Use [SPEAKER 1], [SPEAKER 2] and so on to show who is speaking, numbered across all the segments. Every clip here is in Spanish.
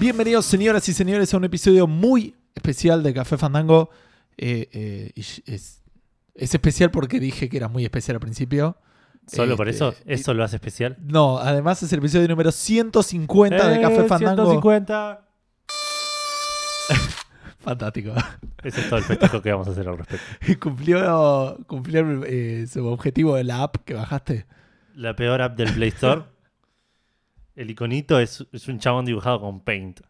[SPEAKER 1] Bienvenidos, señoras y señores, a un episodio muy especial de Café Fandango. Eh, eh, y es, es especial porque dije que era muy especial al principio.
[SPEAKER 2] ¿Solo por
[SPEAKER 1] Este,
[SPEAKER 2] eso? ¿Eso lo hace especial?
[SPEAKER 1] No, además es el episodio número 150 de Café
[SPEAKER 2] Eh,
[SPEAKER 1] Fandango.
[SPEAKER 2] 150.
[SPEAKER 1] Fantástico.
[SPEAKER 2] Ese es todo el festejo que vamos a hacer al respecto.
[SPEAKER 1] Y cumplió, cumplió eh, su objetivo de la app que bajaste.
[SPEAKER 2] La peor app del Play Store. El iconito es, es un chabón dibujado con paint.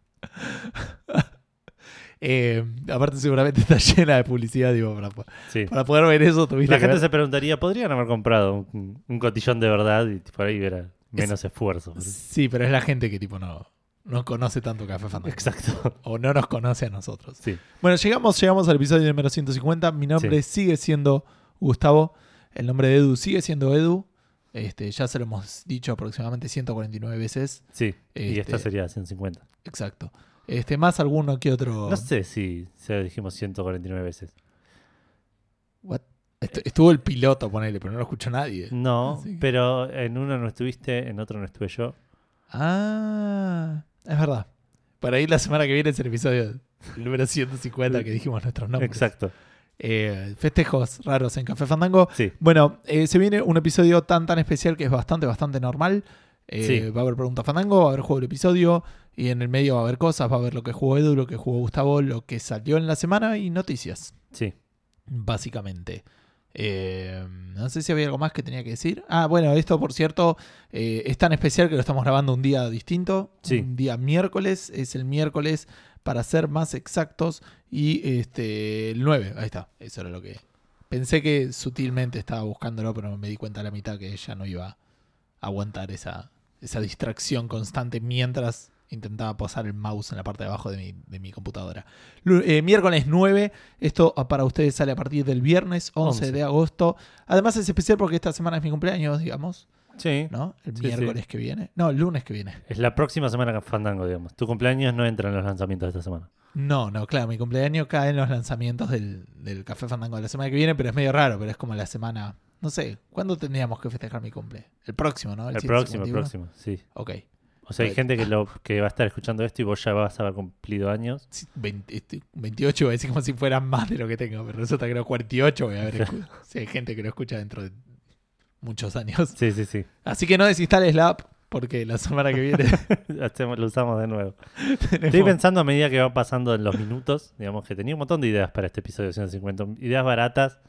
[SPEAKER 1] Eh, aparte, seguramente está llena de publicidad, digo, para, po-
[SPEAKER 2] Sí.
[SPEAKER 1] para poder ver eso tuviste
[SPEAKER 2] La
[SPEAKER 1] que
[SPEAKER 2] gente
[SPEAKER 1] ver-
[SPEAKER 2] se preguntaría, ¿podrían haber comprado un, un cotillón de verdad? Y por ahí era menos esfuerzo.
[SPEAKER 1] Sí, pero es la gente que tipo no, no conoce tanto Café Fandango.
[SPEAKER 2] Exacto.
[SPEAKER 1] O no nos conoce a nosotros.
[SPEAKER 2] Sí.
[SPEAKER 1] Bueno, llegamos, llegamos al episodio número 150. Mi nombre sigue siendo Gustavo. El nombre de Edu sigue siendo Edu. Este, ya se lo hemos dicho aproximadamente 149 veces.
[SPEAKER 2] Sí. Y esta
[SPEAKER 1] Este-
[SPEAKER 2] sería 150.
[SPEAKER 1] Exacto. Este, más alguno que otro.
[SPEAKER 2] No sé si se lo dijimos 149 veces.
[SPEAKER 1] What? Est- Estuvo el piloto, ponele, pero no lo escuchó nadie.
[SPEAKER 2] No,
[SPEAKER 1] Así que-
[SPEAKER 2] pero en uno no estuviste, en otro no estuve yo.
[SPEAKER 1] Ah, es verdad. Para ir la semana que viene es el episodio número 150 que dijimos nuestros nombres.
[SPEAKER 2] Exacto.
[SPEAKER 1] Eh, festejos raros en Café Fandango.
[SPEAKER 2] Sí.
[SPEAKER 1] Bueno, eh, se viene un episodio tan tan especial que es bastante, bastante normal. Eh,
[SPEAKER 2] Sí.
[SPEAKER 1] Va a haber pregunta fandango, va a haber juego del episodio y en el medio va a haber cosas, va a haber lo que jugó Edu, lo que jugó Gustavo, lo que salió en la semana y noticias,
[SPEAKER 2] Sí.
[SPEAKER 1] básicamente. Eh, no sé si había algo más que tenía que decir. Ah, bueno, esto por cierto eh, es tan especial que lo estamos grabando un día distinto,
[SPEAKER 2] Sí.
[SPEAKER 1] un día miércoles, es el miércoles para ser más exactos y este el 9, ahí está, eso era lo que Pensé que sutilmente estaba buscándolo, pero me di cuenta a la mitad que ella no iba a aguantar esa, esa distracción constante mientras intentaba posar el mouse en la parte de abajo de mi, de mi computadora. Lu- eh, miércoles 9, esto ah, para ustedes sale a partir del viernes 11,
[SPEAKER 2] 11.
[SPEAKER 1] de agosto. Además es especial porque esta semana es mi cumpleaños, digamos,
[SPEAKER 2] Sí.
[SPEAKER 1] ¿no? El
[SPEAKER 2] Sí, sí.
[SPEAKER 1] miércoles que viene. No, el lunes que viene.
[SPEAKER 2] Es la próxima semana Fandango, digamos. Tu cumpleaños no entra en los lanzamientos de esta semana.
[SPEAKER 1] No, no, claro, mi cumpleaños cae en los lanzamientos del, del Café Fandango de la semana que viene, pero es medio raro, pero es como la semana. No sé, ¿cuándo tendríamos que festejar mi cumple? El próximo, ¿no?
[SPEAKER 2] El, próximo, el
[SPEAKER 1] 151.
[SPEAKER 2] próximo, sí.
[SPEAKER 1] Ok.
[SPEAKER 2] O sea, hay
[SPEAKER 1] Right.
[SPEAKER 2] gente que, lo, que va a estar escuchando esto y vos ya vas a haber cumplido años.
[SPEAKER 1] Sí, 20 este, 28 voy a decir como si fueran más de lo que tengo, pero resulta que los 48 voy a ver escu- si hay gente que lo escucha dentro de muchos años.
[SPEAKER 2] Sí, sí, sí.
[SPEAKER 1] Así que no desinstales la app, porque la semana que viene
[SPEAKER 2] Hacemos- lo usamos de nuevo. Estoy
[SPEAKER 1] tenemos...
[SPEAKER 2] pensando a medida que van pasando en los minutos, digamos que tenía un montón de ideas para este episodio 150. Ideas baratas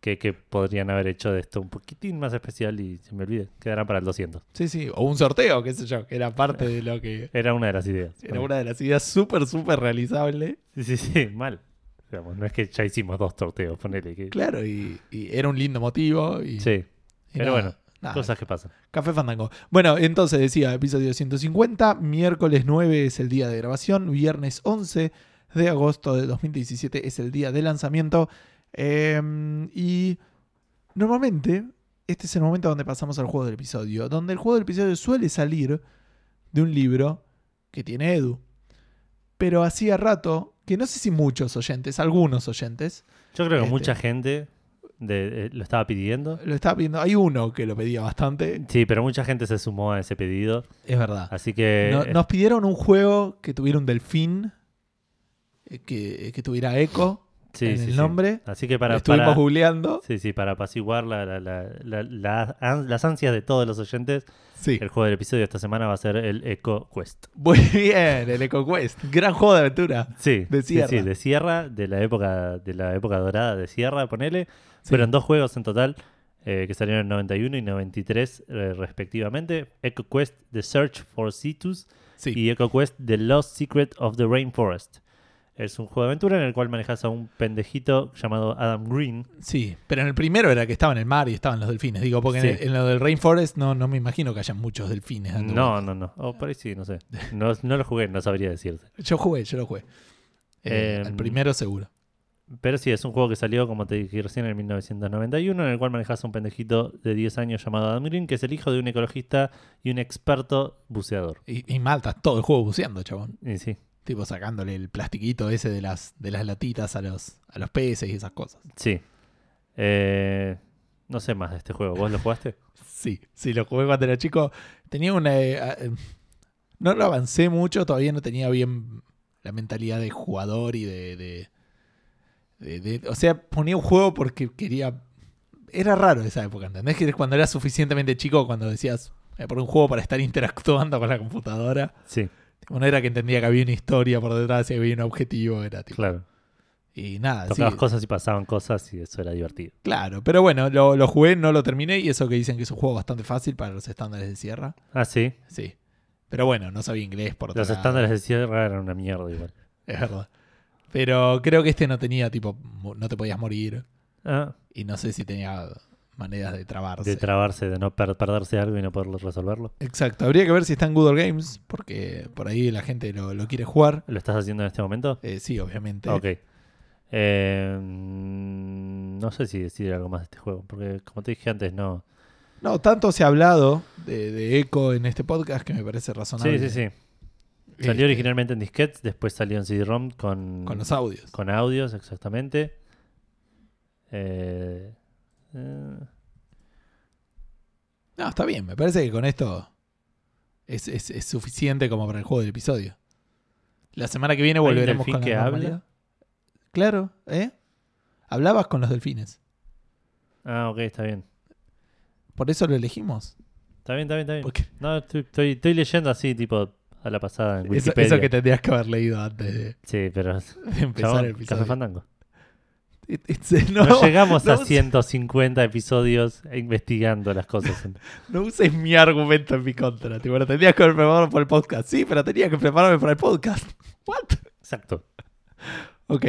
[SPEAKER 2] que, que podrían haber hecho de esto un poquitín más especial y se me olvidé. Quedarán para el 200.
[SPEAKER 1] Sí, sí, o un sorteo, qué sé yo, que era parte de lo que...
[SPEAKER 2] Era una de las ideas.
[SPEAKER 1] Era una de las ideas súper, súper realizable.
[SPEAKER 2] Sí, sí, sí. Mal. Digamos, no es que ya hicimos dos sorteos, ponele. Que...
[SPEAKER 1] Claro, y, y era un lindo motivo. Y,
[SPEAKER 2] Sí.
[SPEAKER 1] y
[SPEAKER 2] Pero
[SPEAKER 1] nada,
[SPEAKER 2] bueno,
[SPEAKER 1] nada.
[SPEAKER 2] Cosas que pasan.
[SPEAKER 1] Café Fandango. Bueno, entonces decía, episodio 150, miércoles 9 es el día de grabación, viernes 11 de agosto de 2017 es el día de lanzamiento. Eh, y normalmente, este es el momento donde pasamos al juego del episodio, donde el juego del episodio suele salir de un libro que tiene Edu. Pero hacía rato que no sé si muchos oyentes, algunos oyentes,
[SPEAKER 2] Yo creo que
[SPEAKER 1] Este.
[SPEAKER 2] mucha gente de- eh, lo estaba pidiendo.
[SPEAKER 1] lo estaba viendo. Hay uno que lo pedía bastante,
[SPEAKER 2] Sí, pero mucha gente se sumó a ese pedido.
[SPEAKER 1] es verdad.
[SPEAKER 2] Así que.
[SPEAKER 1] No-
[SPEAKER 2] eh,
[SPEAKER 1] nos pidieron un juego que tuviera un delfín, eh, que, que tuviera eco
[SPEAKER 2] sí,
[SPEAKER 1] en
[SPEAKER 2] sí,
[SPEAKER 1] el
[SPEAKER 2] sí.
[SPEAKER 1] nombre.
[SPEAKER 2] Así que
[SPEAKER 1] Lo
[SPEAKER 2] para.
[SPEAKER 1] estuvimos
[SPEAKER 2] para
[SPEAKER 1] googleando.
[SPEAKER 2] sí, sí, para apaciguar la- la- la- la- la- an- las ansias de todos los oyentes,
[SPEAKER 1] Sí.
[SPEAKER 2] el juego del episodio de esta semana va a ser el Eco Quest.
[SPEAKER 1] Muy bien, el Eco Quest. Gran juego de aventura.
[SPEAKER 2] Sí,
[SPEAKER 1] De
[SPEAKER 2] sí, sí,
[SPEAKER 1] Sierra.
[SPEAKER 2] de Sierra, de la época, de la época dorada de Sierra, ponele.
[SPEAKER 1] Sí.
[SPEAKER 2] Pero en dos juegos en total, eh, que salieron en 91 y 93 eh, respectivamente. Eco Quest The Search for Situs
[SPEAKER 1] Sí.
[SPEAKER 2] y Echo Quest The Lost Secret of the Rainforest. Es un juego de aventura en el cual manejas a un pendejito llamado Adam Green.
[SPEAKER 1] Sí, pero en el primero era que estaba en el mar y estaban los delfines. Digo, porque en,
[SPEAKER 2] Sí.
[SPEAKER 1] el- en lo del Rainforest no, no me imagino que haya muchos delfines. dando
[SPEAKER 2] No,
[SPEAKER 1] vueltas.
[SPEAKER 2] no, no. Oh, por ahí sí, no sé. No, no lo jugué, no sabría decirte.
[SPEAKER 1] Yo jugué, yo lo jugué. Eh,
[SPEAKER 2] Em,
[SPEAKER 1] el primero seguro.
[SPEAKER 2] Pero sí, es un juego que salió, como te dije recién, en 1991, en el cual manejas a un pendejito de 10 años llamado Adam Green, que es el hijo de un ecologista y un experto buceador.
[SPEAKER 1] Y, y Malta, todo el juego buceando, chabón.
[SPEAKER 2] Y sí,
[SPEAKER 1] Tipo sacándole el plastiquito ese de las, de las latitas a los, a los peces y esas cosas.
[SPEAKER 2] sí. Eh, no sé más de este juego. ¿Vos lo jugaste?
[SPEAKER 1] Sí, sí, lo jugué cuando era chico. Tenía una. eh, eh, ah, no lo avancé mucho, todavía no tenía bien la mentalidad de jugador y de. de- de- de- o sea, ponía un juego porque quería. Era raro esa época, ¿entendés? Que cuando eras suficientemente chico, cuando decías. "Voy a poner un juego para estar interactuando con la computadora.
[SPEAKER 2] Sí,
[SPEAKER 1] Tipo, no era que entendía que había una historia por detrás y había un objetivo, era tipo.
[SPEAKER 2] claro.
[SPEAKER 1] Y nada, Ah, sí.
[SPEAKER 2] Tocabas cosas y pasaban cosas y eso era divertido.
[SPEAKER 1] Claro, pero bueno, lo, lo jugué, no lo terminé y eso que dicen que es un juego bastante fácil para los estándares de Sierra.
[SPEAKER 2] Ah, sí.
[SPEAKER 1] Sí. Pero bueno, no sabía inglés por otro
[SPEAKER 2] Los
[SPEAKER 1] lado.
[SPEAKER 2] estándares de cierre eran una mierda igual.
[SPEAKER 1] Es verdad. Pero creo que este no tenía, tipo, mu- no te podías morir.
[SPEAKER 2] Ah,
[SPEAKER 1] Y no sé si tenía maneras de trabarse.
[SPEAKER 2] de trabarse, de no per- perderse algo y no poder resolverlo.
[SPEAKER 1] Exacto. Habría que ver si está en Google Games, porque por ahí la gente lo, lo quiere jugar.
[SPEAKER 2] ¿Lo estás haciendo en este momento?
[SPEAKER 1] Eh, sí, obviamente.
[SPEAKER 2] Ok. Eh, no sé si decir algo más de este juego, porque como te dije antes, no.
[SPEAKER 1] No, tanto se ha hablado de, de Echo en este podcast que me parece razonable.
[SPEAKER 2] Sí, sí, sí.
[SPEAKER 1] Este,
[SPEAKER 2] Salió originalmente en disquetes, después salió en CD-ROM con,
[SPEAKER 1] Con los audios.
[SPEAKER 2] con audios, exactamente. Eh, eh,
[SPEAKER 1] No, está bien. Me parece que con esto es, es- es suficiente como para el juego del episodio. La semana que viene
[SPEAKER 2] ¿Hay un
[SPEAKER 1] volveremos
[SPEAKER 2] delfín
[SPEAKER 1] con la
[SPEAKER 2] que habla?
[SPEAKER 1] normalidad. Claro, ¿eh? Hablabas con los delfines.
[SPEAKER 2] ah, ok, está bien.
[SPEAKER 1] Por eso lo elegimos.
[SPEAKER 2] Está bien, está bien, está bien.
[SPEAKER 1] Porque
[SPEAKER 2] No, estoy, estoy- estoy leyendo así, tipo, a la pasada en
[SPEAKER 1] eso,
[SPEAKER 2] Wikipedia.
[SPEAKER 1] eso que tendrías que haber leído antes de,
[SPEAKER 2] Sí, pero.
[SPEAKER 1] de empezar
[SPEAKER 2] Chabón,
[SPEAKER 1] el
[SPEAKER 2] Café
[SPEAKER 1] episodio.
[SPEAKER 2] Fandango.
[SPEAKER 1] It- it's- eh,
[SPEAKER 2] No,
[SPEAKER 1] no,
[SPEAKER 2] llegamos
[SPEAKER 1] no
[SPEAKER 2] a
[SPEAKER 1] uses-
[SPEAKER 2] 150 episodios investigando las cosas.
[SPEAKER 1] no uses mi argumento en mi contra. Tipo, lo tendrías que haber preparado para el podcast. Sí, pero tenía que prepararme para el podcast. ¿What?
[SPEAKER 2] Exacto.
[SPEAKER 1] Ok.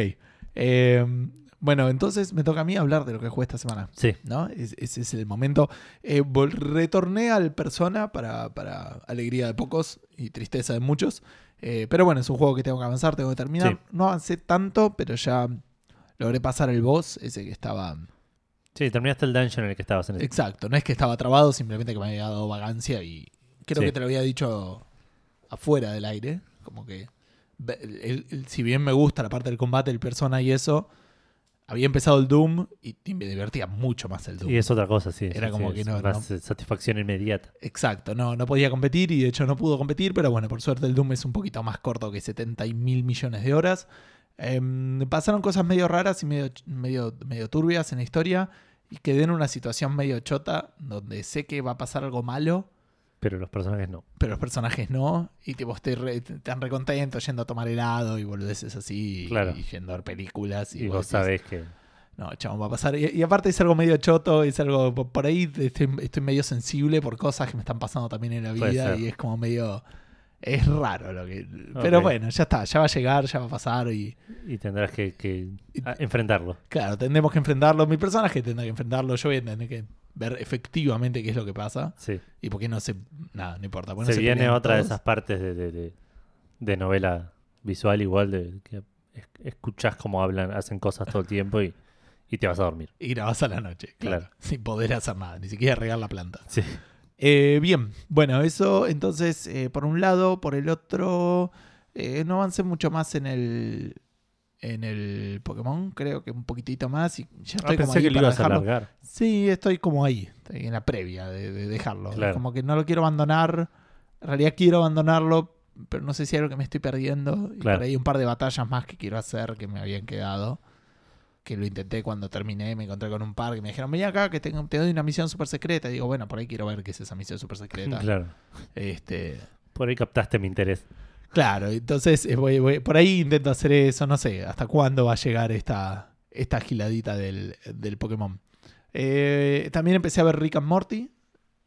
[SPEAKER 1] Eh, bueno, entonces me toca a mí hablar de lo que jugué esta semana.
[SPEAKER 2] Sí.
[SPEAKER 1] ¿no? Es- Ese es el momento. Eh, vol- retorné al Persona para, para alegría de pocos y tristeza de muchos. Eh, pero bueno, es un juego que tengo que avanzar, tengo que terminar.
[SPEAKER 2] Sí.
[SPEAKER 1] No avancé tanto, pero ya logré pasar el boss, ese que estaba...
[SPEAKER 2] Sí, terminaste el dungeon en el que estabas en el...
[SPEAKER 1] Exacto, no es que estaba trabado, simplemente que me había dado vagancia y creo
[SPEAKER 2] Sí.
[SPEAKER 1] que te lo había dicho afuera del aire, como que ve- el- el- el- si bien me gusta la parte del combate, el persona y eso, había empezado el Doom y, y me divertía mucho más el Doom.
[SPEAKER 2] Y es otra cosa, sí.
[SPEAKER 1] Era
[SPEAKER 2] sí,
[SPEAKER 1] como
[SPEAKER 2] sí,
[SPEAKER 1] que
[SPEAKER 2] es
[SPEAKER 1] no,
[SPEAKER 2] más, eh, satisfacción inmediata.
[SPEAKER 1] Exacto, no, no podía competir y de hecho no pudo competir, pero bueno, por suerte el Doom es un poquito más corto que 70 y mil millones de horas. Em, pasaron cosas medio raras y medio, ch- medio, medio turbias en la historia y quedé en una situación medio chota donde sé que va a pasar algo malo,
[SPEAKER 2] Pero los personajes no.
[SPEAKER 1] pero los personajes no y tipo estoy re- tan recontento yendo a tomar helado y boludeces así y-
[SPEAKER 2] Claro.
[SPEAKER 1] y yendo a ver películas y,
[SPEAKER 2] y
[SPEAKER 1] vos
[SPEAKER 2] vos
[SPEAKER 1] decís,
[SPEAKER 2] sabés que...
[SPEAKER 1] no, chabón, va a pasar. Y, y aparte es algo medio choto, es algo. por- Por ahí estoy, estoy medio sensible por cosas que me están pasando también en la
[SPEAKER 2] Puede
[SPEAKER 1] vida
[SPEAKER 2] ser.
[SPEAKER 1] y es como medio. Es raro lo que. Pero bueno, ya está, ya va a llegar, ya va a pasar y.
[SPEAKER 2] Y tendrás que, que, ah, enfrentarlo.
[SPEAKER 1] Claro, tendremos que enfrentarlo. Mi personaje tendrá que enfrentarlo, yo voy a tener que ver efectivamente qué es lo que pasa
[SPEAKER 2] Sí.
[SPEAKER 1] y por qué no se. Nada, no importa. por qué
[SPEAKER 2] Se
[SPEAKER 1] no
[SPEAKER 2] viene
[SPEAKER 1] pelean
[SPEAKER 2] otra de
[SPEAKER 1] todos.
[SPEAKER 2] esas partes de, de- de- de novela visual igual, de que es- escuchás cómo hablan, hacen cosas todo el tiempo y, y te vas a dormir.
[SPEAKER 1] Y grabás a la noche, claro.
[SPEAKER 2] Claro.
[SPEAKER 1] Sin poder hacer nada, ni siquiera regar la planta.
[SPEAKER 2] Sí.
[SPEAKER 1] Eh, bien, bueno, eso entonces, eh, por un lado, por el otro, eh, no avancé mucho más en el en el Pokémon, creo que un poquitito más y ya
[SPEAKER 2] Ah,
[SPEAKER 1] estoy como
[SPEAKER 2] pensé
[SPEAKER 1] ahí
[SPEAKER 2] que lo
[SPEAKER 1] para
[SPEAKER 2] ibas a
[SPEAKER 1] dejarlo.
[SPEAKER 2] alargar.
[SPEAKER 1] Sí, estoy como ahí, estoy en la previa de, de dejarlo.
[SPEAKER 2] Claro.
[SPEAKER 1] Como que no lo quiero abandonar, en realidad quiero abandonarlo, pero no sé si hay algo que me estoy perdiendo. Y
[SPEAKER 2] Claro.
[SPEAKER 1] por ahí un par de batallas más que quiero hacer que me habían quedado. Que lo intenté cuando terminé, me encontré con un par que me dijeron, vení acá que te, te doy una misión súper secreta. Y digo, bueno, por ahí quiero ver qué es esa misión súper secreta.
[SPEAKER 2] Claro.
[SPEAKER 1] Este,
[SPEAKER 2] Por ahí captaste mi interés.
[SPEAKER 1] claro, entonces eh, voy- voy- por ahí intento hacer eso, no sé hasta cuándo va a llegar esta, esta giladita del, del Pokémon. Eh, también empecé a ver Rick and Morty.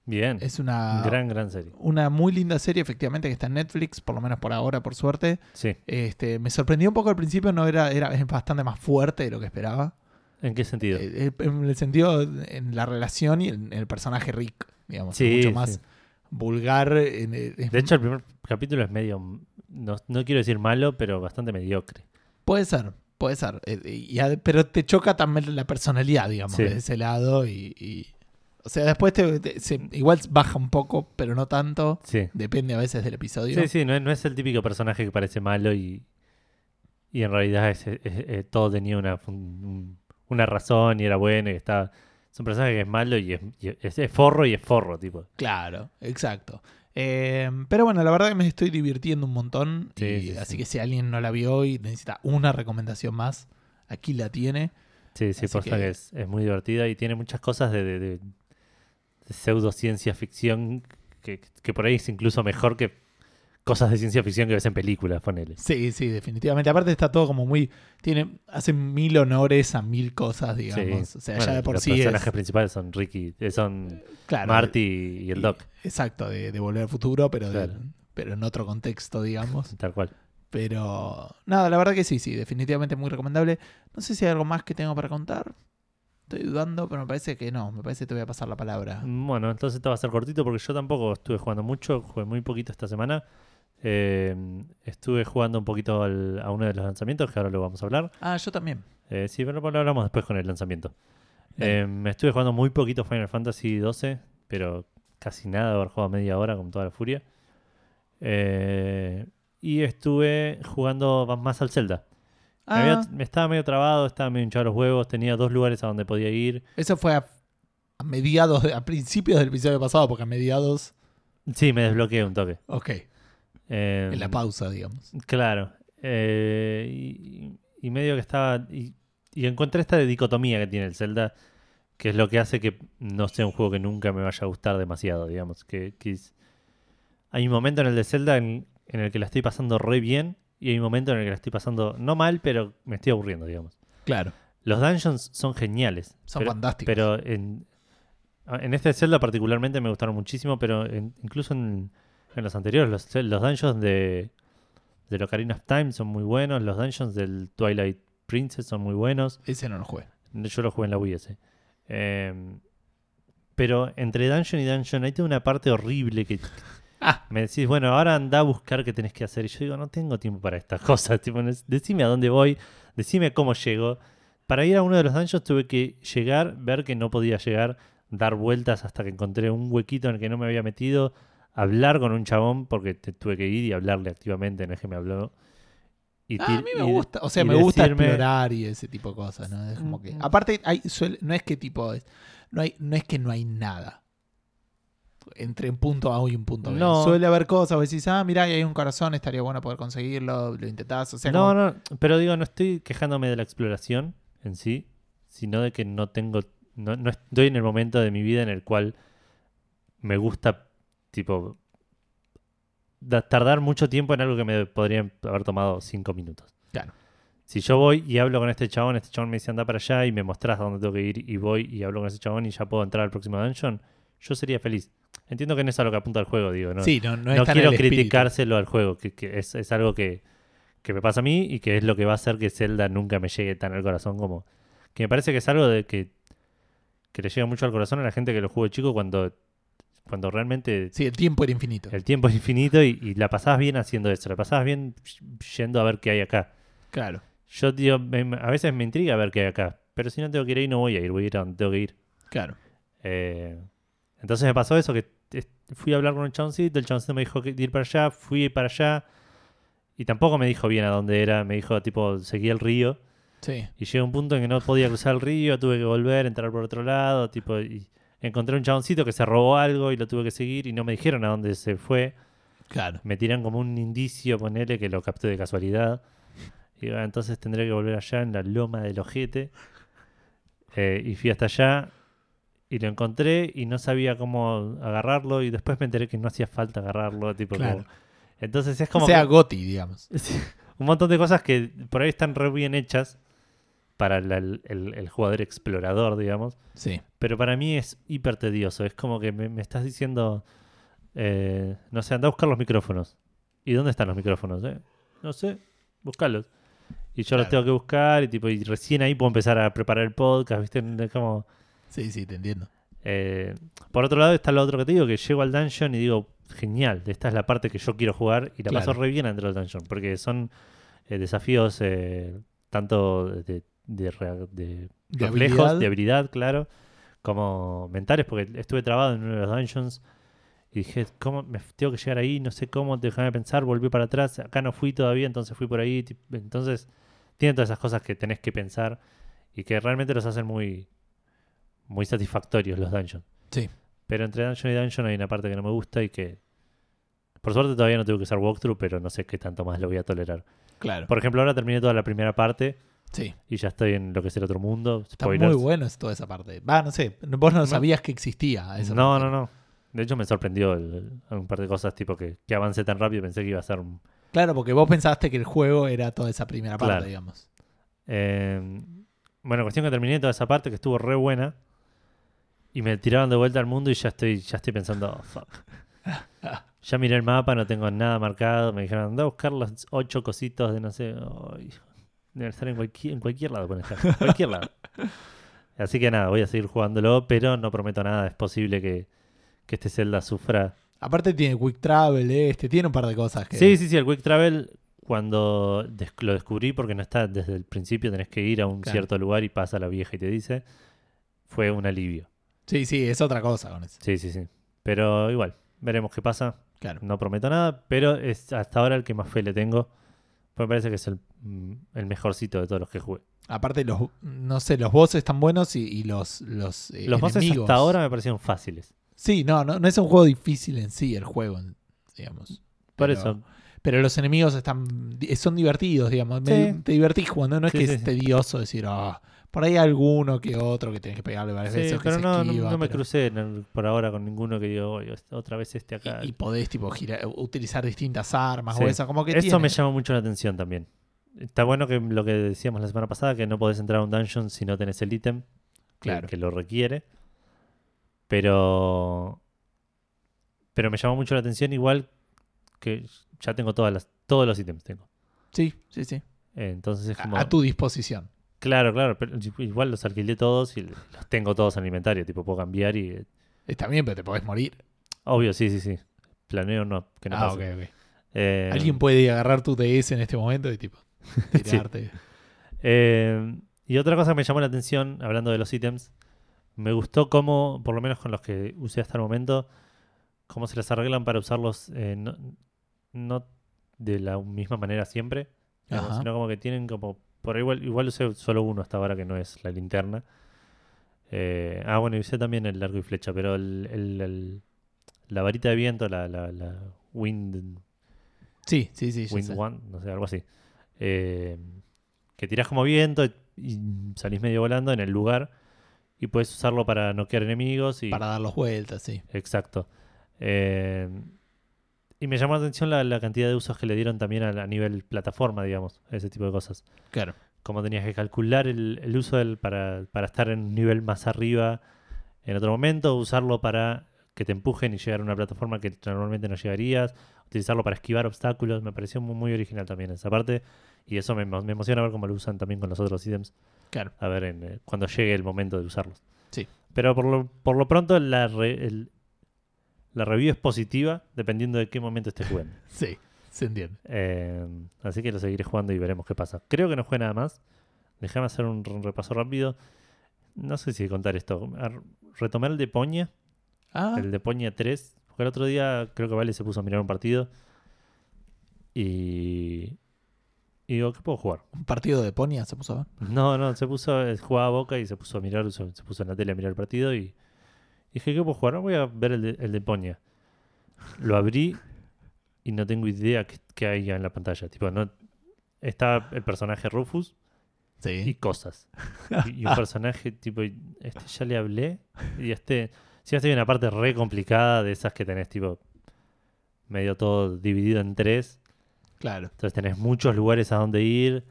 [SPEAKER 2] Bien.
[SPEAKER 1] Es una,
[SPEAKER 2] Gran, gran serie.
[SPEAKER 1] una muy linda serie, efectivamente, que está en Netflix, por lo menos por ahora, por suerte.
[SPEAKER 2] Sí.
[SPEAKER 1] Este, me sorprendió un poco al principio, no era, era es bastante más fuerte de lo que esperaba.
[SPEAKER 2] ¿En qué sentido?
[SPEAKER 1] Eh, eh, En el sentido, en la relación y en el personaje Rick, digamos.
[SPEAKER 2] Sí,
[SPEAKER 1] mucho más
[SPEAKER 2] sí.
[SPEAKER 1] vulgar. en- eh, es-
[SPEAKER 2] De hecho, el primer capítulo es medio. No, no quiero decir malo, pero bastante mediocre.
[SPEAKER 1] Puede ser, puede ser. Eh, y ad- pero te choca también la personalidad, digamos,
[SPEAKER 2] Sí.
[SPEAKER 1] de ese lado. Y, y- o sea, después te, te- se- igual baja un poco, pero no tanto.
[SPEAKER 2] Sí.
[SPEAKER 1] Depende a veces del episodio.
[SPEAKER 2] Sí, sí, no, es- no es el típico personaje que parece malo y, y en realidad es- es- es- todo tenía una, fun- un- una razón y era bueno y estaba. Es un personaje que es malo y es, y es- es forro y es forro, tipo.
[SPEAKER 1] Claro, exacto. Eh, pero bueno, la verdad que me estoy divirtiendo un montón.
[SPEAKER 2] Sí,
[SPEAKER 1] y-
[SPEAKER 2] sí, sí.
[SPEAKER 1] así que si alguien no la vio y necesita una recomendación más, aquí la tiene.
[SPEAKER 2] Sí, sí,
[SPEAKER 1] Así
[SPEAKER 2] por
[SPEAKER 1] que-
[SPEAKER 2] que es, es muy divertida y tiene muchas cosas de, de, de- de pseudociencia ficción que, que por ahí es incluso mejor que cosas de ciencia ficción que ves en películas, ponele.
[SPEAKER 1] Sí, sí, definitivamente. Aparte está todo como muy. Tiene, hace mil honores a mil cosas, digamos.
[SPEAKER 2] Sí.
[SPEAKER 1] O sea,
[SPEAKER 2] Bueno,
[SPEAKER 1] ya de por
[SPEAKER 2] los
[SPEAKER 1] sí es.
[SPEAKER 2] personajes principales son Ricky, eh, son
[SPEAKER 1] Claro,
[SPEAKER 2] Marty y el Doc,
[SPEAKER 1] Exacto, de, de volver al futuro, pero, de-
[SPEAKER 2] Claro.
[SPEAKER 1] pero en otro contexto, digamos.
[SPEAKER 2] tal cual.
[SPEAKER 1] Pero nada, la verdad que sí, sí, definitivamente muy recomendable. No sé si hay algo más que tengo para contar. Estoy dudando, pero me parece que no. Me parece que te voy a pasar la palabra.
[SPEAKER 2] Bueno, entonces esto va a ser cortito porque yo tampoco estuve jugando mucho, jugué muy poquito esta semana. Eh, estuve jugando un poquito al- a uno de los lanzamientos, que ahora lo vamos a hablar.
[SPEAKER 1] Ah, yo también.
[SPEAKER 2] Eh, sí, pero lo hablamos después con el lanzamiento.
[SPEAKER 1] Dale.
[SPEAKER 2] Eh, me estuve jugando muy poquito Final Fantasy XII, pero casi nada, haber jugado media hora con toda la furia. Eh, y estuve jugando va- más al Zelda. Me,
[SPEAKER 1] Ah,
[SPEAKER 2] había- me estaba medio trabado, estaba medio hinchado los huevos, tenía dos lugares a donde podía ir.
[SPEAKER 1] eso fue a, a mediados, de- a principios del episodio pasado, porque a mediados.
[SPEAKER 2] Sí, me desbloqueé un toque.
[SPEAKER 1] Ok,
[SPEAKER 2] Eh,
[SPEAKER 1] en la pausa, digamos.
[SPEAKER 2] Claro. Eh, y, y medio que estaba. Y, y encontré esta dicotomía que tiene el Zelda, que es lo que hace que no sea un juego que nunca me vaya a gustar demasiado, digamos. Que, que es- hay un momento en el de Zelda en, en el que la estoy pasando re bien, y hay un momento en el que la estoy pasando no mal, pero me estoy aburriendo, digamos.
[SPEAKER 1] Claro,
[SPEAKER 2] Los dungeons son geniales.
[SPEAKER 1] son
[SPEAKER 2] pero-
[SPEAKER 1] fantásticos.
[SPEAKER 2] pero en, en este Zelda particularmente me gustaron muchísimo, pero en- incluso en, en los anteriores, los, Zel- los dungeons de, de Ocarina of Time son muy buenos, los dungeons del Twilight Princess son muy buenos.
[SPEAKER 1] Ese no lo jugué.
[SPEAKER 2] Yo lo jugué en la Wii ese. Eh, pero entre dungeon y dungeon hay toda una parte horrible que
[SPEAKER 1] Ah,
[SPEAKER 2] me decís, bueno, ahora anda a buscar qué tenés que hacer. Y yo digo, no tengo tiempo para estas cosas. Tipo, ne- decime a dónde voy, decime cómo llego. Para ir a uno de los dungeons tuve que llegar, ver que no podía llegar, dar vueltas hasta que encontré un huequito en el que no me había metido, hablar con un chabón porque te- tuve que ir y hablarle activamente, no es que me habló. Y
[SPEAKER 1] Ah,
[SPEAKER 2] tir-
[SPEAKER 1] a mí me
[SPEAKER 2] y-
[SPEAKER 1] gusta. O sea,
[SPEAKER 2] y
[SPEAKER 1] me gusta
[SPEAKER 2] decirme-
[SPEAKER 1] explorar y ese tipo de cosas, ¿no? Es como que.
[SPEAKER 2] Mm.
[SPEAKER 1] Aparte, hay, suele- no es que tipo. es- no, hay, no es que no hay nada. Entre un punto A y un punto B.
[SPEAKER 2] No.
[SPEAKER 1] Suele haber cosas. Vos decís, ah, mirá, ahí hay un corazón, estaría bueno poder conseguirlo. Lo intentás. O sea,
[SPEAKER 2] no,
[SPEAKER 1] como-
[SPEAKER 2] no, pero digo, no estoy quejándome de la exploración en sí, sino de que no tengo, no, no estoy en el momento de mi vida en el cual me gusta, tipo, da- tardar mucho tiempo en algo que me podría haber tomado cinco minutos.
[SPEAKER 1] Claro.
[SPEAKER 2] Si yo voy y hablo con este chabón, este chabón me dice anda para allá y me mostrás a dónde tengo que ir y voy y hablo con ese chabón y ya puedo entrar al próximo dungeon, yo sería feliz. Entiendo que no es a lo que apunta el juego, digo, ¿no?
[SPEAKER 1] Sí, no, no,
[SPEAKER 2] no,
[SPEAKER 1] está en
[SPEAKER 2] quiero
[SPEAKER 1] el espíritu.
[SPEAKER 2] criticárselo al juego, que, que es, es algo que, que me pasa a mí y que es lo que va a hacer que Zelda nunca me llegue tan al corazón como... Que me parece que es algo de que, que le llega mucho al corazón a la gente que lo jugó de chico cuando, cuando realmente
[SPEAKER 1] Sí, el tiempo era infinito.
[SPEAKER 2] el tiempo es infinito y, y la pasabas bien haciendo eso, la pasabas bien yendo a ver qué hay acá.
[SPEAKER 1] Claro.
[SPEAKER 2] Yo digo, me- a veces me intriga ver qué hay acá, pero si no tengo que ir ahí no voy a ir, voy a ir a donde tengo que ir.
[SPEAKER 1] Claro.
[SPEAKER 2] Eh, entonces me pasó eso, que eh, fui a hablar con un chaboncito, el chaboncito me dijo que ir para allá, fui para allá y tampoco me dijo bien a dónde era, me dijo tipo, seguí el río
[SPEAKER 1] Sí.
[SPEAKER 2] y llegué a un punto en que no podía cruzar el río, tuve que volver, entrar por otro lado, tipo, y encontré un chaboncito que se robó algo y lo tuve que seguir y no me dijeron a dónde se fue,
[SPEAKER 1] Claro.
[SPEAKER 2] me tiran como un indicio, ponele, que lo capté de casualidad. Y bueno, entonces tendré que volver allá en la loma del ojete. Eh, y fui hasta allá y lo encontré y no sabía cómo agarrarlo. Y después me enteré que no hacía falta agarrarlo. Tipo,
[SPEAKER 1] Claro.
[SPEAKER 2] como- Entonces es como
[SPEAKER 1] O sea,
[SPEAKER 2] que-
[SPEAKER 1] Goti, digamos.
[SPEAKER 2] un montón de cosas que por ahí están re bien hechas para la- el- el- el jugador explorador, digamos.
[SPEAKER 1] Sí.
[SPEAKER 2] Pero para mí es hiper tedioso. Es como que me, me estás diciendo, eh, no sé, anda a buscar los micrófonos. ¿Y dónde están los micrófonos? eh? No sé, buscalos. Y yo
[SPEAKER 1] Claro.
[SPEAKER 2] los tengo que buscar y, tipo, y recién ahí puedo empezar a preparar el podcast, ¿viste? Es Como,
[SPEAKER 1] Sí, sí, te entiendo.
[SPEAKER 2] eh, Por otro lado está lo otro que te digo, que llego al dungeon y digo, genial, esta es la parte que yo quiero jugar y la
[SPEAKER 1] Claro.
[SPEAKER 2] paso re bien dentro del dungeon, porque son eh, desafíos eh, tanto de- de rea- de
[SPEAKER 1] De
[SPEAKER 2] reflejos,
[SPEAKER 1] habilidad,
[SPEAKER 2] de habilidad, claro, como mentales, porque estuve trabado en uno de los dungeons y dije, ¿cómo me tengo que llegar ahí? No sé cómo, déjame pensar, volví para atrás, acá no fui todavía, entonces fui por ahí, tip- entonces tiene todas esas cosas que tenés que pensar y que realmente los hacen muy, muy satisfactorios los dungeons.
[SPEAKER 1] Sí.
[SPEAKER 2] Pero entre dungeon y dungeon hay una parte que no me gusta y que Por suerte todavía no tengo que usar walkthrough, pero no sé qué tanto más lo voy a tolerar.
[SPEAKER 1] Claro.
[SPEAKER 2] Por ejemplo, ahora terminé toda la primera parte
[SPEAKER 1] Sí.
[SPEAKER 2] y ya estoy en lo que es el otro mundo.
[SPEAKER 1] Está
[SPEAKER 2] Spoilers.
[SPEAKER 1] muy bueno es toda esa parte. Va, no sé. Vos no sabías que existía. a esa
[SPEAKER 2] no,
[SPEAKER 1] parte.
[SPEAKER 2] no, no. De hecho, me sorprendió el- el- un par de cosas, tipo que, que avancé tan rápido. Pensé que iba a ser un,
[SPEAKER 1] Claro, porque vos pensaste que el juego era toda esa primera parte,
[SPEAKER 2] Claro.
[SPEAKER 1] digamos.
[SPEAKER 2] Eh, bueno, cuestión que terminé toda esa parte que estuvo re buena. Y me tiraron de vuelta al mundo y ya estoy, ya estoy pensando, oh, fuck. Ya miré el mapa, no tengo nada marcado. Me dijeron, anda a buscar los ocho cositos de no sé. ay, deben estar en cualquier, en cualquier lado, pueden estar, en cualquier lado. Así que nada, voy a seguir jugándolo, pero no prometo nada. Es posible que, que este Zelda sufra
[SPEAKER 1] Aparte tiene Quick Travel, este, tiene un par de cosas que.
[SPEAKER 2] Sí, sí, sí, el Quick Travel, cuando des- lo descubrí, porque no está desde el principio, tenés que ir a un
[SPEAKER 1] Claro.
[SPEAKER 2] cierto lugar y pasa la vieja y te dice, fue un alivio.
[SPEAKER 1] sí, sí, es otra cosa con eso.
[SPEAKER 2] Sí, sí, sí. Pero igual, veremos qué pasa.
[SPEAKER 1] Claro.
[SPEAKER 2] No prometo nada, pero es hasta ahora el que más fe le tengo. Pues me parece que es el, mm, el mejorcito de todos los que jugué.
[SPEAKER 1] Aparte, los, no sé, los bosses están buenos y, y los, los, eh,
[SPEAKER 2] Los bosses
[SPEAKER 1] enemigos.
[SPEAKER 2] hasta ahora me parecieron fáciles.
[SPEAKER 1] Sí, no, no, no es un juego difícil en sí, el juego, en- digamos.
[SPEAKER 2] Por
[SPEAKER 1] Pero-
[SPEAKER 2] eso,
[SPEAKER 1] Pero los enemigos están di- son divertidos, digamos. Me-
[SPEAKER 2] Sí.
[SPEAKER 1] Te divertís jugando, no es
[SPEAKER 2] Sí,
[SPEAKER 1] que
[SPEAKER 2] sí,
[SPEAKER 1] es
[SPEAKER 2] sí.
[SPEAKER 1] tedioso decir, "Ah, por ahí alguno que otro que tenés que pegarle varias
[SPEAKER 2] Sí,
[SPEAKER 1] veces. o que
[SPEAKER 2] pero
[SPEAKER 1] se
[SPEAKER 2] no, no-
[SPEAKER 1] esquiva,
[SPEAKER 2] no me
[SPEAKER 1] pero-
[SPEAKER 2] crucé en el- por ahora con ninguno que digo, "Oy, otra vez este acá.
[SPEAKER 1] Y, y podés tipo girar, utilizar distintas armas
[SPEAKER 2] Sí.
[SPEAKER 1] o eso, como que
[SPEAKER 2] Eso
[SPEAKER 1] tiene.
[SPEAKER 2] me llama mucho la atención también. Está bueno que lo que decíamos la semana pasada, que no podés entrar a un dungeon si no tenés el ítem que-
[SPEAKER 1] Claro.
[SPEAKER 2] que, lo requiere. Pero. Pero me llamó mucho la atención, igual que ya tengo todas las, todos los ítems. tengo
[SPEAKER 1] Sí, sí, sí.
[SPEAKER 2] Entonces es
[SPEAKER 1] A-
[SPEAKER 2] como.
[SPEAKER 1] a tu disposición.
[SPEAKER 2] Claro, claro. pero igual los alquilé todos y los tengo todos en el inventario. Tipo, puedo cambiar y.
[SPEAKER 1] Está bien, pero te podés morir.
[SPEAKER 2] Obvio, sí, sí, sí. Planeo no. Que no
[SPEAKER 1] ah,
[SPEAKER 2] pase.
[SPEAKER 1] ok, ok.
[SPEAKER 2] Eh,
[SPEAKER 1] Alguien puede agarrar tu TS en este momento y tipo tirarte.
[SPEAKER 2] Eh, y otra cosa que me llamó la atención, hablando de los ítems, me gustó cómo, por lo menos con los que usé hasta el momento, cómo se las arreglan para usarlos eh, no, no de la misma manera siempre, digamos,
[SPEAKER 1] Ajá.
[SPEAKER 2] sino como que tienen como... Por ahí igual, igual usé solo uno hasta ahora que no es la linterna. Eh, ah, bueno, y usé también el largo y flecha, pero el, el- el- la varita de viento, la, la- la wind
[SPEAKER 1] Sí, sí, sí. ya
[SPEAKER 2] Wind
[SPEAKER 1] sé.
[SPEAKER 2] One, no sé, algo así. Eh, que tirás como viento y- y salís medio volando en el lugar y puedes usarlo para noquear enemigos. Y,
[SPEAKER 1] Para dar los vueltas, sí.
[SPEAKER 2] Exacto. Eh, y me llamó la atención la, la cantidad de usos que le dieron también a, la- a nivel plataforma, digamos, a ese tipo de cosas.
[SPEAKER 1] Claro.
[SPEAKER 2] Como tenías que calcular el, el uso del, para, para estar en un nivel más arriba en otro momento, usarlo para que te empujen y llegar a una plataforma que normalmente no llegarías, utilizarlo para esquivar obstáculos, me pareció muy, muy original también esa parte y eso me, emo- me emociona ver cómo lo usan también con los otros ítems,
[SPEAKER 1] Claro.
[SPEAKER 2] a ver en, eh, cuando llegue el momento de usarlos.
[SPEAKER 1] Sí.
[SPEAKER 2] Pero por lo, por lo pronto la, re- el- la review es positiva dependiendo de qué momento esté jugando.
[SPEAKER 1] Sí, se entiende.
[SPEAKER 2] Eh, así que lo seguiré jugando y veremos qué pasa. Creo que no jugué nada más. Déjame hacer un r- repaso rápido. No sé si contar esto. Ar- Retomé el de Poña,
[SPEAKER 1] Ah,
[SPEAKER 2] el de Poña 3. Porque el otro día creo que Vale se puso a mirar un partido. Y. Y digo, ¿qué puedo jugar?
[SPEAKER 1] un partido de Ponia se puso a ver.
[SPEAKER 2] No, no, se puso. eh, Jugaba a boca y se puso a mirar. Se se puso en la tele a mirar el partido y. Dije, ¿qué puedo jugar? No, voy a ver el de, el de Poña. Lo abrí y no tengo idea qué, qué hay en la pantalla. Tipo, no. Estaba el personaje Rufus y
[SPEAKER 1] Sí.
[SPEAKER 2] cosas. Y, y un personaje tipo, y este ya le hablé. Y este. Sí, este hay una parte re complicada de esas que tenés, tipo. Medio todo dividido en tres.
[SPEAKER 1] Claro.
[SPEAKER 2] Entonces tenés muchos lugares a donde ir.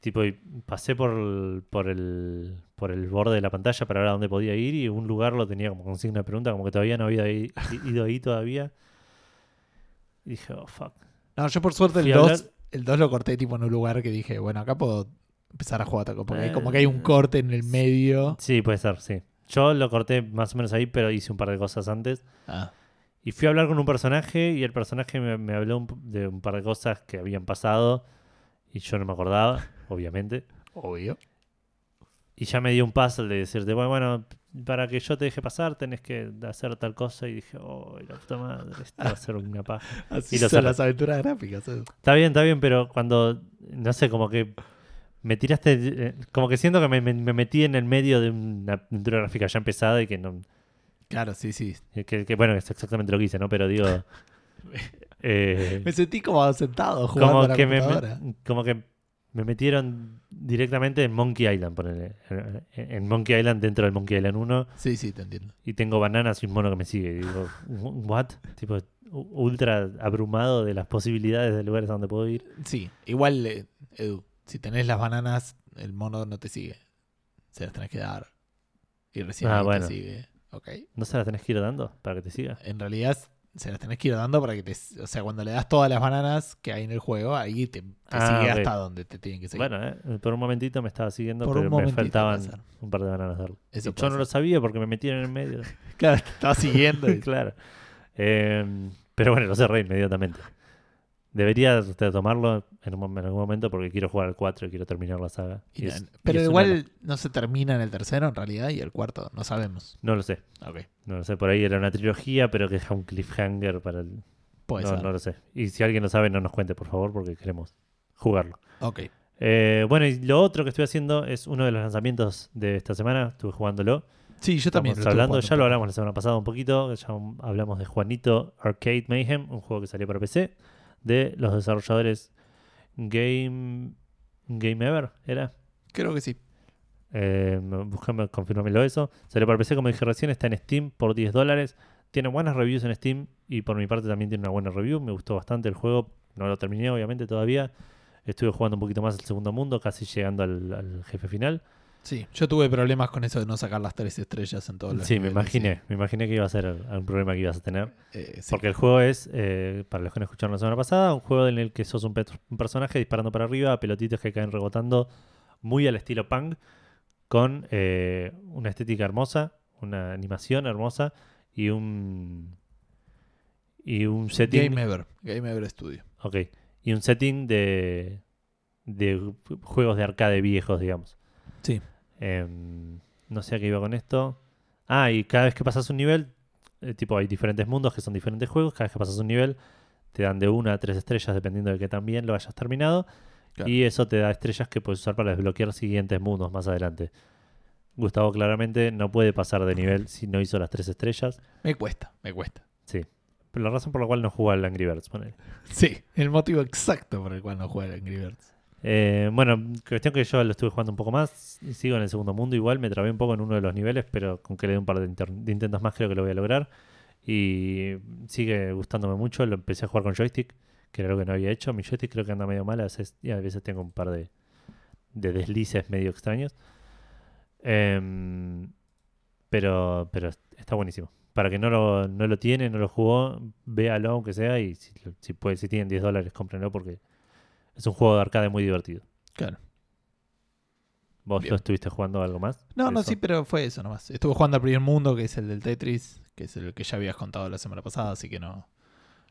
[SPEAKER 2] Tipo, y pasé por el, por el por el borde de la pantalla para ver a dónde podía ir y un lugar lo tenía como con signo de pregunta, como que todavía no había i- ido ahí todavía. Y dije, oh, fuck.
[SPEAKER 1] No, yo por suerte el
[SPEAKER 2] Fui a
[SPEAKER 1] 2,
[SPEAKER 2] hablar-
[SPEAKER 1] el 2 lo corté tipo en un lugar que dije, bueno, acá puedo empezar a jugar otra cosa, Porque hay
[SPEAKER 2] Eh,
[SPEAKER 1] como que hay un corte en el medio.
[SPEAKER 2] Sí, puede ser, sí. Yo lo corté más o menos ahí, pero hice un par de cosas antes.
[SPEAKER 1] Ah,
[SPEAKER 2] Y fui a hablar con un personaje y el personaje me, me habló un p- de un par de cosas que habían pasado y yo no me acordaba, obviamente.
[SPEAKER 1] obvio.
[SPEAKER 2] Y ya me dio un puzzle de decirte, bueno, bueno, para que yo te deje pasar tenés que hacer tal cosa. Y dije, oh, la puta madre, esto va a ser una paja.
[SPEAKER 1] Así
[SPEAKER 2] Y lo
[SPEAKER 1] son
[SPEAKER 2] cerré.
[SPEAKER 1] las aventuras gráficas. ¿eh?
[SPEAKER 2] Está bien, está bien, pero cuando, no sé, como que me tiraste, eh, como que siento que me, me- me metí en el medio de una aventura gráfica ya empezada y que no,
[SPEAKER 1] Claro, sí, sí.
[SPEAKER 2] que, que, bueno, es exactamente lo que hice, ¿no? Pero digo, Eh,
[SPEAKER 1] Me sentí como sentado jugando a
[SPEAKER 2] como,
[SPEAKER 1] la
[SPEAKER 2] que me,
[SPEAKER 1] computadora.
[SPEAKER 2] me- como que me metieron directamente en Monkey Island, ponele. En, en Monkey Island, dentro del Monkey Island 1,
[SPEAKER 1] Sí, sí, te entiendo.
[SPEAKER 2] y tengo bananas y un mono que me sigue. Y digo, ¿what? Tipo, u- ultra abrumado de las posibilidades de lugares a donde puedo ir.
[SPEAKER 1] Sí, igual, eh, Edu, si tenés las bananas, el mono no te sigue. Se las tenés que dar. Y recién
[SPEAKER 2] Ah,
[SPEAKER 1] ahí
[SPEAKER 2] bueno.
[SPEAKER 1] te sigue. Ok.
[SPEAKER 2] ¿No se las tenés que ir dando para que te siga?
[SPEAKER 1] En realidad, se las tenés que ir dando para que te. O sea, cuando le das todas las bananas que hay en el juego, ahí te, te
[SPEAKER 2] Ah,
[SPEAKER 1] sigue
[SPEAKER 2] ok.
[SPEAKER 1] hasta donde te tienen que seguir.
[SPEAKER 2] Bueno, eh, por un momentito me estaba siguiendo,
[SPEAKER 1] Por un
[SPEAKER 2] pero me
[SPEAKER 1] momentito
[SPEAKER 2] faltaban
[SPEAKER 1] puede ser.
[SPEAKER 2] un par de bananas. darle.
[SPEAKER 1] Eso
[SPEAKER 2] Y yo
[SPEAKER 1] puede
[SPEAKER 2] no lo sabía porque me metieron en el medio.
[SPEAKER 1] ser. Claro, te estaba siguiendo. y-
[SPEAKER 2] claro. Eh, pero bueno, lo cerré inmediatamente. Debería de tomarlo en, un mom- en algún momento porque quiero jugar al 4 y quiero terminar la saga.
[SPEAKER 1] y
[SPEAKER 2] Y
[SPEAKER 1] no-
[SPEAKER 2] es- y
[SPEAKER 1] pero
[SPEAKER 2] es una-
[SPEAKER 1] igual no se termina en el tercero, en realidad, y el cuarto, no sabemos.
[SPEAKER 2] No lo sé.
[SPEAKER 1] Ok.
[SPEAKER 2] No lo sé. Por ahí era una trilogía, pero que deja un cliffhanger para el.
[SPEAKER 1] Puede
[SPEAKER 2] no,
[SPEAKER 1] ser.
[SPEAKER 2] no lo sé. Y si alguien lo sabe, no nos cuente, por favor, porque queremos jugarlo.
[SPEAKER 1] Ok.
[SPEAKER 2] Eh, bueno, y lo otro que estoy haciendo es uno de los lanzamientos de esta semana. Estuve jugándolo.
[SPEAKER 1] Sí, yo también.
[SPEAKER 2] Estamos
[SPEAKER 1] lo estuve
[SPEAKER 2] hablando,
[SPEAKER 1] jugando un
[SPEAKER 2] ya lo
[SPEAKER 1] poco.
[SPEAKER 2] hablamos la semana pasada un poquito, ya hablamos de Juanito Arcade Mayhem, un juego que salió para PC, de los desarrolladores Game, Game Ever, ¿era?
[SPEAKER 1] Creo que sí.
[SPEAKER 2] Eh, búscame, confirmámelo eso. Salió para PC, como dije recién, está en Steam por 10 dólares. Tiene buenas reviews en Steam y por mi parte también tiene una buena review. Me gustó bastante el juego. No lo terminé, obviamente, todavía. Estuve jugando un poquito más el segundo mundo, casi llegando al- al jefe final.
[SPEAKER 1] Sí, yo tuve problemas con eso de no sacar las tres estrellas en todos los
[SPEAKER 2] Sí, me
[SPEAKER 1] niveles,
[SPEAKER 2] imaginé, me imaginé que iba a ser algún problema que ibas a tener.
[SPEAKER 1] Eh, sí.
[SPEAKER 2] Porque el juego es, eh, para los que no escucharon la semana pasada, un juego en el que sos un, pet- un personaje disparando para arriba, pelotitas que caen rebotando, muy al estilo punk, con eh, una estética hermosa, una animación hermosa y un. Y un setting.
[SPEAKER 1] Game Ever, Game Ever Studio.
[SPEAKER 2] ok, Y un setting de. de juegos de arcade viejos, digamos.
[SPEAKER 1] Sí.
[SPEAKER 2] Em, no sé a qué iba con esto. Ah, y cada vez que pasas un nivel, eh, tipo, hay diferentes mundos que son diferentes juegos. Cada vez que pasas un nivel, te dan de una a tres estrellas, dependiendo de que también lo hayas terminado.
[SPEAKER 1] Claro.
[SPEAKER 2] Y eso te da estrellas que puedes usar para desbloquear siguientes mundos más adelante. Gustavo claramente no puede pasar de nivel si no hizo las tres estrellas.
[SPEAKER 1] Me cuesta, me cuesta.
[SPEAKER 2] Pero la razón por la cual no jugó al Angry Birds, ponele.
[SPEAKER 1] Sí, el motivo exacto por el cual no juega el Angry Birds.
[SPEAKER 2] Eh, bueno, cuestión que yo lo estuve jugando un poco más. y Sigo en el segundo mundo igual. Me trabé un poco en uno de los niveles, pero con que le dé un par de, inter- de intentos más creo que lo voy a lograr. Y sigue gustándome mucho. Lo empecé a jugar con joystick, que era algo que no había hecho. Mi joystick creo que anda medio mal a veces, y a veces tengo un par de, de deslices medio extraños. Em, pero, pero está buenísimo. Para que no lo, no lo tiene, no lo jugó, véalo aunque sea. Y si, si puede, si tienen 10 dólares, cómprenlo porque es un juego de arcade muy divertido.
[SPEAKER 1] Claro.
[SPEAKER 2] ¿Vos
[SPEAKER 1] Bien.
[SPEAKER 2] lo estuviste jugando algo más?
[SPEAKER 1] No, no,
[SPEAKER 2] Eso.
[SPEAKER 1] sí, pero fue eso nomás. Estuve jugando al primer mundo, que es el del Tetris, que es el que ya habías contado la semana pasada, así que no,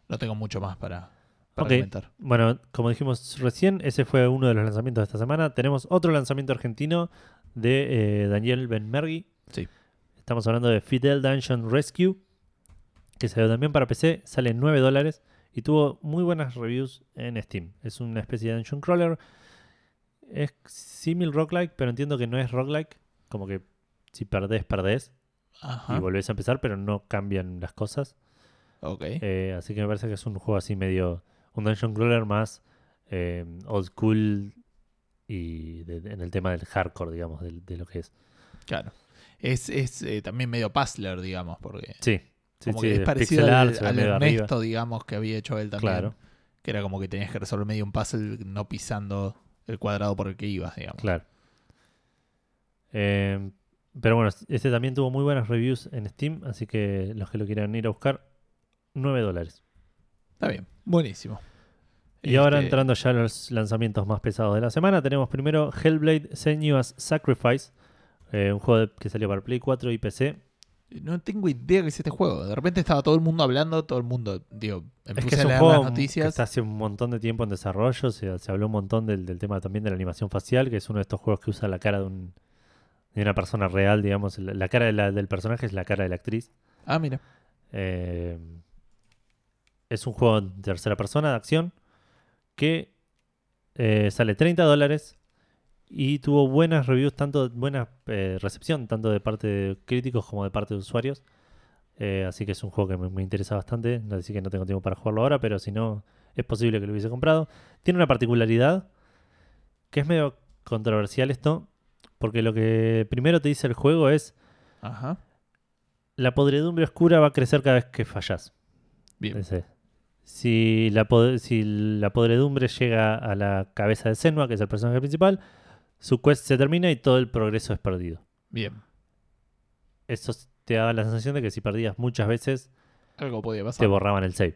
[SPEAKER 1] no tengo mucho más para, para
[SPEAKER 2] Ok.
[SPEAKER 1] comentar.
[SPEAKER 2] Bueno, como dijimos recién, ese fue uno de los lanzamientos de esta semana. Tenemos otro lanzamiento argentino de eh, Daniel Benmergui.
[SPEAKER 1] Sí.
[SPEAKER 2] Estamos hablando de Fidel Dungeon Rescue, que salió también para PC, sale en 9 dólares y tuvo muy buenas reviews en Steam. Es una especie de dungeon crawler. Es simil roguelike, pero entiendo que no es roguelike. Como que si perdés, perdés
[SPEAKER 1] Ajá.
[SPEAKER 2] y volvés a empezar, pero no cambian las cosas.
[SPEAKER 1] Ok.
[SPEAKER 2] Eh, así que me parece que es un juego así medio. Un dungeon crawler más eh, old school y de- de- en el tema del hardcore, digamos, del- de, lo que es.
[SPEAKER 1] Claro. Es, es eh, también medio puzzler, digamos, porque
[SPEAKER 2] Sí, sí,
[SPEAKER 1] como
[SPEAKER 2] sí,
[SPEAKER 1] que es
[SPEAKER 2] de
[SPEAKER 1] parecido
[SPEAKER 2] pixel art,
[SPEAKER 1] al,
[SPEAKER 2] se ve
[SPEAKER 1] al
[SPEAKER 2] medio arriba.
[SPEAKER 1] Ernesto, digamos, que había hecho él también.
[SPEAKER 2] Claro,
[SPEAKER 1] Que era como que tenías que resolver medio un puzzle no pisando el cuadrado por el que ibas, digamos.
[SPEAKER 2] claro. Eh, pero bueno, este también tuvo muy buenas reviews en Steam, así que los que lo quieran ir a buscar, 9 dólares.
[SPEAKER 1] Está bien, buenísimo.
[SPEAKER 2] Y ahora
[SPEAKER 1] Este,
[SPEAKER 2] entrando ya a los lanzamientos más pesados de la semana, tenemos primero Hellblade Senua's Sacrifice, eh, un juego de- que salió para Play 4 y PC,
[SPEAKER 1] No tengo idea que es este juego. De repente estaba todo el mundo hablando, todo el mundo, digo,
[SPEAKER 2] Es
[SPEAKER 1] empecé
[SPEAKER 2] que es
[SPEAKER 1] a
[SPEAKER 2] un
[SPEAKER 1] leer
[SPEAKER 2] juego
[SPEAKER 1] las
[SPEAKER 2] que
[SPEAKER 1] noticias.
[SPEAKER 2] está hace un montón de tiempo en desarrollo. Se, se habló un montón del, del tema también de la animación facial, que es uno de estos juegos que usa la cara de, un- de una persona real, digamos. La, la cara de la- del personaje es la cara de la actriz.
[SPEAKER 1] Ah, mira.
[SPEAKER 2] Eh, es un juego en tercera persona de acción que eh, sale 30 dólares y tuvo buenas reviews, tanto buena eh, recepción, tanto de parte de críticos como de parte de usuarios. Eh, así que es un juego que me, me interesa bastante. No decir que no tengo tiempo para jugarlo ahora, pero si no, es posible que lo hubiese comprado. Tiene una particularidad que es medio controversial esto, porque lo que primero te dice el juego es
[SPEAKER 1] Ajá.
[SPEAKER 2] la podredumbre oscura va a crecer cada vez que fallas.
[SPEAKER 1] Bien.
[SPEAKER 2] Ese. Si la, pod- si la podredumbre llega a la cabeza de Senua, que es el personaje principal, su quest se termina y todo el progreso es perdido.
[SPEAKER 1] Bien.
[SPEAKER 2] Eso te daba la sensación de que si perdías muchas veces,
[SPEAKER 1] Algo podía pasar.
[SPEAKER 2] te borraban el save.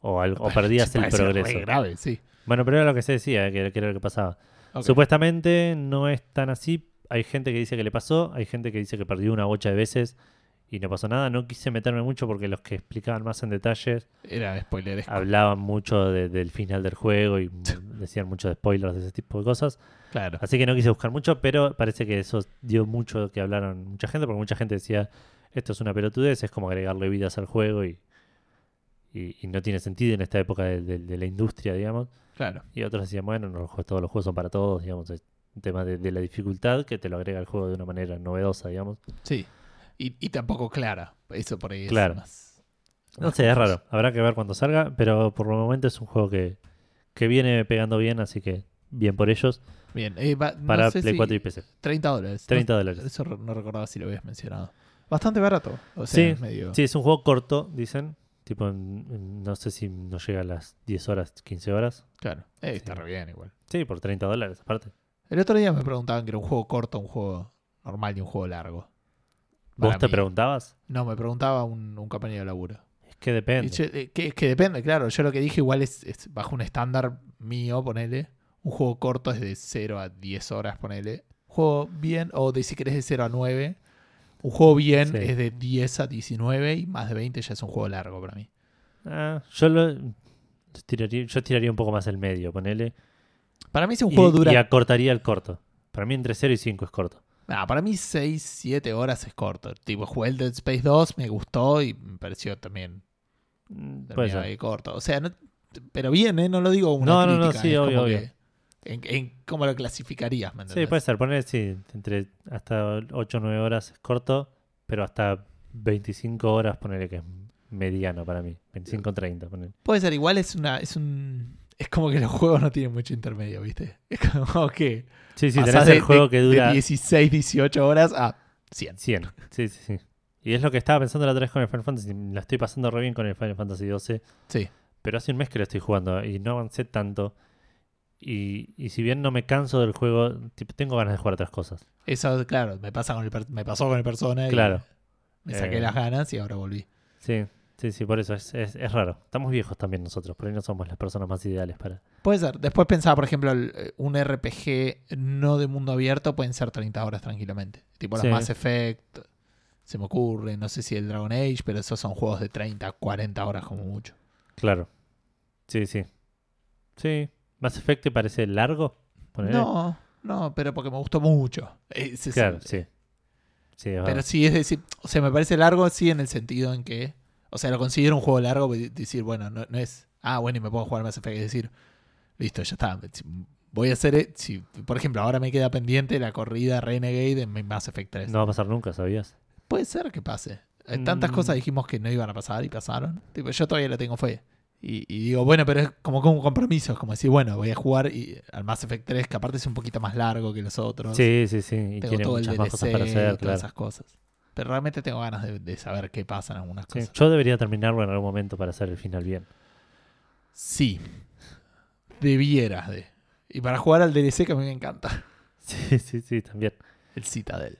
[SPEAKER 2] O, algo- o perdías el
[SPEAKER 1] Parecía re
[SPEAKER 2] progreso.
[SPEAKER 1] grave, sí.
[SPEAKER 2] Bueno, pero era lo que se decía, que, que era lo que pasaba.
[SPEAKER 1] Ok.
[SPEAKER 2] Supuestamente no es tan así. Hay gente que dice que le pasó, hay gente que dice que perdió una bocha de veces y no pasó nada. No quise meterme mucho porque los que explicaban más en detalles
[SPEAKER 1] Era spoiler.
[SPEAKER 2] hablaban mucho de- del final del juego y decían mucho de spoilers de ese tipo de cosas.
[SPEAKER 1] Claro.
[SPEAKER 2] Así que no quise buscar mucho, pero parece que eso dio mucho que hablaron mucha gente, porque mucha gente decía, esto es una pelotudez, es como agregarle vidas al juego y, y- y no tiene sentido en esta época de, de- de la industria, digamos.
[SPEAKER 1] Claro.
[SPEAKER 2] Y otros decían, bueno, no, los juegos- todos los juegos son para todos, digamos, es un tema de, de la dificultad que te lo agrega el juego de una manera novedosa, digamos.
[SPEAKER 1] Sí. Y, y tampoco clara. Eso por ahí es
[SPEAKER 2] Claro.
[SPEAKER 1] más.
[SPEAKER 2] No
[SPEAKER 1] más
[SPEAKER 2] sé, es
[SPEAKER 1] confuso.
[SPEAKER 2] raro. Habrá que ver cuando salga, pero por el momento es un juego que, que viene pegando bien, así que bien por ellos.
[SPEAKER 1] Bien. eh, va- no
[SPEAKER 2] Para
[SPEAKER 1] sé
[SPEAKER 2] Play
[SPEAKER 1] si-
[SPEAKER 2] 4 y PC.
[SPEAKER 1] 30 dólares.
[SPEAKER 2] 30
[SPEAKER 1] No,
[SPEAKER 2] dólares.
[SPEAKER 1] eso re- no recordaba si lo habías mencionado. Bastante barato. O sea,
[SPEAKER 2] Sí,
[SPEAKER 1] medio.
[SPEAKER 2] Sí, es un juego corto, dicen. Tipo, en- en- no sé si no llega a las 10 horas, 15 horas.
[SPEAKER 1] Claro. Eh, está
[SPEAKER 2] Sí.
[SPEAKER 1] re bien igual.
[SPEAKER 2] Sí, por 30 dólares aparte.
[SPEAKER 1] El otro día me preguntaban que era un juego corto, un juego normal y un juego largo.
[SPEAKER 2] ¿Vos
[SPEAKER 1] Para
[SPEAKER 2] te
[SPEAKER 1] mí.
[SPEAKER 2] preguntabas?
[SPEAKER 1] No, me preguntaba un, un compañero de laburo.
[SPEAKER 2] Es que
[SPEAKER 1] Y
[SPEAKER 2] depende.
[SPEAKER 1] yo, eh, que, que depende, claro. Yo lo que dije igual es, es bajo un estándar mío, ponele. Un juego corto es de 0 a 10 horas, ponele. Un juego bien, o de si querés de 0 a 9. Un juego bien
[SPEAKER 2] Sí.
[SPEAKER 1] es de 10 a 19 y más de 20 ya es un juego largo para mí.
[SPEAKER 2] Ah, yo lo tiraría, yo tiraría un poco más el medio, ponele.
[SPEAKER 1] Para mí si un
[SPEAKER 2] Y,
[SPEAKER 1] juego dura...
[SPEAKER 2] y acortaría el corto. Para mí entre 0 y 5 es corto.
[SPEAKER 1] Nah, Ah, para mí 6, 7 horas es corto. Tipo, jugué el Dead Space 2, me gustó y me pareció también
[SPEAKER 2] Mm, Puede
[SPEAKER 1] terminaba
[SPEAKER 2] ser.
[SPEAKER 1] ahí corto. O sea, no- pero bien, ¿eh? No lo digo como una
[SPEAKER 2] No, no, no,
[SPEAKER 1] crítica,
[SPEAKER 2] sí,
[SPEAKER 1] es
[SPEAKER 2] obvio,
[SPEAKER 1] como
[SPEAKER 2] obvio.
[SPEAKER 1] que- en, en cómo lo clasificarías, ¿me
[SPEAKER 2] Sí, pues.
[SPEAKER 1] entendés?
[SPEAKER 2] puede ser. Ponele, sí, entre hasta 8 o 9 horas es corto, pero hasta 25 horas ponele que es mediano para mí. 25 o 30, ponele.
[SPEAKER 1] Puede ser, igual es una, es un es como que los juegos no tienen mucho intermedio, ¿viste? Es como que
[SPEAKER 2] Sí, sí,
[SPEAKER 1] pasás
[SPEAKER 2] tenés
[SPEAKER 1] de-
[SPEAKER 2] el juego
[SPEAKER 1] de-
[SPEAKER 2] que dura
[SPEAKER 1] de 16, 18 horas a 100.
[SPEAKER 2] 100. Sí, sí, sí. Y es lo que estaba pensando la otra vez con el Final Fantasy. La estoy pasando re bien con el Final Fantasy XII.
[SPEAKER 1] Sí.
[SPEAKER 2] Pero hace un mes que lo estoy jugando y no avancé tanto. Y, y si bien no me canso del juego, tipo, tengo ganas de jugar otras cosas.
[SPEAKER 1] Eso, claro, me pasa con el per- me pasó con el persona y
[SPEAKER 2] Claro.
[SPEAKER 1] me saqué
[SPEAKER 2] Eh.
[SPEAKER 1] las ganas y ahora volví.
[SPEAKER 2] Sí, sí, sí, por eso. Es, es, es raro. Estamos viejos también nosotros. Por ahí no somos las personas más ideales para.
[SPEAKER 1] Puede ser. Después pensaba, por ejemplo, el- eh, un RPG no de mundo abierto pueden ser 30 horas tranquilamente. Tipo las
[SPEAKER 2] Sí.
[SPEAKER 1] Mass Effect, se me ocurre, no sé si el Dragon Age, pero esos son juegos de 30, 40 horas como mucho.
[SPEAKER 2] Claro. Sí, sí. Sí. Mass Effect te parece largo. Ponele.
[SPEAKER 1] No, no, pero porque me gustó mucho. Eh, Ese es
[SPEAKER 2] Claro,
[SPEAKER 1] el-
[SPEAKER 2] sí. Sí, es
[SPEAKER 1] Pero
[SPEAKER 2] verdad.
[SPEAKER 1] sí, es decir, o sea, me parece largo, sí, en el sentido en que, o sea, lo considero un juego largo, de- decir, bueno, no, no es, ah, bueno, y me puedo jugar Mass Effect, es decir, listo, ya está. si- Voy a hacer, e- si, por ejemplo, ahora me queda pendiente la corrida Renegade en Mass Effect 3.
[SPEAKER 2] No va a pasar nunca, ¿sabías?
[SPEAKER 1] Puede ser que pase. Hay Tantas
[SPEAKER 2] Mm.
[SPEAKER 1] cosas dijimos que no iban a pasar y pasaron. Tipo, yo todavía le tengo fe. Y, y digo, bueno, pero es como que un compromiso. Es como decir, bueno, voy a jugar y, al Mass Effect 3, que aparte es un poquito más largo que los otros.
[SPEAKER 2] Sí, sí, sí. Y
[SPEAKER 1] tengo
[SPEAKER 2] tiene
[SPEAKER 1] todo el
[SPEAKER 2] muchas
[SPEAKER 1] DLC,
[SPEAKER 2] más cosas para
[SPEAKER 1] todas
[SPEAKER 2] hacer, claro.
[SPEAKER 1] esas cosas. Pero realmente tengo ganas de, de saber qué pasan algunas
[SPEAKER 2] Sí,
[SPEAKER 1] cosas.
[SPEAKER 2] Yo debería terminarlo en algún momento para hacer el final bien.
[SPEAKER 1] Sí. Debieras de. Y para jugar al DLC que a mí me encanta.
[SPEAKER 2] Sí, sí, sí, también.
[SPEAKER 1] El Citadel.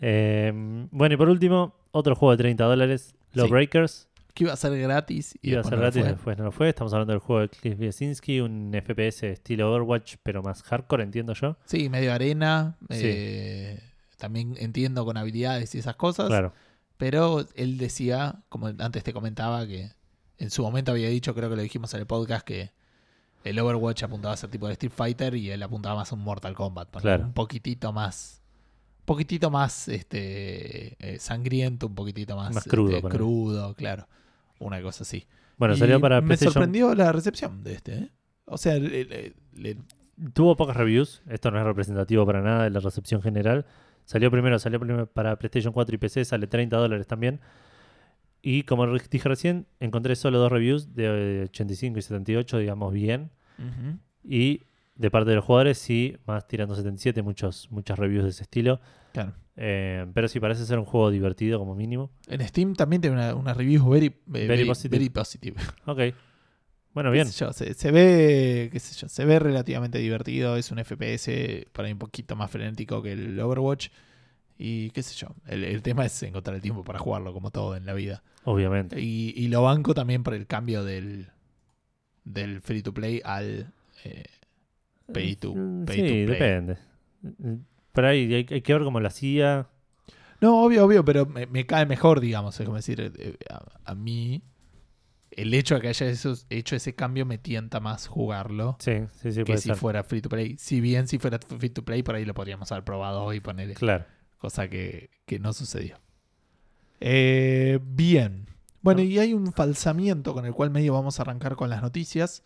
[SPEAKER 2] Eh, bueno, y por último, otro juego de 30 dólares, Law
[SPEAKER 1] Sí.
[SPEAKER 2] Breakers.
[SPEAKER 1] Que iba a ser gratis. Y
[SPEAKER 2] Iba a
[SPEAKER 1] después
[SPEAKER 2] ser
[SPEAKER 1] no lo
[SPEAKER 2] gratis,
[SPEAKER 1] fue.
[SPEAKER 2] después no lo fue. Estamos hablando del juego de Cliff Biesinski, un FPS estilo Overwatch, pero más hardcore, entiendo yo.
[SPEAKER 1] Sí, medio arena.
[SPEAKER 2] eh. Sí.
[SPEAKER 1] eh, también entiendo con habilidades y esas cosas.
[SPEAKER 2] Claro.
[SPEAKER 1] Pero él decía, como antes te comentaba, que en su momento había dicho, creo que lo dijimos en el podcast, que el Overwatch apuntaba a ser tipo de Street Fighter y él apuntaba más a un Mortal Kombat. poner
[SPEAKER 2] Claro.
[SPEAKER 1] Un poquitito más. Un poquitito más este, eh, sangriento, un poquitito más,
[SPEAKER 2] Más crudo,
[SPEAKER 1] este,
[SPEAKER 2] ponele.
[SPEAKER 1] crudo, claro. Una cosa así.
[SPEAKER 2] Bueno,
[SPEAKER 1] Y
[SPEAKER 2] salió para
[SPEAKER 1] Me
[SPEAKER 2] PlayStation.
[SPEAKER 1] sorprendió la recepción de este, ¿eh? O sea, le- le- le-
[SPEAKER 2] Tuvo pocas reviews. Esto no es representativo para nada de la recepción general. Salió primero, salió primero para PlayStation 4 y PC, sale 30 dólares también. Y como re- dije recién, encontré solo dos reviews de eh, 85 y 78, digamos bien.
[SPEAKER 1] Ujú.
[SPEAKER 2] Y de parte de los jugadores, sí, más tirando 77, muchos, muchas reviews de ese estilo.
[SPEAKER 1] Claro.
[SPEAKER 2] Eh, pero sí, parece ser un juego divertido como mínimo.
[SPEAKER 1] En Steam también tiene una, una review very, eh, very,
[SPEAKER 2] positive.
[SPEAKER 1] very positive.
[SPEAKER 2] Ok. Bueno, bien.
[SPEAKER 1] Qué sé yo, se, se ve, qué sé yo, se ve relativamente divertido. Es un FPS para mí un poquito más frenético que el Overwatch. Y qué sé yo, el, el tema es encontrar el tiempo para jugarlo, como todo en la vida.
[SPEAKER 2] Obviamente.
[SPEAKER 1] Y, y lo banco también por el cambio del, del free to play al eh, pay to,
[SPEAKER 2] Mm,
[SPEAKER 1] pay
[SPEAKER 2] sí,
[SPEAKER 1] to play.
[SPEAKER 2] depende. Mm, Pero ahí hay, hay que ver cómo lo hacía.
[SPEAKER 1] No, obvio, obvio, pero me, me cae mejor, digamos. Es como decir, eh, a, a mí, el hecho de que haya esos- hecho ese cambio me tienta más jugarlo.
[SPEAKER 2] Sí, sí, sí,
[SPEAKER 1] que
[SPEAKER 2] puede
[SPEAKER 1] si
[SPEAKER 2] ser.
[SPEAKER 1] fuera free to play. Si bien si fuera free to play, por ahí lo podríamos haber probado hoy, ponerle.
[SPEAKER 2] Claro.
[SPEAKER 1] Cosa que, que no sucedió. Eh, bien. Bueno, y hay un falsamiento con el cual medio vamos a arrancar con las noticias.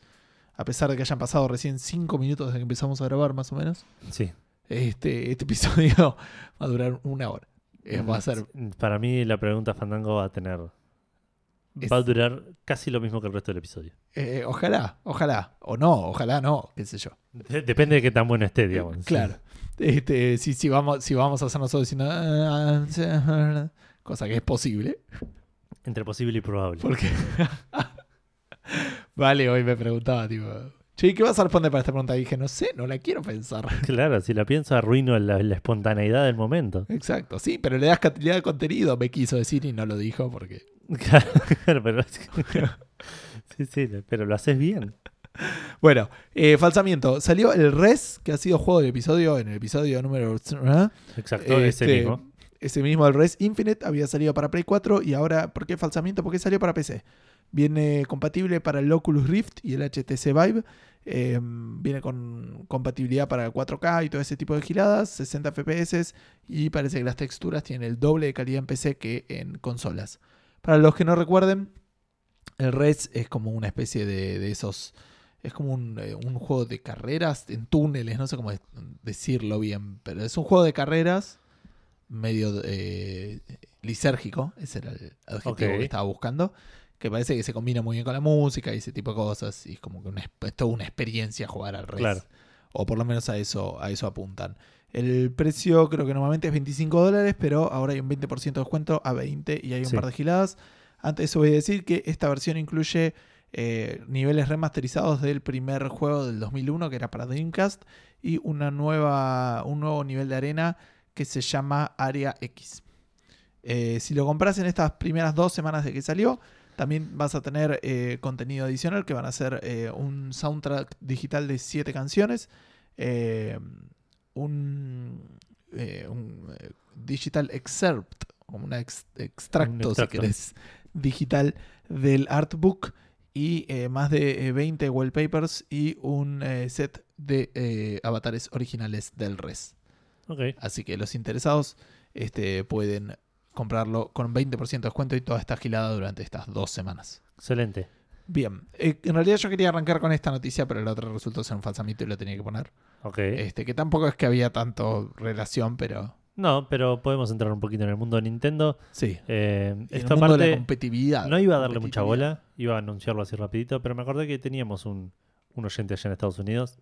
[SPEAKER 1] A pesar de que hayan pasado recién 5 minutos desde que empezamos a grabar, más o menos.
[SPEAKER 2] Sí.
[SPEAKER 1] Este, este episodio va a durar una hora. Eh, va a ser
[SPEAKER 2] Mm, Para mí la pregunta Fandango va a tener...
[SPEAKER 1] Es-
[SPEAKER 2] Va a durar casi lo mismo que el resto del episodio.
[SPEAKER 1] Eh, ojalá, ojalá. O no, ojalá no, qué sé yo.
[SPEAKER 2] De- depende de qué tan bueno esté, digamos.
[SPEAKER 1] Eh, Claro. Este, si, si, vamos, si vamos a hacer nosotros diciendo. "Ah, ah", Cosa que es posible.
[SPEAKER 2] Entre posible y probable.
[SPEAKER 1] Porque. vale, hoy me preguntaba, tipo. Che, ¿qué vas a responder para esta pregunta? Y dije, no sé, no la quiero pensar.
[SPEAKER 2] Claro, si la pienso arruino la, la espontaneidad del momento.
[SPEAKER 1] Exacto, sí, pero le das cantidad de contenido, me quiso decir y no lo dijo porque.
[SPEAKER 2] Claro, pero... sí, sí, pero lo haces bien.
[SPEAKER 1] Bueno, eh, falsamiento. Salió el Res, que ha sido juego del episodio, en el episodio número. ¿eh?
[SPEAKER 2] Exacto, ese
[SPEAKER 1] Este,
[SPEAKER 2] mismo.
[SPEAKER 1] Ese mismo, el Res Infinite, había salido para Play 4 y ahora, ¿por qué falsamiento? Porque salió para PC. Viene compatible para el Oculus Rift y el HTC Vive. Eh, viene con compatibilidad para el 4K y todo ese tipo de giladas, 60 FPS y parece que las texturas tienen el doble de calidad en PC que en consolas. Para los que no recuerden, el Res es como una especie de, de esos... Es como un, eh, un juego de carreras en túneles, no sé cómo de- decirlo bien, pero es un juego de carreras medio eh, lisérgico, ese era el adjetivo
[SPEAKER 2] Ok.
[SPEAKER 1] que estaba buscando, que parece que se combina muy bien con la música y ese tipo de cosas, y es como que una, es- es toda una experiencia jugar al Res.
[SPEAKER 2] Claro.
[SPEAKER 1] O por lo menos a eso, a eso apuntan. El precio creo que normalmente es 25 dólares, pero ahora hay un 20% de descuento a 20 y hay un
[SPEAKER 2] Sí.
[SPEAKER 1] par de giladas. Antes de eso voy a decir que esta versión incluye eh, niveles remasterizados del primer juego del 2001 que era para Dreamcast y una nueva, un nuevo nivel de arena que se llama Área X. Eh, si lo compras en estas primeras dos semanas de que salió, también vas a tener eh, contenido adicional que van a ser eh, un soundtrack digital de 7 canciones, eh, un, eh, un, eh, digital excerpt, como un ex- extracto, si
[SPEAKER 2] extracto.
[SPEAKER 1] querés, digital del artbook y eh, más de eh, 20 wallpapers y un eh, set de eh, avatares originales del res.
[SPEAKER 2] Ok.
[SPEAKER 1] Así que los interesados este, pueden comprarlo con 20% de descuento y toda esta gilada durante estas dos semanas.
[SPEAKER 2] Excelente.
[SPEAKER 1] Bien, eh, en realidad yo quería arrancar con esta noticia, pero la otra resultó ser un falsamito y lo tenía que poner.
[SPEAKER 2] Ok.
[SPEAKER 1] Este, que tampoco es que había tanto relación, pero
[SPEAKER 2] No, pero podemos entrar un poquito en el mundo de Nintendo.
[SPEAKER 1] sí.
[SPEAKER 2] Eh,
[SPEAKER 1] En el
[SPEAKER 2] esta
[SPEAKER 1] mundo de la
[SPEAKER 2] parte
[SPEAKER 1] competitividad.
[SPEAKER 2] no iba a darle mucha
[SPEAKER 1] competitividad.
[SPEAKER 2] bola, iba a anunciarlo así rapidito, pero me acordé que teníamos un, un oyente allá en Estados Unidos,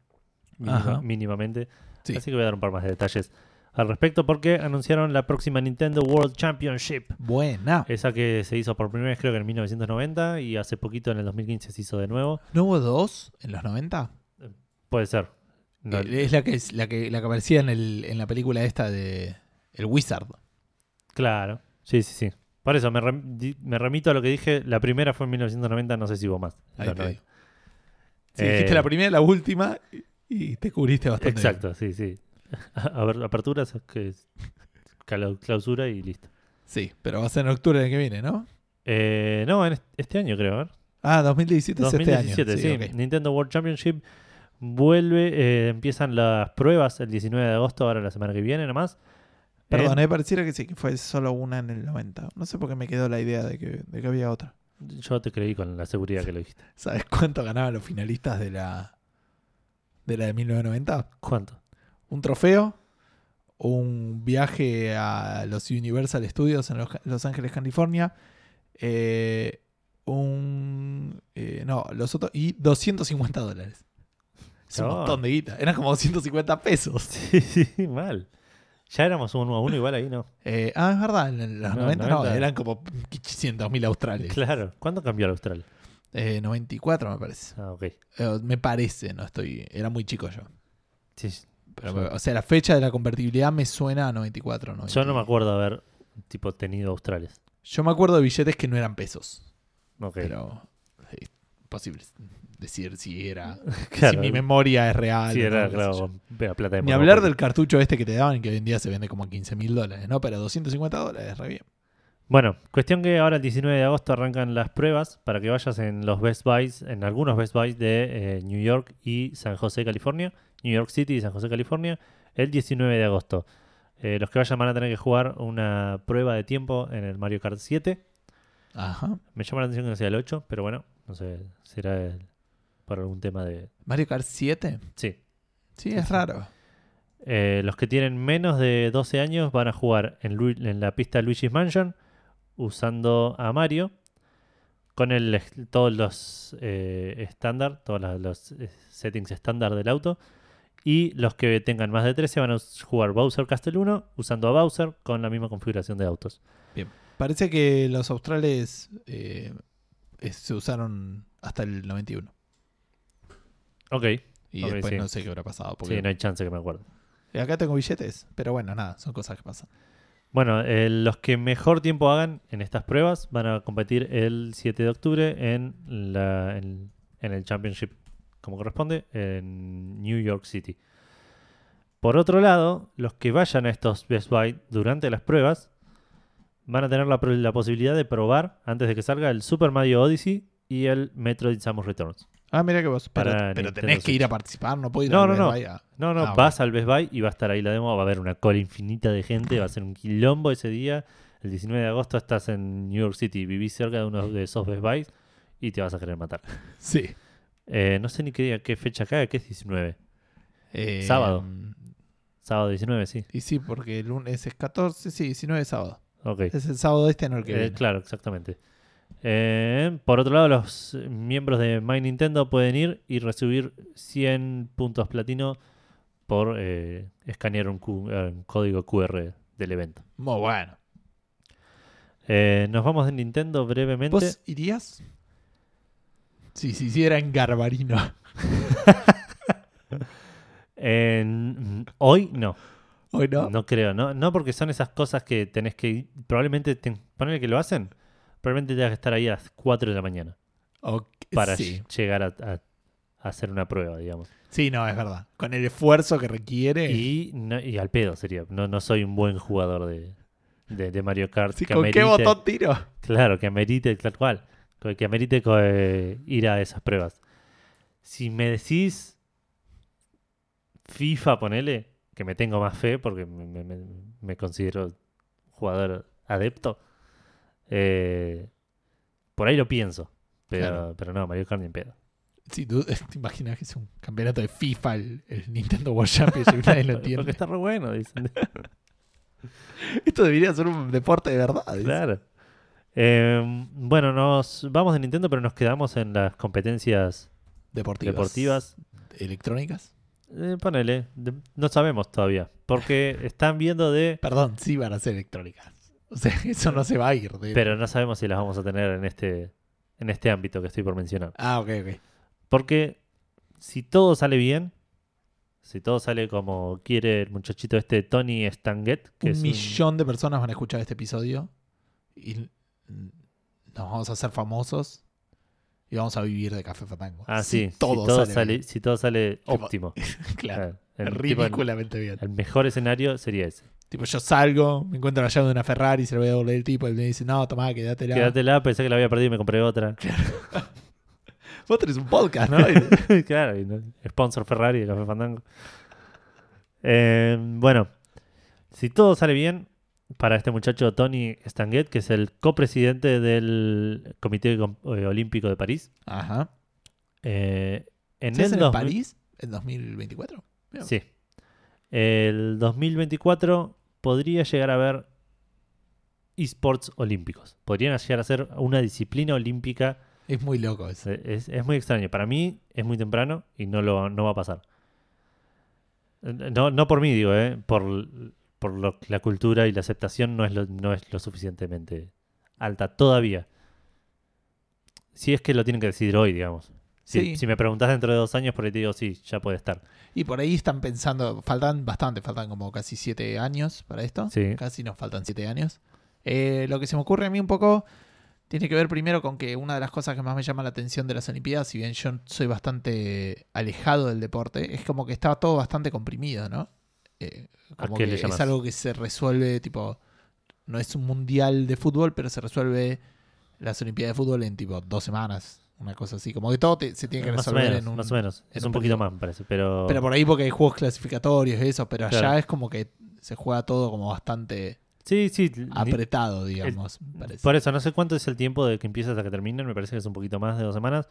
[SPEAKER 2] mínima-
[SPEAKER 1] Ajá.
[SPEAKER 2] mínimamente.
[SPEAKER 1] Sí.
[SPEAKER 2] Así que voy a dar un par más de detalles al respecto porque anunciaron la próxima Nintendo World Championship.
[SPEAKER 1] Buena.
[SPEAKER 2] Esa que se hizo por primera vez creo que en 1990 y hace poquito en el 2015 se hizo de nuevo.
[SPEAKER 1] ¿No hubo dos en los 90?
[SPEAKER 2] Puede ser. No,
[SPEAKER 1] Eh, Es la que, es la que, la que aparecía en, el- en la película esta de El Wizard.
[SPEAKER 2] Claro. Sí, sí, sí. Por eso me, rem- di- me remito a lo que dije. La primera fue en 1990, no sé si hubo más.
[SPEAKER 1] Ahí
[SPEAKER 2] La
[SPEAKER 1] te
[SPEAKER 2] noventa.
[SPEAKER 1] digo. Sí,
[SPEAKER 2] Eh,
[SPEAKER 1] dijiste la primera y la última y- y te cubriste bastante. bien.
[SPEAKER 2] Exacto, sí, sí. A ver, aperturas, que es- cla- clausura y listo.
[SPEAKER 1] Sí, pero va a ser en octubre del que viene, ¿no?
[SPEAKER 2] Eh, no, en est- este año creo, a ver.
[SPEAKER 1] Ah, 2017
[SPEAKER 2] 2017,
[SPEAKER 1] es
[SPEAKER 2] sí.
[SPEAKER 1] este año. ok.
[SPEAKER 2] Nintendo World Championship vuelve, eh, empiezan las pruebas el 19 de agosto, ahora la semana que viene nomás.
[SPEAKER 1] Perdón, eh, pareciera que sí, que fue solo una en el 90. No sé por qué me quedó la idea de que, de que había otra.
[SPEAKER 2] Eh, yo te creí con la seguridad que lo dijiste.
[SPEAKER 1] ¿Sabes cuánto ganaban los finalistas de la de la de 1990?
[SPEAKER 2] ¿Cuánto?
[SPEAKER 1] Un trofeo, un viaje a los Universal Studios en Los, Los Ángeles, California, eh, un. eh, no, los otros. Y 250 dólares. Es un
[SPEAKER 2] No.
[SPEAKER 1] montón de guita. Eran como 250 pesos.
[SPEAKER 2] Sí, sí, mal. Ya éramos un uno a uno igual ahí, ¿no?
[SPEAKER 1] Eh, ah, es verdad, en el- los
[SPEAKER 2] No,
[SPEAKER 1] 90, no,
[SPEAKER 2] 90.
[SPEAKER 1] eran como 500.000 australes.
[SPEAKER 2] Claro. ¿Cuándo cambió el Austral?
[SPEAKER 1] Eh, 94 me parece.
[SPEAKER 2] Ah, ok.
[SPEAKER 1] Eh, me parece, no estoy. Era muy chico yo.
[SPEAKER 2] Sí,
[SPEAKER 1] Pero,
[SPEAKER 2] Yo-
[SPEAKER 1] O sea, la fecha de la convertibilidad me suena a 94.
[SPEAKER 2] yo no me
[SPEAKER 1] 95.
[SPEAKER 2] acuerdo haber tipo tenido Australes.
[SPEAKER 1] Yo me acuerdo de billetes que no eran pesos.
[SPEAKER 2] Ok.
[SPEAKER 1] Pero es imposible decir si era.
[SPEAKER 2] Claro.
[SPEAKER 1] Si mi memoria es real.
[SPEAKER 2] Sí,
[SPEAKER 1] o
[SPEAKER 2] era,
[SPEAKER 1] no, qué sé yo.
[SPEAKER 2] claro, era plata de
[SPEAKER 1] Ni
[SPEAKER 2] Monopoly.
[SPEAKER 1] hablar del cartucho este que te daban, que hoy en día se vende como 15 mil dólares, ¿no? Pero 250 dólares, re bien.
[SPEAKER 2] Bueno, cuestión que ahora el 19 de agosto arrancan las pruebas para que vayas en los Best Buys, en algunos Best Buys de eh, New York y San José, California, New York City y San José, California, el 19 de agosto. Eh, los que vayan van a tener que jugar una prueba de tiempo en el Mario Kart 7.
[SPEAKER 1] Ajá.
[SPEAKER 2] Me llama la atención que no sea el 8, pero bueno, no sé, será el- por algún tema de...
[SPEAKER 1] Mario Kart 7.
[SPEAKER 2] Sí.
[SPEAKER 1] Sí,
[SPEAKER 2] Sí,
[SPEAKER 1] es
[SPEAKER 2] sí.
[SPEAKER 1] raro.
[SPEAKER 2] Eh, los que tienen menos de 12 años van a jugar en, Lu- en la pista Luigi's Mansion usando a Mario con el, es- todos los eh, estándar, todos los, los, eh, settings estándar del auto. Y los que tengan más de 13 van a us- jugar Bowser Castle 1 usando a Bowser con la misma configuración de autos.
[SPEAKER 1] Parece que los australes eh, es- se usaron hasta el 91.
[SPEAKER 2] Ok,
[SPEAKER 1] Y
[SPEAKER 2] Ok,
[SPEAKER 1] después
[SPEAKER 2] sí.
[SPEAKER 1] no sé qué habrá pasado.
[SPEAKER 2] sí,
[SPEAKER 1] Porque
[SPEAKER 2] no hay chance que me acuerde.
[SPEAKER 1] acá tengo billetes, pero bueno, nada, son cosas que pasan.
[SPEAKER 2] Bueno, eh, los que mejor tiempo hagan en estas pruebas van a competir el 7 de octubre en, la, en, en el Championship, como corresponde, en New York City. Por otro lado, los que vayan a estos Best Buy durante las pruebas van a tener la, pro- la posibilidad de probar, antes de que salga, el Super Mario Odyssey y el Metroid Samus Returns.
[SPEAKER 1] Ah, mira que vos. Pero,
[SPEAKER 2] Para
[SPEAKER 1] pero
[SPEAKER 2] Nintendo
[SPEAKER 1] tenés que ir
[SPEAKER 2] Switch.
[SPEAKER 1] a participar, no puedo ir
[SPEAKER 2] No,
[SPEAKER 1] al
[SPEAKER 2] no,
[SPEAKER 1] Best
[SPEAKER 2] no.
[SPEAKER 1] Buy a-
[SPEAKER 2] No, no,
[SPEAKER 1] Ah, ok.
[SPEAKER 2] vas al Best Buy y va a estar ahí la demo, va a haber una cola infinita de gente, va a ser un quilombo ese día. El 19 de agosto estás en New York City, vivís cerca de uno de esos Best Buys y te vas a querer matar.
[SPEAKER 1] Sí.
[SPEAKER 2] Eh, no sé ni qué, día- qué fecha cae, que es 19.
[SPEAKER 1] Eh,
[SPEAKER 2] Sábado. Sábado 19, sí.
[SPEAKER 1] Y sí, porque el lunes es 14, sí, 19 es sábado.
[SPEAKER 2] Ok.
[SPEAKER 1] Es el sábado este, no el que
[SPEAKER 2] Eh,
[SPEAKER 1] viene.
[SPEAKER 2] claro, exactamente. Eh, por otro lado, los eh, miembros de My Nintendo pueden ir y recibir 100 puntos platino por eh, escanear un, Q- eh, un código QR del evento.
[SPEAKER 1] Muy bueno.
[SPEAKER 2] Eh, nos vamos de Nintendo brevemente.
[SPEAKER 1] ¿Vos irías? Sí, si hiciera en Garbarino.
[SPEAKER 2] En- mm, hoy no,
[SPEAKER 1] Hoy no.
[SPEAKER 2] no, creo, no, no porque son esas cosas que tenés que ir- probablemente te, ponele que lo hacen, probablemente tengas que estar ahí a las 4 de la mañana
[SPEAKER 1] Ok,
[SPEAKER 2] para
[SPEAKER 1] sí.
[SPEAKER 2] ll- llegar a, a- a hacer una prueba, digamos.
[SPEAKER 1] Sí, no, es verdad. Con el esfuerzo que requiere.
[SPEAKER 2] Y, no- y al pedo sería, no, no soy un buen jugador de, de- de Mario Kart.
[SPEAKER 1] Sí,
[SPEAKER 2] que
[SPEAKER 1] ¿Con qué
[SPEAKER 2] amerite-
[SPEAKER 1] botón tiro?
[SPEAKER 2] Claro, que amerite, tal cual. que- Que amerite co- eh, ir a esas pruebas. Si me decís FIFA, ponele, que me tengo más fe porque me, me- me- me considero jugador adepto. eh, por ahí lo pienso. Pero,
[SPEAKER 1] Claro.
[SPEAKER 2] pero no, Mario Kart ni en pedo.
[SPEAKER 1] Sí, tú te imaginas que es un campeonato de FIFA el, el Nintendo World Championship. Nadie lo
[SPEAKER 2] Porque
[SPEAKER 1] entiende.
[SPEAKER 2] está re bueno, dicen.
[SPEAKER 1] Esto debería ser un deporte de verdad. dice.
[SPEAKER 2] Claro. Eh, bueno, nos vamos de Nintendo, pero nos quedamos en las competencias
[SPEAKER 1] Deportivas.
[SPEAKER 2] deportivas.
[SPEAKER 1] Electrónicas.
[SPEAKER 2] Eh, ponele, de- no sabemos todavía. Porque están viendo de.
[SPEAKER 1] Perdón, sí van a ser electrónicas. O sea, eso no se va a ir. de-
[SPEAKER 2] Pero no sabemos si las vamos a tener en este, en este ámbito que estoy por mencionar.
[SPEAKER 1] Ah, ok, ok.
[SPEAKER 2] Porque si todo sale bien, si todo sale como quiere el muchachito este Tony Stanget, que es
[SPEAKER 1] Un
[SPEAKER 2] un-
[SPEAKER 1] millón de personas van a escuchar este episodio. Y mm, nos vamos a hacer famosos. Y vamos a vivir de Café Fatango.
[SPEAKER 2] Ah,
[SPEAKER 1] Si
[SPEAKER 2] sí. si, todo sale, si todo sale
[SPEAKER 1] Tipo,
[SPEAKER 2] óptimo.
[SPEAKER 1] bien. Claro.
[SPEAKER 2] Ah, el- tipo, el-
[SPEAKER 1] ridículamente bien.
[SPEAKER 2] el mejor escenario sería ese.
[SPEAKER 1] Tipo, yo salgo, me encuentro la llave de una Ferrari, se la voy a devolver el tipo, y me dice, no, tomá, quédatela.
[SPEAKER 2] Quédatela, pensé que la había perdido y me compré otra.
[SPEAKER 1] Vos tenés un podcast, ¿no? Y-
[SPEAKER 2] claro, y no- sponsor Ferrari de Café Fandango. Eh, bueno, si todo sale bien para este muchacho Tony Stanguet, que es el copresidente del Comité Com- eh, Olímpico de París.
[SPEAKER 1] Ajá.
[SPEAKER 2] eh, en
[SPEAKER 1] ¿Se
[SPEAKER 2] el
[SPEAKER 1] hacen en
[SPEAKER 2] 2000
[SPEAKER 1] París en 2024? Bien.
[SPEAKER 2] Sí. El 2024 podría llegar a haber esports olímpicos. Podrían llegar a ser una disciplina olímpica.
[SPEAKER 1] Es muy loco eso.
[SPEAKER 2] Eh, Es, es muy extraño. Para mí es muy temprano y no, lo, no va a pasar. Eh, No, no por mí, digo, eh, por, l- por lo- la cultura y la aceptación no es, lo, no es lo suficientemente alta todavía. Si es que lo tienen que decidir hoy, digamos. Si,
[SPEAKER 1] Sí.
[SPEAKER 2] si me preguntás dentro de dos años, por ahí te digo, sí, ya puede estar.
[SPEAKER 1] Y por ahí están pensando, faltan bastante, faltan como casi siete años para esto.
[SPEAKER 2] Sí.
[SPEAKER 1] Casi nos faltan siete años. Eh, lo que se me ocurre a mí un poco tiene que ver primero con que una de las cosas que más me llama la atención de las Olimpiadas, si bien yo soy bastante alejado del deporte, es como que está todo bastante comprimido, ¿no? Eh,
[SPEAKER 2] ¿A
[SPEAKER 1] como
[SPEAKER 2] qué
[SPEAKER 1] que
[SPEAKER 2] le llamás?
[SPEAKER 1] es algo que se resuelve, tipo, no es un mundial de fútbol, pero se resuelve las Olimpiadas de fútbol en tipo dos semanas, una cosa así. Como que todo te- se tiene que
[SPEAKER 2] Más o
[SPEAKER 1] resolver
[SPEAKER 2] menos,
[SPEAKER 1] en un
[SPEAKER 2] más o menos.
[SPEAKER 1] en
[SPEAKER 2] Es
[SPEAKER 1] un
[SPEAKER 2] un poquito
[SPEAKER 1] periodo.
[SPEAKER 2] más, me parece. Pero,
[SPEAKER 1] pero por ahí porque hay juegos clasificatorios y eso, pero allá
[SPEAKER 2] Claro.
[SPEAKER 1] es como que se juega todo como bastante
[SPEAKER 2] sí, sí. ni-
[SPEAKER 1] Ah, apretado, digamos. parece.
[SPEAKER 2] Por eso, no sé cuánto es el tiempo de que empieza hasta que terminan, me parece que es un poquito más de dos semanas.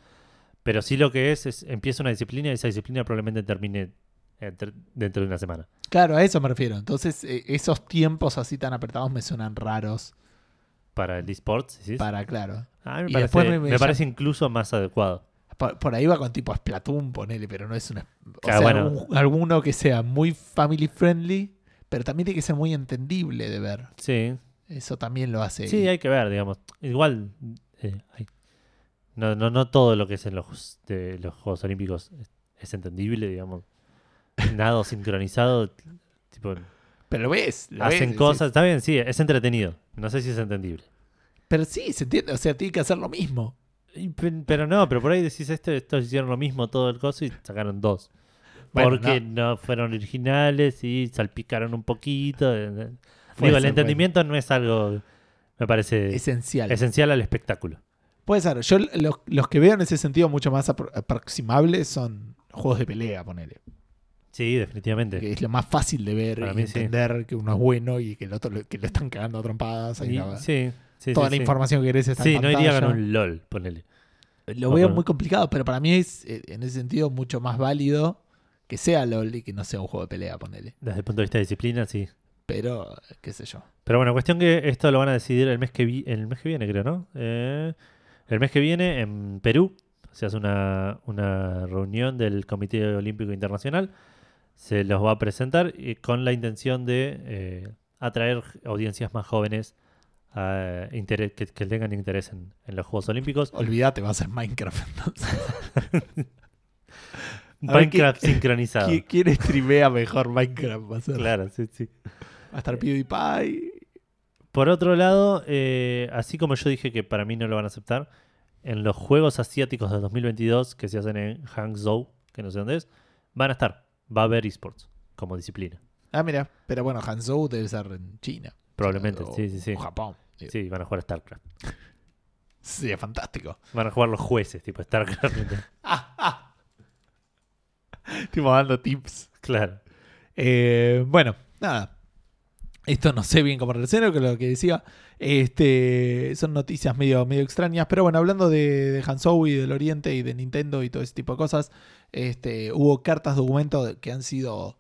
[SPEAKER 2] Pero sí lo que es, es empieza una disciplina y esa disciplina probablemente termine entre- dentro de una semana.
[SPEAKER 1] Claro, a eso me refiero. Entonces, eh, esos tiempos así tan apretados me suenan raros
[SPEAKER 2] Para el esports, ¿sí?
[SPEAKER 1] para, claro.
[SPEAKER 2] Ah, me,
[SPEAKER 1] y
[SPEAKER 2] parece,
[SPEAKER 1] después me-
[SPEAKER 2] me
[SPEAKER 1] ya-
[SPEAKER 2] parece incluso más adecuado.
[SPEAKER 1] Por, por ahí va con tipo Splatoon, ponele, pero no es una... O sea,
[SPEAKER 2] Claro, bueno.
[SPEAKER 1] algún- alguno que sea muy family friendly, pero también tiene que ser muy entendible de ver.
[SPEAKER 2] Sí,
[SPEAKER 1] Eso también lo hace.
[SPEAKER 2] sí, hay que ver, digamos. Igual, eh, ay, no, no, no todo lo que es en los, de los Juegos Olímpicos es, es entendible, digamos. Nado sincronizado, tipo,
[SPEAKER 1] Pero lo ves. lo ves,
[SPEAKER 2] hacen
[SPEAKER 1] decís,
[SPEAKER 2] cosas, está bien, sí, es entretenido. No sé si es entendible.
[SPEAKER 1] Pero sí, se entiende. O sea, tiene que hacer lo mismo.
[SPEAKER 2] Y pe- Pero no, pero por ahí decís esto, estos hicieron lo mismo todo el coso y sacaron dos.
[SPEAKER 1] Bueno,
[SPEAKER 2] Porque no. fueron originales y salpicaron un poquito. eh, eh.
[SPEAKER 1] Puede ser,
[SPEAKER 2] Digo, el entendimiento no es algo, me parece,
[SPEAKER 1] Esencial.
[SPEAKER 2] esencial al espectáculo.
[SPEAKER 1] Puede ser. Yo los, los que veo en ese sentido mucho más apro- aproximables son juegos de pelea, ponele.
[SPEAKER 2] Sí, definitivamente.
[SPEAKER 1] Que es lo más fácil de ver
[SPEAKER 2] Este, Para
[SPEAKER 1] y
[SPEAKER 2] mí sí.
[SPEAKER 1] entender que uno es bueno y que el otro lo- que lo están cagando a trompadas. ahí
[SPEAKER 2] Y-
[SPEAKER 1] la-
[SPEAKER 2] sí, sí,
[SPEAKER 1] toda
[SPEAKER 2] sí,
[SPEAKER 1] la
[SPEAKER 2] sí.
[SPEAKER 1] información que querés está
[SPEAKER 2] Sí,
[SPEAKER 1] en
[SPEAKER 2] no iría con
[SPEAKER 1] pantalla.
[SPEAKER 2] un LOL, ponele.
[SPEAKER 1] Lo veo muy complicado, pero para mí es eh, en ese sentido mucho más válido que sea LOL y que no sea un juego de pelea, ponele.
[SPEAKER 2] Desde el punto de vista de disciplina, sí.
[SPEAKER 1] Pero, eh, qué sé yo.
[SPEAKER 2] Pero bueno, cuestión que esto lo van a decidir el mes que, vi- el mes que viene, creo, ¿no? Eh, el mes que viene en Perú se hace una, una reunión del Comité Olímpico Internacional. Se los va a presentar y con la intención de eh, atraer audiencias más jóvenes a interés- que, que tengan interés en, en los Juegos Olímpicos.
[SPEAKER 1] Olvídate, va a ser Minecraft entonces. A ver, ¿qué-
[SPEAKER 2] Minecraft sincronizado.
[SPEAKER 1] ¿Qui- ¿Quién streamea mejor Minecraft? Va a ser.
[SPEAKER 2] Claro, sí, sí.
[SPEAKER 1] Va a estar PewDiePie.
[SPEAKER 2] Por otro lado, eh, así como yo dije que para mí no lo van a aceptar, en los Juegos Asiáticos de 2022 que se hacen en Hangzhou, que no sé dónde es, van a estar. Va a haber esports como disciplina.
[SPEAKER 1] Ah, mira. Pero bueno, Hanzhou debe ser en China.
[SPEAKER 2] Probablemente,
[SPEAKER 1] O-
[SPEAKER 2] sí, sí, sí.
[SPEAKER 1] o Japón. digo.
[SPEAKER 2] Sí, van a jugar a StarCraft.
[SPEAKER 1] Sería fantástico.
[SPEAKER 2] Van a jugar los jueces, tipo StarCraft.
[SPEAKER 1] Tipo dando tips.
[SPEAKER 2] claro.
[SPEAKER 1] Eh, bueno, nada. Esto no sé bien cómo relaciono con lo que decía. Este, son noticias medio, medio extrañas. Pero bueno, hablando de, de Hanzhou y del Oriente y de Nintendo y todo ese tipo de cosas, este, hubo cartas documentos que han sido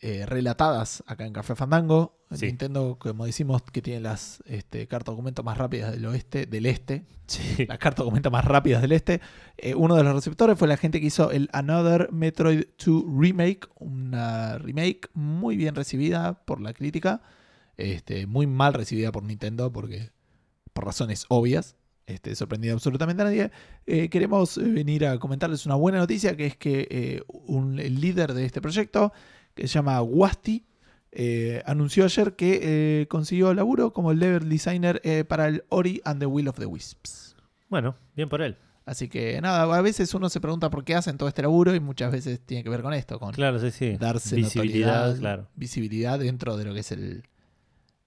[SPEAKER 1] eh, relatadas acá en Café Fandango.
[SPEAKER 2] Sí.
[SPEAKER 1] Nintendo, como decimos, que tiene las este, cartas documento más rápidas del oeste, del este,
[SPEAKER 2] Sí.
[SPEAKER 1] las cartas documento más rápidas del este. Eh, uno de los receptores fue la gente que hizo el Another Metroid 2 Remake, una remake muy bien recibida por la crítica, este, muy mal recibida por Nintendo porque por razones obvias. Este, sorprendida absolutamente a nadie. Eh, queremos eh, venir a comentarles una buena noticia, que es que eh, un el líder de este proyecto, que se llama Wasti, eh, anunció ayer que eh, consiguió laburo como level designer eh, para el Ori and the Will of the Wisps.
[SPEAKER 2] Bueno, bien por él.
[SPEAKER 1] Así que nada, a veces uno se pregunta por qué hacen todo este laburo y muchas veces tiene que ver con esto, con
[SPEAKER 2] Claro, sí, sí.
[SPEAKER 1] darse
[SPEAKER 2] Visibilidad,
[SPEAKER 1] notoriedad,
[SPEAKER 2] claro.
[SPEAKER 1] visibilidad dentro de lo que es el,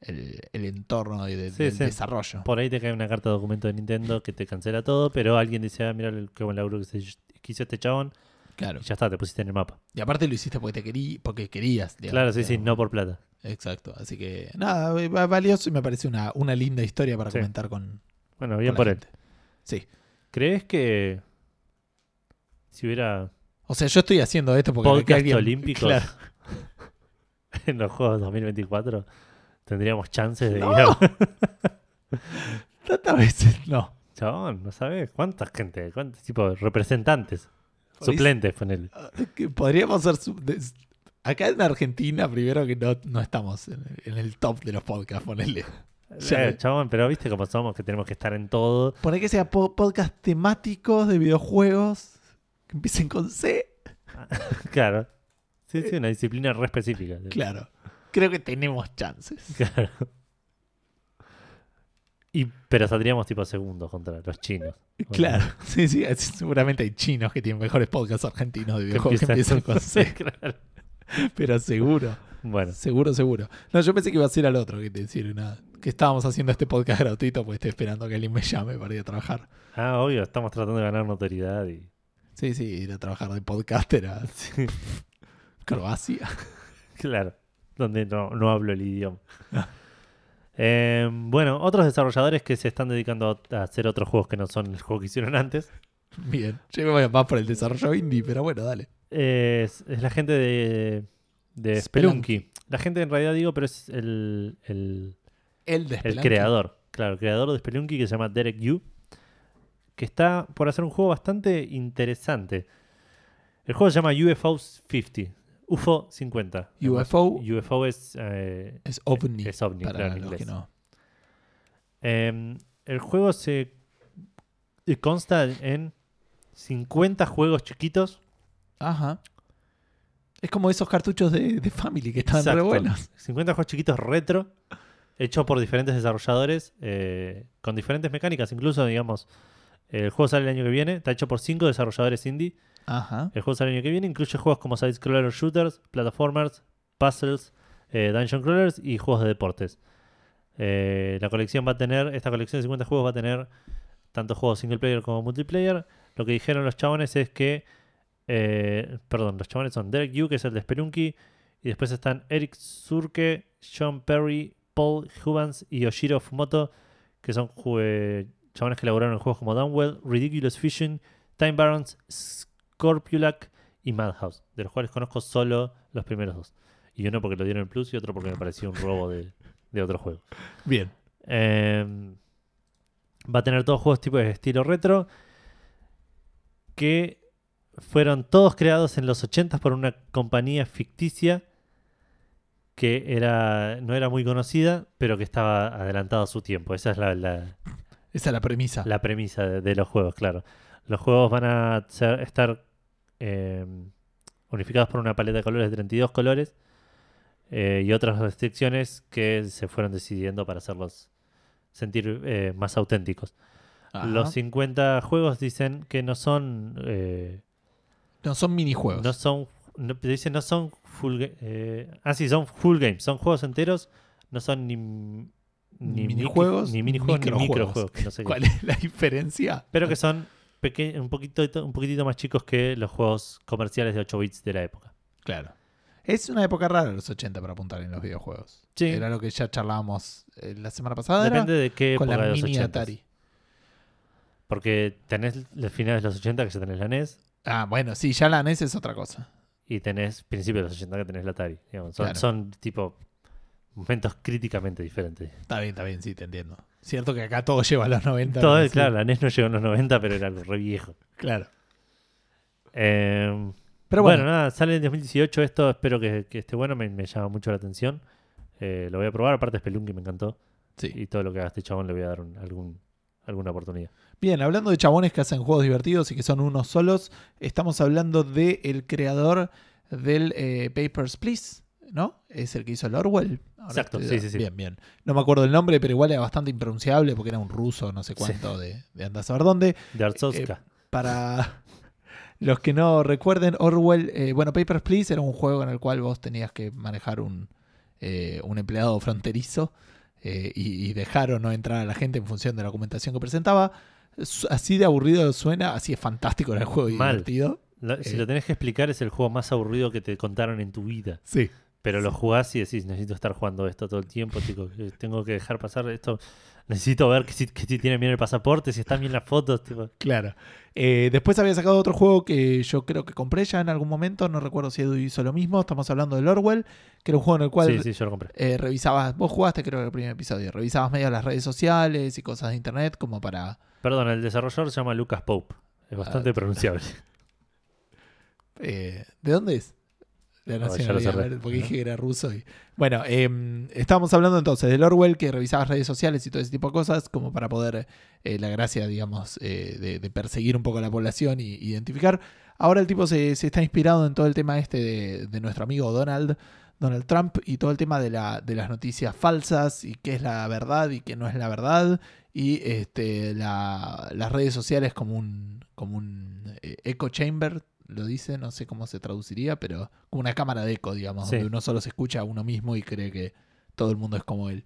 [SPEAKER 1] el, el entorno y de-
[SPEAKER 2] Sí,
[SPEAKER 1] del
[SPEAKER 2] sí.
[SPEAKER 1] desarrollo.
[SPEAKER 2] Por ahí te cae una carta de documento de Nintendo que te cancela todo, pero alguien dice, ah, mira qué buen laburo que, se, que hizo este chabón.
[SPEAKER 1] Claro.
[SPEAKER 2] Y ya está, te pusiste en el mapa.
[SPEAKER 1] Y aparte lo hiciste porque te querí, porque querías. digamos,
[SPEAKER 2] Claro, sí, sí,
[SPEAKER 1] digamos.
[SPEAKER 2] no por plata.
[SPEAKER 1] Exacto. Así que nada, eh, va- valioso y me parece una, una linda historia para
[SPEAKER 2] Sí.
[SPEAKER 1] comentar con,
[SPEAKER 2] Bueno,
[SPEAKER 1] con
[SPEAKER 2] bien
[SPEAKER 1] la
[SPEAKER 2] por él.
[SPEAKER 1] gente. Sí.
[SPEAKER 2] ¿Crees que si hubiera
[SPEAKER 1] O sea, yo estoy haciendo esto porque no es que
[SPEAKER 2] podcast
[SPEAKER 1] alguien-
[SPEAKER 2] olímpicos
[SPEAKER 1] Claro.
[SPEAKER 2] en los Juegos 2024, tendríamos chances de
[SPEAKER 1] No.
[SPEAKER 2] ir a...
[SPEAKER 1] Tantas veces no.
[SPEAKER 2] Chabón, no sabes cuánta gente, cuántos tipos de representantes,
[SPEAKER 1] Por ahí-
[SPEAKER 2] suplentes, ponele.
[SPEAKER 1] Que podríamos ser. sub- de- acá en Argentina, primero que no, no estamos en, en el top de los podcasts, ponele. Ya.
[SPEAKER 2] Eh, chabón, pero viste cómo somos, que tenemos que estar en todo.
[SPEAKER 1] Poner que sea po- podcast temáticos de videojuegos que empiecen con C.
[SPEAKER 2] Claro. Sí, sí, una disciplina re específica.
[SPEAKER 1] Claro. Creo que tenemos chances.
[SPEAKER 2] Claro. Y, pero saldríamos tipo segundos contra los chinos.
[SPEAKER 1] Claro. Sí, sí. es- Seguramente hay chinos que tienen mejores podcasts argentinos de
[SPEAKER 2] Que
[SPEAKER 1] videojuegos que empiezan con C.
[SPEAKER 2] claro.
[SPEAKER 1] Pero seguro.
[SPEAKER 2] Bueno,
[SPEAKER 1] Seguro, seguro. No, yo pensé que iba a ser al otro que te decir nada. Que estábamos haciendo este podcast gratuito porque estoy esperando que alguien me llame para ir a trabajar.
[SPEAKER 2] ah, obvio, estamos tratando de ganar notoriedad y.
[SPEAKER 1] Sí, sí, ir a trabajar de podcaster a Croacia.
[SPEAKER 2] Claro, donde no, no hablo el idioma.
[SPEAKER 1] Ah.
[SPEAKER 2] Eh, bueno, otros desarrolladores que se están dedicando a hacer otros juegos que no son el juego que hicieron antes
[SPEAKER 1] Bien. Yo me voy más por el desarrollo indie, pero bueno, dale.
[SPEAKER 2] eh, es, es la gente de, de
[SPEAKER 1] Spelunky.
[SPEAKER 2] Spelunky. La gente en realidad digo, pero es el, el-
[SPEAKER 1] El de
[SPEAKER 2] el
[SPEAKER 1] Spelunky.
[SPEAKER 2] creador. Claro, el creador de Spelunky que se llama Derek Yu. Que está por hacer un juego bastante interesante. El juego se llama UFO 50. UFO 50.
[SPEAKER 1] UFO
[SPEAKER 2] UFO es, eh,
[SPEAKER 1] es OVNI.
[SPEAKER 2] es ovni,
[SPEAKER 1] para
[SPEAKER 2] claro, en
[SPEAKER 1] los
[SPEAKER 2] inglés.
[SPEAKER 1] que no.
[SPEAKER 2] Eh, el juego se eh, consta en 50 juegos chiquitos.
[SPEAKER 1] Ajá. Es como esos cartuchos de, de Family que están re
[SPEAKER 2] Exacto.
[SPEAKER 1] buenos.
[SPEAKER 2] 50 juegos chiquitos retro, hechos por diferentes desarrolladores, eh, con diferentes mecánicas. Incluso, digamos, el juego sale el año que viene, está hecho por 5 desarrolladores indie.
[SPEAKER 1] Ajá.
[SPEAKER 2] El juego sale el año que viene, incluye juegos como side-scroller shooters, platformers, puzzles, eh, dungeon crawlers y juegos de deportes. Eh, la colección va a tener, esta colección de 50 juegos va a tener tanto juegos single player como multiplayer. Lo que dijeron los chabones es que, eh, perdón, los chabones son Derek Yu, que es el de Spelunky, y después están Eric Surke, John Perry, Paul Hubans y Yoshiro Fumoto, que son jue- chabones que elaboraron en juegos como Downwell, Ridiculous Fishing, Time Barons, Scorpulac y Madhouse, de los cuales conozco solo los primeros dos. Y uno porque lo dieron en Plus y otro porque me pareció un robo de, de otro juego.
[SPEAKER 1] Bien.
[SPEAKER 2] Eh, va a tener todos juegos tipo de estilo retro que fueron todos creados en los 80 por una compañía ficticia que era, no era muy conocida, pero que estaba adelantada a su tiempo. Esa es la- la,
[SPEAKER 1] Esa es la premisa.
[SPEAKER 2] la premisa de, de los juegos, claro. Los juegos van a ser- estar eh, unificados por una paleta de colores de 32 colores eh, y otras restricciones que se fueron decidiendo para hacerlos sentir eh, más auténticos.
[SPEAKER 1] Ajá.
[SPEAKER 2] Los 50 juegos dicen que no son... eh,
[SPEAKER 1] No, son minijuegos.
[SPEAKER 2] no son... No, dicen no son full... ga- eh, ah, sí, son full games. Son juegos enteros. No son ni... Ni mini-
[SPEAKER 1] Minijuegos,
[SPEAKER 2] ni minijuegos, ni
[SPEAKER 1] microjuegos.
[SPEAKER 2] microjuegos. que no sé qué.
[SPEAKER 1] ¿Cuál es la diferencia?
[SPEAKER 2] pero que son peque- un, poquito, un poquitito más chicos que los juegos comerciales de 8 bits de la época.
[SPEAKER 1] Ah, Claro. Es una época rara los 80 para apuntar en los videojuegos.
[SPEAKER 2] Sí.
[SPEAKER 1] Era lo que ya charlábamos eh, la semana pasada. era
[SPEAKER 2] Depende de qué
[SPEAKER 1] con
[SPEAKER 2] época
[SPEAKER 1] la
[SPEAKER 2] de los
[SPEAKER 1] mini
[SPEAKER 2] 80.
[SPEAKER 1] Atari.
[SPEAKER 2] Porque tenés los finales de los 80 que ya tenés la NES
[SPEAKER 1] Ah, bueno, sí, ya la NES es otra cosa.
[SPEAKER 2] y tenés principios de los 80 que tenés la Atari. digamos. Son,
[SPEAKER 1] Claro.
[SPEAKER 2] son, tipo momentos críticamente diferentes.
[SPEAKER 1] Está bien, está bien, sí, te entiendo. Cierto que acá todo lleva a los 90.
[SPEAKER 2] Todo,
[SPEAKER 1] ¿no?
[SPEAKER 2] es-
[SPEAKER 1] Sí,
[SPEAKER 2] Claro, la NES no llegó en los 90, pero era algo re viejo.
[SPEAKER 1] Claro.
[SPEAKER 2] Eh,
[SPEAKER 1] Pero
[SPEAKER 2] bueno,
[SPEAKER 1] bueno,
[SPEAKER 2] nada, sale en 2018 esto, espero que, que esté bueno, me, me llama mucho la atención. Eh, lo voy a probar, aparte Spelunky me encantó.
[SPEAKER 1] sí.
[SPEAKER 2] y todo lo que haga este chabón le voy a dar un- algún, alguna oportunidad.
[SPEAKER 1] Bien, hablando de chabones que hacen juegos divertidos y que son unos solos, estamos hablando del el creador del eh, Papers, Please, ¿no? Es el que hizo el Orwell. Ahora
[SPEAKER 2] Exacto, sí, sí, sí.
[SPEAKER 1] Bien, bien. No me acuerdo el nombre, pero igual era bastante impronunciable porque era un ruso, no sé cuánto, de, de anda a saber dónde.
[SPEAKER 2] De
[SPEAKER 1] Eh,
[SPEAKER 2] Artsovska.
[SPEAKER 1] Para los que no recuerden, Orwell, eh, bueno, Papers, Please era un juego en el cual vos tenías que manejar un, eh, un empleado fronterizo eh, y, y dejar o no entrar a la gente en función de la documentación que presentaba. Su- Así de aburrido suena, así es fantástico era el juego y
[SPEAKER 2] Mal.
[SPEAKER 1] divertido.
[SPEAKER 2] Lo- si
[SPEAKER 1] eh.
[SPEAKER 2] lo tenés que explicar, es el juego más aburrido que te contaron en tu vida.
[SPEAKER 1] Sí.
[SPEAKER 2] Pero lo jugás y decís, necesito estar jugando esto todo el tiempo, chico, que tengo que dejar pasar esto. Necesito ver que si, que si tienen bien el pasaporte, si están bien las fotos. tipo.
[SPEAKER 1] Claro. Eh, después había sacado otro juego que yo creo que compré ya en algún momento. No recuerdo si Edu hizo lo mismo. Estamos hablando del Orwell, que era un juego en el cual
[SPEAKER 2] Sí, sí, yo lo compré.
[SPEAKER 1] eh, revisabas. Vos jugaste, creo, el primer episodio. Revisabas medio las redes sociales y cosas de internet, como para.
[SPEAKER 2] Perdón, el desarrollador se llama Lucas Pope. Es
[SPEAKER 1] Ah,
[SPEAKER 2] bastante pronunciable.
[SPEAKER 1] eh, ¿De dónde es? La
[SPEAKER 2] No, ya lo
[SPEAKER 1] nacionalidad,
[SPEAKER 2] cerré.
[SPEAKER 1] a ver, porque dije que era ruso. Y... Bueno, eh, estábamos hablando entonces del Orwell, que revisabas redes sociales y todo ese tipo de cosas, como para poder eh, la gracia, digamos, eh, de, de perseguir un poco a la población y identificar. Ahora el tipo se, se está inspirado en todo el tema este de, de nuestro amigo Donald, Donald Trump, y todo el tema de, la, de las noticias falsas y qué es la verdad y qué no es la verdad, y este, la- las redes sociales como un, como un eh, echo chamber, lo dice, no sé cómo se traduciría, pero como una cámara de eco, digamos,
[SPEAKER 2] Sí.
[SPEAKER 1] donde uno solo se escucha a uno mismo y cree que todo el mundo es como él.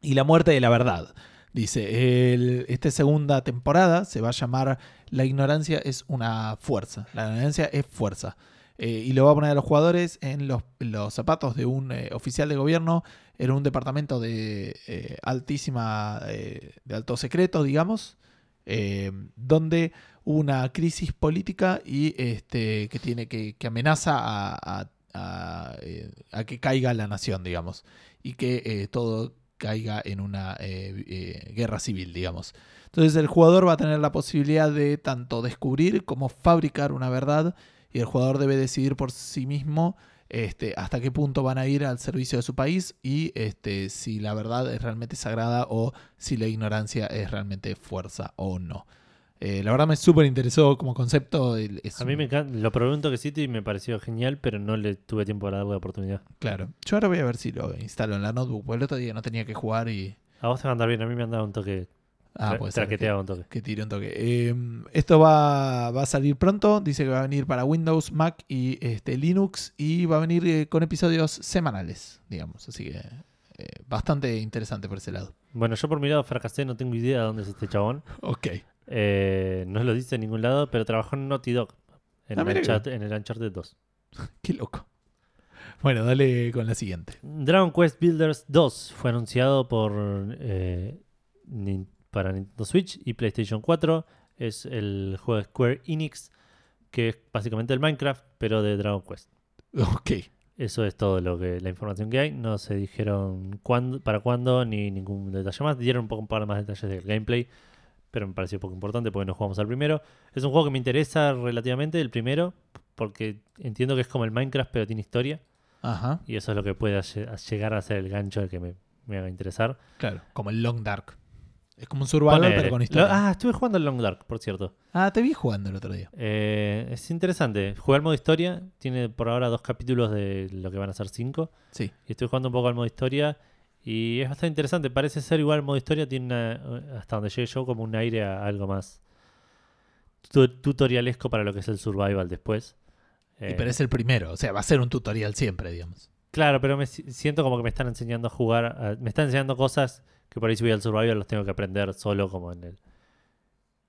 [SPEAKER 1] Y la muerte de la verdad. Dice, el- esta segunda temporada se va a llamar La ignorancia es una fuerza. La ignorancia es fuerza. Eh, y lo va a poner a los jugadores en los, los zapatos de un eh, oficial de gobierno en un departamento de eh, altísima, eh, de alto secreto, digamos, eh, donde hubo una crisis política y este, que, tiene, que, que amenaza a, a- a, eh, a que caiga la nación, digamos y que eh, todo caiga en una eh, eh, guerra civil, digamos. Entonces el jugador va a tener la posibilidad de tanto descubrir como fabricar una verdad y el jugador debe decidir por sí mismo este, hasta qué punto van a ir al servicio de su país y este, si la verdad es realmente sagrada o si la ignorancia es realmente fuerza o no. Eh, la verdad me súper interesó como concepto. el- es
[SPEAKER 2] A mí
[SPEAKER 1] un-
[SPEAKER 2] me encanta, lo probé un toquecito y me pareció genial, pero no le tuve tiempo para darle oportunidad.
[SPEAKER 1] Claro. Yo ahora voy a ver si lo instalo en la notebook, porque el otro día no tenía que jugar y...
[SPEAKER 2] A vos te va a andar bien, a mí me han dado un toque.
[SPEAKER 1] Ah,
[SPEAKER 2] tra-
[SPEAKER 1] pues
[SPEAKER 2] traqueteado un toque.
[SPEAKER 1] Que tire un toque. Eh, esto va, va a salir pronto. Dice que va a venir para Windows, Mac y este, Linux. Y va a venir eh, con episodios semanales, digamos. Así que eh, bastante interesante por ese lado.
[SPEAKER 2] Bueno, yo por mi lado fracasé, no tengo idea de dónde es este chabón.
[SPEAKER 1] Ok.
[SPEAKER 2] Eh, no lo dice en ningún lado, pero trabajó en Naughty Dog. En,
[SPEAKER 1] Ah,
[SPEAKER 2] el,
[SPEAKER 1] mira que-
[SPEAKER 2] Uncharted, en el Uncharted 2.
[SPEAKER 1] Qué loco. Bueno, dale con la siguiente.
[SPEAKER 2] Dragon Quest Builders 2 fue anunciado por eh, Nin- para Nintendo Switch y PlayStation 4. Es el juego de Square Enix, que es básicamente el Minecraft, pero de Dragon Quest.
[SPEAKER 1] Ok.
[SPEAKER 2] Eso es todo lo que la información que hay. No se dijeron cuándo, para cuándo ni ningún detalle más. Dieron un poco un par más detalles del gameplay, pero me pareció poco importante porque no jugamos al primero. Es un juego que me interesa relativamente, el primero, porque entiendo que es como el Minecraft, pero tiene historia.
[SPEAKER 1] Ajá.
[SPEAKER 2] Y eso es lo que puede lle- a llegar a ser el gancho al que me, me haga interesar.
[SPEAKER 1] Claro. Como el Long Dark. Es como un survival,
[SPEAKER 2] Ponele.
[SPEAKER 1] pero con
[SPEAKER 2] Lo-
[SPEAKER 1] historia.
[SPEAKER 2] ah, estuve jugando al Long Dark, por cierto.
[SPEAKER 1] ah, te vi jugando el otro día.
[SPEAKER 2] Eh, es interesante. Jugué al modo historia. Tiene por ahora dos capítulos de lo que van a ser cinco.
[SPEAKER 1] Sí.
[SPEAKER 2] Y estoy jugando un poco al modo historia. Y es bastante interesante. Parece ser igual el modo historia. Tiene una- hasta donde llegué yo como un aire a algo más tu- tutorialesco para lo que es el survival después.
[SPEAKER 1] Y
[SPEAKER 2] Eh,
[SPEAKER 1] pero es el primero. O sea, va a ser un tutorial siempre, digamos.
[SPEAKER 2] Claro, pero me si- siento como que me están enseñando a jugar. a- me están enseñando cosas que por ahí si voy al survival los tengo que aprender solo como en el.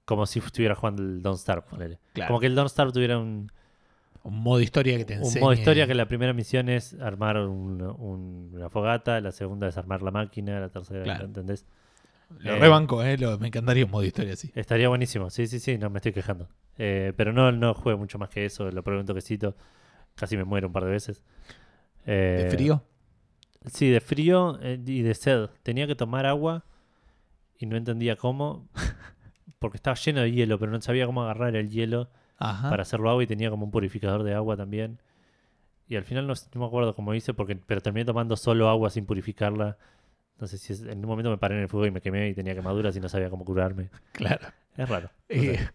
[SPEAKER 2] Como si estuviera jugando el Don't Starve, ponele.
[SPEAKER 1] Claro.
[SPEAKER 2] Como que el Don't Starve tuviera un,
[SPEAKER 1] Un modo historia que te
[SPEAKER 2] un
[SPEAKER 1] enseñe.
[SPEAKER 2] modo historia que la primera misión es armar un- un- una fogata, la segunda es armar la máquina, la tercera,
[SPEAKER 1] Claro.
[SPEAKER 2] ¿entendés?
[SPEAKER 1] Lo
[SPEAKER 2] eh,
[SPEAKER 1] rebanco, ¿eh? Lo- me encantaría un modo historia así.
[SPEAKER 2] Estaría buenísimo, sí, sí, sí, no me estoy quejando. Eh, pero no, no jugué mucho más que eso, lo probé un toquecito, casi me muero un par de veces.
[SPEAKER 1] ¿De
[SPEAKER 2] Eh,
[SPEAKER 1] frío?
[SPEAKER 2] Sí, de frío eh, y de sed. Tenía que tomar agua y no entendía cómo, porque estaba lleno de hielo, pero no sabía cómo agarrar el hielo
[SPEAKER 1] Ajá.
[SPEAKER 2] para hacerlo agua y tenía como un purificador de agua también. Y al final no, s- no me acuerdo cómo hice, porque, pero terminé tomando solo agua sin purificarla. No sé si es- en un momento me paré en el fuego y me quemé y tenía quemaduras y no sabía cómo curarme.
[SPEAKER 1] Claro.
[SPEAKER 2] Es raro. no sé.
[SPEAKER 1] Eh,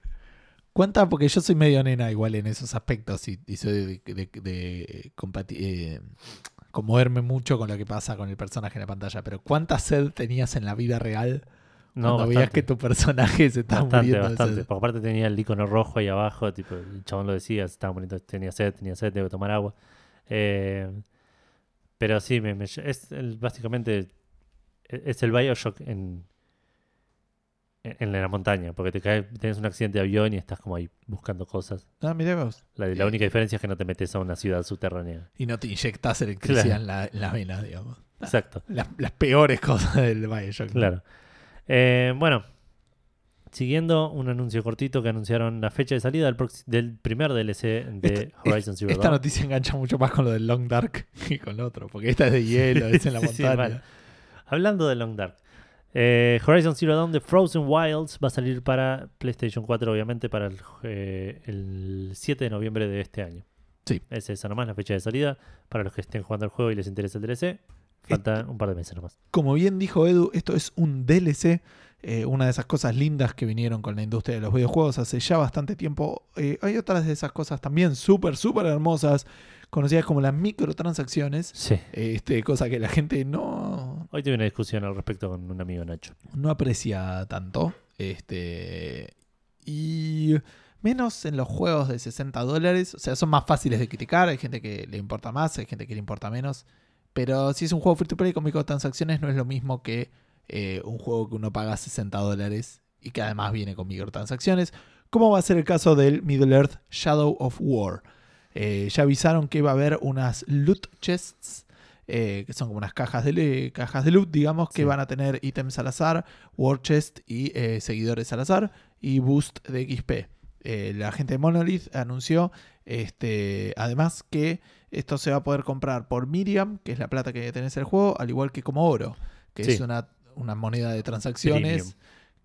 [SPEAKER 1] cuenta, porque yo soy medio nena igual en esos aspectos y, y soy de, de- de compati- eh, conmoverme mucho con lo que pasa con el personaje en la pantalla. Pero ¿cuánta sed tenías en la vida real
[SPEAKER 2] No,
[SPEAKER 1] cuando
[SPEAKER 2] bastante,
[SPEAKER 1] veías que tu personaje se estaba
[SPEAKER 2] bastante,
[SPEAKER 1] muriendo de
[SPEAKER 2] bastante.
[SPEAKER 1] sed?
[SPEAKER 2] Porque aparte tenía el icono rojo ahí abajo, tipo, el chabón lo decía, se estaba bonito, tenía sed, tenía sed, tengo que tomar agua. Eh, pero sí, me- me- e-, es el- básicamente es el Bioshock en, en, en la montaña, porque te caes, tenés un accidente de avión y estás como ahí buscando cosas.
[SPEAKER 1] Ah, mirá vos.
[SPEAKER 2] La, la única diferencia es que no te metes a una ciudad subterránea.
[SPEAKER 1] Y no te inyectas electricidad
[SPEAKER 2] Claro.
[SPEAKER 1] en, la, en las venas, digamos.
[SPEAKER 2] Exacto,
[SPEAKER 1] Las, las peores cosas del Bioshock.
[SPEAKER 2] claro. Eh, bueno, siguiendo un anuncio cortito que anunciaron la fecha de salida del, prox- del primer DLC de
[SPEAKER 1] Esta-
[SPEAKER 2] Horizon Zero
[SPEAKER 1] Este, Esta
[SPEAKER 2] Dawn.
[SPEAKER 1] noticia engancha mucho más con lo del Long Dark que con lo otro, porque esta es de hielo, es en la
[SPEAKER 2] Sí, sí, mal.
[SPEAKER 1] montaña.
[SPEAKER 2] Hablando de Long Dark. eh, Horizon Zero Dawn de Frozen Wilds va a salir para PlayStation 4, obviamente, para el, eh, el 7 de noviembre de este año.
[SPEAKER 1] Sí.
[SPEAKER 2] Es esa nomás la fecha de salida. Para los que estén jugando el juego y les interesa el DLC, falta
[SPEAKER 1] Este.
[SPEAKER 2] un par de meses nomás.
[SPEAKER 1] Como bien dijo Edu, esto es un DLC, eh, una de esas cosas lindas que vinieron con la industria de los videojuegos hace ya bastante tiempo. Eh, hay otras de esas cosas también súper, súper hermosas, conocidas como las microtransacciones.
[SPEAKER 2] Sí.
[SPEAKER 1] eh, Este, cosa que la gente no,
[SPEAKER 2] Hoy tuve una discusión al respecto con un amigo Nacho.
[SPEAKER 1] no aprecia tanto. Este. Y. Menos en los juegos de 60 dólares. O sea, son más fáciles de criticar. Hay gente que le importa más, hay gente que le importa menos. Pero si es un juego free to play con microtransacciones, no es lo mismo que eh, un juego que uno paga 60 dólares y que además viene con microtransacciones. Como va a ser el caso del Middle Earth Shadow of War. Eh, ya avisaron que va a haber unas loot chests, eh, que son como unas cajas de, le- cajas de loot, digamos, que
[SPEAKER 2] Sí.
[SPEAKER 1] van a tener ítems al azar, war chest y eh, seguidores al azar, y boost de XP. Eh, la gente de Monolith anunció, este, además, que esto se va a poder comprar por Miriam, que es la plata que tenés en el juego, al igual que como oro, que
[SPEAKER 2] Sí.
[SPEAKER 1] es una, una moneda de transacciones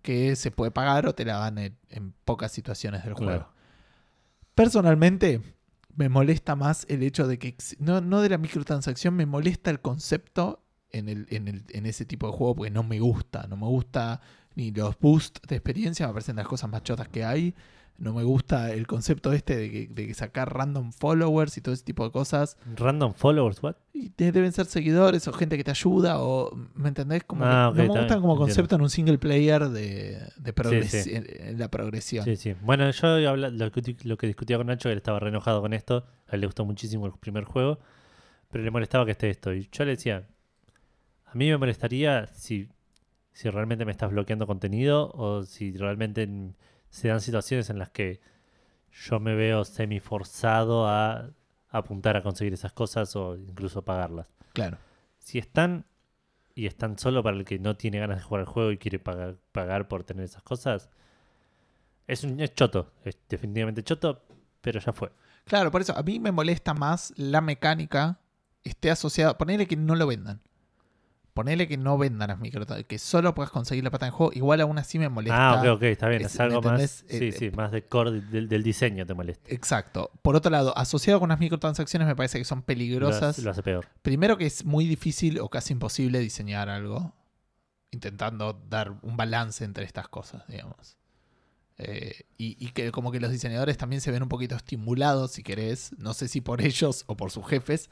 [SPEAKER 2] Premium.
[SPEAKER 1] que se puede pagar o te la dan en, en pocas situaciones del
[SPEAKER 2] Claro.
[SPEAKER 1] juego. Personalmente, me molesta más el hecho de que. ex- No, no de la microtransacción, me molesta el concepto en, el, en, el- en ese tipo de juego porque no me gusta. No me gusta ni los boosts de experiencia, me parecen las cosas más chotas que hay. No me gusta el concepto este de, que- de sacar random followers y todo ese tipo de cosas.
[SPEAKER 2] Random followers, what?
[SPEAKER 1] Y te- deben ser seguidores o gente que te ayuda o... ¿Me entendés? Como que
[SPEAKER 2] Ah, ok,
[SPEAKER 1] no
[SPEAKER 2] está
[SPEAKER 1] me gustan
[SPEAKER 2] bien,
[SPEAKER 1] como
[SPEAKER 2] entiendo.
[SPEAKER 1] concepto en un single player de, de progres-
[SPEAKER 2] sí.
[SPEAKER 1] en- en la progresión.
[SPEAKER 2] Sí, sí. Bueno, yo habla- lo, que, lo que discutía con Nacho, él estaba re enojado con esto. A él le gustó muchísimo el primer juego, pero le molestaba que esté esto. Y yo le decía, a mí me molestaría si, si realmente me estás bloqueando contenido o si realmente n- se dan situaciones en las que yo me veo semi forzado a apuntar a conseguir esas cosas o incluso pagarlas.
[SPEAKER 1] Claro.
[SPEAKER 2] Si están y están solo para el que no tiene ganas de jugar al juego y quiere pagar, pagar por tener esas cosas, es un es choto, es definitivamente choto, pero ya fue.
[SPEAKER 1] Claro, por eso a mí me molesta más la mecánica esté asociada. Ponele que no lo vendan. Ponele que no vendan las microtransacciones, que solo puedas conseguir la plata en juego. Igual aún así me molesta.
[SPEAKER 2] ah, ok, ok, está bien,
[SPEAKER 1] es-
[SPEAKER 2] es, algo
[SPEAKER 1] ¿me
[SPEAKER 2] más,
[SPEAKER 1] entendés?
[SPEAKER 2] sí,
[SPEAKER 1] Eh,
[SPEAKER 2] sí, más de core de- del, del diseño te molesta.
[SPEAKER 1] Exacto. Por otro lado, asociado con las microtransacciones me parece que son
[SPEAKER 2] Lo,
[SPEAKER 1] peligrosas.
[SPEAKER 2] hace- lo hace peor.
[SPEAKER 1] Primero que es muy difícil o casi imposible diseñar algo intentando dar un balance entre estas cosas, digamos. Eh, y, y que como que los diseñadores también se ven un poquito estimulados, si querés, no sé si por ellos o por sus jefes,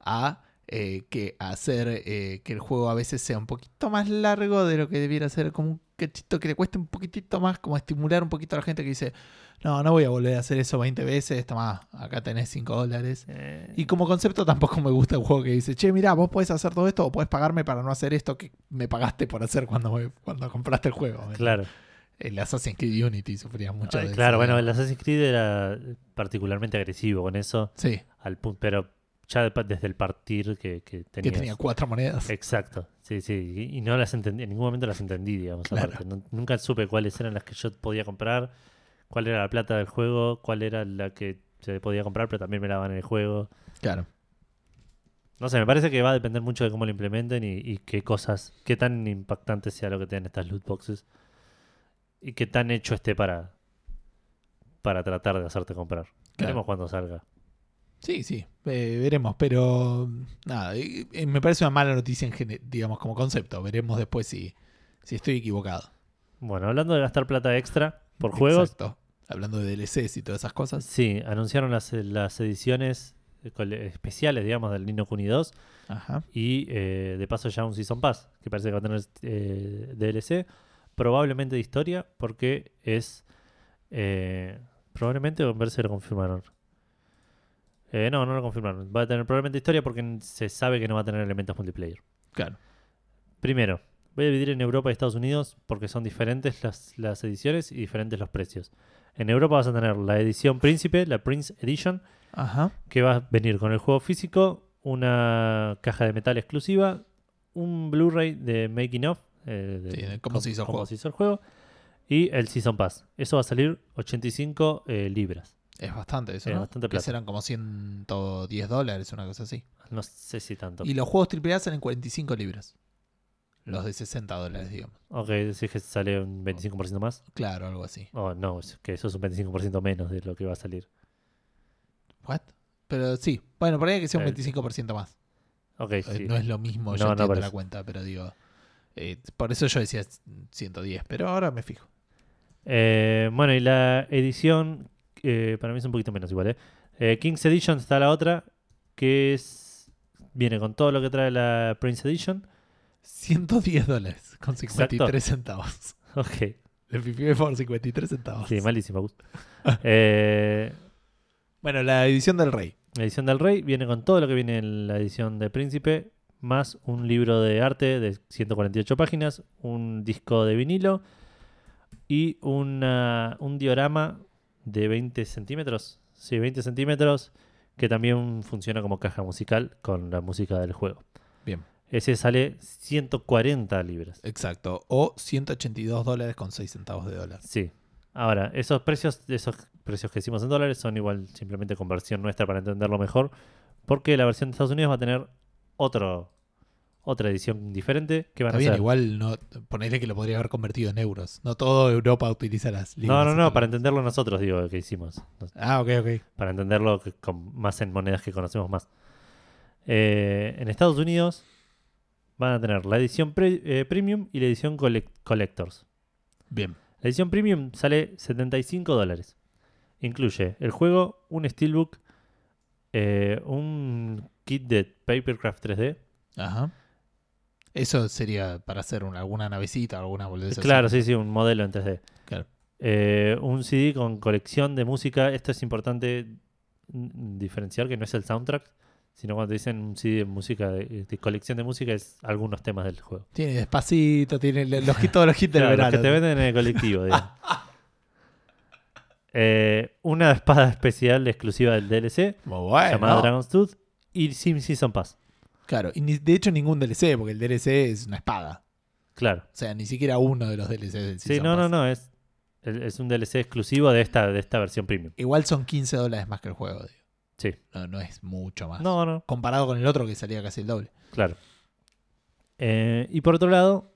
[SPEAKER 1] a eh, que a hacer eh, que el juego a veces sea un poquito más largo de lo que debiera ser, como un cachito que le cueste un poquitito más, como estimular un poquito a la gente que dice, no, no voy a volver a hacer eso 20 veces, toma, acá tenés 5 dólares.
[SPEAKER 2] Eh,
[SPEAKER 1] Y como concepto tampoco me gusta un juego que dice, che, mira, vos podés hacer todo esto o podés pagarme para no hacer esto que me pagaste por hacer cuando, me- cuando compraste el juego.
[SPEAKER 2] claro,
[SPEAKER 1] El Assassin's Creed Unity sufría mucho
[SPEAKER 2] Ah,
[SPEAKER 1] de eso,
[SPEAKER 2] claro,
[SPEAKER 1] eh.
[SPEAKER 2] bueno, el
[SPEAKER 1] digamos.
[SPEAKER 2] Assassin's Creed era particularmente agresivo con eso,
[SPEAKER 1] Sí,
[SPEAKER 2] al punto, pero ya de pa- desde el partir que, que
[SPEAKER 1] que
[SPEAKER 2] tenías.
[SPEAKER 1] tenía cuatro monedas.
[SPEAKER 2] Exacto, sí, sí. Y- Y no las entendí, en ningún momento las entendí, digamos.
[SPEAKER 1] Claro.
[SPEAKER 2] aparte. Nu- nunca supe cuáles eran las que yo podía comprar, cuál era la plata del juego, cuál era la que se podía comprar, pero también me la daban en el juego.
[SPEAKER 1] Claro.
[SPEAKER 2] No sé, me parece que va a depender mucho de cómo lo implementen y, y qué cosas, qué tan impactante sea lo que tengan estas loot boxes y qué tan hecho esté para, para tratar de hacerte comprar. Veremos cuando salga.
[SPEAKER 1] Sí, sí, eh, veremos, pero nada, eh, eh, me parece una mala noticia, en gene- digamos, como concepto. Veremos después si, si estoy equivocado.
[SPEAKER 2] Bueno, hablando de gastar plata extra por juegos,
[SPEAKER 1] Exacto. Hablando de DLCs y todas esas cosas.
[SPEAKER 2] Sí, anunciaron las, eh, las ediciones eh, cole- especiales, digamos, del Nino Kuni 2
[SPEAKER 1] Ajá.
[SPEAKER 2] y eh, de paso ya un Season Pass, que parece que va a tener eh, DLC, probablemente de historia, porque es... eh, probablemente, o en ver si lo confirmaron. Eh, no, no lo confirmaron. Va a tener probablemente historia porque se sabe que no va a tener elementos multiplayer.
[SPEAKER 1] Claro.
[SPEAKER 2] Primero, Voy a dividir en Europa y Estados Unidos porque son diferentes las, las ediciones y diferentes los precios. En Europa vas a tener la edición Príncipe, la Prince Edition,
[SPEAKER 1] Ajá.
[SPEAKER 2] que va a venir con el juego físico, una caja de metal exclusiva, un Blu-ray de Making of, eh, de
[SPEAKER 1] Sí, de cómo se hizo el juego.
[SPEAKER 2] se hizo el juego, y el Season Pass. Eso va a salir 85 eh, libras.
[SPEAKER 1] Es bastante eso,
[SPEAKER 2] Es
[SPEAKER 1] ¿no?
[SPEAKER 2] bastante
[SPEAKER 1] que
[SPEAKER 2] plata.
[SPEAKER 1] serán como 110 dólares, una cosa así.
[SPEAKER 2] No sé si tanto.
[SPEAKER 1] Y los juegos AAA salen 45 libras. Los de 60 dólares, digamos.
[SPEAKER 2] Ok, decís que sale un 25% más.
[SPEAKER 1] Claro, algo así.
[SPEAKER 2] Oh, no, es que eso es un 25% menos de lo que va a salir.
[SPEAKER 1] ¿What? Pero sí, bueno, por ahí hay que sea un
[SPEAKER 2] Eh,
[SPEAKER 1] 25% más.
[SPEAKER 2] Ok,
[SPEAKER 1] Eh,
[SPEAKER 2] sí.
[SPEAKER 1] No es lo mismo,
[SPEAKER 2] No,
[SPEAKER 1] yo
[SPEAKER 2] no
[SPEAKER 1] entiendo la
[SPEAKER 2] parece.
[SPEAKER 1] cuenta, pero digo. eh, por eso yo decía 110, pero ahora me fijo.
[SPEAKER 2] Eh, bueno, y la edición, eh, para mí es un poquito menos igual, ¿eh? Eh, King's Edition está la otra, que es viene con todo lo que trae la Prince Edition.
[SPEAKER 1] 110 dólares con
[SPEAKER 2] Exacto.
[SPEAKER 1] 53 centavos.
[SPEAKER 2] Ok,
[SPEAKER 1] El pipié por 53 centavos.
[SPEAKER 2] sí, malísimo. Gus. Eh,
[SPEAKER 1] Bueno, la edición del rey.
[SPEAKER 2] la edición del Rey viene con todo lo que viene en la edición de Príncipe, más un libro de arte de 148 páginas, un disco de vinilo y una- un diorama de 20 centímetros. Sí, 20 centímetros, que también funciona como caja musical con la música del juego.
[SPEAKER 1] Bien.
[SPEAKER 2] Ese sale 140 libras.
[SPEAKER 1] Exacto. O 182 dólares con 6 centavos de dólar.
[SPEAKER 2] Sí. Ahora, esos precios, esos precios que hicimos en dólares son igual simplemente conversión nuestra para entenderlo mejor, porque la versión de Estados Unidos va a tener otro otra edición diferente que van
[SPEAKER 1] Está
[SPEAKER 2] a
[SPEAKER 1] bien,
[SPEAKER 2] ser.
[SPEAKER 1] igual no, ponerle que lo podría haber convertido en euros. No toda Europa utiliza las libras.
[SPEAKER 2] no, no, no,
[SPEAKER 1] Entonces-
[SPEAKER 2] para entenderlo nosotros digo que hicimos, No,
[SPEAKER 1] Ah, ok, ok.
[SPEAKER 2] para entenderlo que- con- más en monedas que conocemos más. Eh, en Estados Unidos van a tener la edición pre- eh, premium y la edición collec- collectors.
[SPEAKER 1] Bien.
[SPEAKER 2] La edición premium sale 75 dólares. Incluye el juego, un steelbook, eh, un kit de papercraft 3D.
[SPEAKER 1] Ajá. Eso sería para hacer una- alguna navecita, alguna boludez. así.
[SPEAKER 2] claro, sí, sí, un modelo en 3D.
[SPEAKER 1] Claro.
[SPEAKER 2] Eh, un CD con colección de música. Esto es importante mm, diferenciar que no es el soundtrack, sino cuando dicen un CD de música, de, de colección de música, es algunos temas del juego.
[SPEAKER 1] Tiene despacito, tiene el- los kits, todos los kits del
[SPEAKER 2] Claro, los
[SPEAKER 1] verano.
[SPEAKER 2] que te venden en el colectivo, digamos. Eh, una espada especial exclusiva del DLC.
[SPEAKER 1] Muy bueno.
[SPEAKER 2] llamada Dragon's Tooth y Sim Season Pass.
[SPEAKER 1] Claro, y ni- de hecho ningún DLC, porque el DLC es una espada.
[SPEAKER 2] Claro.
[SPEAKER 1] O sea, ni siquiera uno de los DLCs del
[SPEAKER 2] Sí,
[SPEAKER 1] Season
[SPEAKER 2] no, no,
[SPEAKER 1] Pass.
[SPEAKER 2] no. Es, es un DLC exclusivo de esta, de esta versión premium.
[SPEAKER 1] Igual son 15 dólares más que el juego. digo.
[SPEAKER 2] Sí.
[SPEAKER 1] No, no es mucho más.
[SPEAKER 2] No, no,
[SPEAKER 1] Comparado con el otro que salía casi el doble.
[SPEAKER 2] claro. Eh, y por otro lado,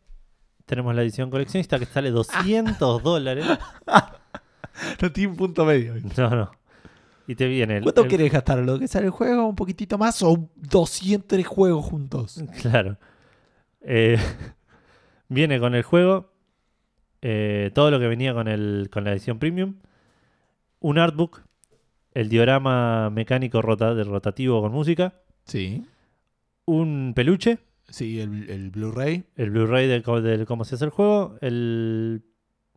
[SPEAKER 2] tenemos la edición coleccionista que sale 200 dólares.
[SPEAKER 1] No tiene un punto medio.
[SPEAKER 2] No, no. Y te viene el.
[SPEAKER 1] ¿Cuánto
[SPEAKER 2] el-
[SPEAKER 1] querés gastar? ¿Lo que sale el juego? ¿Un poquitito más? ¿O 200 juegos juntos?
[SPEAKER 2] Claro. Eh, viene con el juego. eh, todo lo que venía con, el, con la edición premium. Un artbook. El diorama mecánico rota- rotativo con música.
[SPEAKER 1] Sí.
[SPEAKER 2] un peluche,
[SPEAKER 1] Sí, el, el Blu-ray.
[SPEAKER 2] el Blu-ray de, co- de cómo se hace el juego, el,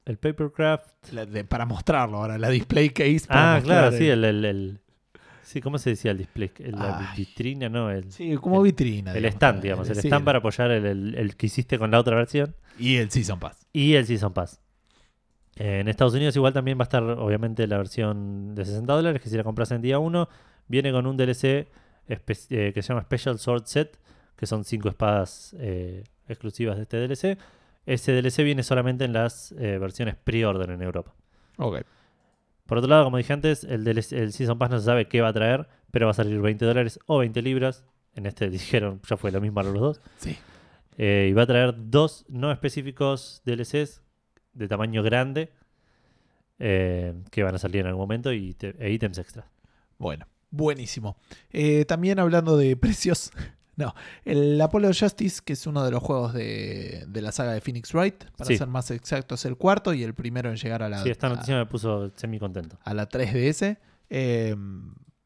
[SPEAKER 2] el Papercraft.
[SPEAKER 1] La de- para mostrarlo ahora, la display case. Para
[SPEAKER 2] Ah, claro,
[SPEAKER 1] mostrar
[SPEAKER 2] sí,
[SPEAKER 1] el-
[SPEAKER 2] el, el, el- Sí, ¿cómo se decía el display? El- La vi-
[SPEAKER 1] Ay.
[SPEAKER 2] vitrina, ¿no? El,
[SPEAKER 1] Sí, como
[SPEAKER 2] el-
[SPEAKER 1] vitrina.
[SPEAKER 2] el stand, digamos. eh, El
[SPEAKER 1] sí,
[SPEAKER 2] stand para apoyar el, el- el que hiciste con la otra versión.
[SPEAKER 1] Y el Season Pass.
[SPEAKER 2] Y el Season Pass. Eh, En Estados Unidos igual también va a estar, obviamente, la versión de 60 dólares, que si la compras en día 1, viene con un DLC espe- eh, que se llama Special Sword Set, que son 5 espadas eh, exclusivas de este DLC. Ese DLC viene solamente en las eh, versiones pre-order en Europa.
[SPEAKER 1] Ok.
[SPEAKER 2] Por otro lado, como dije antes, el, DLC el Season Pass no se sabe qué va a traer, pero va a salir 20 dólares o 20 libras. En este dijeron, ya fue lo mismo a los dos.
[SPEAKER 1] Sí.
[SPEAKER 2] Eh, y va a traer dos no específicos DLCs de tamaño grande eh, que van a salir en algún momento y te- e ítems extra.
[SPEAKER 1] Bueno, buenísimo. Eh, también hablando de precios. No, el Apollo Justice, que es uno de los juegos de, de la saga de Phoenix Wright, para
[SPEAKER 2] Sí.
[SPEAKER 1] ser más exactos, el cuarto y el primero en llegar a la,
[SPEAKER 2] Sí, esta
[SPEAKER 1] a-
[SPEAKER 2] noticia me puso semi contento.
[SPEAKER 1] a la 3DS, eh,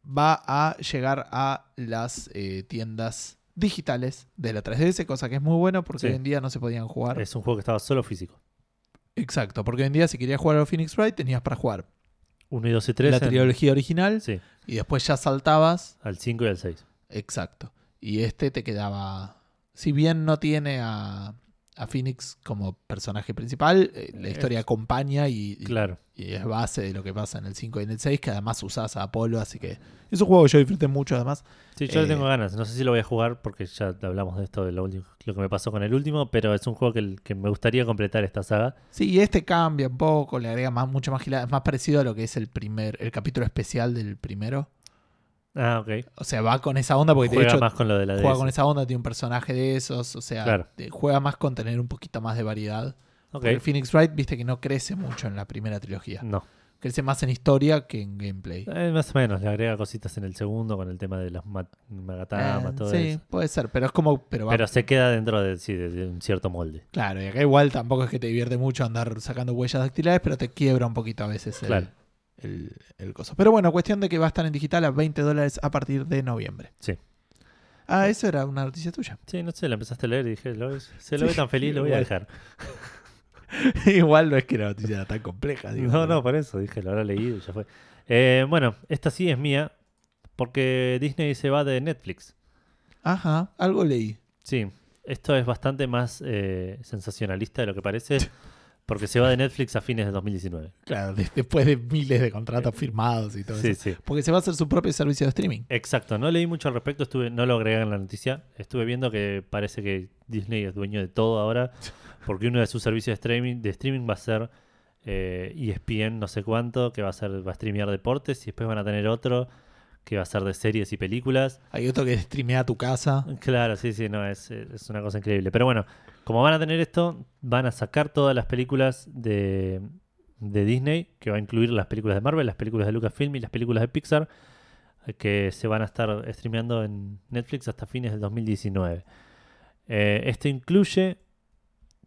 [SPEAKER 1] va a llegar a las eh, tiendas digitales de la 3DS, cosa que es muy bueno porque
[SPEAKER 2] Sí.
[SPEAKER 1] hoy en día no se podían jugar.
[SPEAKER 2] Es un juego que estaba solo físico.
[SPEAKER 1] Exacto, porque hoy en día si querías jugar a Phoenix Wright tenías para jugar
[SPEAKER 2] 1 y 2 y 3.
[SPEAKER 1] la trilogía original
[SPEAKER 2] Sí,
[SPEAKER 1] y después ya saltabas.
[SPEAKER 2] al 5 y al 6.
[SPEAKER 1] Exacto. Y este te quedaba, si bien no tiene a, a Phoenix como personaje principal. Eh, La historia acompaña y, y-
[SPEAKER 2] Claro.
[SPEAKER 1] y es base de lo que pasa en el 5 y en el 6, que además usás a Apolo, así que es un juego que yo disfruté mucho además.
[SPEAKER 2] Sí, yo le
[SPEAKER 1] Eh,
[SPEAKER 2] tengo ganas. No sé si lo voy a jugar porque ya hablamos de esto, de lo, último- lo que me pasó con el último, pero es un juego que, que me gustaría completar esta saga.
[SPEAKER 1] Sí, y este cambia un poco, le agrega más, mucha más gilada, es más parecido a lo que es el primer, el capítulo especial del primero.
[SPEAKER 2] Ah, ok.
[SPEAKER 1] O sea, va con esa onda porque de
[SPEAKER 2] Juega
[SPEAKER 1] hecho
[SPEAKER 2] más con lo de la
[SPEAKER 1] juega
[SPEAKER 2] DS.
[SPEAKER 1] con esa onda, tiene un personaje de esos, o sea,
[SPEAKER 2] Claro.
[SPEAKER 1] te- juega más con tener un poquito más de variedad.
[SPEAKER 2] Ok.
[SPEAKER 1] Porque Phoenix Wright, viste que no crece mucho en la primera trilogía.
[SPEAKER 2] No.
[SPEAKER 1] Crece más en historia que en gameplay.
[SPEAKER 2] Eh, más o menos, le agrega cositas en el segundo con el tema de las ma- magatamas,
[SPEAKER 1] Eh,
[SPEAKER 2] todo
[SPEAKER 1] sí,
[SPEAKER 2] eso.
[SPEAKER 1] puede ser, pero es como. Pero va-
[SPEAKER 2] Pero se queda dentro de, sí, de- de un cierto molde.
[SPEAKER 1] claro, y acá igual tampoco es que te divierte mucho andar sacando huellas dactilares, pero te quiebra un poquito a veces el,
[SPEAKER 2] Claro.
[SPEAKER 1] el, el coso. Pero bueno, cuestión de que va a estar en digital a 20 dólares a partir de noviembre.
[SPEAKER 2] Sí.
[SPEAKER 1] Ah, eso era una noticia tuya.
[SPEAKER 2] Sí, no sé, la empezaste a leer y dije, lo ves- se lo
[SPEAKER 1] Sí,
[SPEAKER 2] ve tan feliz, lo voy a
[SPEAKER 1] igual.
[SPEAKER 2] dejar.
[SPEAKER 1] igual no es que era noticia tan compleja, digo.
[SPEAKER 2] No, no, por eso dije, lo habrá leído y ya fue. Eh, bueno, esta sí es mía, porque Disney se va de Netflix.
[SPEAKER 1] Ajá, algo leí.
[SPEAKER 2] Sí, esto es bastante más eh, sensacionalista de lo que parece, porque se va de Netflix a fines de 2019.
[SPEAKER 1] Claro, de- después de miles de contratos firmados y todo
[SPEAKER 2] Sí,
[SPEAKER 1] eso.
[SPEAKER 2] sí.
[SPEAKER 1] Porque se va a hacer su propio servicio de streaming.
[SPEAKER 2] Exacto, no leí mucho al respecto, estuve, no lo agregué en la noticia. Estuve viendo que parece que Disney es dueño de todo ahora, porque uno de sus servicios de streaming, de streaming va a ser eh, ESPN, no sé cuánto, que va a ser, va a streamear deportes, y después van a tener otro que va a ser de series y películas.
[SPEAKER 1] Hay otro que streamea tu casa.
[SPEAKER 2] Claro, sí, sí, no, es, es una cosa increíble. Pero bueno, como van a tener esto, van a sacar todas las películas de, de Disney, que va a incluir las películas de Marvel, las películas de Lucasfilm y las películas de Pixar, eh, que se van a estar streameando en Netflix hasta fines del 2019. Eh, esto incluye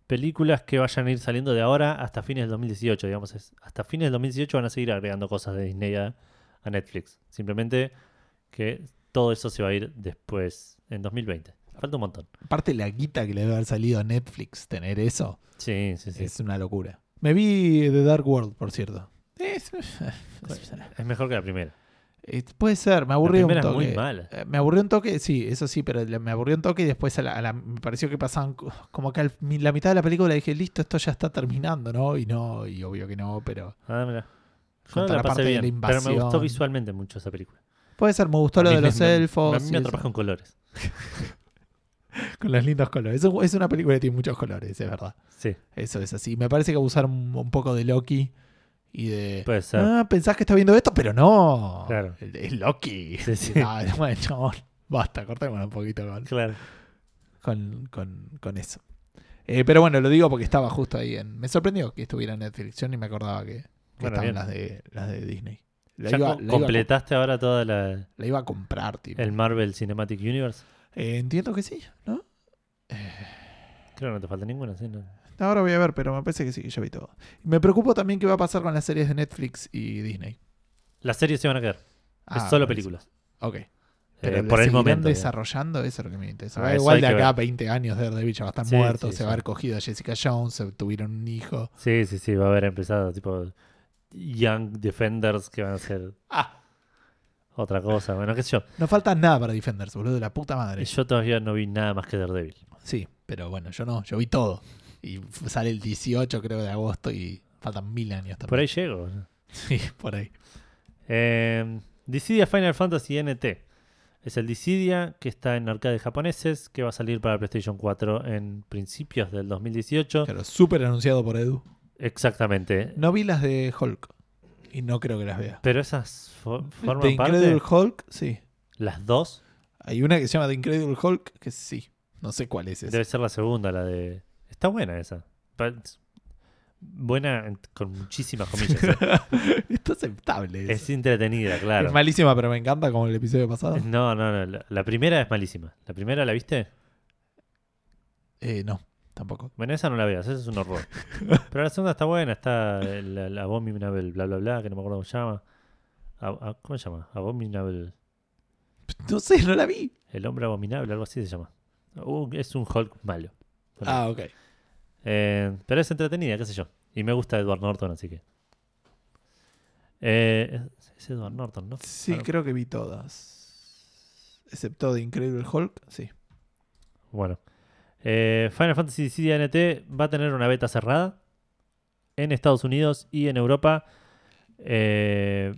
[SPEAKER 2] películas que vayan a ir saliendo de ahora hasta fines del 2018, digamos. es- hasta fines del 2018 van a seguir agregando cosas de Disney a, a Netflix. Simplemente que todo eso se va a ir después, en 2020. Falta un montón.
[SPEAKER 1] Aparte la guita que le debe haber salido a Netflix tener eso
[SPEAKER 2] Sí, sí, sí. Es,
[SPEAKER 1] es una locura. Me vi The Dark World, por cierto. Es-
[SPEAKER 2] mejor que la primera.
[SPEAKER 1] eh, puede ser, me
[SPEAKER 2] La
[SPEAKER 1] aburrió un
[SPEAKER 2] primera es
[SPEAKER 1] toque.
[SPEAKER 2] muy mala.
[SPEAKER 1] Eh, Me aburrió un toque, sí, eso sí, pero le- me aburrió un toque y después a la- a la- me pareció que pasaban co- como que al- mi- la mitad de la película dije, listo, esto ya está terminando, ¿no? Y no, y obvio que no, pero
[SPEAKER 2] Ah, mira. Yo
[SPEAKER 1] Con toda la
[SPEAKER 2] la pasé
[SPEAKER 1] parte de la
[SPEAKER 2] bien, pero me gustó
[SPEAKER 1] invasión.
[SPEAKER 2] visualmente mucho esa película.
[SPEAKER 1] puede ser, me gustó
[SPEAKER 2] A
[SPEAKER 1] lo
[SPEAKER 2] mí
[SPEAKER 1] de
[SPEAKER 2] me-
[SPEAKER 1] los
[SPEAKER 2] me- me-
[SPEAKER 1] elfos.
[SPEAKER 2] A mí
[SPEAKER 1] y
[SPEAKER 2] me
[SPEAKER 1] eso.
[SPEAKER 2] atraparon colores.
[SPEAKER 1] con los lindos colores. Es un- Es una película que tiene muchos colores, es verdad.
[SPEAKER 2] Sí,
[SPEAKER 1] Eso es así. Me parece que abusaron un un poco de Loki y de...
[SPEAKER 2] puede ser.
[SPEAKER 1] Ah, pensás que está viendo esto, pero no.
[SPEAKER 2] Claro.
[SPEAKER 1] Es Loki.
[SPEAKER 2] Sí, sí.
[SPEAKER 1] Ah, bueno, chabón, basta, cortémonos un poquito con,
[SPEAKER 2] Claro.
[SPEAKER 1] con, con- con eso. Eh, pero bueno, lo digo porque estaba justo ahí. En, me sorprendió que estuviera en Netflix. Yo ni me acordaba que, que
[SPEAKER 2] Bueno,
[SPEAKER 1] estaban
[SPEAKER 2] bien.
[SPEAKER 1] las de, las de Disney. La
[SPEAKER 2] Ya
[SPEAKER 1] iba,
[SPEAKER 2] co-
[SPEAKER 1] la iba a
[SPEAKER 2] completaste ahora toda la,
[SPEAKER 1] comp- la iba a comprar, tipo.
[SPEAKER 2] el Marvel Cinematic Universe.
[SPEAKER 1] Eh, entiendo que sí, ¿no?
[SPEAKER 2] Creo que no te falta ninguna, sí, no.
[SPEAKER 1] Ahora voy a ver, pero me parece que sí, que ya vi todo. Me preocupo también qué va a pasar con las series de Netflix y Disney.
[SPEAKER 2] Las series se van a quedar.
[SPEAKER 1] Ah,
[SPEAKER 2] es solo
[SPEAKER 1] buenísimo.
[SPEAKER 2] películas.
[SPEAKER 1] Ok.
[SPEAKER 2] Eh,
[SPEAKER 1] Pero
[SPEAKER 2] por el momento. digamos.
[SPEAKER 1] desarrollando, eso es lo que me interesa.
[SPEAKER 2] Ah,
[SPEAKER 1] Va,
[SPEAKER 2] eso
[SPEAKER 1] igual
[SPEAKER 2] hay
[SPEAKER 1] de
[SPEAKER 2] que
[SPEAKER 1] acá a 20 años de Daredevil ya va a estar
[SPEAKER 2] Sí,
[SPEAKER 1] muerto,
[SPEAKER 2] sí,
[SPEAKER 1] se va a
[SPEAKER 2] sí.
[SPEAKER 1] haber cogido a Jessica Jones, se tuvieron un hijo.
[SPEAKER 2] Sí, sí, sí, va a haber empezado tipo Young Defenders que van a ser
[SPEAKER 1] Ah,
[SPEAKER 2] otra cosa. Bueno, qué sé yo.
[SPEAKER 1] no falta nada para Defenders, boludo, de la puta madre.
[SPEAKER 2] Y yo todavía no vi nada más que Daredevil.
[SPEAKER 1] Sí, pero bueno, yo no, yo vi todo. Y f- sale el 18 creo de agosto y faltan mil años también.
[SPEAKER 2] Por ahí llego.
[SPEAKER 1] Sí, por ahí.
[SPEAKER 2] Eh, Dissidia Final Fantasy NT. Es el Dissidia que está en arcades japoneses, que va a salir para PlayStation 4 en principios del 2018.
[SPEAKER 1] Claro, súper anunciado por Edu.
[SPEAKER 2] Exactamente.
[SPEAKER 1] No vi las de Hulk y no creo que las vea.
[SPEAKER 2] Pero esas fo- forman
[SPEAKER 1] De
[SPEAKER 2] parte.
[SPEAKER 1] Incredible Hulk, sí.
[SPEAKER 2] Las dos.
[SPEAKER 1] Hay una que se llama The Incredible Hulk que sí. No sé cuál es esa.
[SPEAKER 2] Debe ser la segunda, la de. Está buena esa. Pa- Buena en- con muchísimas comillas. ¿eh?
[SPEAKER 1] Está aceptable. eso.
[SPEAKER 2] es entretenida, claro.
[SPEAKER 1] Es malísima, pero me encanta como el episodio pasado.
[SPEAKER 2] No, no, no. La, la primera es malísima. ¿La primera la viste?
[SPEAKER 1] Eh, no, tampoco.
[SPEAKER 2] Bueno, esa no la veas, esa es un horror. Pero la segunda está buena, está eh, la, la Abominable, bla, bla, bla, que no me acuerdo cómo se llama. A- a- ¿Cómo se llama? Abominable.
[SPEAKER 1] No sé, no la vi.
[SPEAKER 2] El hombre abominable, algo así se llama. Uh, es un Hulk malo.
[SPEAKER 1] Ah, ok.
[SPEAKER 2] Eh, pero es entretenida, qué sé yo. Y me gusta Edward Norton, así que. Eh, es- es Edward Norton, ¿no?
[SPEAKER 1] Sí,
[SPEAKER 2] Claro.
[SPEAKER 1] creo que vi todas. Excepto de Incredible Hulk, sí.
[SPEAKER 2] Bueno. Eh, Final Fantasy CDNT va a tener una beta cerrada en Estados Unidos y en Europa. Eh,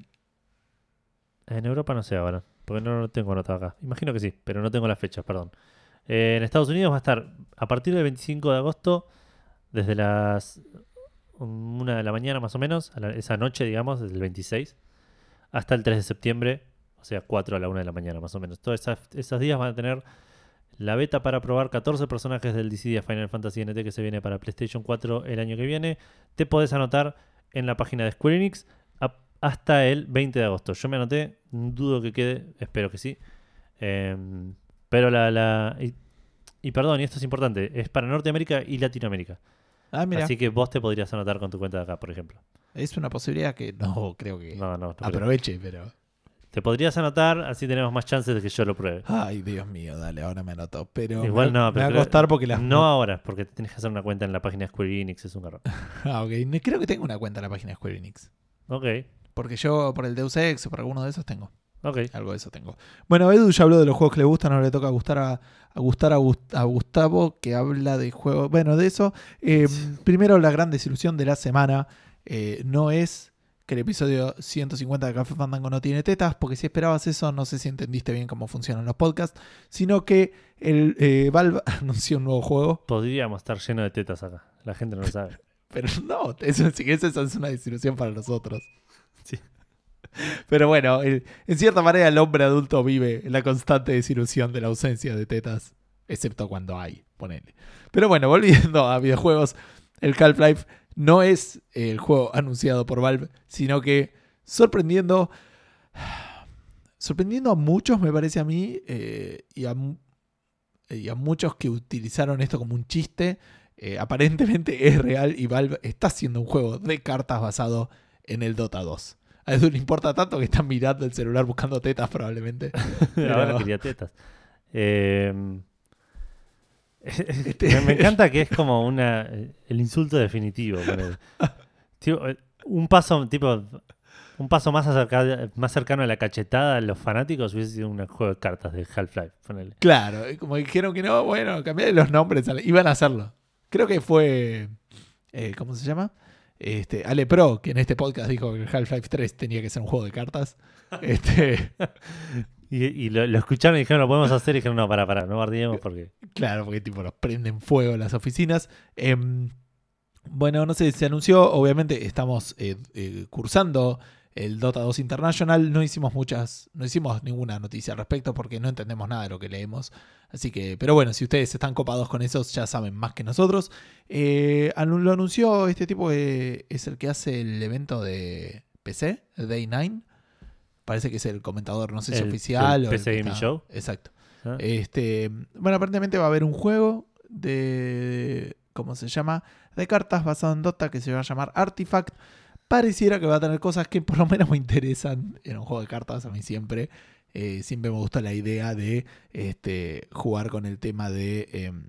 [SPEAKER 2] en Europa no sé ahora, porque no lo tengo anotado acá. Imagino que sí, pero no tengo las fechas, perdón. Eh, en Estados Unidos va a estar a partir del 25 de agosto, desde las 1 de la mañana más o menos, a la- esa noche, digamos, desde el 26, hasta el 3 de septiembre, o sea, 4 a la 1 de la mañana más o menos. Todos esas- esos días van a tener la beta para probar 14 personajes del DC de Final Fantasy NT que se viene para PlayStation 4 el año que viene. Te podés anotar en la página de Square Enix a- hasta el 20 de agosto. Yo me anoté, dudo que quede, espero que sí. Em, pero la... la y, y perdón, y esto es importante, es para Norteamérica y Latinoamérica.
[SPEAKER 1] Ah, mira,
[SPEAKER 2] Así que vos te podrías anotar con tu cuenta de acá, por ejemplo.
[SPEAKER 1] es una posibilidad que no creo que
[SPEAKER 2] No, no, no creo.
[SPEAKER 1] aproveche, Eh, ah, pero.
[SPEAKER 2] Te podrías anotar, así tenemos más chances de que yo lo pruebe.
[SPEAKER 1] Ay, Dios mío, dale, ahora me anoto. Pero
[SPEAKER 2] Igual
[SPEAKER 1] me, va-
[SPEAKER 2] no,
[SPEAKER 1] me
[SPEAKER 2] pero
[SPEAKER 1] va
[SPEAKER 2] creo-
[SPEAKER 1] a costar porque las.
[SPEAKER 2] No ahora, porque te tenés que hacer una cuenta en la página de Square Enix, es un garrón.
[SPEAKER 1] Ah, ok. No, Creo que tengo una cuenta en la página de Square Enix.
[SPEAKER 2] Ok,
[SPEAKER 1] Porque yo, por el Deus Ex o por alguno de esos, tengo.
[SPEAKER 2] ok.
[SPEAKER 1] Algo de eso tengo. Bueno, Edu ya habló de los juegos que le gustan, ahora le toca gustar a, a gustar a, Gus- a Gustavo, que habla de juegos. Bueno, de eso. eh, primero, la gran desilusión de la semana eh, no es que el episodio 150 de Café Fandango no tiene tetas, porque si esperabas eso, no sé si entendiste bien cómo funcionan los podcasts, sino que el eh, Valve anunció un nuevo juego.
[SPEAKER 2] Podríamos estar lleno de tetas acá. La gente no lo sabe.
[SPEAKER 1] Pero no, eso, sí, eso es una desilusión para nosotros.
[SPEAKER 2] Sí.
[SPEAKER 1] Pero bueno, el- en cierta manera el hombre adulto vive la constante desilusión de la ausencia de tetas, excepto cuando hay, ponele. Pero bueno, volviendo a videojuegos, el Half-Life no es el juego anunciado por Valve, sino que sorprendiendo... Sorprendiendo a muchos, me parece a mí, eh, y, a, mu- y a muchos que utilizaron esto como un chiste, eh, aparentemente es real y Valve está haciendo un juego de cartas basado en el Dota 2. A Edu le importa tanto que están mirando el celular buscando tetas probablemente. Pero-
[SPEAKER 2] Ahora quería tetas. Eh,
[SPEAKER 1] Este-
[SPEAKER 2] me, me encanta que es como una el insulto definitivo. ponele. Tipo, eh, un paso tipo un paso más, acerca- más cercano a la cachetada a los fanáticos hubiese sido un juego de cartas de Half-Life. ponele.
[SPEAKER 1] Claro, y como dijeron que no, bueno, cambiarle los nombres. a la- Iban a hacerlo. Creo que fue. eh, ¿Cómo se llama? Este, Ale Pro, que en este podcast dijo que Half-Life 3 tenía que ser un juego de cartas. Este,
[SPEAKER 2] Y, y lo, lo escucharon y dijeron, lo podemos hacer. Y dijeron, no, para, para, no bardiemos porque.
[SPEAKER 1] claro, porque tipo los prenden fuego las oficinas. Em, bueno, no sé, se anunció. Obviamente estamos eh, eh, cursando el Dota 2 International. No hicimos muchas, no hicimos ninguna noticia al respecto porque no entendemos nada de lo que leemos. Así que, pero bueno, si ustedes están copados con eso, ya saben más que nosotros. Eh, anu- lo anunció este tipo que es el que hace el evento de PC, el Day 9. Parece que es el comentador, no sé si
[SPEAKER 2] El-
[SPEAKER 1] oficial
[SPEAKER 2] el
[SPEAKER 1] o. el
[SPEAKER 2] PC
[SPEAKER 1] que
[SPEAKER 2] Gaming
[SPEAKER 1] está-
[SPEAKER 2] Show. Ah.
[SPEAKER 1] Exacto.
[SPEAKER 2] ¿no?
[SPEAKER 1] Este, bueno, aparentemente va a haber un juego de. ¿Cómo se llama? De cartas basado en Dota que se va a llamar Artifact. Pareciera que va a tener cosas que por lo menos me interesan en un juego de cartas a mí siempre. Eh, siempre me gusta la idea de este, jugar con el tema de, em,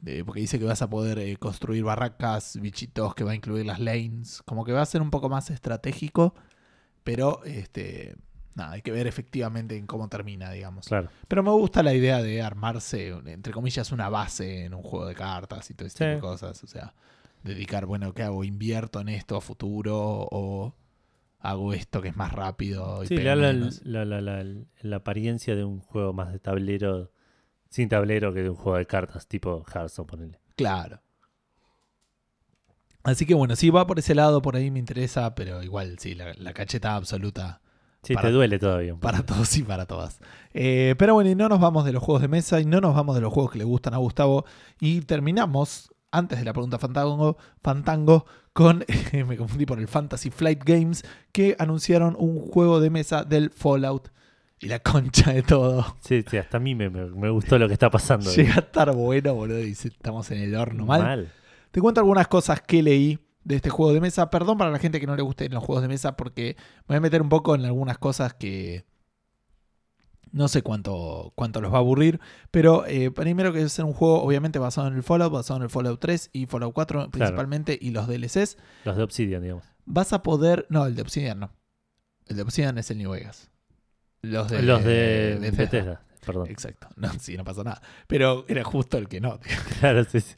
[SPEAKER 1] de- Porque dice que vas a poder eh, construir barracas, bichitos, que va a incluir las lanes. Como que va a ser un poco más estratégico. Pero este, nada, hay que ver efectivamente en cómo termina, digamos.
[SPEAKER 2] claro.
[SPEAKER 1] Pero me gusta la idea de armarse, entre comillas, una base en un juego de cartas y todo ese
[SPEAKER 2] Sí.
[SPEAKER 1] tipo de cosas. O sea, dedicar, bueno, ¿qué hago? ¿Invierto en esto a futuro? ¿O hago esto que es más rápido? Y
[SPEAKER 2] Sí, le
[SPEAKER 1] pega
[SPEAKER 2] da la,
[SPEAKER 1] menos?
[SPEAKER 2] la- la- la- la apariencia de un juego más de tablero, sin tablero que de un juego de cartas, tipo Hearthstone, ponele.
[SPEAKER 1] Claro. Así que bueno, sí, va por ese lado, por ahí me interesa, pero igual, sí, la, la cachetada absoluta
[SPEAKER 2] Sí,
[SPEAKER 1] Para-
[SPEAKER 2] te duele todavía. un poco.
[SPEAKER 1] para todos y para todas. Eh, pero bueno, y no nos vamos de los juegos de mesa y no nos vamos de los juegos que le gustan a Gustavo. Y terminamos, antes de la pregunta fantango, fantango con, me confundí por el Fantasy Flight Games, que anunciaron un juego de mesa del Fallout. Y la concha de todo.
[SPEAKER 2] Sí, sí, hasta a mí me, me- me gustó lo que está pasando.
[SPEAKER 1] Llega a estar bueno, boludo. Dice, estamos en el horno mal.
[SPEAKER 2] Mal.
[SPEAKER 1] Te cuento algunas cosas que leí de este juego de mesa. Perdón para la gente que no le gusten los juegos de mesa porque me voy a meter un poco en algunas cosas que no sé cuánto, cuánto los va a aburrir. Pero eh, primero que es un juego obviamente basado en el Fallout, basado en el Fallout 3 y Fallout 4 principalmente y los DLCs.
[SPEAKER 2] Los de Obsidian, digamos.
[SPEAKER 1] Vas a poder... No, el de Obsidian no. El de Obsidian es el New Vegas. Los de,
[SPEAKER 2] Los de, Bethesda. Perdón.
[SPEAKER 1] Exacto. No, sí, no pasa nada. Pero era justo el que no.
[SPEAKER 2] Claro, sí, sí.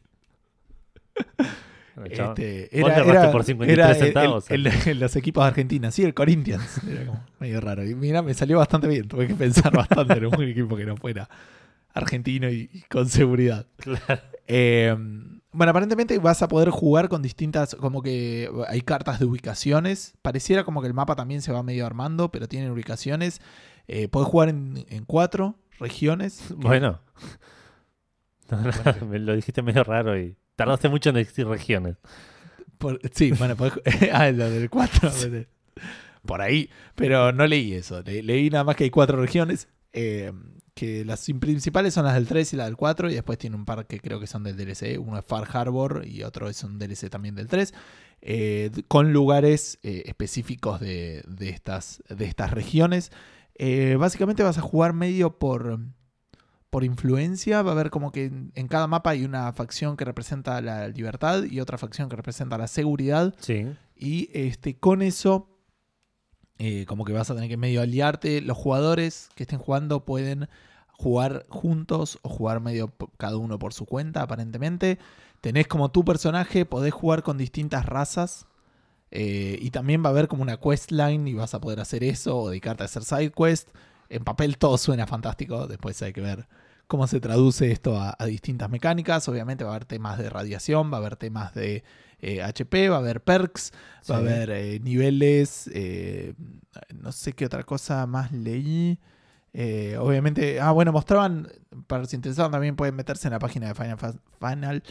[SPEAKER 2] Bueno, chabón.
[SPEAKER 1] Este,
[SPEAKER 2] Vos
[SPEAKER 1] era,
[SPEAKER 2] cerraste
[SPEAKER 1] era-
[SPEAKER 2] por 53
[SPEAKER 1] era el-
[SPEAKER 2] centavos,
[SPEAKER 1] el- el- los equipos de Argentina, sí, el Corinthians. Era como medio raro. Y mira, me salió bastante bien. Tuve que pensar bastante en un equipo que no fuera argentino y, y con seguridad.
[SPEAKER 2] Claro.
[SPEAKER 1] Eh, bueno, aparentemente vas a poder jugar con distintas. Como que hay cartas de ubicaciones. Pareciera como que el mapa también se va medio armando, pero tiene ubicaciones. Eh, podés jugar en, en cuatro regiones.
[SPEAKER 2] Bueno. No, no, me lo dijiste medio raro y tardaste mucho en decir regiones.
[SPEAKER 1] Por- sí, bueno, podés ju- ah, lo del 4. Por ahí. Pero no leí eso. Le- leí nada más que hay cuatro regiones. eh, que las in- principales son las del 3 y la del 4. Y después tiene un par que creo que son del DLC. Uno es Far Harbor y otro es un DLC también del 3. eh, d- con lugares eh, específicos de, de estas, de estas regiones. Eh, básicamente vas a jugar medio por por influencia, va a haber como que en, en cada mapa hay una facción que representa la libertad y otra facción que representa la seguridad.
[SPEAKER 2] Sí.
[SPEAKER 1] Y este, con eso, eh, como que vas a tener que medio aliarte. Los jugadores que estén jugando pueden jugar juntos o jugar medio p- cada uno por su cuenta, aparentemente. Tenés como tu personaje, podés jugar con distintas razas. eh, y también va a haber como una questline y vas a poder hacer eso o dedicarte a hacer side quest. En papel todo suena fantástico, después hay que ver cómo se traduce esto a, a distintas mecánicas. Obviamente va a haber temas de radiación, va a haber temas de eh, HP, va a haber perks,
[SPEAKER 2] Sí.
[SPEAKER 1] va a haber eh, niveles, eh, no sé qué otra cosa más leí. Eh, obviamente, ah, bueno, mostraban, para los interesados también pueden meterse en la página de Final, Fa- Final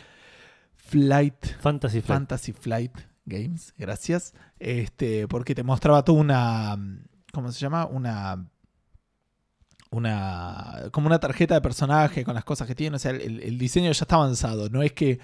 [SPEAKER 1] Flight
[SPEAKER 2] Fantasy Flight.
[SPEAKER 1] Fantasy Flight Games, gracias. Este, porque te mostraba toda una. ¿Cómo se llama? Una. Una. como una tarjeta de personaje con las cosas que tiene. O sea, el, el diseño ya está avanzado. No es que.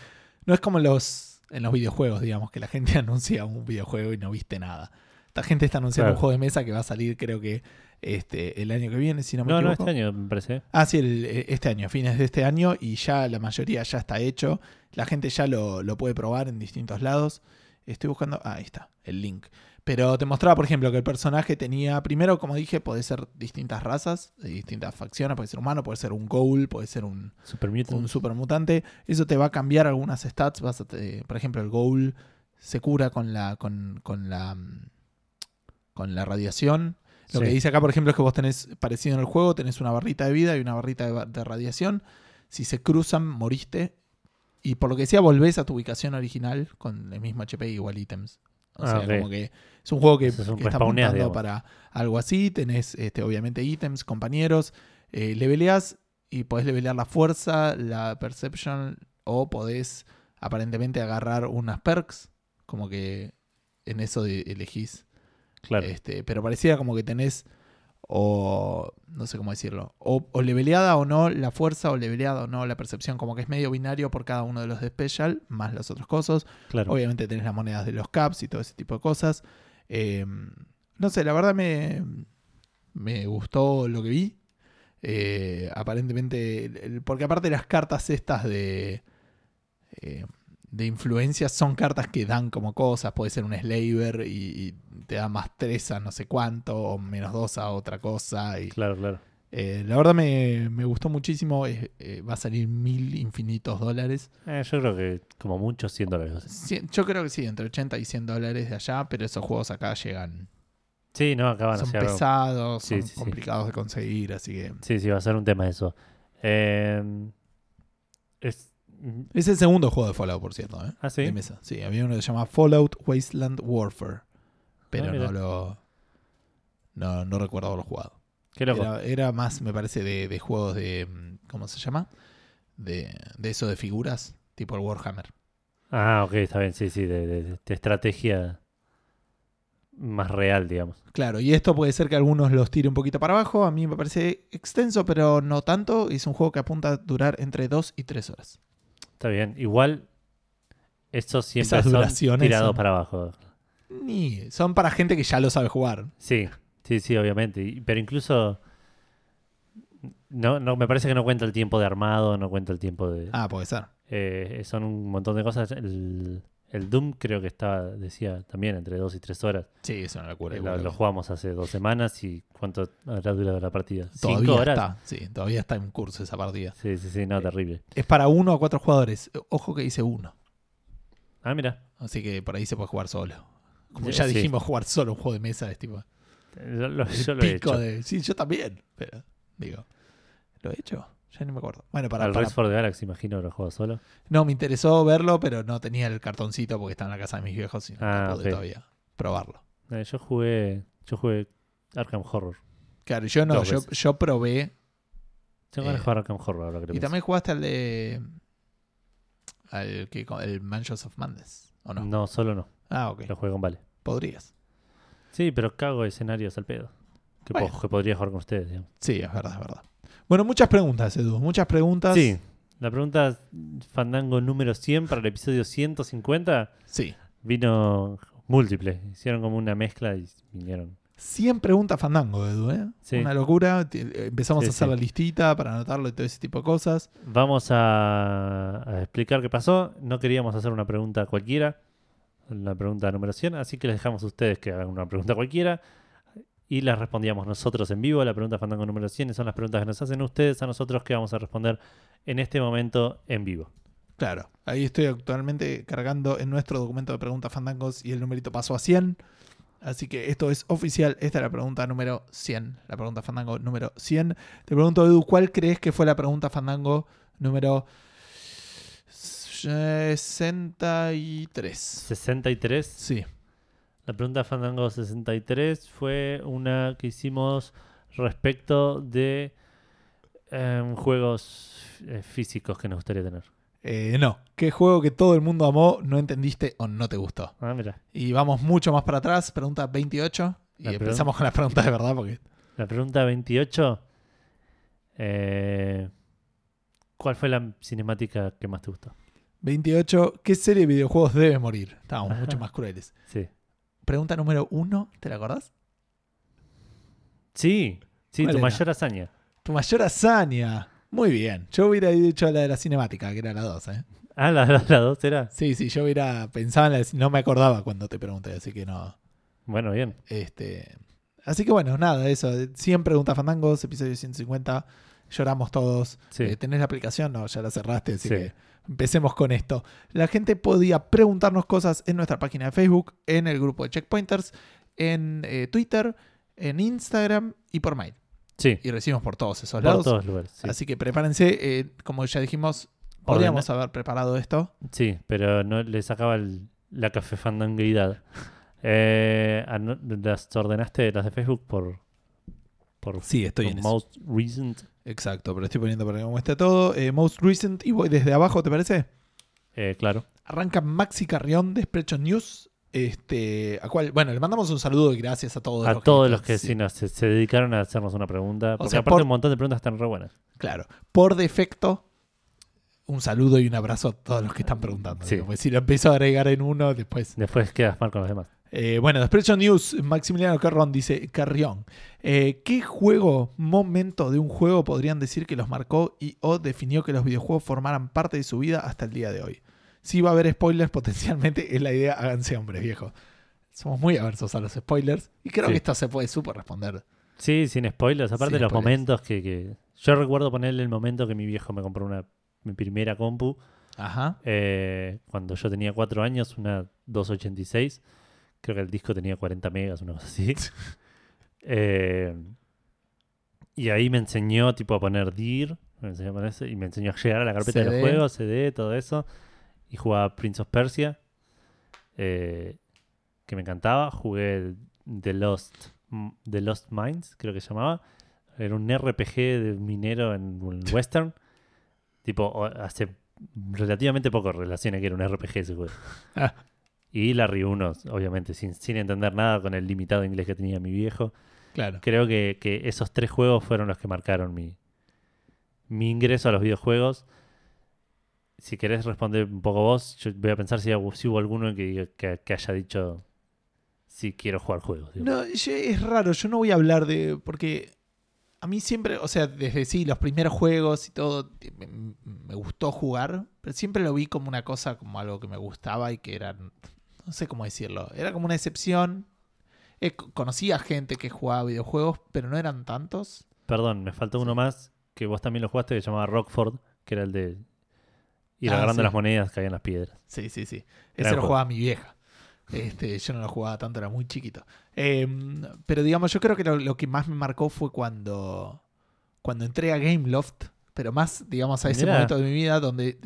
[SPEAKER 1] No es como los. en los videojuegos, digamos, que la gente anuncia un videojuego y no viste nada. Esta gente está anunciando
[SPEAKER 2] Claro.
[SPEAKER 1] un juego de mesa que va a salir, creo que. Este, el año que viene, si no me
[SPEAKER 2] no, no,
[SPEAKER 1] equivoco.
[SPEAKER 2] este año me parece.
[SPEAKER 1] Ah, sí, el- este año, fines de este año, y ya la mayoría ya está hecho. La gente ya lo, lo puede probar en distintos lados. Estoy buscando. Ah, ahí está, el link. Pero te mostraba, por ejemplo, que el personaje tenía. Primero, como dije, puede ser distintas razas, de distintas facciones, puede ser humano, puede ser un ghoul, puede ser un,
[SPEAKER 2] Super
[SPEAKER 1] un
[SPEAKER 2] Mutant.
[SPEAKER 1] supermutante. Eso te va a cambiar algunas stats. Vas a te- por ejemplo, el Goul se cura con la. con, con la. mm, con la radiación. Lo
[SPEAKER 2] Sí.
[SPEAKER 1] que dice acá, por ejemplo, es que vos tenés, parecido en el juego, tenés una barrita de vida y una barrita de, ba- de radiación. Si se cruzan, moriste. Y por lo que sea, volvés a tu ubicación original con el mismo HP y igual ítems. O
[SPEAKER 2] Ah,
[SPEAKER 1] sea,
[SPEAKER 2] ok.
[SPEAKER 1] como que es un juego que,
[SPEAKER 2] Es un
[SPEAKER 1] que está
[SPEAKER 2] respawneas,
[SPEAKER 1] apuntando
[SPEAKER 2] digamos.
[SPEAKER 1] para algo así. Tenés, este, obviamente, ítems, compañeros. Eh, leveleás y podés levelear la fuerza, la perception, o podés aparentemente agarrar unas perks, como que en eso de- elegís.
[SPEAKER 2] Claro.
[SPEAKER 1] Este, pero parecía como que tenés, o no sé cómo decirlo, o, o leveleada o no la fuerza, o leveleada o no la percepción, como que es medio binario por cada uno de los de special, más los otros cosos.
[SPEAKER 2] claro.
[SPEAKER 1] Obviamente tenés las monedas de los caps y todo ese tipo de cosas. Eh, no sé, la verdad me, me gustó lo que vi. Eh, aparentemente, el- el- porque aparte las cartas estas de, eh, de influencia son cartas que dan como cosas. Puede ser un Slaver y, y te da más 3 a no sé cuánto, o menos 2 a otra cosa. y-
[SPEAKER 2] Claro, claro.
[SPEAKER 1] eh, la verdad me, me gustó muchísimo. Es- eh, va a salir mil infinitos dólares.
[SPEAKER 2] Eh, yo creo que como mucho 100 dólares.
[SPEAKER 1] Cien- yo creo que sí, entre 80 y 100 dólares de allá, pero esos juegos acá llegan.
[SPEAKER 2] Sí, no, acaban
[SPEAKER 1] son
[SPEAKER 2] hacia
[SPEAKER 1] pesados,
[SPEAKER 2] Sí,
[SPEAKER 1] son
[SPEAKER 2] sí, sí.
[SPEAKER 1] complicados de conseguir, así que.
[SPEAKER 2] Sí, sí, va a ser un tema eso. Eh, es...
[SPEAKER 1] Es el segundo juego de Fallout, por cierto, ¿eh?
[SPEAKER 2] Ah, sí.
[SPEAKER 1] de mesa. Sí, había uno que se llama Fallout Wasteland Warfare, pero
[SPEAKER 2] Ah, mira.
[SPEAKER 1] no lo. No, no recuerdo haberlo jugado.
[SPEAKER 2] Qué loco.
[SPEAKER 1] Era, era más, me parece, de, de juegos de. mm, ¿Cómo se llama? De, de eso de figuras, tipo el Warhammer.
[SPEAKER 2] Ah, ok, está bien. Sí, sí, de, de- de estrategia más real, digamos.
[SPEAKER 1] Claro, y esto puede ser que algunos los tire un poquito para abajo. A mí me parece extenso, pero no tanto. Es un juego que apunta a durar entre 2 y 3 horas.
[SPEAKER 2] Está bien. Igual, estos siempre
[SPEAKER 1] Esas
[SPEAKER 2] son
[SPEAKER 1] duraciones
[SPEAKER 2] tirados
[SPEAKER 1] son-
[SPEAKER 2] para abajo.
[SPEAKER 1] Ni, son para gente que ya lo sabe jugar.
[SPEAKER 2] Sí, sí, sí, obviamente. Y- Pero incluso... No, no, me parece que no cuenta el tiempo de armado, no cuenta el tiempo de...
[SPEAKER 1] Ah, puede ser.
[SPEAKER 2] Eh, son un montón de cosas. El, El Doom creo que estaba, decía, también entre 2 y 3 horas.
[SPEAKER 1] Sí, es una locura.
[SPEAKER 2] Eh,
[SPEAKER 1] igual.
[SPEAKER 2] Lo, lo jugamos hace dos semanas y ¿cuánto habrá durado la partida?
[SPEAKER 1] todavía
[SPEAKER 2] ¿Cinco horas?
[SPEAKER 1] está. Eh, Sí, todavía está en curso esa partida.
[SPEAKER 2] Sí, sí, sí, no, terrible.
[SPEAKER 1] Es para uno a cuatro jugadores. Ojo que dice uno.
[SPEAKER 2] Ah, mira,
[SPEAKER 1] Así que por ahí se puede jugar solo. Como
[SPEAKER 2] Sí,
[SPEAKER 1] ya
[SPEAKER 2] sí.
[SPEAKER 1] dijimos, jugar solo un juego de mesa es tipo.
[SPEAKER 2] yo, lo-
[SPEAKER 1] el
[SPEAKER 2] yo lo he
[SPEAKER 1] pico
[SPEAKER 2] hecho.
[SPEAKER 1] de. Sí, yo también. Pero, digo, ¿lo he hecho? Ya no me acuerdo. Bueno, para.
[SPEAKER 2] Al
[SPEAKER 1] para-
[SPEAKER 2] Rise for the Galaxy, imagino, que lo juego solo.
[SPEAKER 1] No, me interesó verlo, pero no tenía el cartoncito porque estaba en la casa de mis viejos y no
[SPEAKER 2] Ah,
[SPEAKER 1] pude
[SPEAKER 2] ok.
[SPEAKER 1] todavía probarlo.
[SPEAKER 2] Eh, yo jugué, yo jugué Arkham Horror.
[SPEAKER 1] Claro, yo no,
[SPEAKER 2] Dos
[SPEAKER 1] yo,
[SPEAKER 2] veces.
[SPEAKER 1] yo probé.
[SPEAKER 2] Tengo
[SPEAKER 1] Eh,
[SPEAKER 2] ganas de jugar Arkham Horror ahora que
[SPEAKER 1] Y
[SPEAKER 2] lo pienso.
[SPEAKER 1] también jugaste al de. Al que con- el Mansions of Madness, ¿o no?
[SPEAKER 2] no. solo no.
[SPEAKER 1] Ah, ok.
[SPEAKER 2] Lo jugué con Vale.
[SPEAKER 1] Podrías.
[SPEAKER 2] Sí, pero cago escenarios al pedo. Que,
[SPEAKER 1] Bueno.
[SPEAKER 2] po- que podría jugar con ustedes, digamos.
[SPEAKER 1] Sí, es verdad, es verdad. Bueno, muchas preguntas, Edu. Muchas preguntas.
[SPEAKER 2] Sí. La pregunta Fandango número 100 para el episodio 150
[SPEAKER 1] Sí.
[SPEAKER 2] vino múltiple. Hicieron como una mezcla y vinieron.
[SPEAKER 1] 100 preguntas fandango, Edu, ¿eh?
[SPEAKER 2] Sí.
[SPEAKER 1] Una locura. Te- eh, Empezamos
[SPEAKER 2] Sí,
[SPEAKER 1] a hacer
[SPEAKER 2] sí.
[SPEAKER 1] la listita para anotarlo y todo ese tipo de cosas.
[SPEAKER 2] Vamos a, a explicar qué pasó. No queríamos hacer una pregunta cualquiera, la pregunta número 100, así que les dejamos a ustedes que hagan una pregunta cualquiera y las respondíamos nosotros en vivo. La pregunta Fandango número 100 son las preguntas que nos hacen ustedes a nosotros que vamos a responder en este momento en vivo.
[SPEAKER 1] Claro. Ahí estoy actualmente cargando en nuestro documento de preguntas fandangos y el numerito pasó a 100. Así que esto es oficial. Esta es la pregunta número 100. La pregunta fandango número 100. Te pregunto, Edu, ¿cuál crees que fue la pregunta fandango número 63?
[SPEAKER 2] 63.
[SPEAKER 1] Sí.
[SPEAKER 2] La pregunta Fandango 63 fue una que hicimos respecto de em, juegos eh, físicos que nos gustaría tener.
[SPEAKER 1] Eh, no. ¿Qué juego que todo el mundo amó no entendiste o no te gustó?
[SPEAKER 2] Ah, mira.
[SPEAKER 1] Y vamos mucho más para atrás, pregunta 28. Y
[SPEAKER 2] La pregun-
[SPEAKER 1] empezamos con las preguntas de verdad porque...
[SPEAKER 2] La pregunta 28. eh, ¿Cuál fue la cinemática que más te gustó?
[SPEAKER 1] 28. ¿Qué serie de videojuegos debe morir? Estábamos mucho más crueles.
[SPEAKER 2] Sí.
[SPEAKER 1] Pregunta número 1, ¿te la acordás?
[SPEAKER 2] Sí, sí,
[SPEAKER 1] ¿Cuál
[SPEAKER 2] tu
[SPEAKER 1] era?
[SPEAKER 2] mayor hazaña.
[SPEAKER 1] Tu mayor hazaña. Muy bien. Yo hubiera dicho la de la cinemática, que era la 2, ¿eh?
[SPEAKER 2] Ah, la, la, la dos era.
[SPEAKER 1] Sí, sí, yo hubiera pensado en la... de- No me acordaba cuando te pregunté, así que no.
[SPEAKER 2] Bueno, bien.
[SPEAKER 1] Este, así que bueno, nada, eso. 100 preguntas fandangos, episodio 150. Lloramos todos.
[SPEAKER 2] Sí.
[SPEAKER 1] Eh, ¿Tenés la aplicación? No, ya la cerraste, así
[SPEAKER 2] Sí.
[SPEAKER 1] que empecemos con esto. La gente podía preguntarnos cosas en nuestra página de Facebook, en el grupo de Checkpointers, en eh, Twitter, en Instagram y por mail.
[SPEAKER 2] Sí,
[SPEAKER 1] Y recibimos por todos esos
[SPEAKER 2] por
[SPEAKER 1] lados.
[SPEAKER 2] todos lugares. Sí.
[SPEAKER 1] Así que prepárense, eh, como ya dijimos, podríamos haber preparado esto.
[SPEAKER 2] Sí, pero no le sacaba el- la café fandangueidad. Eh, a no- las ordenaste las de Facebook por, por
[SPEAKER 1] Sí, estoy en eso.
[SPEAKER 2] most recent.
[SPEAKER 1] Exacto, pero estoy poniendo para que como esté todo. Eh, most recent y voy desde abajo, ¿te parece?
[SPEAKER 2] Eh, claro.
[SPEAKER 1] Arranca Maxi Carrión de Sprecho News. Este, a cual, bueno, le mandamos un saludo y gracias a todos.
[SPEAKER 2] a todos los que
[SPEAKER 1] sí.
[SPEAKER 2] sí nos- se, se dedicaron a hacernos una pregunta. Porque
[SPEAKER 1] sea,
[SPEAKER 2] aparte
[SPEAKER 1] por-
[SPEAKER 2] un montón de preguntas están re buenas.
[SPEAKER 1] Claro. Por defecto, un saludo y un abrazo a todos los que están preguntando.
[SPEAKER 2] Sí.
[SPEAKER 1] digo, pues si lo empiezo a agregar en uno, después.
[SPEAKER 2] Después quedas mal con los demás.
[SPEAKER 1] Eh, bueno, de Sprecho News, Maximiliano Carrón dice, Carrión, eh, ¿qué juego, momento de un juego podrían decir que los marcó y o definió que los videojuegos formaran parte de su vida hasta el día de hoy? Si va a haber spoilers, potencialmente es la idea, háganse hombres, viejo. Somos muy aversos a los spoilers y creo
[SPEAKER 2] Sí.
[SPEAKER 1] que esto se puede super responder.
[SPEAKER 2] Sí, sin spoilers. Aparte
[SPEAKER 1] Sin
[SPEAKER 2] los
[SPEAKER 1] spoilers.
[SPEAKER 2] momentos que, que- Yo recuerdo ponerle el momento que mi viejo me compró una mi primera compu.
[SPEAKER 1] Ajá.
[SPEAKER 2] eh, cuando yo tenía 4 años, una 286. Creo que el disco tenía 40 megas, una cosa así. Eh, y ahí me enseñó tipo a poner DIR. Me enseñó a poner eso, y me enseñó a llegar a la carpeta de
[SPEAKER 1] CD.
[SPEAKER 2] los juegos, CD, todo eso. Y jugaba Prince of Persia. eh, que me encantaba. Jugué el The Lost, The Lost Mines, creo que se llamaba. Era un RPG de minero en un western. Tipo, o- hace relativamente poco relaciona que era un RPG ese juego.
[SPEAKER 1] Ah.
[SPEAKER 2] y la ri uno, obviamente, sin, sin entender nada con el limitado inglés que tenía mi viejo.
[SPEAKER 1] Claro.
[SPEAKER 2] Creo que, que esos tres juegos fueron los que marcaron mi, mi ingreso a los videojuegos. Si querés responder un poco vos, yo voy a pensar si, hubo- si hubo alguno en que, diga- que, que haya dicho si quiero jugar juegos. digo.
[SPEAKER 1] No, yo- es raro, yo no voy a hablar de. Porque A mí siempre, o sea, desde sí, los primeros juegos y todo, me, me gustó jugar, pero siempre lo vi como una cosa, como algo que me gustaba y que era, no sé cómo decirlo, era como una excepción. Eh, conocía gente que jugaba videojuegos, pero no eran tantos.
[SPEAKER 2] Perdón, me faltó uno más que vos también lo jugaste que se llamaba Rockford, que era el de ir
[SPEAKER 1] Ah,
[SPEAKER 2] agarrando
[SPEAKER 1] sí.
[SPEAKER 2] las monedas, caían las piedras.
[SPEAKER 1] Sí, sí, sí. Ese
[SPEAKER 2] Gran
[SPEAKER 1] lo
[SPEAKER 2] juego.
[SPEAKER 1] jugaba mi vieja. Este, yo no lo jugaba tanto, era muy chiquito. Eh, pero digamos, yo creo que lo, lo que más me marcó fue cuando, cuando entré a Gameloft, pero más, digamos, a ese
[SPEAKER 2] Mirá.
[SPEAKER 1] momento de mi vida donde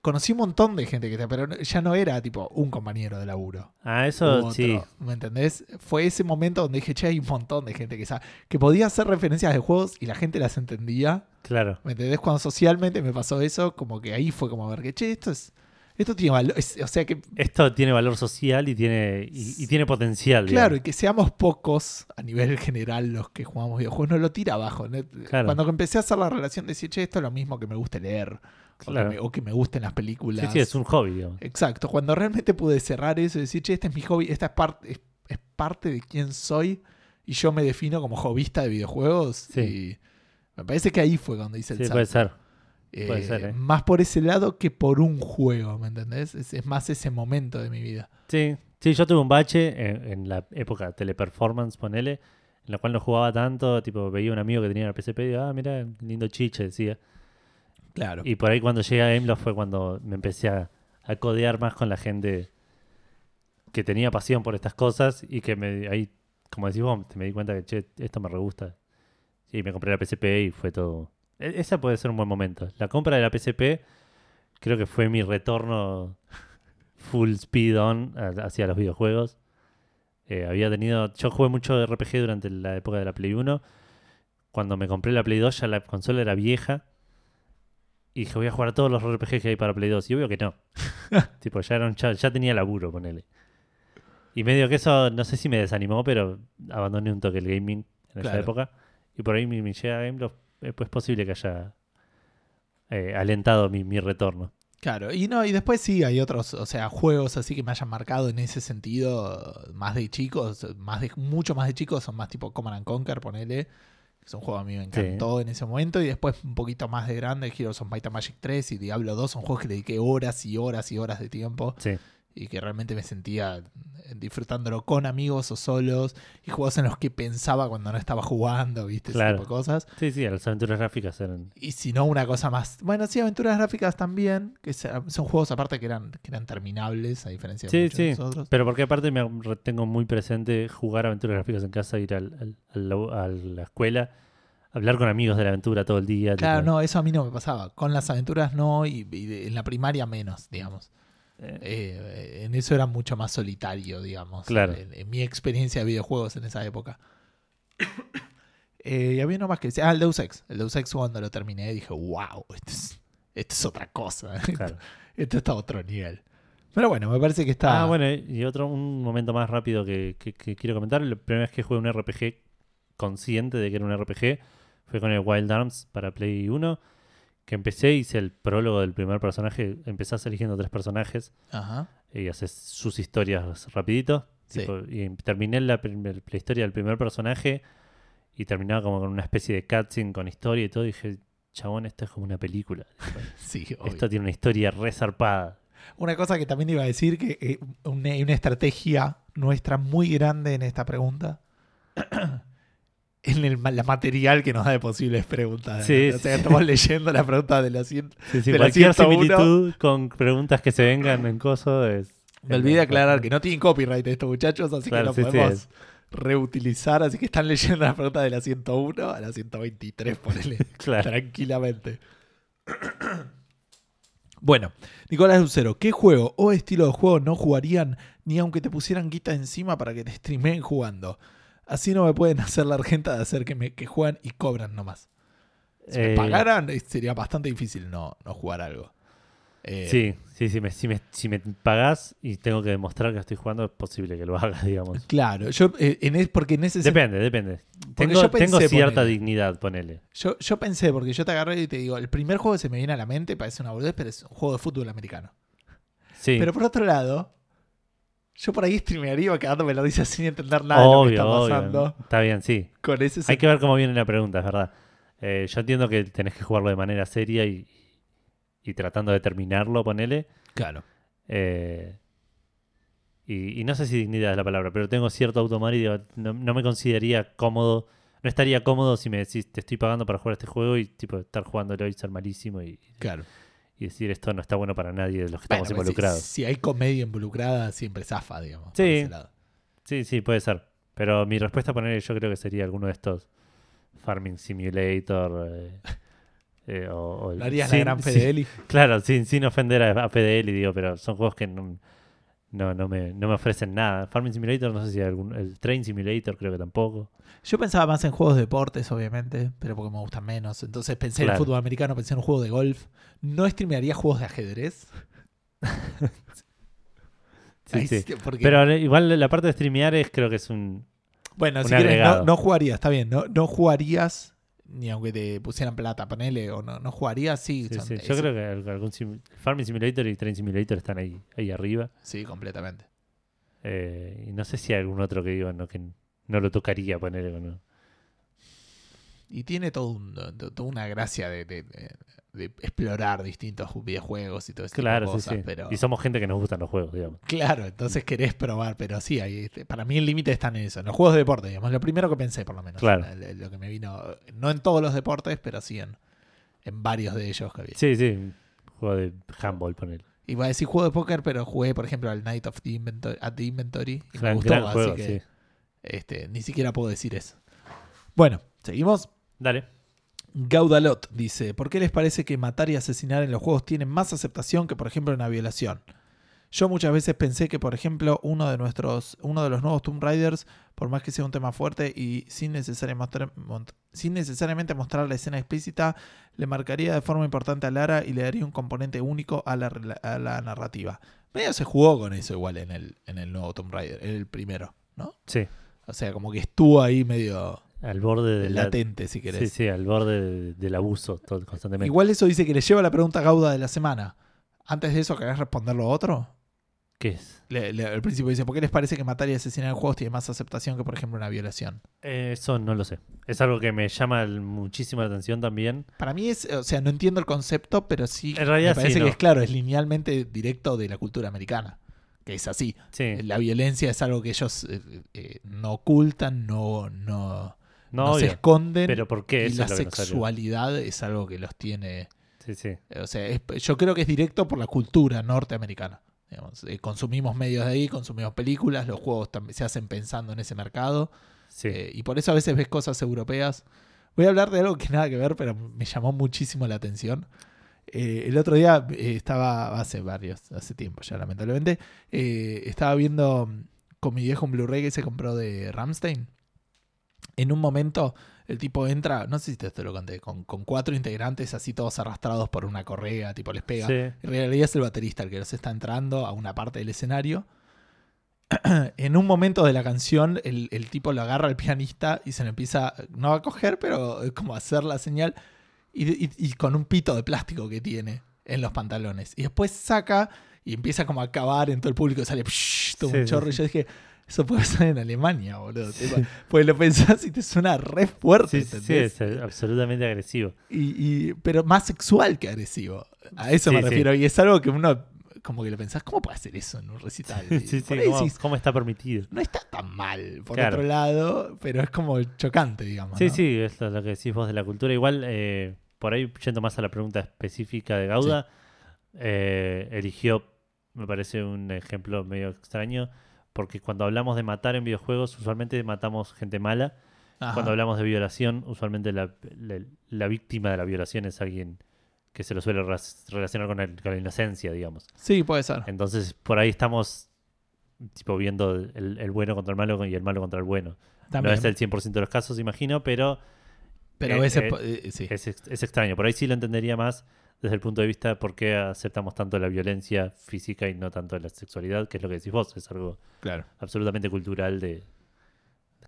[SPEAKER 1] conocí un montón de gente que te- pero ya no era tipo un compañero de laburo.
[SPEAKER 2] Ah,
[SPEAKER 1] u
[SPEAKER 2] eso
[SPEAKER 1] otro,
[SPEAKER 2] sí.
[SPEAKER 1] ¿Me entendés? Fue ese momento donde dije, che, hay un montón de gente que sabe, que podía hacer referencias de juegos y la gente las entendía.
[SPEAKER 2] Claro.
[SPEAKER 1] ¿Me entendés? Cuando socialmente me pasó eso, como que ahí fue como ver que, che, esto es. Esto tiene valor. es- o sea que.
[SPEAKER 2] Esto tiene valor social y tiene, y, y tiene potencial.
[SPEAKER 1] Claro,
[SPEAKER 2] digamos.
[SPEAKER 1] y que seamos pocos a nivel general los que jugamos videojuegos, no lo tira abajo. ¿no?
[SPEAKER 2] Claro.
[SPEAKER 1] Cuando empecé a hacer la relación, decir, che, esto es lo mismo que me gusta leer, o,
[SPEAKER 2] Claro.
[SPEAKER 1] que me, o que me gusten las películas.
[SPEAKER 2] Sí, sí, es un hobby. digamos.
[SPEAKER 1] Exacto, cuando realmente pude cerrar eso y decir, che, este es mi hobby, esta es, parte es, es parte de quién soy y yo me defino como hobbyista de videojuegos.
[SPEAKER 2] Sí.
[SPEAKER 1] Y me parece que ahí fue cuando hice el
[SPEAKER 2] Sí,
[SPEAKER 1] salto.
[SPEAKER 2] puede ser. Puede
[SPEAKER 1] Eh,
[SPEAKER 2] ser, ¿eh?
[SPEAKER 1] Más por ese lado que por un juego, ¿me entendés? Es, es más ese momento de mi vida.
[SPEAKER 2] Sí, sí, yo tuve un bache en, en la época teleperformance, ponele, en la cual no jugaba tanto, tipo, veía un amigo que tenía una PSP y digo, ah, mira, lindo chiche, decía.
[SPEAKER 1] Claro.
[SPEAKER 2] Y por ahí cuando llegué a Gameloft fue cuando me empecé a, a codear más con la gente que tenía pasión por estas cosas y que me, ahí, como decís vos, me di cuenta que, che, esto me re gusta. Y me compré la PSP y fue todo. E- Esa puede ser un buen momento. La compra de la PSP creo que fue mi retorno full speed on a- hacia los videojuegos. Eh, había tenido, yo jugué mucho RPG durante la época de la Play 1. Cuando me compré la Play 2 ya la consola era vieja. Y dije, voy a jugar a todos los RPG que hay para Play 2. Y obvio que no. tipo, ya, era un cha- ya tenía laburo, ponele. Y medio que eso, no sé si me desanimó, pero abandoné un toque el gaming en esa
[SPEAKER 1] Claro.
[SPEAKER 2] época. Y por ahí mi, mi llegada a Gameloft, eh, pues es posible que haya eh, alentado mi, mi retorno.
[SPEAKER 1] Claro. Y no, y después sí hay otros, o sea, juegos así que me hayan marcado en ese sentido, más de chicos, más de, mucho más de chicos, son más tipo Command and Conquer, ponele. Es un juego que a mí me encantó en ese momento. Y después un poquito más de grande, Heroes of Might and Magic 3 y Diablo 2 son juegos que le dediqué horas y horas y horas de tiempo.
[SPEAKER 2] Sí.
[SPEAKER 1] y que realmente me sentía disfrutándolo con amigos o solos y juegos en los que pensaba cuando no estaba jugando, ¿viste? Ese
[SPEAKER 2] Claro.
[SPEAKER 1] tipo de cosas.
[SPEAKER 2] Sí, sí, las aventuras gráficas eran.
[SPEAKER 1] Y si no, una cosa más. Bueno, sí, aventuras gráficas también, que se- son juegos aparte que eran, que eran terminables, a diferencia de
[SPEAKER 2] Sí,
[SPEAKER 1] muchos de
[SPEAKER 2] sí.
[SPEAKER 1] nosotros.
[SPEAKER 2] Pero porque aparte me re- tengo muy presente jugar aventuras gráficas en casa, ir al, al- al labu- a la escuela, hablar con amigos de la aventura todo el día.
[SPEAKER 1] Claro,
[SPEAKER 2] tipo,
[SPEAKER 1] no, eso a mí no me pasaba. Con las aventuras no, y, y de- en la primaria menos, digamos.
[SPEAKER 2] eh,
[SPEAKER 1] Eh, en eso era mucho más solitario, digamos.
[SPEAKER 2] Claro.
[SPEAKER 1] En, en mi experiencia de videojuegos en esa época. Eh, y había uno más que decía, ah, el Deus Ex. El Deus Ex cuando lo terminé dije, wow, esto es, esto es otra cosa.
[SPEAKER 2] claro.
[SPEAKER 1] esto está a otro nivel. Pero bueno, me parece que está...
[SPEAKER 2] Ah, bueno, y otro, un momento más rápido que, que- que quiero comentar. La primera vez que jugué un RPG consciente de que era un RPG fue con el Wild Arms para Play 1. Que empecé, hice el prólogo del primer personaje. Empezás eligiendo tres personajes.
[SPEAKER 1] Ajá.
[SPEAKER 2] y haces sus historias rapidito.
[SPEAKER 1] Sí.
[SPEAKER 2] Tipo, y terminé la, primer- la historia del primer personaje y terminaba como con una especie de cutscene con historia y todo. Y dije, chabón, esto es como una película.
[SPEAKER 1] Sí, obvio.
[SPEAKER 2] Esto tiene una historia resarpada.
[SPEAKER 1] Una cosa que también iba a decir, que eh, una, hay una estrategia nuestra muy grande en esta pregunta. en el ma- la material que nos da de posibles preguntas.
[SPEAKER 2] Sí,
[SPEAKER 1] o sea,
[SPEAKER 2] sí.
[SPEAKER 1] estamos leyendo la pregunta de los 100.
[SPEAKER 2] Sí, sí,
[SPEAKER 1] De la
[SPEAKER 2] cualquier
[SPEAKER 1] 101.
[SPEAKER 2] similitud con preguntas que se vengan en coso es.
[SPEAKER 1] Me olvidé aclarar que no tienen copyright estos muchachos, así
[SPEAKER 2] Claro,
[SPEAKER 1] que
[SPEAKER 2] sí,
[SPEAKER 1] lo
[SPEAKER 2] sí,
[SPEAKER 1] podemos
[SPEAKER 2] es.
[SPEAKER 1] reutilizar. Así que están leyendo la pregunta de la 101 a la 123, ponele,
[SPEAKER 2] Claro.
[SPEAKER 1] tranquilamente. Bueno, Nicolás Lucero, ¿qué juego o estilo de juego no jugarían ni aunque te pusieran guita encima para que te streameen jugando? Así no me pueden hacer la argenta de hacer que, me, que juegan y cobran nomás. Si me
[SPEAKER 2] Eh,
[SPEAKER 1] pagaran, eh, sería bastante difícil no, no jugar algo. Eh,
[SPEAKER 2] Sí, sí, sí, me- si, me, si me pagás y tengo que demostrar que estoy jugando, es posible que lo hagas, digamos.
[SPEAKER 1] Claro, yo eh, en es, porque en ese sentido.
[SPEAKER 2] Depende, depende. Tengo,
[SPEAKER 1] yo pensé,
[SPEAKER 2] tengo cierta
[SPEAKER 1] ponele.
[SPEAKER 2] dignidad, ponele.
[SPEAKER 1] Yo, yo pensé, porque yo te agarré y te digo, el primer juego que se me viene a la mente parece una boludez, pero es un juego de fútbol americano.
[SPEAKER 2] Sí.
[SPEAKER 1] Pero por otro lado, Yo por ahí streamearía quedándome la dice sin entender nada de lo que está pasando.
[SPEAKER 2] Está bien, sí.
[SPEAKER 1] Con ese
[SPEAKER 2] Hay que ver cómo viene la pregunta, es verdad. Eh, yo entiendo que tenés que jugarlo de manera seria y, y tratando de terminarlo, ponele.
[SPEAKER 1] Claro.
[SPEAKER 2] Eh, y, y no sé si dignidad es la palabra, pero tengo cierto automar y digo, no, no me consideraría cómodo. No estaría cómodo si me decís, te estoy pagando para jugar este juego y tipo estar jugándolo y ser malísimo y,
[SPEAKER 1] Claro.
[SPEAKER 2] y decir esto no está bueno para nadie de los que
[SPEAKER 1] Bueno,
[SPEAKER 2] estamos
[SPEAKER 1] pero si-
[SPEAKER 2] involucrados.
[SPEAKER 1] Si, hay comedia involucrada, siempre zafa, digamos. por
[SPEAKER 2] Sí.
[SPEAKER 1] ese lado.
[SPEAKER 2] Sí, sí, puede ser. Pero mi respuesta poner yo creo que sería alguno de estos Farming Simulator eh, eh, o, o el-
[SPEAKER 1] Lo harías
[SPEAKER 2] sin-
[SPEAKER 1] la gran
[SPEAKER 2] sin-
[SPEAKER 1] Fedeli.
[SPEAKER 2] claro, sin, sin ofender a, a PDL, digo, pero son juegos que no, no, no me, no me ofrecen nada. Farming Simulator, no sé si hay algún. El Train Simulator, creo que tampoco.
[SPEAKER 1] Yo pensaba más en juegos de deportes, obviamente, pero porque me gustan menos. Entonces pensé en
[SPEAKER 2] Claro.
[SPEAKER 1] fútbol americano, pensé en un juego de golf. No streamearía juegos de ajedrez.
[SPEAKER 2] Sí,
[SPEAKER 1] Ahí
[SPEAKER 2] sí.
[SPEAKER 1] sí, porque-
[SPEAKER 2] Pero eh, igual la parte de streamear es, creo que es un.
[SPEAKER 1] bueno,
[SPEAKER 2] un
[SPEAKER 1] si quieres, no,
[SPEAKER 2] agregado.
[SPEAKER 1] no jugarías, está bien. No, no jugarías, ni aunque te pusieran plata, ponele, o no, no jugarías, sí.
[SPEAKER 2] sí,
[SPEAKER 1] son-
[SPEAKER 2] sí, Yo
[SPEAKER 1] es-
[SPEAKER 2] creo que al- algún sim- Farming Simulator y Train Simulator están ahí, ahí arriba.
[SPEAKER 1] sí, completamente.
[SPEAKER 2] Eh, y no sé si hay algún otro que digo no, que no lo tocaría poner. ¿no?
[SPEAKER 1] Y tiene todo un- to- toda una gracia de, de- de- de explorar distintos videojuegos y todo ese tipo de
[SPEAKER 2] Claro, sí,
[SPEAKER 1] cosas.
[SPEAKER 2] sí.
[SPEAKER 1] Pero...
[SPEAKER 2] Y somos gente que nos gustan los juegos, digamos.
[SPEAKER 1] Claro, entonces querés probar, pero sí, ahí, este, para mí el límite está en eso, en los juegos de deporte, digamos, lo primero que pensé por lo menos.
[SPEAKER 2] Claro.
[SPEAKER 1] en el- lo que me vino, no en todos los deportes, pero sí en, en varios de ellos que había.
[SPEAKER 2] Sí, sí. un Juego de handball, poner.
[SPEAKER 1] Iba a decir juego de póker, pero jugué, por ejemplo, al Night of the Inventory, at the Inventory y me
[SPEAKER 2] Gran,
[SPEAKER 1] gustó,
[SPEAKER 2] gran
[SPEAKER 1] así
[SPEAKER 2] juego,
[SPEAKER 1] que
[SPEAKER 2] sí.
[SPEAKER 1] este, ni siquiera puedo decir eso. Bueno, seguimos.
[SPEAKER 2] Dale.
[SPEAKER 1] Gaudalot dice, ¿por qué les parece que matar y asesinar en los juegos tienen más aceptación que por ejemplo una violación? Yo muchas veces pensé que por ejemplo uno de nuestros uno de los nuevos Tomb Raiders, por más que sea un tema fuerte y sin, necesaria mostrar- mont- sin necesariamente mostrar la escena explícita, le marcaría de forma importante a Lara y le daría un componente único a la, rela- a la narrativa. Medio se jugó con eso igual en el, en el nuevo Tomb Raider, el primero, ¿no?
[SPEAKER 2] Sí.
[SPEAKER 1] O sea, como que estuvo ahí medio
[SPEAKER 2] Al borde del
[SPEAKER 1] latente, si querés.
[SPEAKER 2] Sí, sí, al borde de- del abuso todo, constantemente.
[SPEAKER 1] Igual eso dice que le lleva la pregunta Gauda de la semana. Antes de eso, ¿querés responder lo otro?
[SPEAKER 2] ¿Qué es?
[SPEAKER 1] Le- le- al principio dice, ¿por qué les parece que matar y asesinar en juegos tiene más aceptación que, por ejemplo, una violación?
[SPEAKER 2] Eh, eso no lo sé. Es algo que me llama el- muchísimo la atención también.
[SPEAKER 1] Para mí es, o sea, no entiendo el concepto, pero sí
[SPEAKER 2] En realidad
[SPEAKER 1] me parece
[SPEAKER 2] sí,
[SPEAKER 1] que
[SPEAKER 2] no.
[SPEAKER 1] es claro, es linealmente directo de la cultura americana, que es así.
[SPEAKER 2] Sí.
[SPEAKER 1] La violencia es algo que ellos eh, eh, no ocultan, no, no,
[SPEAKER 2] No,
[SPEAKER 1] no se
[SPEAKER 2] obvio.
[SPEAKER 1] esconden.
[SPEAKER 2] Pero ¿por qué?
[SPEAKER 1] y
[SPEAKER 2] Eso
[SPEAKER 1] la
[SPEAKER 2] es lo que no salió.
[SPEAKER 1] sexualidad es algo que los tiene
[SPEAKER 2] Sí, sí.
[SPEAKER 1] eh, O sea, es- yo creo que es directo por la cultura norteamericana. digamos. Eh, consumimos medios de ahí, consumimos películas, los juegos también se hacen pensando en ese mercado.
[SPEAKER 2] Sí.
[SPEAKER 1] Eh, y por eso a veces ves cosas europeas. Voy a hablar de algo que nada que ver, pero me llamó muchísimo la atención. Eh, el otro día eh, estaba, hace varios, hace tiempo ya lamentablemente, eh, estaba viendo mm, con mi viejo un Blu-ray que se compró de Ramstein. En un momento el tipo entra, no sé si te, te lo conté, con, con cuatro integrantes así todos arrastrados por una correa, tipo les pega.
[SPEAKER 2] Sí.
[SPEAKER 1] En realidad es el baterista el que los está entrando a una parte del escenario. en un momento de la canción, el, el tipo lo agarra al pianista y se lo empieza, no a coger, pero eh, como a hacer la señal. Y, y- y con un pito de plástico que tiene en los pantalones. Y después saca y empieza como a cavar en todo el público. Sale psh, todo un
[SPEAKER 2] Sí, sí,
[SPEAKER 1] chorro.
[SPEAKER 2] sí.
[SPEAKER 1] Y yo dije, eso puede ser en Alemania, boludo. Tipo, Pues lo pensás y te suena re fuerte.
[SPEAKER 2] Sí, sí, sí,
[SPEAKER 1] ¿entendés?
[SPEAKER 2] es eh, absolutamente agresivo.
[SPEAKER 1] y, y- pero más sexual que agresivo. A eso
[SPEAKER 2] Sí,
[SPEAKER 1] me
[SPEAKER 2] sí.
[SPEAKER 1] refiero. Y es algo que uno, como que lo pensás, ¿cómo puede hacer eso en un recital? Y
[SPEAKER 2] Sí, sí,
[SPEAKER 1] por ahí
[SPEAKER 2] ¿cómo,
[SPEAKER 1] decís,
[SPEAKER 2] cómo está permitido?
[SPEAKER 1] no está tan mal, por
[SPEAKER 2] Claro.
[SPEAKER 1] otro lado, pero es como chocante, digamos.
[SPEAKER 2] Sí,
[SPEAKER 1] ¿no?
[SPEAKER 2] sí, es lo lo que decís vos de la cultura. Igual, eh, por ahí, yendo más a la pregunta específica de Gauda, eh, eligió, me parece un ejemplo medio extraño, porque cuando hablamos de matar en videojuegos, usualmente matamos gente mala.
[SPEAKER 1] Ajá.
[SPEAKER 2] Cuando hablamos de violación, usualmente la, la- la víctima de la violación es alguien que se lo suele ras- relacionar con, el- con la inocencia, digamos.
[SPEAKER 1] Sí, puede ser.
[SPEAKER 2] Entonces, por ahí estamos tipo viendo el, el bueno contra el malo y el malo contra el bueno.
[SPEAKER 1] También.
[SPEAKER 2] No es el 100% de los casos, imagino, pero
[SPEAKER 1] pero a
[SPEAKER 2] eh,
[SPEAKER 1] veces,
[SPEAKER 2] eh,
[SPEAKER 1] po- eh, sí.
[SPEAKER 2] es, ex- es extraño. Por ahí sí lo entendería más desde el punto de vista de por qué aceptamos tanto la violencia física y no tanto la sexualidad, que es lo que decís vos, es algo
[SPEAKER 1] claro.
[SPEAKER 2] absolutamente cultural de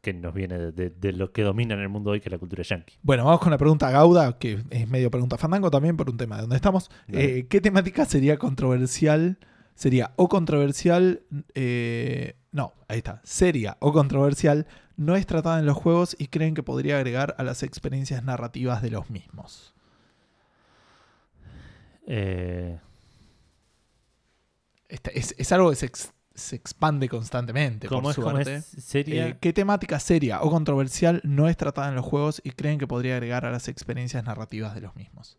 [SPEAKER 2] que nos viene de, de- de lo que domina en el mundo hoy, que es la cultura yankee.
[SPEAKER 1] Bueno, vamos con la pregunta Gauda, que es medio pregunta fandango también por un tema de donde estamos.
[SPEAKER 2] Dale.
[SPEAKER 1] Eh, ¿Qué temática sería controversial sería o controversial, eh, no, ahí está, seria o controversial, no es tratada en los juegos y creen que podría agregar a las experiencias narrativas de los mismos.
[SPEAKER 2] Eh,
[SPEAKER 1] Esta- es, es algo que se, ex- se expande constantemente,
[SPEAKER 2] ¿Cómo
[SPEAKER 1] por
[SPEAKER 2] es? este? ¿Cómo
[SPEAKER 1] suerte.
[SPEAKER 2] es? Seria.
[SPEAKER 1] Eh, ¿Qué temática seria o controversial no es tratada en los juegos y creen que podría agregar a las experiencias narrativas de los mismos?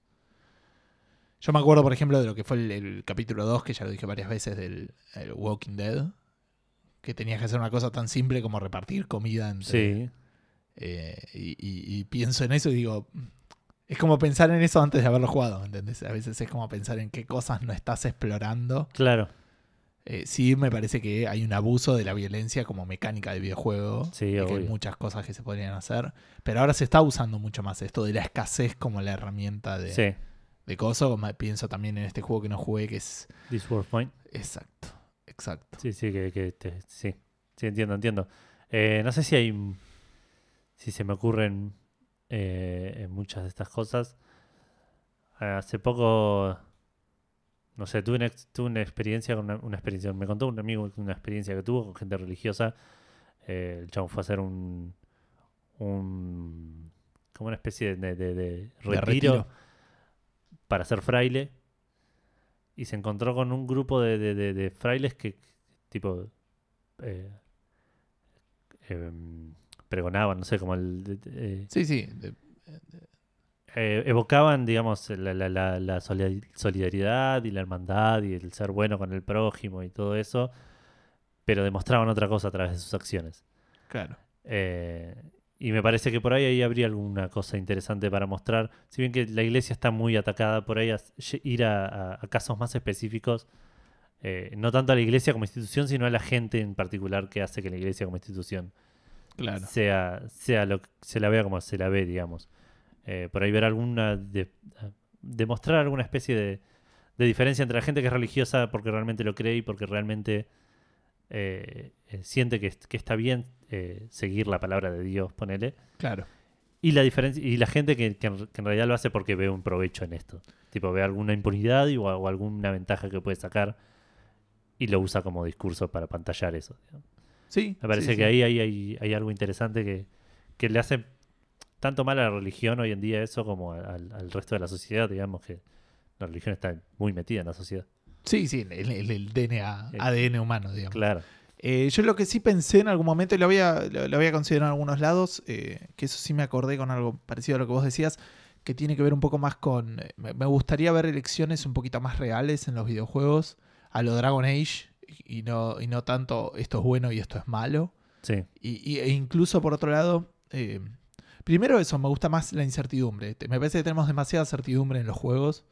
[SPEAKER 1] Yo me acuerdo, por ejemplo, de lo que fue el, el capítulo 2, que ya lo dije varias veces, del el Walking Dead, que tenías que hacer una cosa tan simple como repartir comida entre...
[SPEAKER 2] sí.
[SPEAKER 1] eh, y, y- y pienso en eso y digo, mm, es como pensar en eso antes de haberlo jugado, ¿me entendés? A veces es como pensar en qué cosas no estás explorando.
[SPEAKER 2] Claro.
[SPEAKER 1] Eh, sí, me parece que hay un abuso de la violencia como mecánica de videojuego.
[SPEAKER 2] Sí,
[SPEAKER 1] y que hay
[SPEAKER 2] obvio.
[SPEAKER 1] muchas cosas que se podrían hacer. Pero ahora se está usando mucho más esto de la escasez como la herramienta de,
[SPEAKER 2] Sí.
[SPEAKER 1] de coso. Como pienso también en este juego que no jugué, que es.
[SPEAKER 2] This War Point.
[SPEAKER 1] Exacto, exacto.
[SPEAKER 2] Sí, sí, que, que te- sí. Sí, entiendo, entiendo. Eh, no sé si hay. Si se me ocurren eh, en muchas de estas cosas. Hace poco. No sé, tuve una, ex- tuve una experiencia, con una, una experiencia, me contó un amigo una experiencia que tuvo con gente religiosa. Eh, el chavo fue a hacer un, un como una especie de, de- de- de retiro
[SPEAKER 1] retiro.
[SPEAKER 2] para ser fraile y se encontró con un grupo de, de- de- de frailes que tipo eh, em, pregonaban, no sé, como el, de- de- eh,
[SPEAKER 1] Sí, sí. de-
[SPEAKER 2] eh, evocaban, digamos, la, la- la- la solidar- solidaridad y la hermandad y el ser bueno con el prójimo y todo eso, pero demostraban otra cosa a través de sus acciones.
[SPEAKER 1] claro.
[SPEAKER 2] Eh, y me parece que por ahí, ahí habría alguna cosa interesante para mostrar. Si bien que la iglesia está muy atacada por ahí, as- ye- ir a, a- a casos más específicos, eh, no tanto a la iglesia como institución, sino a la gente en particular que hace que la iglesia como institución
[SPEAKER 1] Claro.
[SPEAKER 2] sea, sea lo que se la vea como se la ve, digamos. Eh, por ahí ver alguna. de- ah, demostrar alguna especie de, de diferencia entre la gente que es religiosa porque realmente lo cree y porque realmente eh, eh, siente que, es- que está bien eh, seguir la palabra de Dios, ponele.
[SPEAKER 1] Claro.
[SPEAKER 2] Y la diferencia y la gente que, que en, que en realidad lo hace porque ve un provecho en esto. Tipo, ve alguna impunidad y, o, o alguna ventaja que puede sacar y lo usa como discurso para pantallar eso. digamos.
[SPEAKER 1] Sí.
[SPEAKER 2] Me parece
[SPEAKER 1] sí,
[SPEAKER 2] que
[SPEAKER 1] sí.
[SPEAKER 2] ahí hay, hay, hay algo interesante que, que le hace tanto mal a la religión hoy en día eso como al, al- al resto de la sociedad, digamos que la religión está muy metida en la sociedad.
[SPEAKER 1] Sí, sí, el, el- el DNA,
[SPEAKER 2] Eh,
[SPEAKER 1] ADN humano, digamos.
[SPEAKER 2] Claro.
[SPEAKER 1] Eh, yo lo que sí pensé en algún momento, y lo había, lo, lo había considerado en algunos lados, eh, que eso sí me acordé con algo parecido a lo que vos decías, que tiene que ver un poco más con... eh, Me, me gustaría ver elecciones un poquito más reales en los videojuegos, a lo Dragon Age, y y no, y no tanto esto es bueno y esto es malo.
[SPEAKER 2] Sí,
[SPEAKER 1] Y, y- e incluso por otro lado, eh, primero eso, me gusta más la incertidumbre. Te- Me parece que tenemos demasiada certidumbre en los juegos.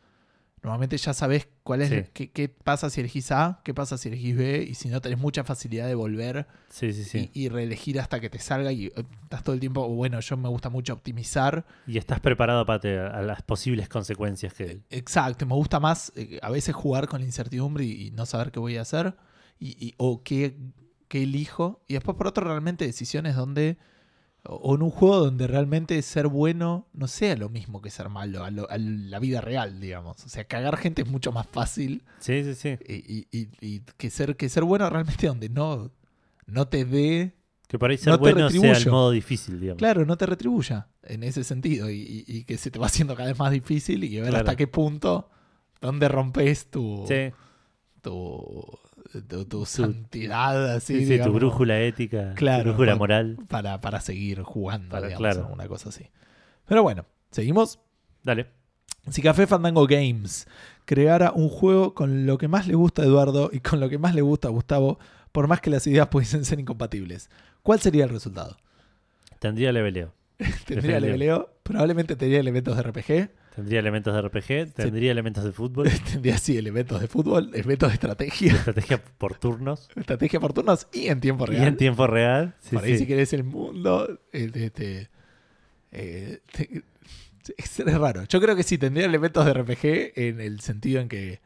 [SPEAKER 1] Normalmente ya sabes cuál es,
[SPEAKER 2] Sí.
[SPEAKER 1] qué, qué pasa si elegís A, qué pasa si elegís B, y si no tenés mucha facilidad de volver
[SPEAKER 2] sí, sí, sí.
[SPEAKER 1] y, y reelegir hasta que te salga y eh, estás todo el tiempo, bueno, yo me gusta mucho optimizar.
[SPEAKER 2] Y, estás preparado para te- a las posibles consecuencias que...
[SPEAKER 1] Eh, Exacto, me gusta más eh, a veces jugar con la incertidumbre y, y no saber qué voy a hacer y, y- o qué, qué elijo. Y después, por otro, realmente decisiones donde, o, o en un juego donde realmente ser bueno no sea lo mismo que ser malo, a, lo- a la vida real, digamos. O sea, cagar gente es mucho más fácil
[SPEAKER 2] Sí, sí, sí.
[SPEAKER 1] y, y- y- y que, ser, que ser bueno realmente donde no, no te dé
[SPEAKER 2] Que por ahí ser
[SPEAKER 1] No te
[SPEAKER 2] bueno sea el
[SPEAKER 1] retribuyo.
[SPEAKER 2] modo difícil, digamos.
[SPEAKER 1] Claro, no te retribuya en ese sentido y, y- y que se te va haciendo cada vez más difícil y ver
[SPEAKER 2] Claro.
[SPEAKER 1] hasta qué punto, dónde rompes tu,
[SPEAKER 2] Sí,
[SPEAKER 1] tu, tu, tu santidad, así,
[SPEAKER 2] sí, sí, tu
[SPEAKER 1] digamos,
[SPEAKER 2] brújula ética,
[SPEAKER 1] Claro,
[SPEAKER 2] tu brújula
[SPEAKER 1] por-
[SPEAKER 2] moral.
[SPEAKER 1] Para, para seguir jugando,
[SPEAKER 2] Para-
[SPEAKER 1] digamos,
[SPEAKER 2] claro.
[SPEAKER 1] o una cosa así. Pero bueno, seguimos.
[SPEAKER 2] Dale.
[SPEAKER 1] Si Café Fandango Games creara un juego con lo que más le gusta a Eduardo y con lo que más le gusta a Gustavo, por más que las ideas pudiesen ser incompatibles, ¿cuál sería el resultado?
[SPEAKER 2] Tendría leveleo.
[SPEAKER 1] Tendría
[SPEAKER 2] Definitivamente.
[SPEAKER 1] leveleo, probablemente tendría elementos de RPG,
[SPEAKER 2] Tendría elementos de RPG, tendría elementos de fútbol,
[SPEAKER 1] Tendría así elementos de fútbol, elementos de estrategia,
[SPEAKER 2] estrategia por turnos
[SPEAKER 1] estrategia por turnos y en tiempo
[SPEAKER 2] y
[SPEAKER 1] real.
[SPEAKER 2] en tiempo real. Sí,
[SPEAKER 1] Por ahí
[SPEAKER 2] sí.
[SPEAKER 1] si querés el mundo. eh, te- te- eh, te- es, es raro. Yo creo que sí, tendría elementos de RPG en el sentido en que.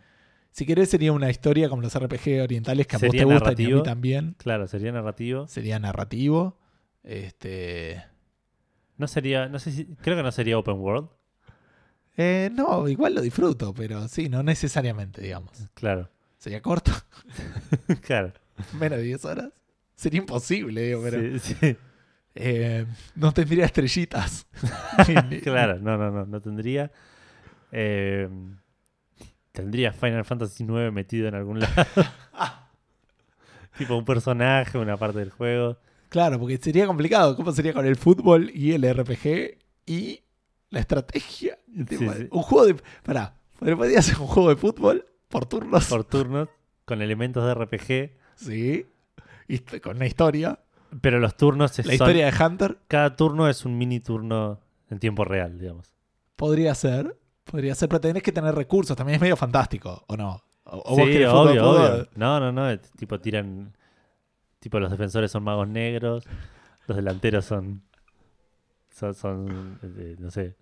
[SPEAKER 1] Si querés sería una historia como los RPG orientales que a vos
[SPEAKER 2] Sería
[SPEAKER 1] te gustan y a
[SPEAKER 2] narrativo.
[SPEAKER 1] mí también.
[SPEAKER 2] Claro, sería narrativo.
[SPEAKER 1] Sería narrativo. Este.
[SPEAKER 2] No sería, no sé si, creo que no sería open world,
[SPEAKER 1] eh, no, igual lo disfruto, pero sí, no necesariamente, digamos.
[SPEAKER 2] claro.
[SPEAKER 1] Sería corto,
[SPEAKER 2] claro.
[SPEAKER 1] menos de 10 horas. Sería imposible, digo, pero.
[SPEAKER 2] Sí, sí.
[SPEAKER 1] eh, no tendría estrellitas. Ni- ni-
[SPEAKER 2] Claro, no, no, no, no tendría. eh, tendría Final Fantasy IX metido en algún lado. tipo un personaje, una parte del juego.
[SPEAKER 1] Claro, porque sería complicado. ¿Cómo sería con el fútbol y el RPG y la estrategia? Tipo,
[SPEAKER 2] sí.
[SPEAKER 1] Un juego de. Pará, pero podría ser un juego de fútbol por turnos.
[SPEAKER 2] Por turnos, con elementos de RPG.
[SPEAKER 1] Sí. Y t- con una historia.
[SPEAKER 2] Pero los turnos
[SPEAKER 1] La
[SPEAKER 2] son-
[SPEAKER 1] historia de Hunter
[SPEAKER 2] Cada turno es un mini turno en tiempo real, digamos.
[SPEAKER 1] podría ser. Podría ser, pero tenés que tener recursos. También es medio fantástico, ¿o no? O, o vos
[SPEAKER 2] Sí,
[SPEAKER 1] querés fútbol,
[SPEAKER 2] obvio,
[SPEAKER 1] fútbol.
[SPEAKER 2] obvio. No, no, no. es Tipo, tiran. Tipo, los defensores son magos negros. Los delanteros son. Son. son, eh, no sé.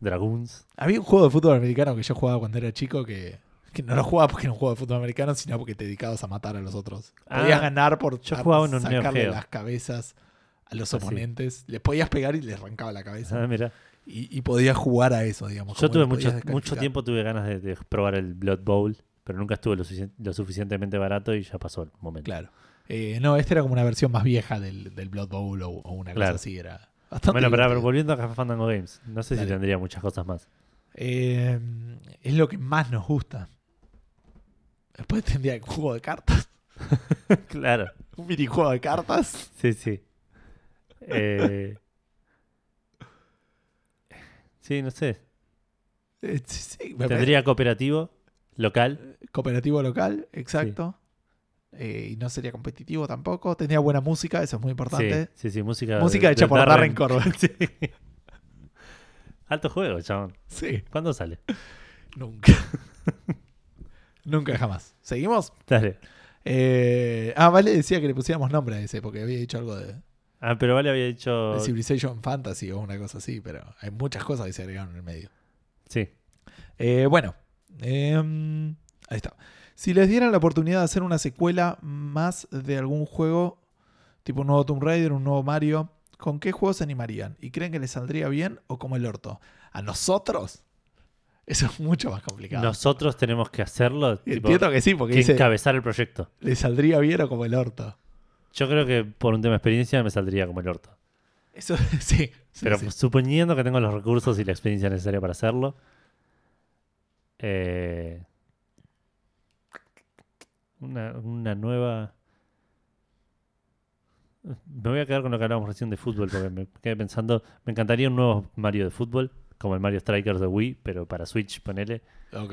[SPEAKER 2] Dragoons.
[SPEAKER 1] Había un juego de fútbol americano que yo jugaba cuando era chico que, que no lo jugaba porque era un juego de fútbol americano, sino porque te dedicabas a matar a los otros.
[SPEAKER 2] Ah,
[SPEAKER 1] Podías ganar por
[SPEAKER 2] yo
[SPEAKER 1] a-
[SPEAKER 2] jugaba en un Neo
[SPEAKER 1] sacarle
[SPEAKER 2] Geo.
[SPEAKER 1] las cabezas a los
[SPEAKER 2] Ah, sí.
[SPEAKER 1] oponentes. Les podías pegar y les arrancaba la cabeza.
[SPEAKER 2] Ah, mira.
[SPEAKER 1] Y, y podías jugar a eso, digamos.
[SPEAKER 2] Yo
[SPEAKER 1] como
[SPEAKER 2] tuve
[SPEAKER 1] lo podías
[SPEAKER 2] mucho, mucho
[SPEAKER 1] descalificar.
[SPEAKER 2] tiempo tuve ganas de, de probar el Blood Bowl, pero nunca estuvo lo, sufici- lo suficientemente barato y ya pasó el momento.
[SPEAKER 1] Claro. Eh, no, este era como una versión más vieja del, del Blood Bowl o, o una
[SPEAKER 2] Claro.
[SPEAKER 1] cosa así. Era bastante
[SPEAKER 2] Bueno, pero, pero
[SPEAKER 1] divertido.
[SPEAKER 2] volviendo a Café Fandango Games, no sé si
[SPEAKER 1] Dale.
[SPEAKER 2] tendría muchas cosas más.
[SPEAKER 1] Eh, es lo que más nos gusta. Después tendría un juego de cartas.
[SPEAKER 2] claro,
[SPEAKER 1] Un minijuego de cartas.
[SPEAKER 2] sí, sí. Eh, sí, no sé.
[SPEAKER 1] Eh, sí, sí, me-
[SPEAKER 2] Tendría cooperativo local.
[SPEAKER 1] cooperativo local, exacto. Eh, y no sería competitivo tampoco. Tenía buena música, eso es muy
[SPEAKER 2] Sí,
[SPEAKER 1] importante.
[SPEAKER 2] sí, sí, música.
[SPEAKER 1] Música
[SPEAKER 2] de-
[SPEAKER 1] hecha
[SPEAKER 2] de
[SPEAKER 1] por Darren Corbett.
[SPEAKER 2] Sí. Alto juego, chabón.
[SPEAKER 1] Sí,
[SPEAKER 2] ¿Cuándo sale?
[SPEAKER 1] nunca. nunca jamás. ¿Seguimos?
[SPEAKER 2] Dale.
[SPEAKER 1] Eh, ah, Vale decía que le pusiéramos nombre a ese, porque había dicho algo de, de
[SPEAKER 2] Ah, pero Vale había dicho.
[SPEAKER 1] Civilization Fantasy o una cosa así, pero hay muchas cosas que se agregaron en el medio.
[SPEAKER 2] Sí.
[SPEAKER 1] Eh, bueno, em, ahí está. Si les dieran la oportunidad de hacer una secuela más de algún juego, tipo un nuevo Tomb Raider, un nuevo Mario, ¿con qué juego se animarían? ¿Y creen que les saldría bien o como el orto? ¿A nosotros? Eso es mucho más complicado.
[SPEAKER 2] Nosotros tenemos que hacerlo.
[SPEAKER 1] Y
[SPEAKER 2] tipo,
[SPEAKER 1] Entiendo que sí, porque
[SPEAKER 2] que
[SPEAKER 1] dice,
[SPEAKER 2] encabezar el proyecto.
[SPEAKER 1] le saldría bien o como el orto.
[SPEAKER 2] Yo creo que por un tema de experiencia me saldría como el orto.
[SPEAKER 1] Eso sí. sí,
[SPEAKER 2] Pero pues,
[SPEAKER 1] sí.
[SPEAKER 2] suponiendo que tengo los recursos y la experiencia necesaria para hacerlo. eh, una, una nueva. Me voy a quedar con lo que hablábamos recién de fútbol, porque me quedé pensando. Me encantaría un nuevo Mario de fútbol, como el Mario Strikers de Wii, pero para Switch, ponele.
[SPEAKER 1] Ok.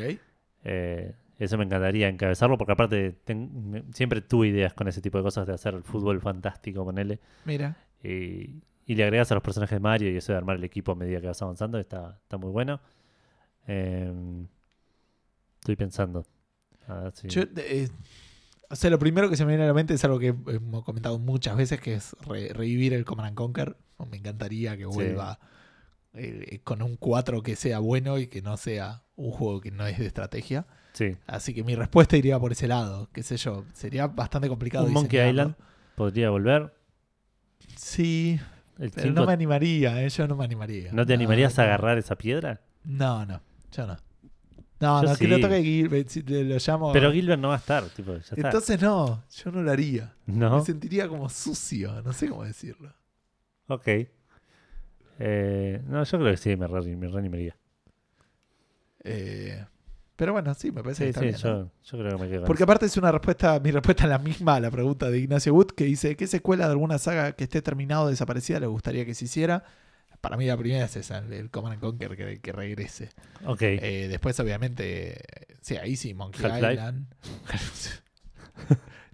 [SPEAKER 2] Eh, eso me encantaría encabezarlo, porque aparte ten- me- siempre tuve ideas con ese tipo de cosas de hacer el fútbol fantástico, ponele.
[SPEAKER 1] Mira.
[SPEAKER 2] Y, Eh, y le agregas a los personajes de Mario y eso de armar el equipo a medida que vas avanzando está, está muy bueno. Eh, estoy pensando. A ver si-
[SPEAKER 1] Yo, eh, o sea, lo primero que se me viene a la mente es algo que hemos comentado muchas veces, que es re- revivir el Command and Conquer. Oh, Me encantaría que vuelva eh, con un 4 que sea bueno y que no sea un juego que no es de estrategia.
[SPEAKER 2] sí,
[SPEAKER 1] Así que mi respuesta iría por ese lado, qué sé yo. Sería bastante complicado.
[SPEAKER 2] Un Monkey
[SPEAKER 1] diseñarlo.
[SPEAKER 2] podría volver.
[SPEAKER 1] Sí,
[SPEAKER 2] El
[SPEAKER 1] pero
[SPEAKER 2] cinco-
[SPEAKER 1] no me
[SPEAKER 2] no,
[SPEAKER 1] animaría, eh, yo no me animaría.
[SPEAKER 2] te animarías a
[SPEAKER 1] no.
[SPEAKER 2] agarrar esa piedra?
[SPEAKER 1] No, no, yo no. No,
[SPEAKER 2] Yo
[SPEAKER 1] no, que lo
[SPEAKER 2] sí.
[SPEAKER 1] toque Gilbert, si te lo llamo.
[SPEAKER 2] Pero Gilbert no va a estar, tipo, ya está.
[SPEAKER 1] Entonces no, yo no lo haría.
[SPEAKER 2] no,
[SPEAKER 1] Me sentiría como sucio, no sé cómo decirlo.
[SPEAKER 2] ok. Eh, no, yo creo que sí, me, re- me reanimaría.
[SPEAKER 1] Eh, pero bueno, sí, me parece que
[SPEAKER 2] Sí,
[SPEAKER 1] está
[SPEAKER 2] sí,
[SPEAKER 1] bien, ¿no?
[SPEAKER 2] yo, yo creo que me quedo con
[SPEAKER 1] Porque aparte es una respuesta, mi respuesta es la misma a la pregunta de Ignacio Wood, que dice, ¿qué secuela de alguna saga que esté terminada o desaparecida le gustaría que se hiciera? Para mí la primera es esa, el Command and Conquer, que, que regrese.
[SPEAKER 2] eso. Ok.
[SPEAKER 1] Eh, después, obviamente, eh, sí, ahí sí, Monkey
[SPEAKER 2] Half-Life.
[SPEAKER 1] Island.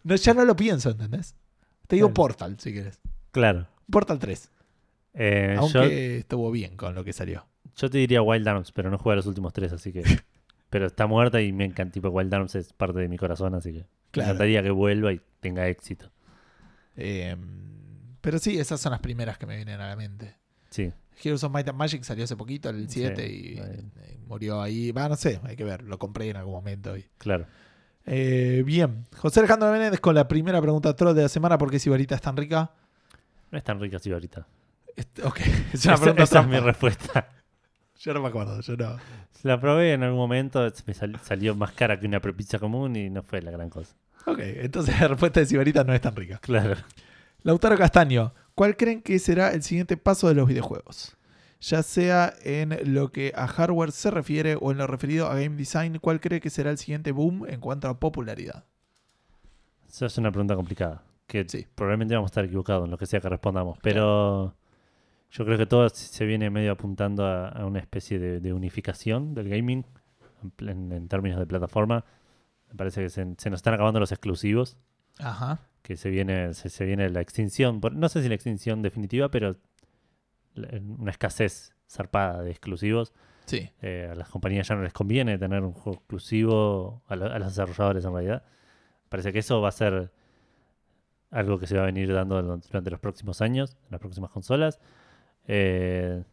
[SPEAKER 1] no, ya no lo pienso, ¿entendés? Te digo
[SPEAKER 2] Claro.
[SPEAKER 1] Portal, si quieres.
[SPEAKER 2] claro.
[SPEAKER 1] Portal 3,
[SPEAKER 2] Eh, yo-
[SPEAKER 1] aunque estuvo bien con lo que salió.
[SPEAKER 2] Yo te diría Wild Arms, pero no jugué a los últimos tres, así que. Pero está muerta y me encanta. Tipo, Wild Arms es parte de mi corazón, así que.
[SPEAKER 1] Claro.
[SPEAKER 2] Me encantaría que vuelva y tenga éxito.
[SPEAKER 1] Eh,
[SPEAKER 2] Em,
[SPEAKER 1] pero sí, esas son las primeras que me vienen a la mente.
[SPEAKER 2] Sí.
[SPEAKER 1] Heroes of Might and Magic salió hace poquito, el 7, y
[SPEAKER 2] ahí.
[SPEAKER 1] eh, murió ahí. Va, no sé, hay que ver, lo compré en algún momento. hoy.
[SPEAKER 2] Claro.
[SPEAKER 1] Eh, bien, José Alejandro Menéndez con la primera pregunta troll de la semana, ¿por qué Sibarita es tan rica?
[SPEAKER 2] No es tan rica así ahorita.
[SPEAKER 1] Este- ok, es una
[SPEAKER 2] Esa-
[SPEAKER 1] pregunta
[SPEAKER 2] esa es mi
[SPEAKER 1] trampa.
[SPEAKER 2] respuesta.
[SPEAKER 1] Yo no me acuerdo, yo no.
[SPEAKER 2] La probé en algún momento, me sal- salió más cara que una pizza común y no fue la gran cosa.
[SPEAKER 1] Ok, entonces la respuesta de Sibarita no es tan rica.
[SPEAKER 2] Claro.
[SPEAKER 1] Lautaro Castaño, ¿cuál creen que será el siguiente paso de los videojuegos? Ya sea en lo que a hardware se refiere o en lo referido a game design, ¿cuál cree que será el siguiente boom en cuanto a popularidad?
[SPEAKER 2] Esa es una pregunta complicada. Que
[SPEAKER 1] Sí.
[SPEAKER 2] probablemente vamos a estar equivocados en lo que sea que respondamos. Pero yo creo que todo se viene medio apuntando a, a una especie de, de unificación del gaming en, pl- en- en términos de plataforma. Me parece que se, se nos están acabando los exclusivos.
[SPEAKER 1] Ajá.
[SPEAKER 2] Que se viene, se, se viene la extinción. por- no sé si la extinción definitiva, pero la- una escasez zarpada de exclusivos.
[SPEAKER 1] Sí.
[SPEAKER 2] Eh, a las compañías ya no les conviene tener un juego exclusivo a, lo- a los desarrolladores en realidad. Parece que eso va a ser algo que se va a venir dando du- durante los próximos años, en las próximas consolas. Eh,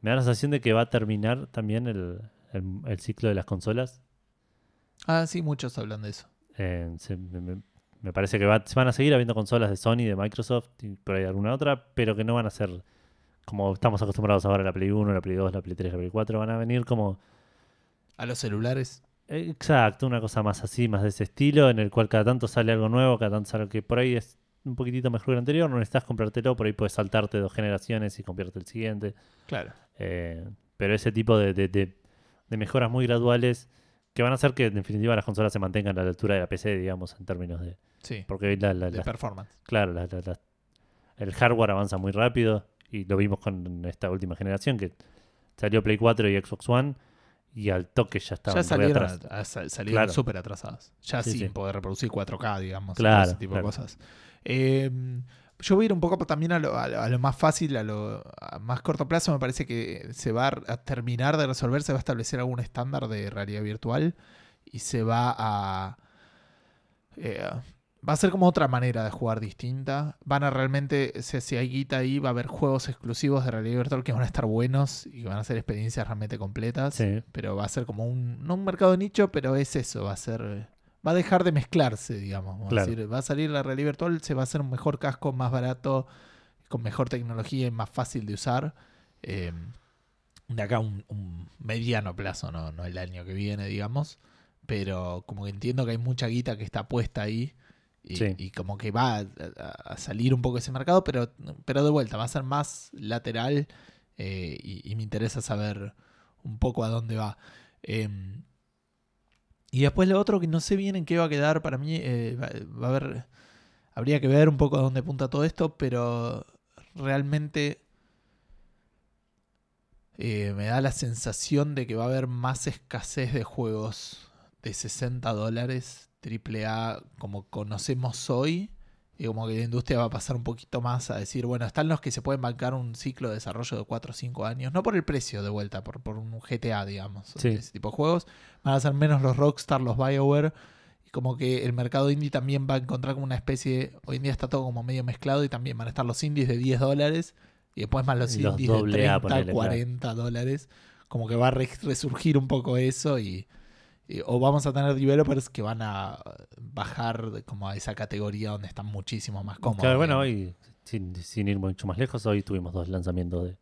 [SPEAKER 2] me da la sensación de que va a terminar también el, el- el ciclo de las consolas.
[SPEAKER 1] Ah, sí, muchos hablan de eso.
[SPEAKER 2] Eh, se- me, me- me parece que va- se van a seguir habiendo consolas de Sony, de Microsoft y por ahí alguna otra, pero que no van a ser como estamos acostumbrados ahora, la Play 1, la Play 2, la Play 3, la Play 4. Van a venir como
[SPEAKER 1] A los celulares.
[SPEAKER 2] Exacto, una cosa más así, más de ese estilo, en el cual cada tanto sale algo nuevo, cada tanto sale algo que por ahí es un poquitito mejor que el anterior, no necesitas comprártelo, por ahí puedes saltarte dos generaciones y comprarte el siguiente.
[SPEAKER 1] Claro.
[SPEAKER 2] Eh, pero ese tipo de, de- de- de mejoras muy graduales que van a hacer que en definitiva las consolas se mantengan a la altura de la PC, digamos, en términos de...
[SPEAKER 1] Sí.
[SPEAKER 2] Porque hoy la- la-
[SPEAKER 1] De
[SPEAKER 2] las-
[SPEAKER 1] performance.
[SPEAKER 2] claro, las- las- las- el hardware avanza muy rápido y lo vimos con esta última generación que salió Play 4 y Xbox One y al toque ya estaban
[SPEAKER 1] ya
[SPEAKER 2] re
[SPEAKER 1] salieron,
[SPEAKER 2] atrás.
[SPEAKER 1] a- sal- salieron
[SPEAKER 2] Claro.
[SPEAKER 1] súper atrasadas. Ya
[SPEAKER 2] Sí,
[SPEAKER 1] sin
[SPEAKER 2] sí.
[SPEAKER 1] poder reproducir 4K, digamos. y
[SPEAKER 2] Claro,
[SPEAKER 1] todo ese tipo
[SPEAKER 2] claro.
[SPEAKER 1] de cosas. Eh, yo voy a ir un poco también a lo, a lo- a lo más fácil, a lo a más corto plazo. Me parece que se va a terminar de resolver, se va a establecer algún estándar de realidad virtual y se va a... eh, va a ser como otra manera de jugar distinta. Van a realmente, si, si hay guita ahí, va a haber juegos exclusivos de realidad virtual que van a estar buenos y que van a ser experiencias realmente completas
[SPEAKER 2] Sí.
[SPEAKER 1] eh, pero va a ser como un, no un mercado nicho, pero es eso, va a ser, va a dejar de mezclarse, digamos. vamos a
[SPEAKER 2] Claro.
[SPEAKER 1] decir, va a salir la realidad virtual, se va a hacer un mejor casco, más barato, con mejor tecnología y más fácil de usar. eh, de acá un, un mediano plazo, no, no el año que viene, digamos. Pero como que entiendo que hay mucha guita que está puesta ahí. Y,
[SPEAKER 2] Sí.
[SPEAKER 1] y como que va a, a- a salir un poco ese mercado, pero, pero de vuelta, va a ser más lateral. eh, y- y me interesa saber un poco a dónde va. Em, y después lo otro que no sé bien en qué va a quedar para mí, eh, va, va a haber, habría que ver un poco a dónde apunta todo esto, pero realmente eh, me da la sensación de que va a haber más escasez de juegos de 60 dólares AAA como conocemos hoy. Y como que la industria va a pasar un poquito más a decir, bueno, están los que se pueden bancar un ciclo de desarrollo de 4 o 5 años, no por el precio de vuelta, por, por un GTA, digamos, o
[SPEAKER 2] Sí.
[SPEAKER 1] ese tipo de juegos. Van a ser menos los Rockstar, los BioWare. Y como que el mercado indie también va a encontrar como una especie, hoy en día está todo como medio mezclado y también van a estar los indies de 10 dólares y después más los,
[SPEAKER 2] Y los
[SPEAKER 1] indies de
[SPEAKER 2] doble A,
[SPEAKER 1] 30,
[SPEAKER 2] ponele, claro.
[SPEAKER 1] 40 dólares. Como que va a re- resurgir un poco eso y, y- o vamos a tener developers que van a bajar de- como a esa categoría donde están muchísimo más cómodos.
[SPEAKER 2] Claro, bueno,
[SPEAKER 1] digamos.
[SPEAKER 2] hoy, sin, sin ir mucho más lejos, hoy tuvimos dos lanzamientos de,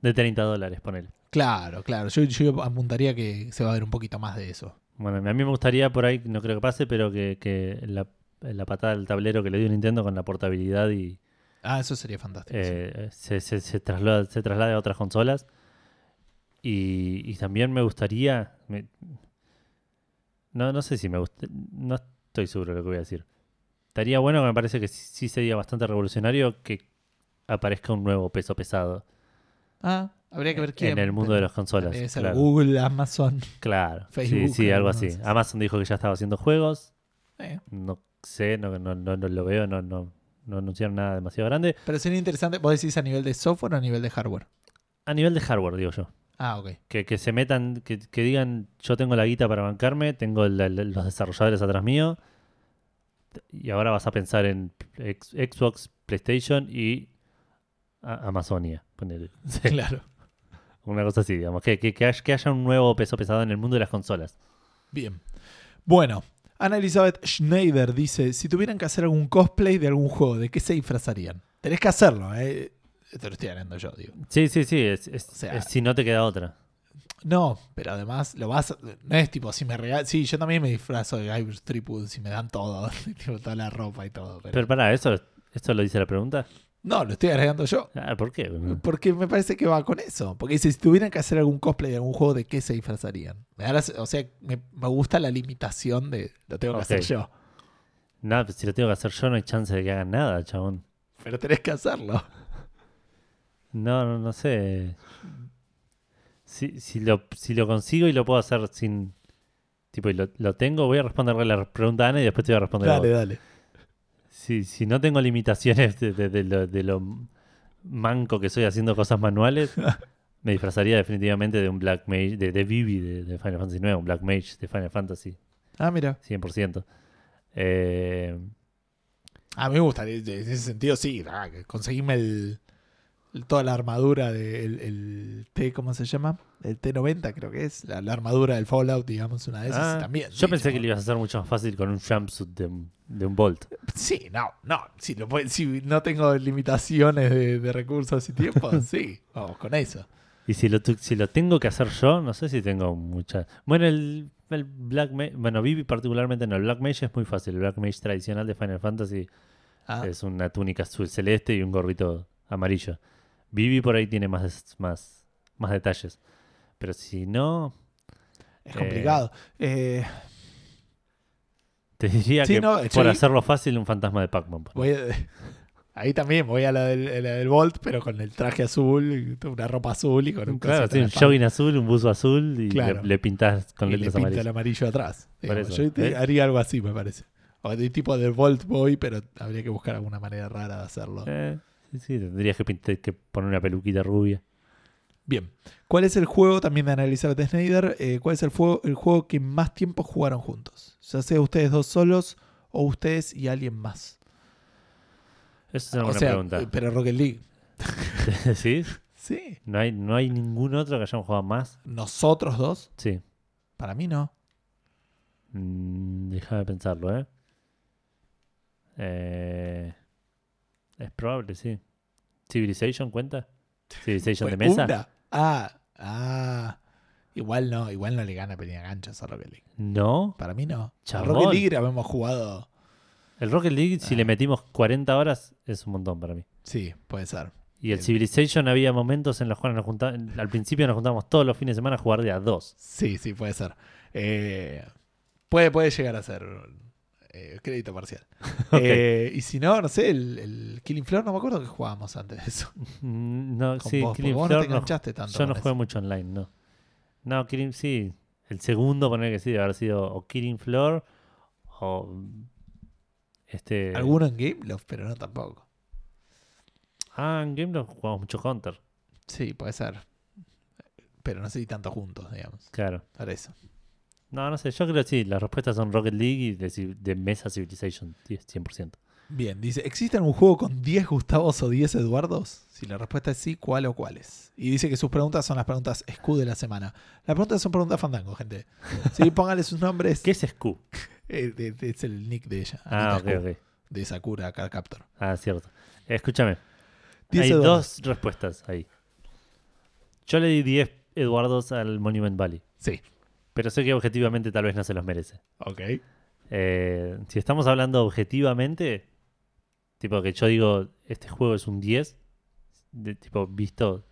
[SPEAKER 2] de 30 dólares, ponele.
[SPEAKER 1] Claro, claro. Yo, yo apuntaría que se va a ver un poquito más de eso.
[SPEAKER 2] Bueno, a mí me gustaría por ahí, no creo que pase, pero que, que la, la patada del tablero que le dio Nintendo con la portabilidad y
[SPEAKER 1] Ah, eso sería fantástico. sí.
[SPEAKER 2] eh, se, se, se traslada- se traslade a otras consolas. Y, y también me gustaría. me- no, no sé si me gusta. No estoy seguro de lo que voy a decir. Estaría bueno, me parece que sí, sí sería bastante revolucionario que aparezca un nuevo peso pesado.
[SPEAKER 1] Ah, habría que ver quién.
[SPEAKER 2] en el mundo de las
[SPEAKER 1] pero
[SPEAKER 2] consolas.
[SPEAKER 1] debe ser
[SPEAKER 2] claro,
[SPEAKER 1] Google, Amazon.
[SPEAKER 2] Claro.
[SPEAKER 1] Facebook,
[SPEAKER 2] sí, sí, algo así.
[SPEAKER 1] entonces.
[SPEAKER 2] Amazon dijo que ya estaba haciendo juegos.
[SPEAKER 1] Eh,
[SPEAKER 2] No sé, no, no, no, no lo veo, no, no, no anunciaron nada demasiado grande.
[SPEAKER 1] Pero sería interesante, vos decís a nivel de software o a nivel de hardware.
[SPEAKER 2] A nivel de hardware, digo yo.
[SPEAKER 1] Ah, ok.
[SPEAKER 2] Que, que se metan, que, que digan, yo tengo la guita para bancarme, tengo la- la- los desarrolladores atrás mío. Y ahora vas a pensar en ex- Xbox, PlayStation y a- Amazonia. ponele. Sí,
[SPEAKER 1] Claro.
[SPEAKER 2] Una cosa así, digamos. Que, que, que hay- que haya un nuevo peso pesado en el mundo de las consolas.
[SPEAKER 1] Bien. Bueno, Ana Elizabeth Schneider dice: si tuvieran que hacer algún cosplay de algún juego, ¿de qué se disfrazarían? Tenés que hacerlo, ¿eh? Te lo estoy ganando yo, digo.
[SPEAKER 2] Sí, sí, sí. Es, es-
[SPEAKER 1] sea-
[SPEAKER 2] es si no te queda otra.
[SPEAKER 1] No, pero además lo vas. No es tipo, si me regalan. Sí, yo también me disfrazo de Guybrush Threepwood si me dan todo. tipo, toda la ropa y todo. Pero,
[SPEAKER 2] Pero pará, ¿esto, ¿esto lo dice la pregunta?
[SPEAKER 1] no, lo estoy agregando yo.
[SPEAKER 2] Ah, ¿Por qué?
[SPEAKER 1] Porque me parece que va con eso. Porque dice, si tuvieran que hacer algún cosplay de algún juego, ¿de qué se disfrazarían? Me da la- o sea, me, me gusta la limitación de lo tengo que
[SPEAKER 2] Ok.
[SPEAKER 1] hacer yo.
[SPEAKER 2] Nada, pues si lo tengo que hacer yo no hay chance de que hagan nada, chabón.
[SPEAKER 1] Pero tenés que hacerlo.
[SPEAKER 2] No, no, no sé. Si, si, lo, si lo consigo y lo puedo hacer sin... Tipo, y lo, lo tengo, voy a responderle la pregunta a Ana y después te voy a responder a
[SPEAKER 1] Dale,
[SPEAKER 2] vos.
[SPEAKER 1] dale.
[SPEAKER 2] Si, si no tengo limitaciones de, de- de lo, de lo manco que soy haciendo cosas manuales, me disfrazaría definitivamente de un Black Mage, de, de Vivi de, de Final Fantasy IX, un Black Mage de Final Fantasy,
[SPEAKER 1] Ah, mira.
[SPEAKER 2] 100%. Eh,
[SPEAKER 1] A mí me gustaría, en ese sentido sí, ah, que conseguirme el, el- toda la armadura del el T, ¿cómo se llama? El T90 creo que es, la, la armadura del Fallout, digamos, una de esas
[SPEAKER 2] ah,
[SPEAKER 1] también.
[SPEAKER 2] yo
[SPEAKER 1] sí,
[SPEAKER 2] pensé que
[SPEAKER 1] chabón.
[SPEAKER 2] lo ibas a hacer mucho más fácil con un jumpsuit de, un- de un Bolt.
[SPEAKER 1] Sí, no, no, si, lo puede- si no tengo limitaciones de, de recursos y tiempo, sí, vamos con eso.
[SPEAKER 2] Y si lo, tu- si lo tengo que hacer yo, no sé si tengo mucha. Bueno, el, el Black Mage. Bueno, Vivi particularmente no. El Black Mage es muy fácil. El Black Mage tradicional de Final Fantasy
[SPEAKER 1] Ah,
[SPEAKER 2] es una túnica azul celeste y un gorrito amarillo. Vivi por ahí tiene más, des- más, más detalles. Pero si no,
[SPEAKER 1] es complicado. Eh,
[SPEAKER 2] te diría
[SPEAKER 1] Sí,
[SPEAKER 2] que
[SPEAKER 1] no,
[SPEAKER 2] por
[SPEAKER 1] sí.
[SPEAKER 2] hacerlo fácil, un fantasma de Pac-Man. ponele.
[SPEAKER 1] voy a- ahí también voy a la del, eh, la del Volt, pero con el traje azul, una ropa azul y con un
[SPEAKER 2] Claro,
[SPEAKER 1] cosito
[SPEAKER 2] sí,
[SPEAKER 1] en
[SPEAKER 2] un
[SPEAKER 1] la espalda.
[SPEAKER 2] jogging azul, un buzo azul y
[SPEAKER 1] Claro.
[SPEAKER 2] le, le pintas con
[SPEAKER 1] y le
[SPEAKER 2] letras
[SPEAKER 1] pinta
[SPEAKER 2] amarillas.
[SPEAKER 1] el amarillo atrás. digamos.
[SPEAKER 2] eso,
[SPEAKER 1] Yo te-
[SPEAKER 2] ¿eh?
[SPEAKER 1] haría algo así, me parece. O de tipo de Volt Boy, pero habría que buscar alguna manera rara de hacerlo.
[SPEAKER 2] Eh, sí, sí, tendrías que, pinte- que poner una peluquita rubia.
[SPEAKER 1] Bien. ¿Cuál es el juego, también de analizar de Snyder, eh, cuál es el, juego, el juego que más tiempo jugaron juntos? Ya sea ustedes dos solos o ustedes y alguien más.
[SPEAKER 2] Esa es una
[SPEAKER 1] o
[SPEAKER 2] buena
[SPEAKER 1] sea,
[SPEAKER 2] pregunta.
[SPEAKER 1] eh, pero Rocket League.
[SPEAKER 2] ¿Sí?
[SPEAKER 1] Sí.
[SPEAKER 2] ¿No hay, ¿No hay ningún otro que hayamos jugado más?
[SPEAKER 1] ¿Nosotros dos?
[SPEAKER 2] Sí.
[SPEAKER 1] Para mí no.
[SPEAKER 2] Mm, déjame pensarlo, ¿eh? ¿eh? Es probable, sí. ¿Civilization cuenta? ¿Civilization de
[SPEAKER 1] Fue
[SPEAKER 2] mesa?
[SPEAKER 1] Pues una. Ah, ah. Igual no, igual no le gana Peña Ganchos a Rocket League.
[SPEAKER 2] No.
[SPEAKER 1] Para mí no. A
[SPEAKER 2] Chabón.
[SPEAKER 1] Rocket League habíamos jugado.
[SPEAKER 2] El Rocket League, si
[SPEAKER 1] Ah.
[SPEAKER 2] le metimos 40 horas, es un montón para mí.
[SPEAKER 1] Sí, puede ser.
[SPEAKER 2] Y el
[SPEAKER 1] Bien.
[SPEAKER 2] Civilization había momentos en los cuales nos juntábamos, al principio nos juntábamos todos los fines de semana a jugar de a dos.
[SPEAKER 1] Sí, sí, puede ser. Eh, puede, puede llegar a ser eh, crédito parcial. Eh, y si no, no sé, el, el Killing Floor, no me acuerdo que jugábamos antes de eso.
[SPEAKER 2] Mm, No,
[SPEAKER 1] Con
[SPEAKER 2] sí,
[SPEAKER 1] vos, porque
[SPEAKER 2] Killing
[SPEAKER 1] vos no
[SPEAKER 2] Floor
[SPEAKER 1] te
[SPEAKER 2] nos-
[SPEAKER 1] enganchaste tanto.
[SPEAKER 2] Yo no
[SPEAKER 1] con
[SPEAKER 2] juego
[SPEAKER 1] eso.
[SPEAKER 2] mucho online, no. No, Killing, sí. El segundo, poner que sí, debe haber sido o Killing Floor o. mm, Este.
[SPEAKER 1] Alguno en Game Love, pero no tampoco.
[SPEAKER 2] Ah, en Game Loft jugamos mucho Counter,
[SPEAKER 1] Sí, puede ser. Pero no sé si tanto juntos, digamos.
[SPEAKER 2] claro.
[SPEAKER 1] Por eso.
[SPEAKER 2] No, no sé, yo creo que sí, las respuestas son Rocket League y de, ci- de Mesa Civilization, 10, 100%.
[SPEAKER 1] Bien, dice, ¿existe algún juego con 10 Gustavos o 10 Eduardos? Si la respuesta es sí, ¿cuál o cuáles? Y dice que sus preguntas son las preguntas SKU de la semana. Las preguntas son preguntas fandango, gente. Sí, pónganle sus nombres.
[SPEAKER 2] ¿Qué es SKU?
[SPEAKER 1] Eh, de- de- es el nick de ella.
[SPEAKER 2] Ah,
[SPEAKER 1] Anita
[SPEAKER 2] ok,
[SPEAKER 1] Scu,
[SPEAKER 2] ok.
[SPEAKER 1] De Sakura Card Captor.
[SPEAKER 2] Ah, cierto. Escúchame,
[SPEAKER 1] Diez
[SPEAKER 2] hay
[SPEAKER 1] Eduardo.
[SPEAKER 2] dos respuestas ahí. Yo le di 10 Eduardos al Monument Valley,
[SPEAKER 1] Sí.
[SPEAKER 2] pero sé que objetivamente tal vez no se los merece.
[SPEAKER 1] Ok.
[SPEAKER 2] Eh, si estamos hablando objetivamente, tipo que yo digo, este juego es un 10, de, tipo visto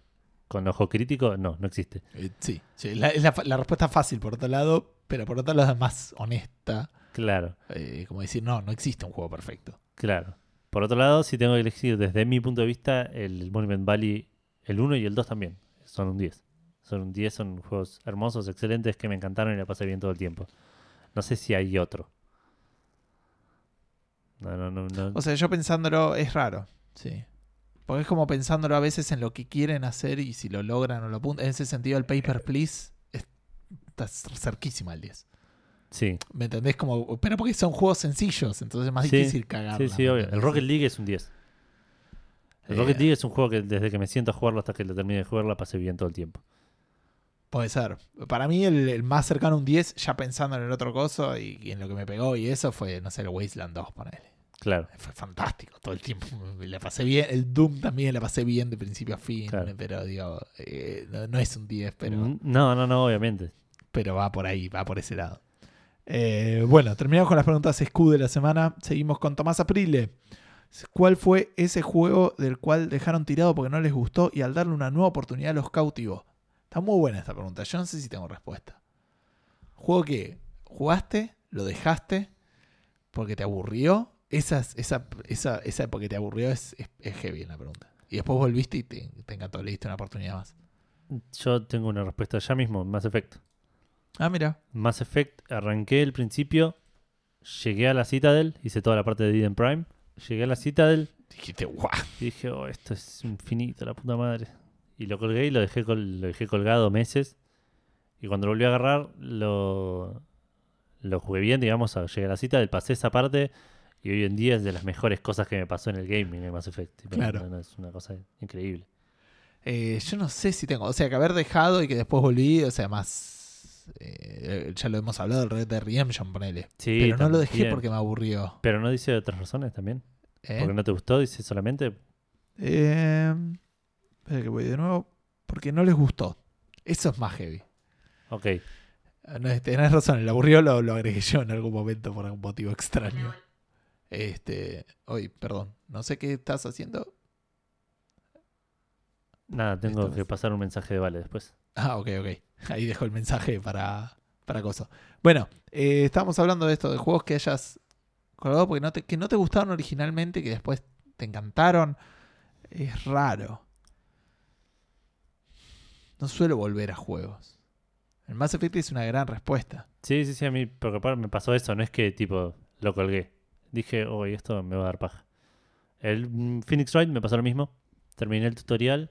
[SPEAKER 2] con ojo crítico, no, no existe.
[SPEAKER 1] Eh, sí. sí, la- es la, fa- la respuesta fácil, por otro lado, pero por otro lado es más honesta.
[SPEAKER 2] Claro,
[SPEAKER 1] Eh, como decir, no, no existe un juego perfecto.
[SPEAKER 2] claro. Por otro lado, si tengo que elegir desde mi punto de vista, el Monument Valley, el 1 y el 2 también, son un 10. Son un 10, son juegos hermosos, excelentes, que me encantaron y la pasé bien todo el tiempo. No sé si hay otro. No, no, no, no.
[SPEAKER 1] O sea, yo pensándolo es raro. Sí. Porque es como pensándolo a veces en lo que quieren hacer y si lo logran o lo apuntan. En ese sentido, el
[SPEAKER 2] Eh.
[SPEAKER 1] Paper Please es- está cer- cerquísima al 10.
[SPEAKER 2] Sí,
[SPEAKER 1] ¿Me entendés? Como, pero porque son juegos sencillos, entonces es más
[SPEAKER 2] Sí,
[SPEAKER 1] difícil cagarla.
[SPEAKER 2] sí, sí,
[SPEAKER 1] ¿me
[SPEAKER 2] obvio. El
[SPEAKER 1] entendés?
[SPEAKER 2] Rocket League es un 10. El Rocket
[SPEAKER 1] Eh,
[SPEAKER 2] League es un juego que desde que me siento a jugarlo hasta que lo termine de jugar la pasé bien todo el tiempo.
[SPEAKER 1] Puede ser. Para mí el, el más cercano a un 10, ya pensando en el otro coso y, y en lo que me pegó y eso fue, no sé, el Wasteland 2, ponele.
[SPEAKER 2] Claro.
[SPEAKER 1] Fue fantástico todo el tiempo. La pasé bien. El Doom también la pasé bien de principio a fin.
[SPEAKER 2] Claro.
[SPEAKER 1] Pero digo, eh, no, no es un 10, pero,
[SPEAKER 2] Mm, No, no, no, obviamente.
[SPEAKER 1] pero va por ahí, va por ese lado. Eh, bueno, terminamos con las preguntas SKU de la semana. Seguimos con Tomás Aprile. ¿Cuál fue ese juego del cual dejaron tirado porque no les gustó y al darle una nueva oportunidad los cautivó? Está muy buena esta pregunta. Yo no sé si tengo respuesta. Juego que jugaste, lo dejaste porque te aburrió. Esas- esa, esa, esa porque te aburrió es, es, es heavy en la pregunta. Y después volviste y te, te encantó, le diste una oportunidad más.
[SPEAKER 2] Yo tengo una respuesta ya mismo, Mass Effect.
[SPEAKER 1] Ah, mira.
[SPEAKER 2] Mass Effect, arranqué el principio, llegué a la Citadel, hice toda la parte de Eden Prime, llegué a la Citadel
[SPEAKER 1] Dijiste, guau.
[SPEAKER 2] y dije, oh, esto es infinito, la puta madre. Y lo colgué y lo dejé, col- lo dejé colgado meses. Y cuando lo volví a agarrar, lo, lo jugué bien, digamos, a- llegué a la Citadel, pasé esa parte y hoy en día es de las mejores cosas que me pasó en el gaming de Mass Effect. Tipo,
[SPEAKER 1] Claro.
[SPEAKER 2] no, no, Es una cosa increíble.
[SPEAKER 1] Eh, yo no sé si tengo. O sea, que haber dejado y que después volví. O sea, más. eh, ya lo hemos hablado del Red Dead Redemption, ponele.
[SPEAKER 2] Sí,
[SPEAKER 1] Pero no lo dejé
[SPEAKER 2] también.
[SPEAKER 1] porque me aburrió.
[SPEAKER 2] Pero no dice otras razones también.
[SPEAKER 1] ¿eh?
[SPEAKER 2] Porque no te gustó, dice solamente
[SPEAKER 1] Eh, espera que voy de nuevo. Porque no les gustó. Eso es más heavy. Ah,
[SPEAKER 2] Ok,
[SPEAKER 1] No, es- tenés razón, el aburrió lo, lo agregué yo en algún momento por algún motivo extraño. Este. Hoy, perdón. No sé qué estás haciendo.
[SPEAKER 2] nada, tengo
[SPEAKER 1] Entonces-
[SPEAKER 2] que pasar un mensaje de Vale después.
[SPEAKER 1] Ah, ok, ok. Ahí dejo el mensaje para, para cosa. Bueno, eh, estábamos hablando de esto, de juegos que hayas colgado porque no te, que no te gustaron originalmente, que después te encantaron. Es raro. No suelo volver a juegos. El Mass Effect es una gran respuesta.
[SPEAKER 2] Sí, sí, sí, a mí porque aparte me pasó eso, no es que tipo lo colgué. Dije, uy, esto me va a dar paja. El mm, Phoenix Wright me pasó lo mismo. Terminé el tutorial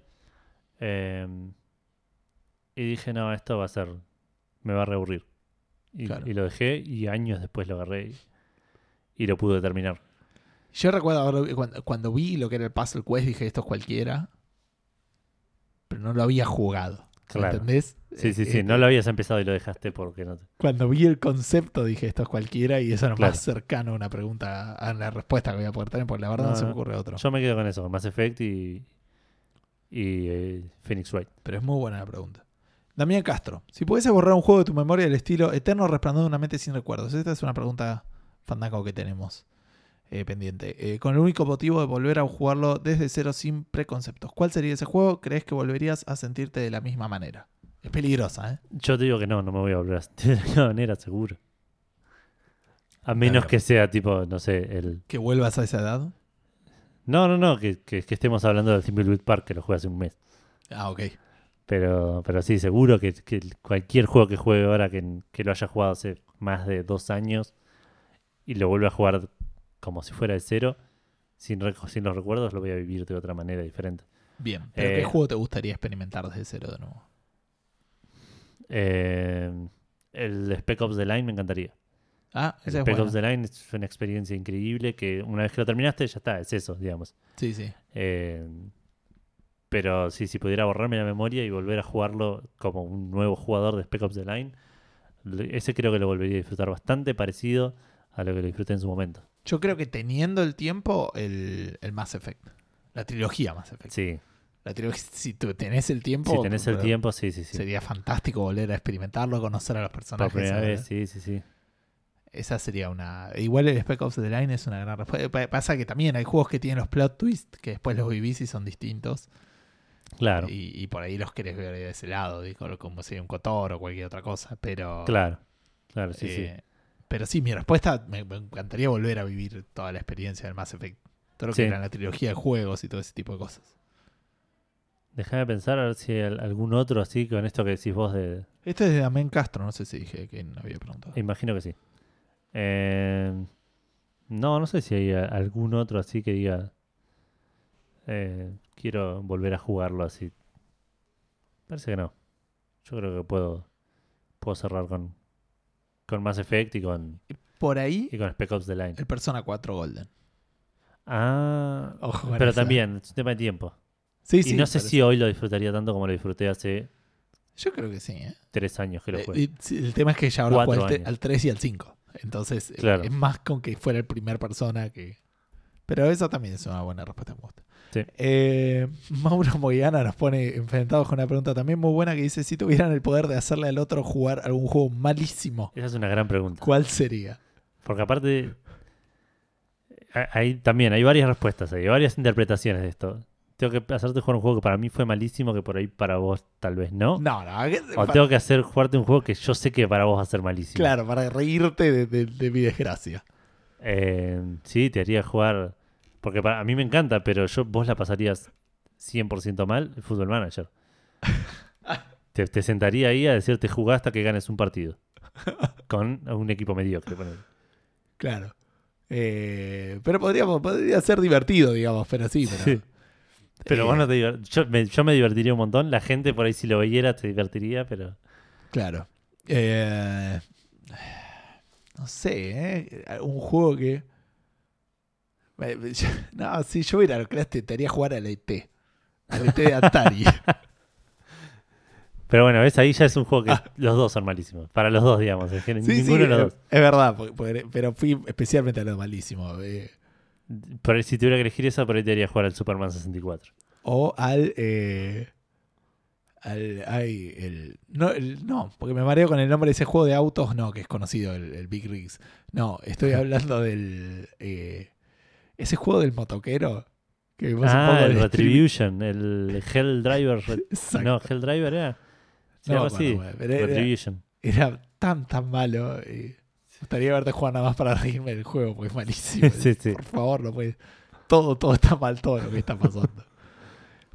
[SPEAKER 2] eh, y dije, no, esto va a ser, me va a reaburrir. Y,
[SPEAKER 1] Claro.
[SPEAKER 2] y lo dejé y años después lo agarré y, y lo pude terminar.
[SPEAKER 1] Yo recuerdo haber- cuando, cuando vi lo que era el Puzzle Quest, dije esto es cualquiera. Pero no lo había jugado.
[SPEAKER 2] Claro.
[SPEAKER 1] ¿Entendés?
[SPEAKER 2] Sí, sí,
[SPEAKER 1] Eh,
[SPEAKER 2] sí, no lo habías empezado y lo dejaste porque no te...
[SPEAKER 1] cuando vi el concepto dije esto es cualquiera y eso era
[SPEAKER 2] Claro.
[SPEAKER 1] más cercano a una pregunta, a una respuesta que voy a poder tener, porque la verdad no,
[SPEAKER 2] No,
[SPEAKER 1] se me
[SPEAKER 2] no.
[SPEAKER 1] ocurre otro.
[SPEAKER 2] Yo me quedo con eso, con Mass Effect y, y eh, Phoenix Wright.
[SPEAKER 1] Pero es muy buena la pregunta. Damián Castro, si pudiese borrar un juego de tu memoria del estilo Eterno Resplandor de una mente sin recuerdos, esta es una pregunta fandango que tenemos eh, pendiente. Eh, con el único motivo de volver a jugarlo desde cero sin preconceptos. ¿Cuál sería ese juego? ¿Crees que volverías a sentirte de la misma manera? Es peligrosa, ¿eh?
[SPEAKER 2] Yo te digo que no, no me voy a volver a sentir de ninguna manera, seguro. A menos
[SPEAKER 1] bien.
[SPEAKER 2] que sea tipo, no sé, el.
[SPEAKER 1] Que vuelvas a esa edad.
[SPEAKER 2] No, no, no, que, que- que estemos hablando del Thimbleweed Park que lo jugué hace un mes.
[SPEAKER 1] Ah, ok.
[SPEAKER 2] Pero, pero sí, seguro que, que cualquier juego que juegue ahora que, que lo haya jugado hace más de dos años y lo vuelva a jugar como si fuera de cero, sin, reco- sin los recuerdos, lo voy a vivir de otra manera diferente.
[SPEAKER 1] Bien. ¿Pero
[SPEAKER 2] Eh,
[SPEAKER 1] qué juego te gustaría experimentar desde cero de nuevo?
[SPEAKER 2] Eh, el Spec Ops The Line me encantaría.
[SPEAKER 1] Ah, ese
[SPEAKER 2] El
[SPEAKER 1] es
[SPEAKER 2] Spec
[SPEAKER 1] bueno.
[SPEAKER 2] Ops The Line es una experiencia increíble que una vez que lo terminaste ya está, es eso, digamos.
[SPEAKER 1] Sí, sí.
[SPEAKER 2] Eh, pero sí, si pudiera borrarme la memoria y volver a jugarlo como un nuevo jugador de Spec Ops The Line, le- ese creo que lo volvería a disfrutar bastante parecido a lo que lo disfruté en su momento.
[SPEAKER 1] Yo creo que teniendo el tiempo, el, el Mass Effect. La trilogía Mass Effect.
[SPEAKER 2] Sí,
[SPEAKER 1] La trilogía, si tú tenés el tiempo.
[SPEAKER 2] si tenés el
[SPEAKER 1] pero-
[SPEAKER 2] tiempo, sí, sí, sí.
[SPEAKER 1] Sería fantástico volver a experimentarlo, conocer a los personajes.
[SPEAKER 2] Por primera
[SPEAKER 1] ¿sabes?
[SPEAKER 2] vez, sí, sí, sí.
[SPEAKER 1] Esa sería una. Igual el Spec Ops The Line es una gran respuesta. Pa- Pasa que también hay juegos que tienen los plot twists que después los vivís y son distintos.
[SPEAKER 2] Claro,
[SPEAKER 1] Y, y por ahí los querés ver de ese lado, digo, como sería un Cotor o cualquier otra cosa. Pero.
[SPEAKER 2] claro, claro, Pues sí, sí.
[SPEAKER 1] Eh, Pero sí, mi respuesta, me, me encantaría volver a vivir toda la experiencia del Mass Effect. Todo lo que
[SPEAKER 2] Sí.
[SPEAKER 1] era la trilogía de juegos y todo ese tipo de cosas.
[SPEAKER 2] Déjame pensar a ver si hay al- algún otro así con esto que decís vos de,
[SPEAKER 1] Esto es de Amén Castro, no sé si dije que no había preguntado.
[SPEAKER 2] Imagino que sí. Eh, no, no sé si hay a- algún otro así que diga. eh, quiero volver a jugarlo así. Parece que no. Yo creo que puedo, puedo cerrar con, con Mass Effect y con,
[SPEAKER 1] Por ahí,
[SPEAKER 2] y con Spec Ops The Line.
[SPEAKER 1] el Persona 4 Golden.
[SPEAKER 2] Ah,
[SPEAKER 1] Ojo con
[SPEAKER 2] pero
[SPEAKER 1] esa.
[SPEAKER 2] también, es un tema de tiempo.
[SPEAKER 1] Sí,
[SPEAKER 2] Y
[SPEAKER 1] sí,
[SPEAKER 2] no sé
[SPEAKER 1] pero
[SPEAKER 2] si hoy lo disfrutaría tanto como lo disfruté hace
[SPEAKER 1] Yo creo que sí, ¿eh?
[SPEAKER 2] tres años que lo
[SPEAKER 1] Eh,
[SPEAKER 2] jugué.
[SPEAKER 1] y- sí, el tema es que ya ahora
[SPEAKER 2] Cuatro
[SPEAKER 1] juega al, te-
[SPEAKER 2] años.
[SPEAKER 1] al 3 y al 5. Entonces, eh,
[SPEAKER 2] Claro.
[SPEAKER 1] es más con que fuera el primer persona que Pero esa también es una buena respuesta, me gusta.
[SPEAKER 2] Sí.
[SPEAKER 1] Eh, Mauro Moyana nos pone enfrentados con una pregunta también muy buena que dice: Si tuvieran el poder de hacerle al otro jugar algún juego malísimo,
[SPEAKER 2] Esa es una gran pregunta.
[SPEAKER 1] ¿cuál sería?
[SPEAKER 2] Porque aparte, a- hay también, hay varias respuestas, hay varias interpretaciones de esto. Tengo que hacerte jugar un juego que para mí fue malísimo, que por ahí para vos tal vez no.
[SPEAKER 1] No, no. que-
[SPEAKER 2] O
[SPEAKER 1] pa-
[SPEAKER 2] tengo que hacer jugarte un juego que yo sé que para vos va a ser malísimo.
[SPEAKER 1] Claro, para reírte de, de- de mi desgracia.
[SPEAKER 2] Eh, sí, te haría jugar. Porque para, a mí me encanta, pero yo vos la pasarías 100% mal, el fútbol manager. te, te sentaría ahí a decirte jugá hasta que ganes un partido. Con un equipo mediocre. ponele.
[SPEAKER 1] Claro. Eh, pero podríamos, podría ser divertido, digamos, pero sí. Pero,
[SPEAKER 2] Sí. Pero
[SPEAKER 1] Eh,
[SPEAKER 2] vos no te divert- yo me, yo me divertiría un montón. La gente por ahí, si lo oyera, te divertiría, pero.
[SPEAKER 1] Claro. Eh, no sé, ¿eh? Un juego que. me- me- yo- No, si yo hubiera Crash, te haría jugar E al ET. Al ET E de Atari.
[SPEAKER 2] Pero bueno, ves, ahí ya es un juego que los dos son malísimos. Para los dos, digamos. en general,
[SPEAKER 1] Ah. sí, eh. sí,
[SPEAKER 2] ninguno de los
[SPEAKER 1] es,
[SPEAKER 2] dos.
[SPEAKER 1] es verdad, porque- porque- pero fui especialmente a lo malísimo. eh.
[SPEAKER 2] Por ahí, si tuviera que elegir esa, por ahí te haría jugar al Superman 64.
[SPEAKER 1] O al. eh, al ay, el, no, el- no, porque me mareo con el nombre de ese juego de autos, no, que es conocido, el, el Big Rigs. No, estoy hablando del. eh, ese juego del motoquero. Que vos un
[SPEAKER 2] Ah,
[SPEAKER 1] poco
[SPEAKER 2] el
[SPEAKER 1] de-
[SPEAKER 2] Retribution, el Hell Driver. Re-
[SPEAKER 1] Exacto.
[SPEAKER 2] No, Hell Driver era. Sí,
[SPEAKER 1] No,
[SPEAKER 2] algo
[SPEAKER 1] bueno,
[SPEAKER 2] así.
[SPEAKER 1] bueno, Eh, pero era,
[SPEAKER 2] Retribution.
[SPEAKER 1] era tan, tan malo. eh, me gustaría verte jugar nada más para reírme del juego, porque es malísimo.
[SPEAKER 2] Sí, sí.
[SPEAKER 1] Por favor, no puedes. Todo, todo está mal, todo lo que está pasando.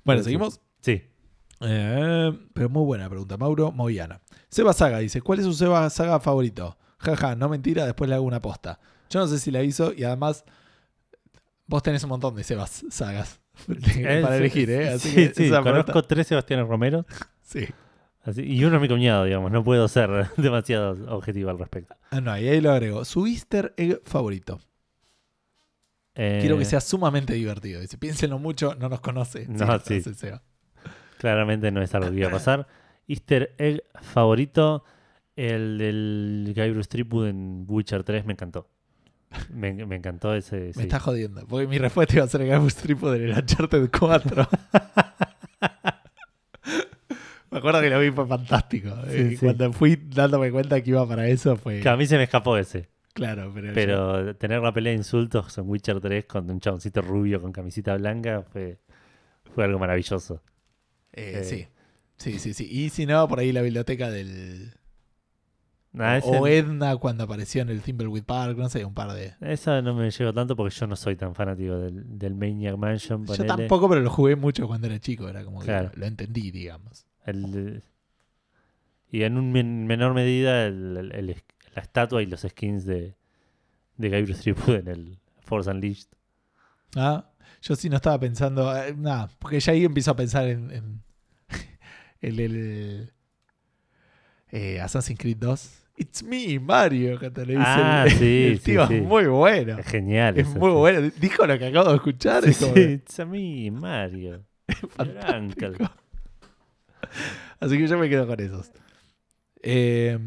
[SPEAKER 1] bueno,
[SPEAKER 2] Sí, sí.
[SPEAKER 1] seguimos.
[SPEAKER 2] Sí.
[SPEAKER 1] Eh, pero muy buena pregunta, Mauro Moviana. Seba Saga dice: ¿Cuál es su Seba Saga favorito? Jaja, no mentira, después le hago una posta. Yo no sé si la hizo y además vos tenés un montón de Sebas Sagas para
[SPEAKER 2] Eh,
[SPEAKER 1] elegir, ¿eh? Así
[SPEAKER 2] sí,
[SPEAKER 1] que
[SPEAKER 2] sí,
[SPEAKER 1] esa pregunta-
[SPEAKER 2] conozco tres Sebastián Romero.
[SPEAKER 1] sí.
[SPEAKER 2] así- y uno es mi cuñado, digamos. No puedo ser demasiado objetivo al respecto.
[SPEAKER 1] Ah, no, y ahí lo agrego. Su easter egg favorito.
[SPEAKER 2] Eh,
[SPEAKER 1] Quiero que sea sumamente divertido. Dice, piénsenlo mucho, no nos conoce.
[SPEAKER 2] No,
[SPEAKER 1] nos
[SPEAKER 2] sí.
[SPEAKER 1] conoce, Seba.
[SPEAKER 2] Claramente no es algo que iba a pasar. Easter egg favorito, el del Guybrush Threepwood en Witcher 3, me encantó. Me, me encantó ese.
[SPEAKER 1] Me
[SPEAKER 2] sí.
[SPEAKER 1] estás jodiendo. Porque mi respuesta iba a ser el Gabus Tripod en el Uncharted 4. Me acuerdo que lo vi, fue fantástico. Eh,
[SPEAKER 2] sí.
[SPEAKER 1] Cuando fui dándome cuenta que iba para eso fue...
[SPEAKER 2] Que A mí se me escapó ese.
[SPEAKER 1] Claro, pero...
[SPEAKER 2] Pero tener la pelea de insultos en Witcher 3 con un chaboncito rubio con camisita blanca fue, fue algo maravilloso.
[SPEAKER 1] eh,
[SPEAKER 2] eh.
[SPEAKER 1] Sí. Sí, sí, sí. Y si no, por ahí la biblioteca del...
[SPEAKER 2] Nah, ese-
[SPEAKER 1] o Edna cuando apareció en el Thimbleweed Park, no sé, un par de...
[SPEAKER 2] esa no me llegó tanto porque yo no soy tan fanático del, del Maniac Mansion.
[SPEAKER 1] Yo
[SPEAKER 2] ponele.
[SPEAKER 1] tampoco, pero lo jugué mucho cuando era chico. Era como que
[SPEAKER 2] Claro.
[SPEAKER 1] lo entendí, digamos.
[SPEAKER 2] El- y en un men- menor medida el- el- el- la estatua y los skins de, de Gabriel Threepwood en el Force Unleashed.
[SPEAKER 1] Ah, yo sí no estaba pensando. eh, nada, porque ya ahí empiezo a pensar en. en el, el, eh, Assassin's Creed 2. It's me, Mario, cuando le dice
[SPEAKER 2] Ah,
[SPEAKER 1] el,
[SPEAKER 2] sí,
[SPEAKER 1] el
[SPEAKER 2] sí,
[SPEAKER 1] tío,
[SPEAKER 2] sí.
[SPEAKER 1] Es muy bueno.
[SPEAKER 2] Es genial.
[SPEAKER 1] Ah, Es
[SPEAKER 2] eso,
[SPEAKER 1] muy
[SPEAKER 2] sí.
[SPEAKER 1] bueno. Dijo lo que acabo de escuchar.
[SPEAKER 2] Sí,
[SPEAKER 1] es como
[SPEAKER 2] sí,
[SPEAKER 1] que-
[SPEAKER 2] it's a me, Mario. Your
[SPEAKER 1] fantástico.
[SPEAKER 2] uncle.
[SPEAKER 1] Así que yo me quedo con esos. Eh,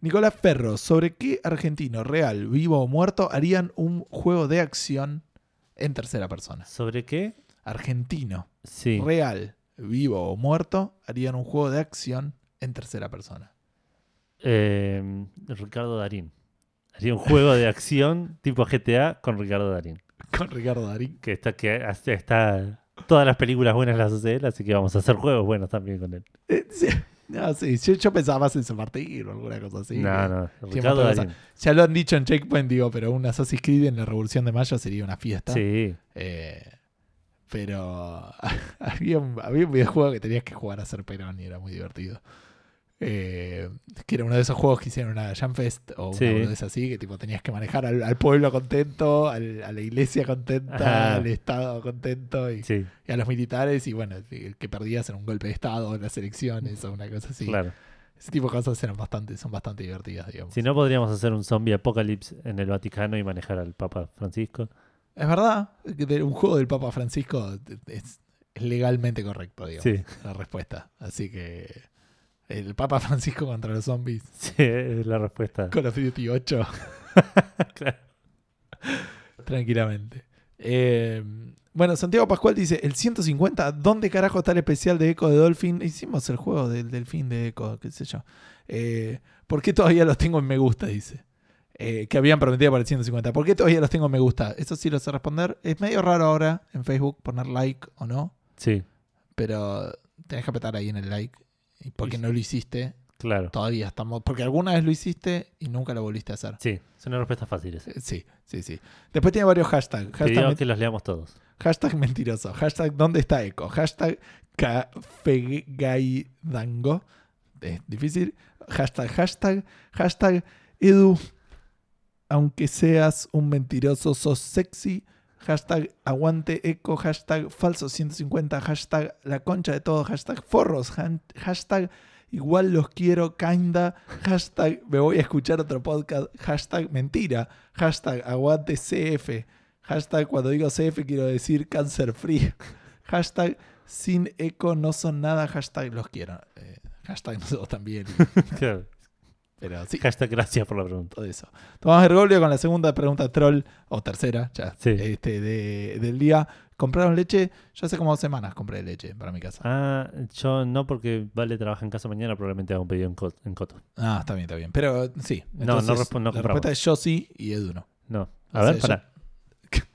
[SPEAKER 1] Nicolás Ferro, ¿sobre qué argentino real, vivo o muerto, harían un juego de acción en tercera persona?
[SPEAKER 2] ¿Sobre qué?
[SPEAKER 1] Argentino,
[SPEAKER 2] Sí.
[SPEAKER 1] real, vivo o muerto, harían un juego de acción en tercera persona.
[SPEAKER 2] eh, Ricardo Darín. Haría un juego de acción tipo GTA con Ricardo Darín.
[SPEAKER 1] Con Ricardo Darín.
[SPEAKER 2] Que está, que hace- está todas las películas buenas las hace él, así que vamos a hacer juegos buenos también con él.
[SPEAKER 1] Eh, sí. No, sí, yo, yo pensaba más en San Martín o alguna cosa así.
[SPEAKER 2] no, no.
[SPEAKER 1] sí,
[SPEAKER 2] Ricardo
[SPEAKER 1] otra cosa.
[SPEAKER 2] Darín.
[SPEAKER 1] Ya lo han dicho en Checkpoint, digo, pero un Assassin's Creed en la Revolución de Mayo sería una fiesta.
[SPEAKER 2] Sí.
[SPEAKER 1] Eh, pero había un, había un videojuego que tenías que jugar a ser Perón y era muy divertido. Eh, que era uno de esos juegos que hicieron una Jam Fest o una
[SPEAKER 2] Sí.
[SPEAKER 1] boludez así, que tipo tenías que manejar al, al pueblo contento, al- a la iglesia contenta,
[SPEAKER 2] Ajá.
[SPEAKER 1] al Estado contento y,
[SPEAKER 2] Sí,
[SPEAKER 1] y a los militares. Y bueno, el que perdías en un golpe de Estado, en las elecciones o una cosa así.
[SPEAKER 2] claro.
[SPEAKER 1] Ese tipo de cosas eran bastante, son bastante divertidas, digamos.
[SPEAKER 2] Si no, podríamos hacer un zombie apocalipsis en el Vaticano y manejar al Papa Francisco.
[SPEAKER 1] Es verdad, que de- un juego del Papa Francisco es es legalmente correcto, digamos.
[SPEAKER 2] Sí,
[SPEAKER 1] la respuesta. Así que el Papa Francisco contra los zombies.
[SPEAKER 2] sí, es la respuesta.
[SPEAKER 1] Call of Duty 8,
[SPEAKER 2] Claro.
[SPEAKER 1] tranquilamente. Eh, bueno, Santiago Pascual dice, el 150, ¿dónde carajo está el especial de Eco de Dolphin? Hicimos el juego del Delfín de Eco, qué sé yo. Eh, ¿Por qué todavía los tengo en me gusta? Dice. Eh, que habían prometido para el 150. ¿Por qué todavía los tengo en me gusta? Eso sí lo sé responder. Es medio raro ahora en Facebook poner like o no,
[SPEAKER 2] Sí,
[SPEAKER 1] pero tenés que apretar ahí en el like. Y porque no lo hiciste,
[SPEAKER 2] claro.
[SPEAKER 1] todavía estamos... Porque alguna vez lo hiciste y nunca lo volviste a hacer.
[SPEAKER 2] Sí, son unas respuestas fáciles.
[SPEAKER 1] Eh, Sí, sí, sí. Después tiene varios hashtags.
[SPEAKER 2] Te
[SPEAKER 1] Hashtag
[SPEAKER 2] digo
[SPEAKER 1] me-
[SPEAKER 2] que los leamos todos.
[SPEAKER 1] Hashtag mentiroso. Hashtag ¿dónde está Eco? Hashtag cafegaidango. Es difícil. Hashtag, hashtag. Hashtag Edu. Aunque seas un mentiroso, sos sexy. Hashtag aguante eco. Hashtag falso 150. Hashtag la concha de todo. Hashtag forros. Han- Hashtag igual los quiero kinda. Hashtag me voy a escuchar otro podcast. Hashtag mentira. Hashtag aguante CF. Hashtag cuando digo CF quiero decir cancer free. Hashtag sin eco no son nada. Hashtag los quiero. Eh, hashtag nosotros también.
[SPEAKER 2] Claro.
[SPEAKER 1] Pero sí,
[SPEAKER 2] Hashtag gracias por la pregunta.
[SPEAKER 1] todo eso. Tomás Bergoglio con la segunda pregunta troll, o tercera, ya,
[SPEAKER 2] Sí.
[SPEAKER 1] este, de- del día. ¿Compraron leche? Yo hace como dos semanas compré leche para mi casa.
[SPEAKER 2] Ah, yo no porque Vale trabaja en casa mañana, probablemente haga un pedido en, co- en Coto.
[SPEAKER 1] Ah, está bien, está bien. Pero sí.
[SPEAKER 2] No, no
[SPEAKER 1] entonces,
[SPEAKER 2] respo- no
[SPEAKER 1] La
[SPEAKER 2] compramos.
[SPEAKER 1] respuesta es yo sí y Edu no.
[SPEAKER 2] No.
[SPEAKER 1] O
[SPEAKER 2] A
[SPEAKER 1] sea,
[SPEAKER 2] ver,
[SPEAKER 1] yo-
[SPEAKER 2] pará.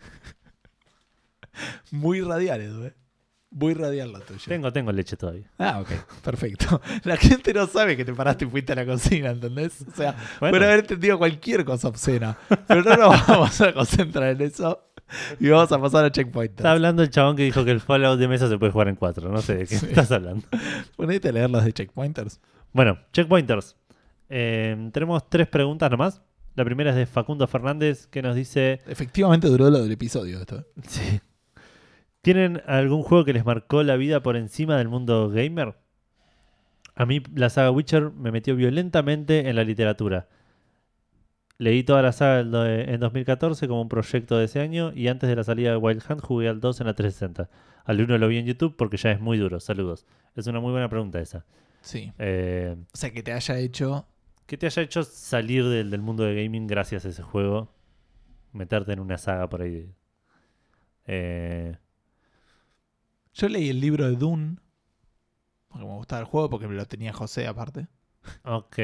[SPEAKER 1] Muy radial, Edu, ¿eh? Muy radial la tuya.
[SPEAKER 2] Tengo, tengo leche todavía.
[SPEAKER 1] Ah, ok, perfecto. La gente no sabe que te paraste y fuiste a la cocina, ¿entendés? O sea,
[SPEAKER 2] Bueno.
[SPEAKER 1] puede haber entendido cualquier cosa obscena. Pero no nos vamos a concentrar en eso y vamos a pasar a checkpoint.
[SPEAKER 2] Está hablando el chabón que dijo que el Fallout de mesa se puede jugar en cuatro. No sé de qué estás hablando.
[SPEAKER 1] Ponete a leer los de Checkpointers.
[SPEAKER 2] Bueno, checkpointers. Eh, tenemos tres preguntas nomás. La primera es de Facundo Fernández que nos dice:
[SPEAKER 1] Efectivamente duró lo del episodio esto. ¿eh?
[SPEAKER 2] Sí. ¿Tienen algún juego que les marcó la vida por encima del mundo gamer? A mí la saga Witcher me metió violentamente en la literatura. Leí toda la saga en do- en 2014 como un proyecto de ese año y antes de la salida de Wild Hunt jugué al 2 en la 360. Al 1 lo vi en YouTube porque ya es muy duro. Saludos. Es una muy buena pregunta esa.
[SPEAKER 1] Sí.
[SPEAKER 2] Eh,
[SPEAKER 1] O sea, que te haya hecho...
[SPEAKER 2] ¿Qué te haya hecho salir del, del mundo de gaming gracias a ese juego? Meterte en una saga por ahí. de- Eh,
[SPEAKER 1] Yo leí el libro de Dune. Porque me gustaba el juego, porque me lo tenía José aparte.
[SPEAKER 2] ok.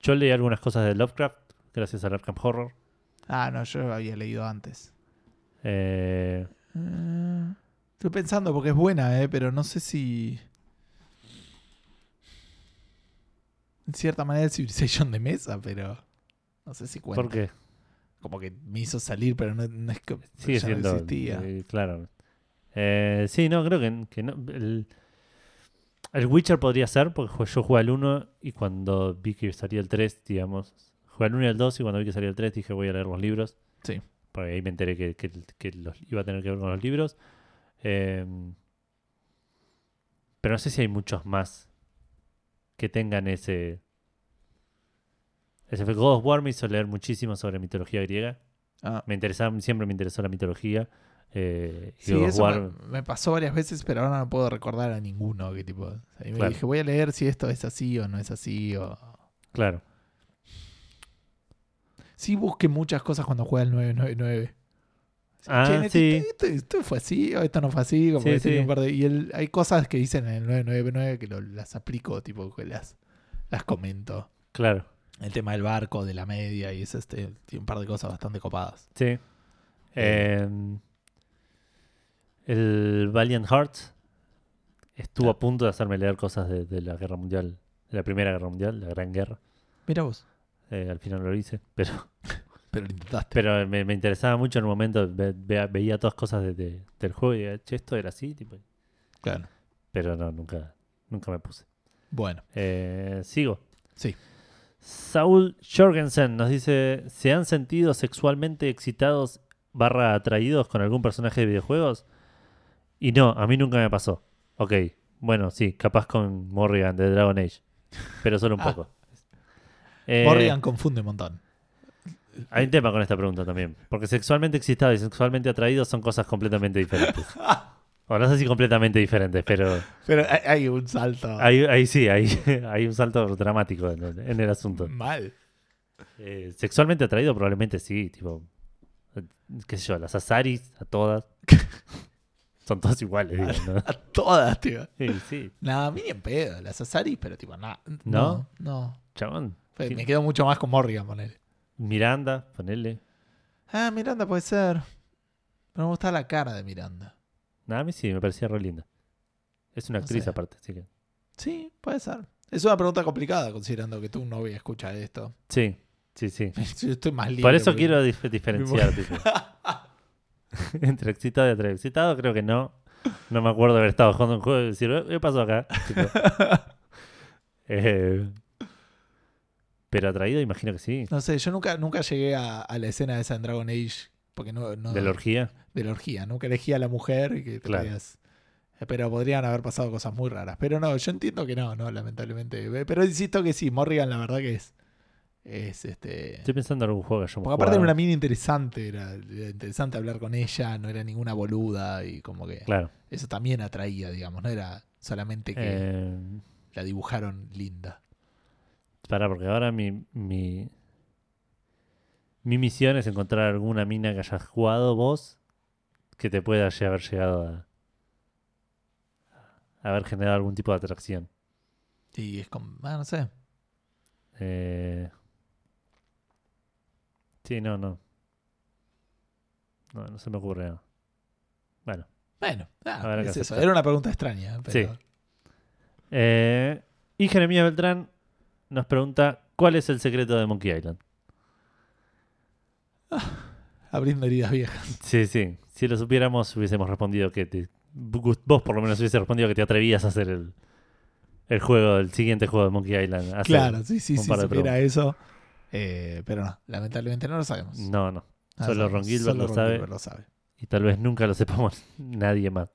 [SPEAKER 2] Yo leí algunas cosas de Lovecraft, gracias a Lovecraft Horror.
[SPEAKER 1] Ah, no, yo lo había leído antes.
[SPEAKER 2] Eh,
[SPEAKER 1] Eh, Estoy pensando porque es buena, ¿eh? pero no sé si... En cierta manera es Civilization de mesa, pero... No sé si cuenta.
[SPEAKER 2] ¿Por qué?
[SPEAKER 1] Como que me hizo salir, pero no, no es que
[SPEAKER 2] Sigue
[SPEAKER 1] Pues ya no
[SPEAKER 2] siendo.
[SPEAKER 1] existía.
[SPEAKER 2] eh, claro. Eh, sí, no, creo que, que no. El, el Witcher podría ser, porque ju- yo jugué al 1 y cuando vi que salía el 3, digamos. Jugué al 1 y al 2 y cuando vi que salía el 3 dije voy a leer los libros.
[SPEAKER 1] Sí.
[SPEAKER 2] Porque ahí me enteré que, que- que los, iba a tener que ver con los libros. Eh, pero no sé si hay muchos más que tengan ese. Ese fue- God of War me hizo leer muchísimo sobre mitología griega
[SPEAKER 1] Ah.
[SPEAKER 2] me interesaba, siempre me interesó la mitología. Eh, y
[SPEAKER 1] Sí,
[SPEAKER 2] God of
[SPEAKER 1] eso
[SPEAKER 2] War,
[SPEAKER 1] me, me pasó varias veces, pero ahora no puedo recordar a ninguno. Que tipo, ahí me
[SPEAKER 2] Claro.
[SPEAKER 1] dije, voy a leer si esto es así o no es así. O...
[SPEAKER 2] claro.
[SPEAKER 1] Sí, busqué muchas cosas cuando juega el 999. Sí,
[SPEAKER 2] Ah,
[SPEAKER 1] che, Neti,
[SPEAKER 2] sí.
[SPEAKER 1] Esto, esto- esto fue así, o esto no fue así. Como
[SPEAKER 2] Sí,
[SPEAKER 1] que tenía
[SPEAKER 2] sí.
[SPEAKER 1] un par de- y el- hay cosas que dicen en el 999 que lo- las aplico, tipo, que las, las comento.
[SPEAKER 2] Claro,
[SPEAKER 1] El tema del barco, de la media, y es este, tiene un par de cosas bastante copadas.
[SPEAKER 2] sí. Eh, el Valiant Hearts estuvo
[SPEAKER 1] Ah.
[SPEAKER 2] a punto de hacerme leer cosas de, de la Guerra Mundial, de la Primera Guerra Mundial, la Gran Guerra.
[SPEAKER 1] Mira vos,
[SPEAKER 2] Eh, al final no lo hice, pero
[SPEAKER 1] pero lo intentaste.
[SPEAKER 2] pero me, me interesaba mucho en un momento, ve- ve- veía todas cosas de- de- del juego y decía, che, esto era así, tipo,
[SPEAKER 1] Claro.
[SPEAKER 2] pero no, nunca, nunca me puse.
[SPEAKER 1] Bueno,
[SPEAKER 2] Eh, sigo.
[SPEAKER 1] Sí.
[SPEAKER 2] Saul Jorgensen nos dice: ¿Se han sentido sexualmente excitados barra atraídos con algún personaje de videojuegos? Y no, a mí nunca me pasó. Ok, bueno, sí, capaz con Morrigan de Dragon Age. Pero solo un
[SPEAKER 1] Ah.
[SPEAKER 2] poco. Eh,
[SPEAKER 1] Morrigan confunde un montón.
[SPEAKER 2] Hay un tema con esta pregunta también. Porque sexualmente excitados y sexualmente atraídos son cosas completamente diferentes. o no sé si completamente diferentes, pero.
[SPEAKER 1] Pero hay, hay un salto
[SPEAKER 2] Ahí, ahí sí, ahí hay un salto dramático en el, en el asunto.
[SPEAKER 1] mal.
[SPEAKER 2] Eh, sexualmente atraído probablemente sí, tipo qué sé yo, las Azaris, a todas. Son todas iguales, digo, ¿no?
[SPEAKER 1] A todas, tío.
[SPEAKER 2] Sí, sí.
[SPEAKER 1] Nada, a mí ni en pedo, las Azaris, pero tipo, nada.
[SPEAKER 2] ¿No?
[SPEAKER 1] No. no.
[SPEAKER 2] Chabón.
[SPEAKER 1] Fe-
[SPEAKER 2] Sí.
[SPEAKER 1] Me quedo mucho más con Morrigan, ponele.
[SPEAKER 2] Miranda, ponele.
[SPEAKER 1] Ah, Miranda puede ser. Pero me gusta la cara de Miranda.
[SPEAKER 2] Nada, a mí sí, me parecía re linda. Es una
[SPEAKER 1] No
[SPEAKER 2] actriz
[SPEAKER 1] sé.
[SPEAKER 2] aparte, así que.
[SPEAKER 1] Sí, puede ser. Es una pregunta complicada considerando que tu novia escucha esto.
[SPEAKER 2] Sí, sí, sí.
[SPEAKER 1] Yo estoy más libre.
[SPEAKER 2] Por eso
[SPEAKER 1] porque-
[SPEAKER 2] quiero dif- diferenciar, tipo. entre excitado y atrevexitado, creo que no. No me acuerdo de haber estado jugando un juego y decir, "Eh, ¿qué pasó acá? Tipo. Eh, pero atraído, imagino que sí.
[SPEAKER 1] No sé, yo nunca, nunca llegué a, a la escena esa en Dragon Age. Porque no, no-
[SPEAKER 2] De la orgía.
[SPEAKER 1] de la orgía. Nunca elegí a la mujer y que te
[SPEAKER 2] Claro.
[SPEAKER 1] podías- eh, Pero podrían haber pasado cosas muy raras. Pero no, yo entiendo que no, no, lamentablemente. Eh, Pero insisto que sí, Morrigan la verdad que es. Es este.
[SPEAKER 2] Estoy pensando en algún juego que hayamos
[SPEAKER 1] Porque aparte era una
[SPEAKER 2] jugado.
[SPEAKER 1] mina interesante, era, era interesante hablar con ella, no era ninguna boluda y como que
[SPEAKER 2] Claro.
[SPEAKER 1] eso también atraía, digamos, no era solamente que
[SPEAKER 2] Eh,
[SPEAKER 1] la dibujaron linda.
[SPEAKER 2] Pará, porque ahora mi, mi. Mi misión es encontrar alguna mina que hayas jugado vos que te pueda lle- haber llegado a. a haber generado algún tipo de atracción.
[SPEAKER 1] Y es como, ah, no sé.
[SPEAKER 2] Eh, Sí, no, no. No, no se me ocurre nada. Bueno.
[SPEAKER 1] Bueno, ah,
[SPEAKER 2] A ver qué
[SPEAKER 1] es
[SPEAKER 2] hace
[SPEAKER 1] eso.
[SPEAKER 2] esta.
[SPEAKER 1] Era una pregunta extraña, pero
[SPEAKER 2] Sí. Eh, y Jeremías Beltrán nos pregunta: ¿Cuál es el secreto de Monkey Island?
[SPEAKER 1] abriendo heridas viejas.
[SPEAKER 2] Sí, sí. Si lo supiéramos, hubiésemos respondido que te. Vos, por lo menos, hubiese respondido que te atrevías a hacer el, el juego, el siguiente juego de Monkey Island. Hacer-
[SPEAKER 1] Claro, sí, sí,
[SPEAKER 2] un
[SPEAKER 1] sí,
[SPEAKER 2] par de
[SPEAKER 1] supiera eso. eh, pero no, lamentablemente no lo sabemos. No
[SPEAKER 2] No,
[SPEAKER 1] lo
[SPEAKER 2] no. Mm, solo
[SPEAKER 1] sabemos,
[SPEAKER 2] Ron Gilbert
[SPEAKER 1] solo
[SPEAKER 2] lo
[SPEAKER 1] Ron
[SPEAKER 2] sabe.
[SPEAKER 1] Gilbert lo sabe.
[SPEAKER 2] Y tal vez nunca lo sepamos nadie más.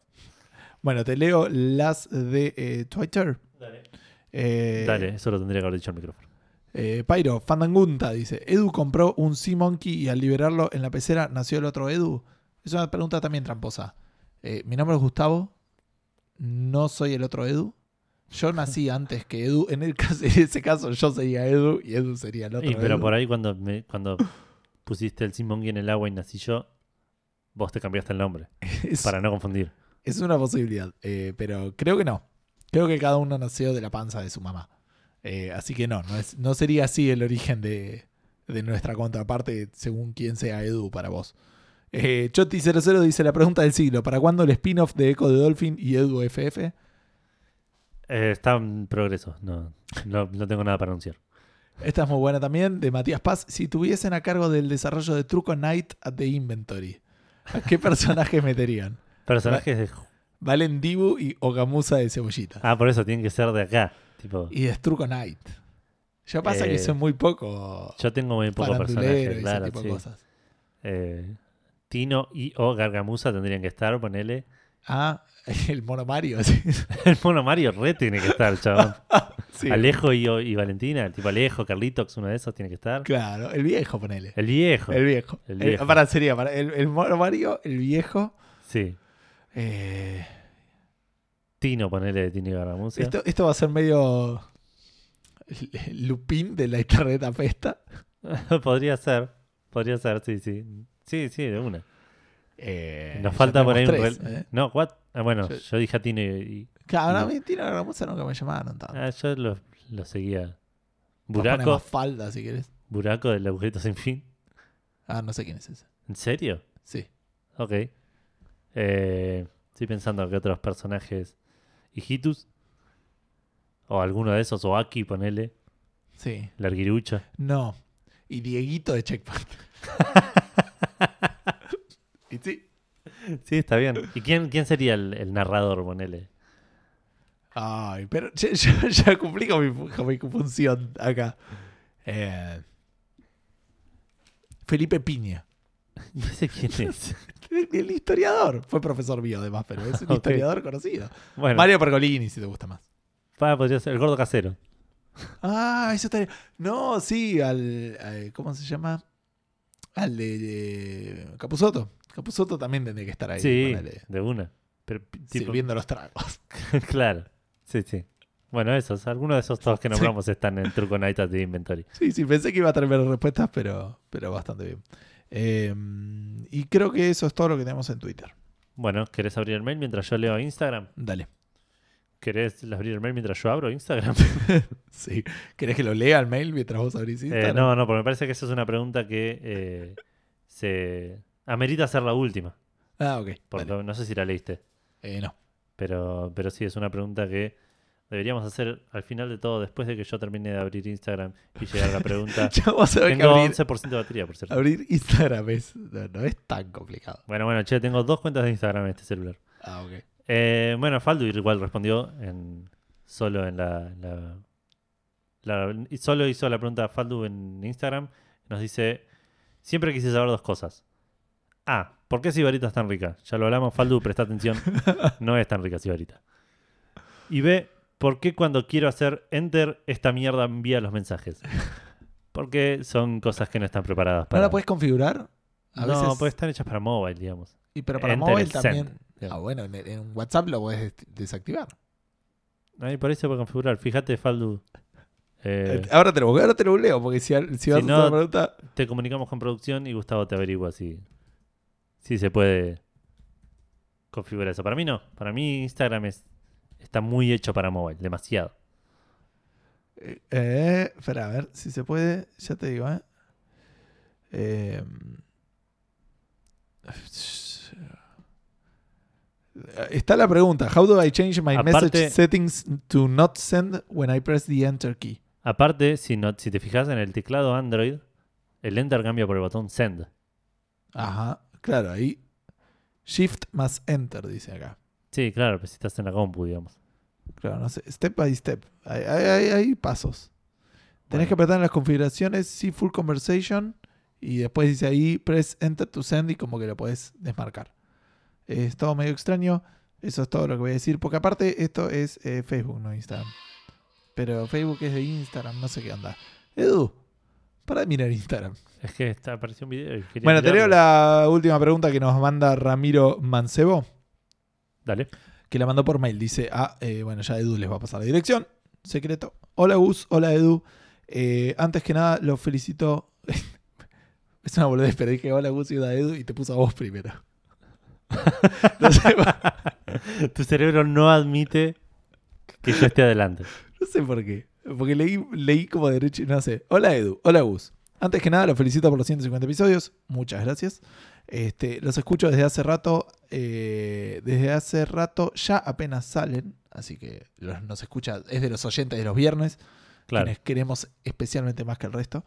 [SPEAKER 1] Bueno, te leo las de eh, Twitter.
[SPEAKER 2] Dale.
[SPEAKER 1] Eh,
[SPEAKER 2] Dale, eso lo tendría que haber dicho el micrófono.
[SPEAKER 1] Eh, Pairo, Fandangunta dice: Edu compró un Sea Monkey y al liberarlo en la pecera nació el otro Edu. Es una pregunta también tramposa. Eh, mi nombre es Gustavo. No soy el otro Edu. Yo nací antes que Edu. En, el caso, en ese caso, yo sería Edu y Edu sería el otro
[SPEAKER 2] Y, pero
[SPEAKER 1] Edu.
[SPEAKER 2] por ahí, cuando, me- cuando pusiste el Simongi en el agua y nací yo, vos te cambiaste el nombre.
[SPEAKER 1] es,
[SPEAKER 2] Para no confundir.
[SPEAKER 1] es una posibilidad. eh, pero creo que no. Creo que cada uno nació de la panza de su mamá. Eh, así que no, no, es- no sería así el origen de, de nuestra contraparte según quién sea Edu para vos. Eh, Choti00 dice la pregunta del siglo, ¿para cuándo el spin-off de Echo de Dolphin y Edu FF?
[SPEAKER 2] Eh, está en progreso. No, no, no tengo nada para anunciar.
[SPEAKER 1] Esta es muy buena también, de Matías Paz. Si tuviesen a cargo del desarrollo de Truco Night at the Inventory, ¿a qué personajes meterían?
[SPEAKER 2] Personajes de.
[SPEAKER 1] Valen Dibu y Okamusa de Cebollita.
[SPEAKER 2] Ah, por eso tienen que ser de acá. Tipo.
[SPEAKER 1] Y es Truco Night. Yo pasa
[SPEAKER 2] Eh,
[SPEAKER 1] que son muy poco
[SPEAKER 2] Yo tengo muy pocos
[SPEAKER 1] farandulero y
[SPEAKER 2] personajes,
[SPEAKER 1] ese
[SPEAKER 2] claro.
[SPEAKER 1] tipo de
[SPEAKER 2] sí.
[SPEAKER 1] cosas.
[SPEAKER 2] Eh, Tino y o Gargamusa tendrían que estar, ponele.
[SPEAKER 1] Ah, el mono Mario. Sí.
[SPEAKER 2] El mono Mario re tiene que estar, chabón.
[SPEAKER 1] Sí.
[SPEAKER 2] Alejo y, o- y Valentina, tipo Alejo, Carlitox, uno de esos tiene que estar.
[SPEAKER 1] Claro, el viejo, ponele.
[SPEAKER 2] El viejo.
[SPEAKER 1] El viejo.
[SPEAKER 2] El
[SPEAKER 1] El
[SPEAKER 2] viejo.
[SPEAKER 1] para, sería para, el, el mono Mario, el viejo.
[SPEAKER 2] Sí.
[SPEAKER 1] Eh,
[SPEAKER 2] Tino, ponele Tino y Gargamusa.
[SPEAKER 1] esto, esto va a ser medio Lupín de la internet apesta.
[SPEAKER 2] podría ser. Podría ser, sí, sí. Sí, sí, de una.
[SPEAKER 1] Eh,
[SPEAKER 2] Nos
[SPEAKER 1] ya
[SPEAKER 2] falta por ahí un.
[SPEAKER 1] tenemos tres,
[SPEAKER 2] rel-
[SPEAKER 1] eh.
[SPEAKER 2] No, what? Ah, bueno, yo,
[SPEAKER 1] Yo-
[SPEAKER 2] dije a Tino y. y-
[SPEAKER 1] Claro, a mí Tino Gramusa nunca me llamaron tanto.
[SPEAKER 2] ah, yo lo, lo seguía.
[SPEAKER 1] Nos pone
[SPEAKER 2] Buraco,
[SPEAKER 1] más falda, si querés.
[SPEAKER 2] Buraco del agujerito sin fin.
[SPEAKER 1] Ah, no sé quién es ese.
[SPEAKER 2] ¿En serio?
[SPEAKER 1] Sí.
[SPEAKER 2] Ok. Eh, estoy pensando que otros personajes. Hijitus. O alguno de esos. O Aki, ponele.
[SPEAKER 1] Sí.
[SPEAKER 2] Larguirucha.
[SPEAKER 1] No. Y Dieguito de Checkpoint. y sí.
[SPEAKER 2] Sí, está bien. ¿Y quién, quién sería el, el narrador, ponele?
[SPEAKER 1] Ay, pero ya, ya- ya cumplí con mi, fu- con mi función acá. Eh, Felipe Piña.
[SPEAKER 2] No sé quién es.
[SPEAKER 1] El, el historiador. Fue profesor mío, además, pero es un
[SPEAKER 2] Ok.
[SPEAKER 1] historiador conocido.
[SPEAKER 2] Bueno,
[SPEAKER 1] Mario Pergolini, si te gusta más.
[SPEAKER 2] pa, podría ser el gordo casero.
[SPEAKER 1] Ah, eso estaría. No, sí, al. al- ¿Cómo se llama? Al de. de Capuzoto. Capuzoto también tendría que estar ahí.
[SPEAKER 2] sí,
[SPEAKER 1] ponele,
[SPEAKER 2] de una. Pero, p- tipo,
[SPEAKER 1] Sirviendo los tragos.
[SPEAKER 2] claro. Sí, sí. Bueno, esos. Algunos de esos todos que nombramos están en Truco Night at the Inventory.
[SPEAKER 1] Sí, sí, pensé que iba a tener menos respuestas, pero, pero bastante bien. Eh, y creo que eso es todo lo que tenemos en Twitter.
[SPEAKER 2] Bueno, ¿querés abrir el mail mientras yo leo Instagram?
[SPEAKER 1] Dale.
[SPEAKER 2] ¿Querés abrir el mail mientras yo abro Instagram?
[SPEAKER 1] Sí. ¿Querés que lo lea el mail mientras vos abrís
[SPEAKER 2] Eh,
[SPEAKER 1] Instagram?
[SPEAKER 2] no, no, porque me parece que esa es una pregunta que eh, se amerita ser la última.
[SPEAKER 1] Ah, ok.
[SPEAKER 2] Por
[SPEAKER 1] Dale.
[SPEAKER 2] lo- no sé si la leíste,
[SPEAKER 1] Eh, no.
[SPEAKER 2] pero, pero sí, es una pregunta que deberíamos hacer al final de todo, después de que yo termine de abrir Instagram y llegar a la pregunta.
[SPEAKER 1] Ya vos sabés que
[SPEAKER 2] tengo
[SPEAKER 1] abrir,
[SPEAKER 2] 11% de batería, por cierto.
[SPEAKER 1] abrir Instagram es, no, no es tan complicado.
[SPEAKER 2] Bueno, bueno, che, tengo dos cuentas de Instagram en este celular.
[SPEAKER 1] Ah, ok.
[SPEAKER 2] Eh, bueno, Faldo igual respondió en, solo en la, en la- la- y Solo hizo la pregunta a Faldu en Instagram. Nos dice: Siempre quise saber dos cosas. A. ¿Por qué Sibarita es tan rica? Ya lo hablamos, Faldu, presta atención. No es tan rica Sibarita. Y B. ¿Por qué cuando quiero hacer enter, esta mierda envía los mensajes? Porque son cosas que no están preparadas
[SPEAKER 1] ¿No
[SPEAKER 2] para.
[SPEAKER 1] la puedes configurar? A
[SPEAKER 2] no,
[SPEAKER 1] veces-
[SPEAKER 2] pues están hechas para mobile, digamos.
[SPEAKER 1] Y pero para
[SPEAKER 2] Enter
[SPEAKER 1] móvil
[SPEAKER 2] el send.
[SPEAKER 1] también.
[SPEAKER 2] Claro.
[SPEAKER 1] Ah, bueno, en, en WhatsApp lo puedes des- desactivar.
[SPEAKER 2] Ahí por ahí se puede configurar. Fíjate, Faldu. Eh,
[SPEAKER 1] Eh, ahora, te lo, ahora te lo leo, porque si, al- si vas
[SPEAKER 2] Si
[SPEAKER 1] a hacer la
[SPEAKER 2] no-
[SPEAKER 1] pregunta.
[SPEAKER 2] Te comunicamos con producción y Gustavo te averigua si, si se puede configurar eso. Para mí no. Para mí Instagram es, está muy hecho para mobile. Demasiado.
[SPEAKER 1] Eh, eh, espera, a ver si se puede. Ya te digo, ¿eh? Eh, Está la pregunta: How do I change my
[SPEAKER 2] Aparte-
[SPEAKER 1] message settings to not send when I press the enter key?
[SPEAKER 2] Aparte, si, no, si te fijas en el teclado Android, el enter cambia por el botón send.
[SPEAKER 1] Ajá, claro, ahí. Shift más enter, dice acá.
[SPEAKER 2] Sí, claro, pues si estás en la compu, digamos.
[SPEAKER 1] Claro, no sé. Step by step. Hay, hay- hay- hay pasos. Tenés que
[SPEAKER 2] Bueno.
[SPEAKER 1] apretar en las configuraciones, sí, full conversation. Y después dice ahí, press enter to send y como que lo podés desmarcar. Eh, Es todo medio extraño. Eso es todo lo que voy a decir. Porque aparte, esto es eh, Facebook, no Instagram. Pero Facebook es de Instagram, no sé qué onda. Edu, para de mirar Instagram.
[SPEAKER 2] Es que está, apareció un video y quería
[SPEAKER 1] Bueno, te leo
[SPEAKER 2] mirarlo.
[SPEAKER 1] la última pregunta que nos manda Ramiro Mancebo.
[SPEAKER 2] Dale.
[SPEAKER 1] que la mandó por mail. Dice, ah, eh, bueno, ya Edu les va a pasar la dirección. Secreto. Hola Gus, hola Edu. Eh, antes que nada, los felicito. es una boludez, pero dije hola Gus y hola Edu y te puso a vos primero. no, sé,
[SPEAKER 2] tu cerebro no admite que yo esté adelante.
[SPEAKER 1] no sé por qué. Porque leí, leí como derecho, no sé. Hola Edu, hola Gus. Antes que nada, los felicito por los 150 episodios. Muchas gracias. Este, los escucho desde hace rato. eh, desde hace rato ya apenas salen. Así que los- nos escucha. Es de los oyentes de los viernes.
[SPEAKER 2] Claro.
[SPEAKER 1] quienes queremos especialmente más que el resto.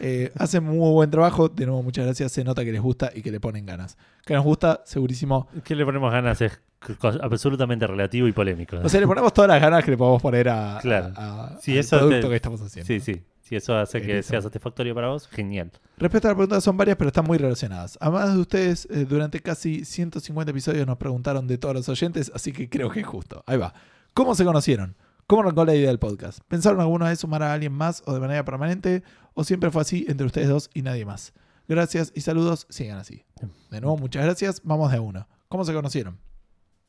[SPEAKER 1] Eh, hacen muy buen trabajo. De nuevo, muchas gracias. Se nota que les gusta y que le ponen ganas. Que nos gusta, segurísimo.
[SPEAKER 2] ¿Qué le ponemos ganas? Es c- co- absolutamente relativo y polémico.
[SPEAKER 1] O sea, le ponemos todas las ganas que le podemos poner a,
[SPEAKER 2] Claro.
[SPEAKER 1] a- a-
[SPEAKER 2] Sí,
[SPEAKER 1] al
[SPEAKER 2] eso te-
[SPEAKER 1] producto que estamos haciendo.
[SPEAKER 2] Sí, sí. Si eso hace que
[SPEAKER 1] Listo.
[SPEAKER 2] sea satisfactorio para vos, genial.
[SPEAKER 1] Respecto a la pregunta, son varias, pero están muy relacionadas. Además de ustedes, eh, durante casi 150 episodios nos preguntaron de todos los oyentes, así que creo que es justo. Ahí va. ¿Cómo se conocieron? ¿Cómo arrancó la idea del podcast? ¿Pensaron alguna vez sumar a alguien más o de manera permanente? ¿O siempre fue así entre ustedes dos y nadie más? Gracias y saludos, sigan así. De nuevo, muchas gracias. Vamos de a uno. ¿Cómo se conocieron?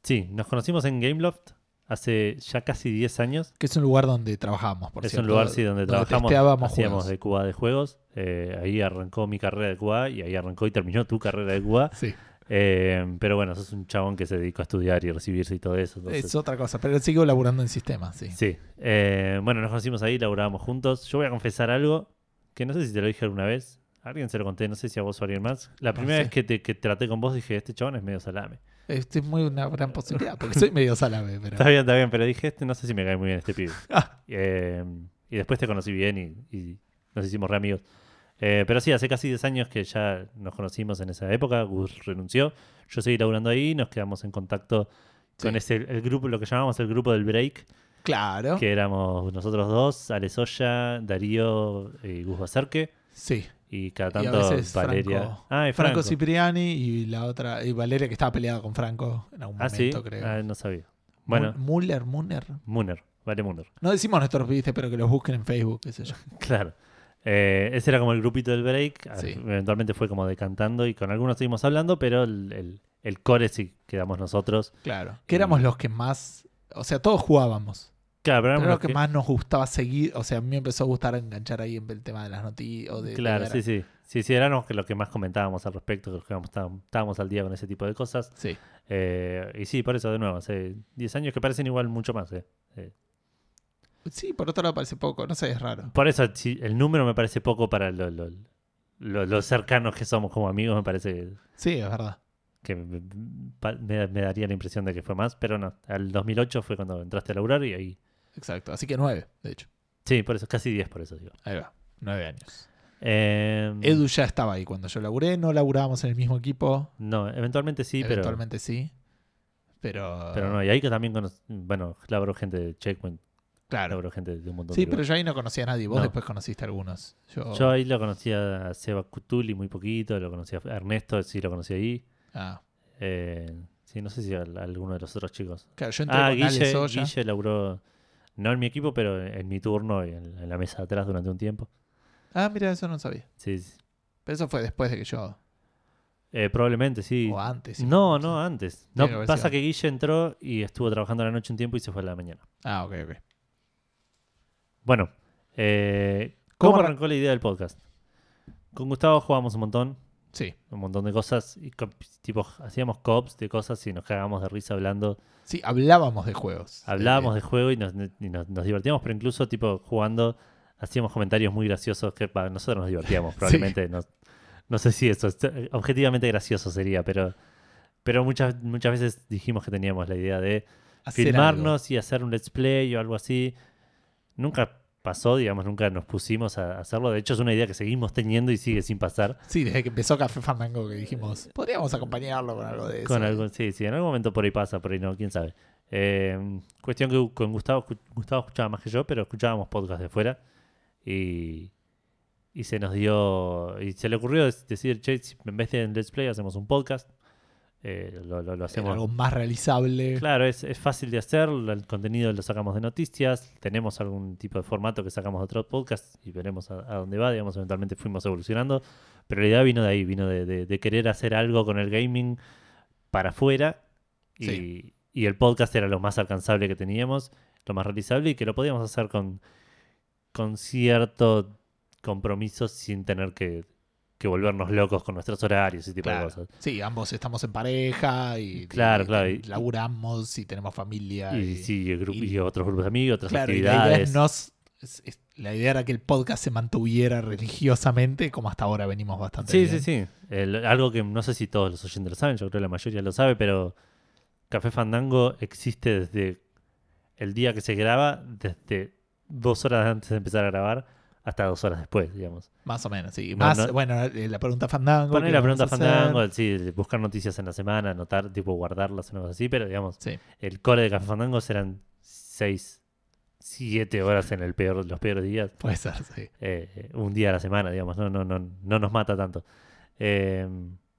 [SPEAKER 2] Sí, nos conocimos en Gameloft hace ya casi 10 años.
[SPEAKER 1] Que es un lugar donde trabajábamos, por
[SPEAKER 2] es
[SPEAKER 1] cierto.
[SPEAKER 2] un lugar sí, donde, trabajamos,
[SPEAKER 1] testeábamos
[SPEAKER 2] hacíamos
[SPEAKER 1] juegos.
[SPEAKER 2] de Cuba de juegos. Eh, ahí arrancó mi carrera de Cuba y ahí arrancó y terminó tu carrera de Cuba.
[SPEAKER 1] Sí,
[SPEAKER 2] Eh, pero bueno, sos un chabón que se dedicó a estudiar y recibirse y todo eso. entonces-
[SPEAKER 1] es otra cosa, pero sigo laburando en sistemas, sí.
[SPEAKER 2] Sí. Eh, bueno, nos conocimos ahí, laburábamos juntos. Yo voy a confesar algo que no sé si te lo dije alguna vez. A alguien se lo conté, no sé si a vos o a alguien más. La
[SPEAKER 1] No
[SPEAKER 2] primera
[SPEAKER 1] sé.
[SPEAKER 2] vez que, te, que traté con vos dije, este chabón es medio salame.
[SPEAKER 1] Este es muy una gran posibilidad, porque soy medio salame, pero...
[SPEAKER 2] Está bien, está bien, pero dije, este no sé si me cae muy bien este pibe.
[SPEAKER 1] Ah.
[SPEAKER 2] Eh, y después te conocí bien y, y nos hicimos re amigos. Eh, pero sí, hace casi 10 años que ya nos conocimos en esa época. Gus renunció, yo seguí laburando ahí, nos quedamos en contacto con
[SPEAKER 1] Sí.
[SPEAKER 2] ese, el grupo, lo que llamamos el grupo del break,
[SPEAKER 1] Claro.
[SPEAKER 2] que éramos nosotros dos, Ale Soya, Darío y Gus Bacerque.
[SPEAKER 1] Sí.
[SPEAKER 2] Y cada
[SPEAKER 1] Y a
[SPEAKER 2] tanto
[SPEAKER 1] veces
[SPEAKER 2] Valeria.
[SPEAKER 1] Franco-
[SPEAKER 2] ah, y Franco.
[SPEAKER 1] Franco Cipriani y la otra, y Valeria que estaba peleada con Franco en algún
[SPEAKER 2] ah, sí.
[SPEAKER 1] momento, creo.
[SPEAKER 2] Ah, no sabía. Bueno,
[SPEAKER 1] Mu- Muller, Muller.
[SPEAKER 2] Muner, vale Muner.
[SPEAKER 1] No decimos nuestros viste, pero que los busquen en Facebook, qué sé yo.
[SPEAKER 2] Claro. Eh, ese era como el grupito del break. Ah,
[SPEAKER 1] Sí.
[SPEAKER 2] Eventualmente fue como decantando y con algunos seguimos hablando, pero el, el- el core sí quedamos nosotros.
[SPEAKER 1] Claro. Que éramos los que más, o sea, todos jugábamos.
[SPEAKER 2] Claro,
[SPEAKER 1] Pero
[SPEAKER 2] pero éramos
[SPEAKER 1] lo
[SPEAKER 2] los
[SPEAKER 1] que,
[SPEAKER 2] que-
[SPEAKER 1] más nos gustaba seguir, o sea, a mí me empezó a gustar enganchar ahí en el tema de las noticias.
[SPEAKER 2] Claro, sí, sí. Sí, sí, era lo que- lo que más comentábamos al respecto, que los que estábamos, estábamos al día con ese tipo de cosas.
[SPEAKER 1] Sí.
[SPEAKER 2] Eh, y sí, por eso, de nuevo, hace 10 años que parecen igual mucho más. eh.
[SPEAKER 1] Sí, por otro lado parece poco, no sé, es raro.
[SPEAKER 2] Por eso sí, el número me parece poco para lo, lo- lo- lo cercanos que somos como amigos, me parece
[SPEAKER 1] Sí, es verdad.
[SPEAKER 2] que me, me- me daría la impresión de que fue más, pero no, al 2008 fue cuando entraste a laburar y ahí...
[SPEAKER 1] Exacto. Así que nueve, de hecho.
[SPEAKER 2] Sí, por eso, casi 10 por eso digo.
[SPEAKER 1] Ahí va. Nueve años.
[SPEAKER 2] Eh,
[SPEAKER 1] Edu ya estaba ahí cuando yo laburé, no laburábamos en el mismo equipo.
[SPEAKER 2] No, eventualmente sí, pero,
[SPEAKER 1] Eventualmente sí. Pero.
[SPEAKER 2] pero no. Y ahí que también, cono- bueno, laboró gente de Checkpoint,
[SPEAKER 1] Claro.
[SPEAKER 2] laboró gente de un montón
[SPEAKER 1] Sí,
[SPEAKER 2] de
[SPEAKER 1] pero
[SPEAKER 2] lugares.
[SPEAKER 1] yo ahí no conocía a nadie. Vos
[SPEAKER 2] No.
[SPEAKER 1] después conociste a algunos. Yo.
[SPEAKER 2] Yo ahí lo conocía a Seba Cutuli muy poquito, lo conocía a Ernesto, sí lo conocí ahí.
[SPEAKER 1] Ah,
[SPEAKER 2] Eh, sí, no sé si a, a alguno de los otros chicos.
[SPEAKER 1] claro, yo entré
[SPEAKER 2] Ah,
[SPEAKER 1] con Ale
[SPEAKER 2] Guille,
[SPEAKER 1] Soya.
[SPEAKER 2] Guille laburó, no en mi equipo, pero en mi turno y en, en la mesa de atrás durante un tiempo.
[SPEAKER 1] Ah, mira, eso no sabía.
[SPEAKER 2] Sí, sí.
[SPEAKER 1] Pero eso fue después de que yo.
[SPEAKER 2] Eh, probablemente sí.
[SPEAKER 1] O antes.
[SPEAKER 2] no,
[SPEAKER 1] incluso.
[SPEAKER 2] no, antes.
[SPEAKER 1] Tiene
[SPEAKER 2] No,
[SPEAKER 1] que haber sido
[SPEAKER 2] pasa que Guille entró y estuvo trabajando a la noche un tiempo y se fue a la mañana.
[SPEAKER 1] Ah, ok, ok.
[SPEAKER 2] Bueno, eh,
[SPEAKER 1] ¿Cómo
[SPEAKER 2] ¿cómo,
[SPEAKER 1] arran-
[SPEAKER 2] arrancó la idea del podcast? Con Gustavo jugamos un montón,
[SPEAKER 1] Sí.
[SPEAKER 2] un montón de cosas, y co- tipo, hacíamos cops de cosas y nos cagábamos de risa hablando,
[SPEAKER 1] Sí, hablábamos de juegos.
[SPEAKER 2] hablábamos de juego y nos, y nos- nos divertíamos, pero incluso tipo jugando hacíamos comentarios muy graciosos que bah, nosotros nos divertíamos, probablemente. No, no sé si eso, es- objetivamente gracioso sería, pero, pero muchas, muchas veces dijimos que teníamos la idea de
[SPEAKER 1] Hacer algo.
[SPEAKER 2] filmarnos y hacer un let's play o algo así. Nunca pasó, digamos, nunca nos pusimos a hacerlo. De hecho, es una idea que seguimos teniendo y sigue sin pasar.
[SPEAKER 1] Sí, desde que empezó Café Fandango que dijimos, podríamos acompañarlo con algo de eso.
[SPEAKER 2] Con algo, sí, sí, en algún momento por ahí pasa, por ahí no, quién sabe. Eh, cuestión que con Gustavo, escu- Gustavo escuchaba más que yo, pero escuchábamos podcast de fuera y, y se nos dio, y se le ocurrió des- decir, che, si en vez de un let's play hacemos un podcast, Eh, lo, lo- lo
[SPEAKER 1] Era
[SPEAKER 2] hacemos
[SPEAKER 1] algo más realizable.
[SPEAKER 2] Claro, es, es fácil de hacer, el contenido lo sacamos de noticias, tenemos algún tipo de formato que sacamos de otros podcasts y veremos a, a dónde va, digamos, eventualmente fuimos evolucionando, pero la idea vino de ahí, vino de, de- de querer hacer algo con el gaming para afuera y,
[SPEAKER 1] Sí.
[SPEAKER 2] y el podcast era lo más alcanzable que teníamos, lo más realizable y que lo podíamos hacer con, con cierto compromiso sin tener que, que volvernos locos con nuestros horarios y ese tipo de
[SPEAKER 1] Claro.
[SPEAKER 2] cosas.
[SPEAKER 1] Sí, ambos estamos en pareja y,
[SPEAKER 2] Claro,
[SPEAKER 1] y-
[SPEAKER 2] claro,
[SPEAKER 1] y
[SPEAKER 2] y-
[SPEAKER 1] laburamos y tenemos familia.
[SPEAKER 2] Y, sí, y gru-
[SPEAKER 1] y-
[SPEAKER 2] y otros grupos de amigos, otras
[SPEAKER 1] claro, y la idea,
[SPEAKER 2] actividades.
[SPEAKER 1] es nos- es- es- la idea era que el podcast se mantuviera religiosamente, como hasta ahora venimos bastante
[SPEAKER 2] Sí,
[SPEAKER 1] bien.
[SPEAKER 2] sí, sí. El- algo que no sé si todos los oyentes lo saben, yo creo que la mayoría lo sabe, pero Café Fandango existe desde el día que se graba, desde dos horas antes de empezar a grabar hasta dos horas después, digamos.
[SPEAKER 1] Más o menos, sí.
[SPEAKER 2] No,
[SPEAKER 1] Más,
[SPEAKER 2] no-
[SPEAKER 1] Bueno, eh, la pregunta Fandango.
[SPEAKER 2] Poner
[SPEAKER 1] que
[SPEAKER 2] la
[SPEAKER 1] vamos
[SPEAKER 2] pregunta
[SPEAKER 1] a
[SPEAKER 2] a Fandango, sí, buscar noticias en la semana, anotar, tipo guardarlas o algo así, pero digamos,
[SPEAKER 1] hacer. Sí,
[SPEAKER 2] el core de Café Fandango serán seis, siete horas en el peor, los peores días.
[SPEAKER 1] puede ser, sí.
[SPEAKER 2] eh, un día a la semana, digamos, no, no, no, no nos mata tanto. Eh,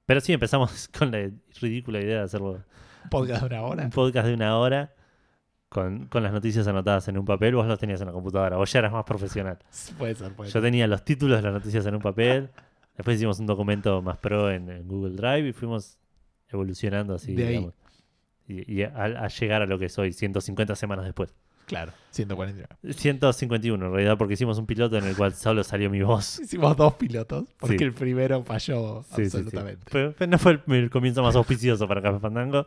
[SPEAKER 2] pero sí, empezamos con la ridícula idea de hacerlo
[SPEAKER 1] Podcast de una hora.
[SPEAKER 2] un podcast de una hora con, con las noticias anotadas en un papel, vos las tenías en la computadora, vos ya eras más profesional.
[SPEAKER 1] Puede ser, puede
[SPEAKER 2] Yo
[SPEAKER 1] ser.
[SPEAKER 2] tenía los títulos de las noticias en un papel, después hicimos un documento más pro en, en Google Drive y fuimos evolucionando así,
[SPEAKER 1] De ahí.
[SPEAKER 2] digamos. Y, y a- a llegar a lo que soy 150 semanas después.
[SPEAKER 1] Claro, 149.
[SPEAKER 2] 151 en realidad, porque hicimos un piloto en el cual solo salió mi voz.
[SPEAKER 1] Hicimos dos pilotos porque
[SPEAKER 2] Sí.
[SPEAKER 1] el primero falló
[SPEAKER 2] Sí, sí, sí.
[SPEAKER 1] absolutamente.
[SPEAKER 2] Fue- fue- no fue el, el comienzo más auspicioso para Café Fandango,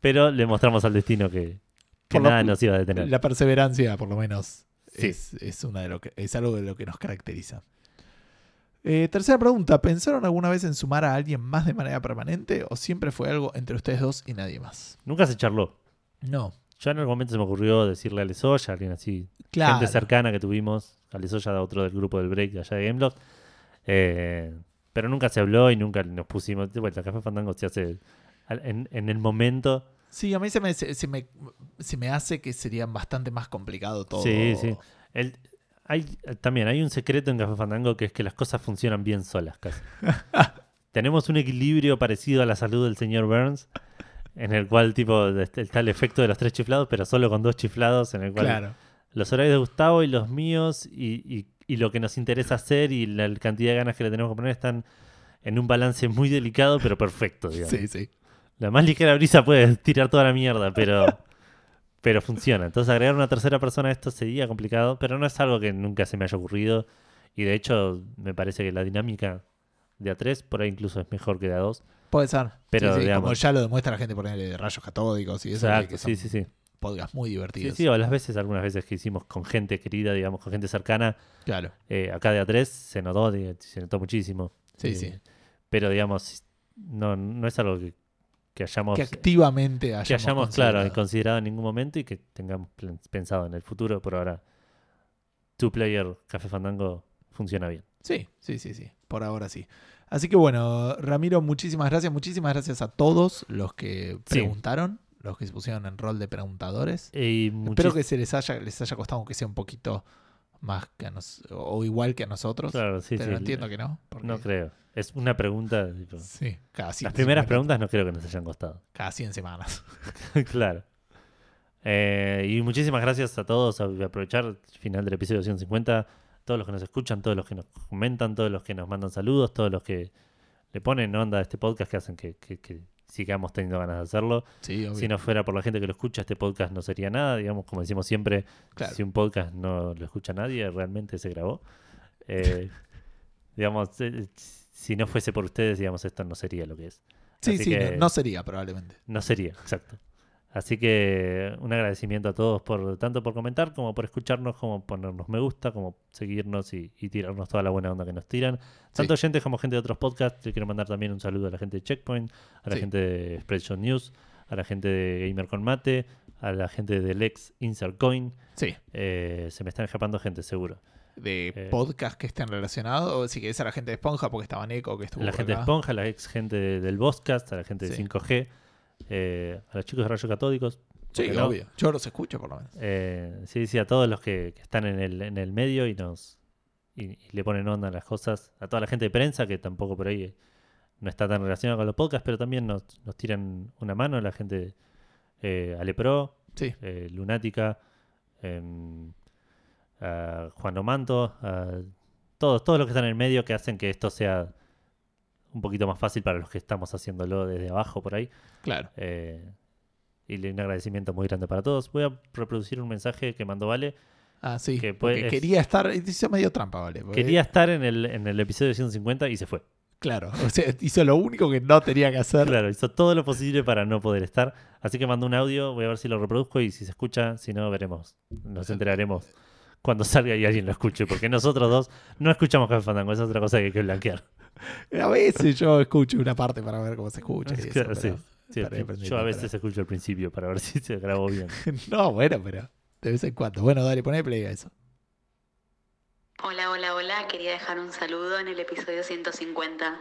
[SPEAKER 2] pero le mostramos al destino que, que
[SPEAKER 1] Por lo-
[SPEAKER 2] nada nos iba a detener.
[SPEAKER 1] La perseverancia, por lo menos,
[SPEAKER 2] Sí.
[SPEAKER 1] es, es una de lo que, es algo de lo que nos caracteriza. Eh, tercera pregunta, ¿pensaron alguna vez en sumar a alguien más de manera permanente o siempre fue algo entre ustedes dos y nadie más?
[SPEAKER 2] Nunca se charló.
[SPEAKER 1] No,
[SPEAKER 2] Ya en algún momento se me ocurrió decirle a Lesoya, alguien así,
[SPEAKER 1] claro.
[SPEAKER 2] gente cercana que tuvimos, a Lesoya, otro del grupo del break de allá de Gameloft. Eh, pero nunca se habló y nunca nos pusimos. De vuelta, Café Fandango se hace al- en, en el momento.
[SPEAKER 1] Sí, a mí se me, se, se me, se me hace que sería bastante más complicado todo.
[SPEAKER 2] Sí, sí. El- hay, también hay un secreto en Café Fandango que es que las cosas funcionan bien solas casi. Tenemos un equilibrio parecido a la salud del señor Burns, en el cual tipo est- está el efecto de los tres chiflados, pero solo con dos chiflados, en el cual
[SPEAKER 1] Claro.
[SPEAKER 2] los horarios de Gustavo y los míos y, y- y lo que nos interesa hacer y la cantidad de ganas que le tenemos que poner están en un balance muy delicado, pero perfecto. digamos.
[SPEAKER 1] Sí, sí.
[SPEAKER 2] La más ligera brisa puede tirar toda la mierda, pero, pero funciona. Entonces agregar una tercera persona a esto sería complicado, pero no es algo que nunca se me haya ocurrido. Y de hecho me parece que la dinámica de A3, por ahí incluso es mejor que de A2.
[SPEAKER 1] Puede ser.
[SPEAKER 2] Pero,
[SPEAKER 1] Sí, sí,
[SPEAKER 2] digamos-
[SPEAKER 1] como ya lo demuestra la gente por de rayos catódicos y eso,
[SPEAKER 2] Exacto,
[SPEAKER 1] que son
[SPEAKER 2] sí, sí, sí.
[SPEAKER 1] podcasts muy
[SPEAKER 2] Sí,
[SPEAKER 1] divertidos.
[SPEAKER 2] sí, o las veces, algunas veces que hicimos con gente querida, digamos, con gente cercana,
[SPEAKER 1] Claro.
[SPEAKER 2] eh, acá de A3 se notó, de- se notó muchísimo.
[SPEAKER 1] Sí,
[SPEAKER 2] Eh,
[SPEAKER 1] sí.
[SPEAKER 2] Pero digamos, no, no es algo que, que hayamos,
[SPEAKER 1] Que activamente hayamos,
[SPEAKER 2] que hayamos, claro,
[SPEAKER 1] considerado.
[SPEAKER 2] considerado en ningún momento y que tengamos plen- pensado en el futuro. Por ahora, Two Player Café Fandango funciona bien.
[SPEAKER 1] Sí, sí, sí, sí. Por ahora sí. Así que bueno, Ramiro, muchísimas gracias. Muchísimas gracias a todos los que
[SPEAKER 2] Sí.
[SPEAKER 1] preguntaron, los que se pusieron en rol de preguntadores.
[SPEAKER 2] Y
[SPEAKER 1] Espero
[SPEAKER 2] muchis-
[SPEAKER 1] que se les haya, les haya costado, aunque sea un poquito más que a nos, o igual que a nosotros.
[SPEAKER 2] Claro, sí,
[SPEAKER 1] pero
[SPEAKER 2] sí,
[SPEAKER 1] entiendo que no. porque-
[SPEAKER 2] No creo. Es una pregunta. tipo,
[SPEAKER 1] Sí, cada
[SPEAKER 2] las
[SPEAKER 1] 150
[SPEAKER 2] primeras preguntas no creo que nos hayan costado.
[SPEAKER 1] Cada 100 semanas.
[SPEAKER 2] claro. Eh, y muchísimas gracias a todos. A a aprovechar el final del episodio 150. Todos los que nos escuchan, todos los que nos comentan, todos los que nos mandan saludos, todos los que le ponen onda a este podcast que hacen que, que- que sigamos teniendo ganas de hacerlo.
[SPEAKER 1] Sí, obvio.
[SPEAKER 2] Si no fuera por la gente que lo escucha, este podcast no sería nada. Digamos, como decimos siempre,
[SPEAKER 1] Claro.
[SPEAKER 2] si un podcast no lo escucha nadie, realmente se grabó. Eh, digamos, eh, si no fuese por ustedes, digamos, esto no sería lo que es.
[SPEAKER 1] sí,
[SPEAKER 2] así
[SPEAKER 1] sí,
[SPEAKER 2] que-
[SPEAKER 1] no, no sería probablemente.
[SPEAKER 2] No sería, exacto. Así que un agradecimiento a todos por tanto por comentar, como por escucharnos, como ponernos me gusta, como seguirnos y, y tirarnos toda la buena onda que nos tiran. Tanto oyentes como gente de otros podcasts. Le quiero mandar también un saludo a la gente de Checkpoint, a la
[SPEAKER 1] Sí.
[SPEAKER 2] gente de Spreadshot News, a la gente de Gamer con Mate, a la gente del ex Insert Coin.
[SPEAKER 1] Sí,
[SPEAKER 2] Eh, se me están escapando gente, seguro.
[SPEAKER 1] de
[SPEAKER 2] Eh.
[SPEAKER 1] podcast que estén relacionados. Sí, que es a la gente de Esponja porque estaba Neko que estuvo
[SPEAKER 2] la
[SPEAKER 1] por
[SPEAKER 2] gente de
[SPEAKER 1] acá.
[SPEAKER 2] Esponja, la ex gente de- del Voscast, a la gente de
[SPEAKER 1] Sí.
[SPEAKER 2] 5G, eh, a los chicos de Rayos Catódicos.
[SPEAKER 1] Sí,
[SPEAKER 2] ¿por qué no?
[SPEAKER 1] obvio. Yo los escucho por lo menos.
[SPEAKER 2] Eh, sí, sí, a todos los que, que están en el, en el medio y nos y, y le ponen onda a las cosas. A toda la gente de prensa, que tampoco por ahí eh, no está tan relacionada con los podcasts, pero también nos, nos tiran una mano la gente eh, Alepro,
[SPEAKER 1] Sí,
[SPEAKER 2] eh, Lunática, em, a Juan Omanto, a todos, todos los que están en el medio que hacen que esto sea un poquito más fácil para los que estamos haciéndolo desde abajo por ahí.
[SPEAKER 1] claro.
[SPEAKER 2] Eh, y le- un agradecimiento muy grande para todos. Voy a reproducir un mensaje que mandó Vale.
[SPEAKER 1] Ah, sí.
[SPEAKER 2] Que
[SPEAKER 1] porque
[SPEAKER 2] puede- es-
[SPEAKER 1] quería estar. Hizo medio trampa, vale. porque-
[SPEAKER 2] Quería estar en el, en el episodio 150 y se fue.
[SPEAKER 1] Claro. O sea, hizo lo único que no tenía que hacer.
[SPEAKER 2] Claro, hizo todo lo posible para no poder estar. Así que mandó un audio, voy a ver si lo reproduzco y si se escucha, si no, veremos. Nos enteraremos cuando salga y alguien lo escuche, porque nosotros dos no escuchamos Café Fandango, esa es otra cosa que hay que blanquear.
[SPEAKER 1] A veces yo escucho una parte para ver cómo se escucha. y eso,
[SPEAKER 2] Claro, sí,
[SPEAKER 1] pero- pues,
[SPEAKER 2] sí,
[SPEAKER 1] estaré
[SPEAKER 2] yo
[SPEAKER 1] aprendiendo,
[SPEAKER 2] a veces escucho el principio para ver si se grabó bien.
[SPEAKER 1] No, bueno, pero de vez en cuando. Bueno, dale, poné play a eso.
[SPEAKER 3] Hola, hola, hola. Quería dejar un saludo en el episodio 150.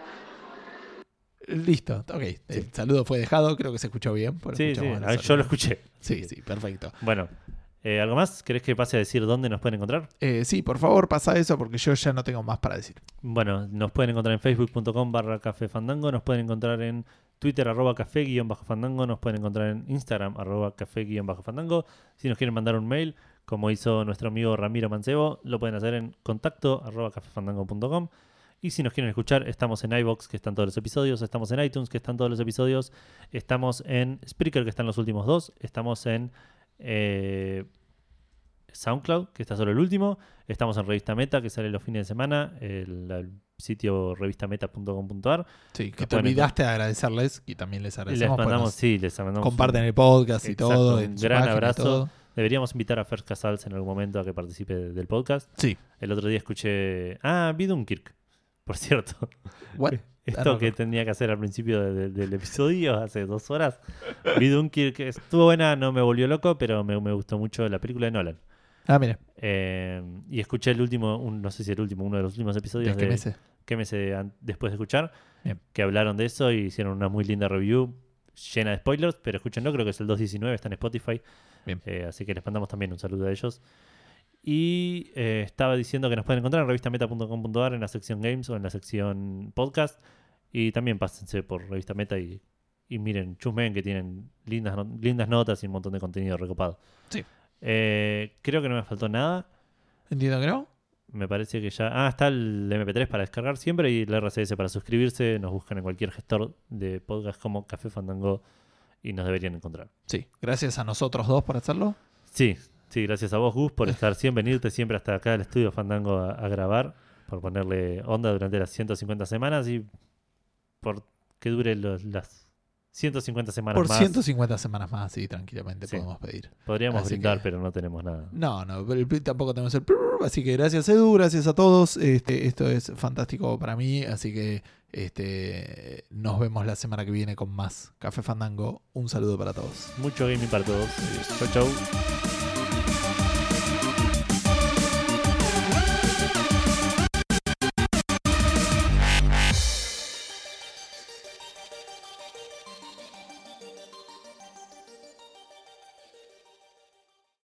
[SPEAKER 1] Listo, ok. El saludo fue dejado, creo que se escuchó bien. pero
[SPEAKER 2] Sí, sí,
[SPEAKER 1] escuchamos el
[SPEAKER 2] a ver, yo
[SPEAKER 1] saludo.
[SPEAKER 2] lo escuché.
[SPEAKER 1] Sí, sí, perfecto.
[SPEAKER 2] Bueno, eh, ¿algo más? ¿Querés que pase a decir dónde nos pueden encontrar?
[SPEAKER 1] Eh, sí, por favor, pasa eso porque yo ya no tengo más para decir.
[SPEAKER 2] Bueno, nos pueden encontrar en facebook.com barra café fandango, nos pueden encontrar en twitter arroba café guión bajo fandango, nos pueden encontrar en instagram arroba café guión bajo fandango. Si nos quieren mandar un mail, como hizo nuestro amigo Ramiro Mancebo, lo pueden hacer en contacto arroba cafefandango.com. Y si nos quieren escuchar, estamos en iBox, que están todos los episodios, estamos en iTunes, que están todos los episodios, estamos en Spreaker, que están los últimos dos, estamos en eh, SoundCloud, que está solo el último, estamos en Revista Meta, que sale los fines de semana, el, el sitio revistameta.com.ar.
[SPEAKER 1] Sí, que
[SPEAKER 2] Nos
[SPEAKER 1] te
[SPEAKER 2] pueden
[SPEAKER 1] olvidaste de agradecerles y también les
[SPEAKER 2] Les
[SPEAKER 1] agradecemos. por
[SPEAKER 2] mandamos,
[SPEAKER 1] nos-
[SPEAKER 2] sí, les mandamos. un-
[SPEAKER 1] comparten el podcast y
[SPEAKER 2] Exacto,
[SPEAKER 1] todo.
[SPEAKER 2] un
[SPEAKER 1] en su
[SPEAKER 2] gran
[SPEAKER 1] página y
[SPEAKER 2] abrazo.
[SPEAKER 1] todo.
[SPEAKER 2] Deberíamos invitar a Fer Casals en algún momento a que participe de- del podcast.
[SPEAKER 1] Sí.
[SPEAKER 2] El otro día escuché. Ah, vi Dunkirk, por cierto.
[SPEAKER 1] What? Ah,
[SPEAKER 2] Esto
[SPEAKER 1] no,
[SPEAKER 2] que
[SPEAKER 1] no.
[SPEAKER 2] tenía que hacer al principio de- de- del episodio, hace dos horas. Vi Dunkirk, estuvo buena, no me volvió loco, pero me, me gustó mucho la película de Nolan.
[SPEAKER 1] Ah, mira,
[SPEAKER 2] Eh, y escuché el último, un- no sé si el último, uno de los últimos
[SPEAKER 1] ¿de
[SPEAKER 2] episodios
[SPEAKER 1] qué
[SPEAKER 2] de,
[SPEAKER 1] meses?
[SPEAKER 2] quémese an- después de escuchar,
[SPEAKER 1] Bien.
[SPEAKER 2] que hablaron de eso y hicieron una muy linda review llena de spoilers, pero escúchenlo, creo que es el 2.19, está en Spotify,
[SPEAKER 1] Bien.
[SPEAKER 2] Eh, así que les mandamos también un saludo a ellos. Y eh, estaba diciendo que nos pueden encontrar en revistameta.com.ar en la sección Games o en la sección Podcast. Y también pásense por Revista Meta y, y miren, chusmen que tienen lindas, no- lindas notas y un montón de contenido recopado.
[SPEAKER 1] Sí.
[SPEAKER 2] Eh, creo que no me faltó nada.
[SPEAKER 1] Entiendo que no.
[SPEAKER 2] Me parece que ya. Ah, está el MP3 para descargar siempre y el RCS para suscribirse. Nos buscan en cualquier gestor de podcast como Café Fandango y nos deberían encontrar.
[SPEAKER 1] Sí, gracias a nosotros dos por hacerlo.
[SPEAKER 2] Sí, sí, gracias a vos, Gus, por estar siempre, venirte siempre hasta acá al estudio Fandango a, a grabar. por ponerle onda durante las 150 semanas y por que dure los- las 150 semanas
[SPEAKER 1] Por
[SPEAKER 2] más.
[SPEAKER 1] 150 semanas más, sí, tranquilamente
[SPEAKER 2] Sí.
[SPEAKER 1] podemos pedir.
[SPEAKER 2] Podríamos
[SPEAKER 1] así
[SPEAKER 2] brindar,
[SPEAKER 1] que-
[SPEAKER 2] pero no tenemos nada.
[SPEAKER 1] No, no, pero el pl- tampoco tenemos el... prrr, Así que gracias Edu, gracias a todos. Este, esto es fantástico para mí, así que este, nos vemos la semana que viene con más Café Fandango. Un saludo para todos.
[SPEAKER 2] Mucho gaming para todos. Chau, chau.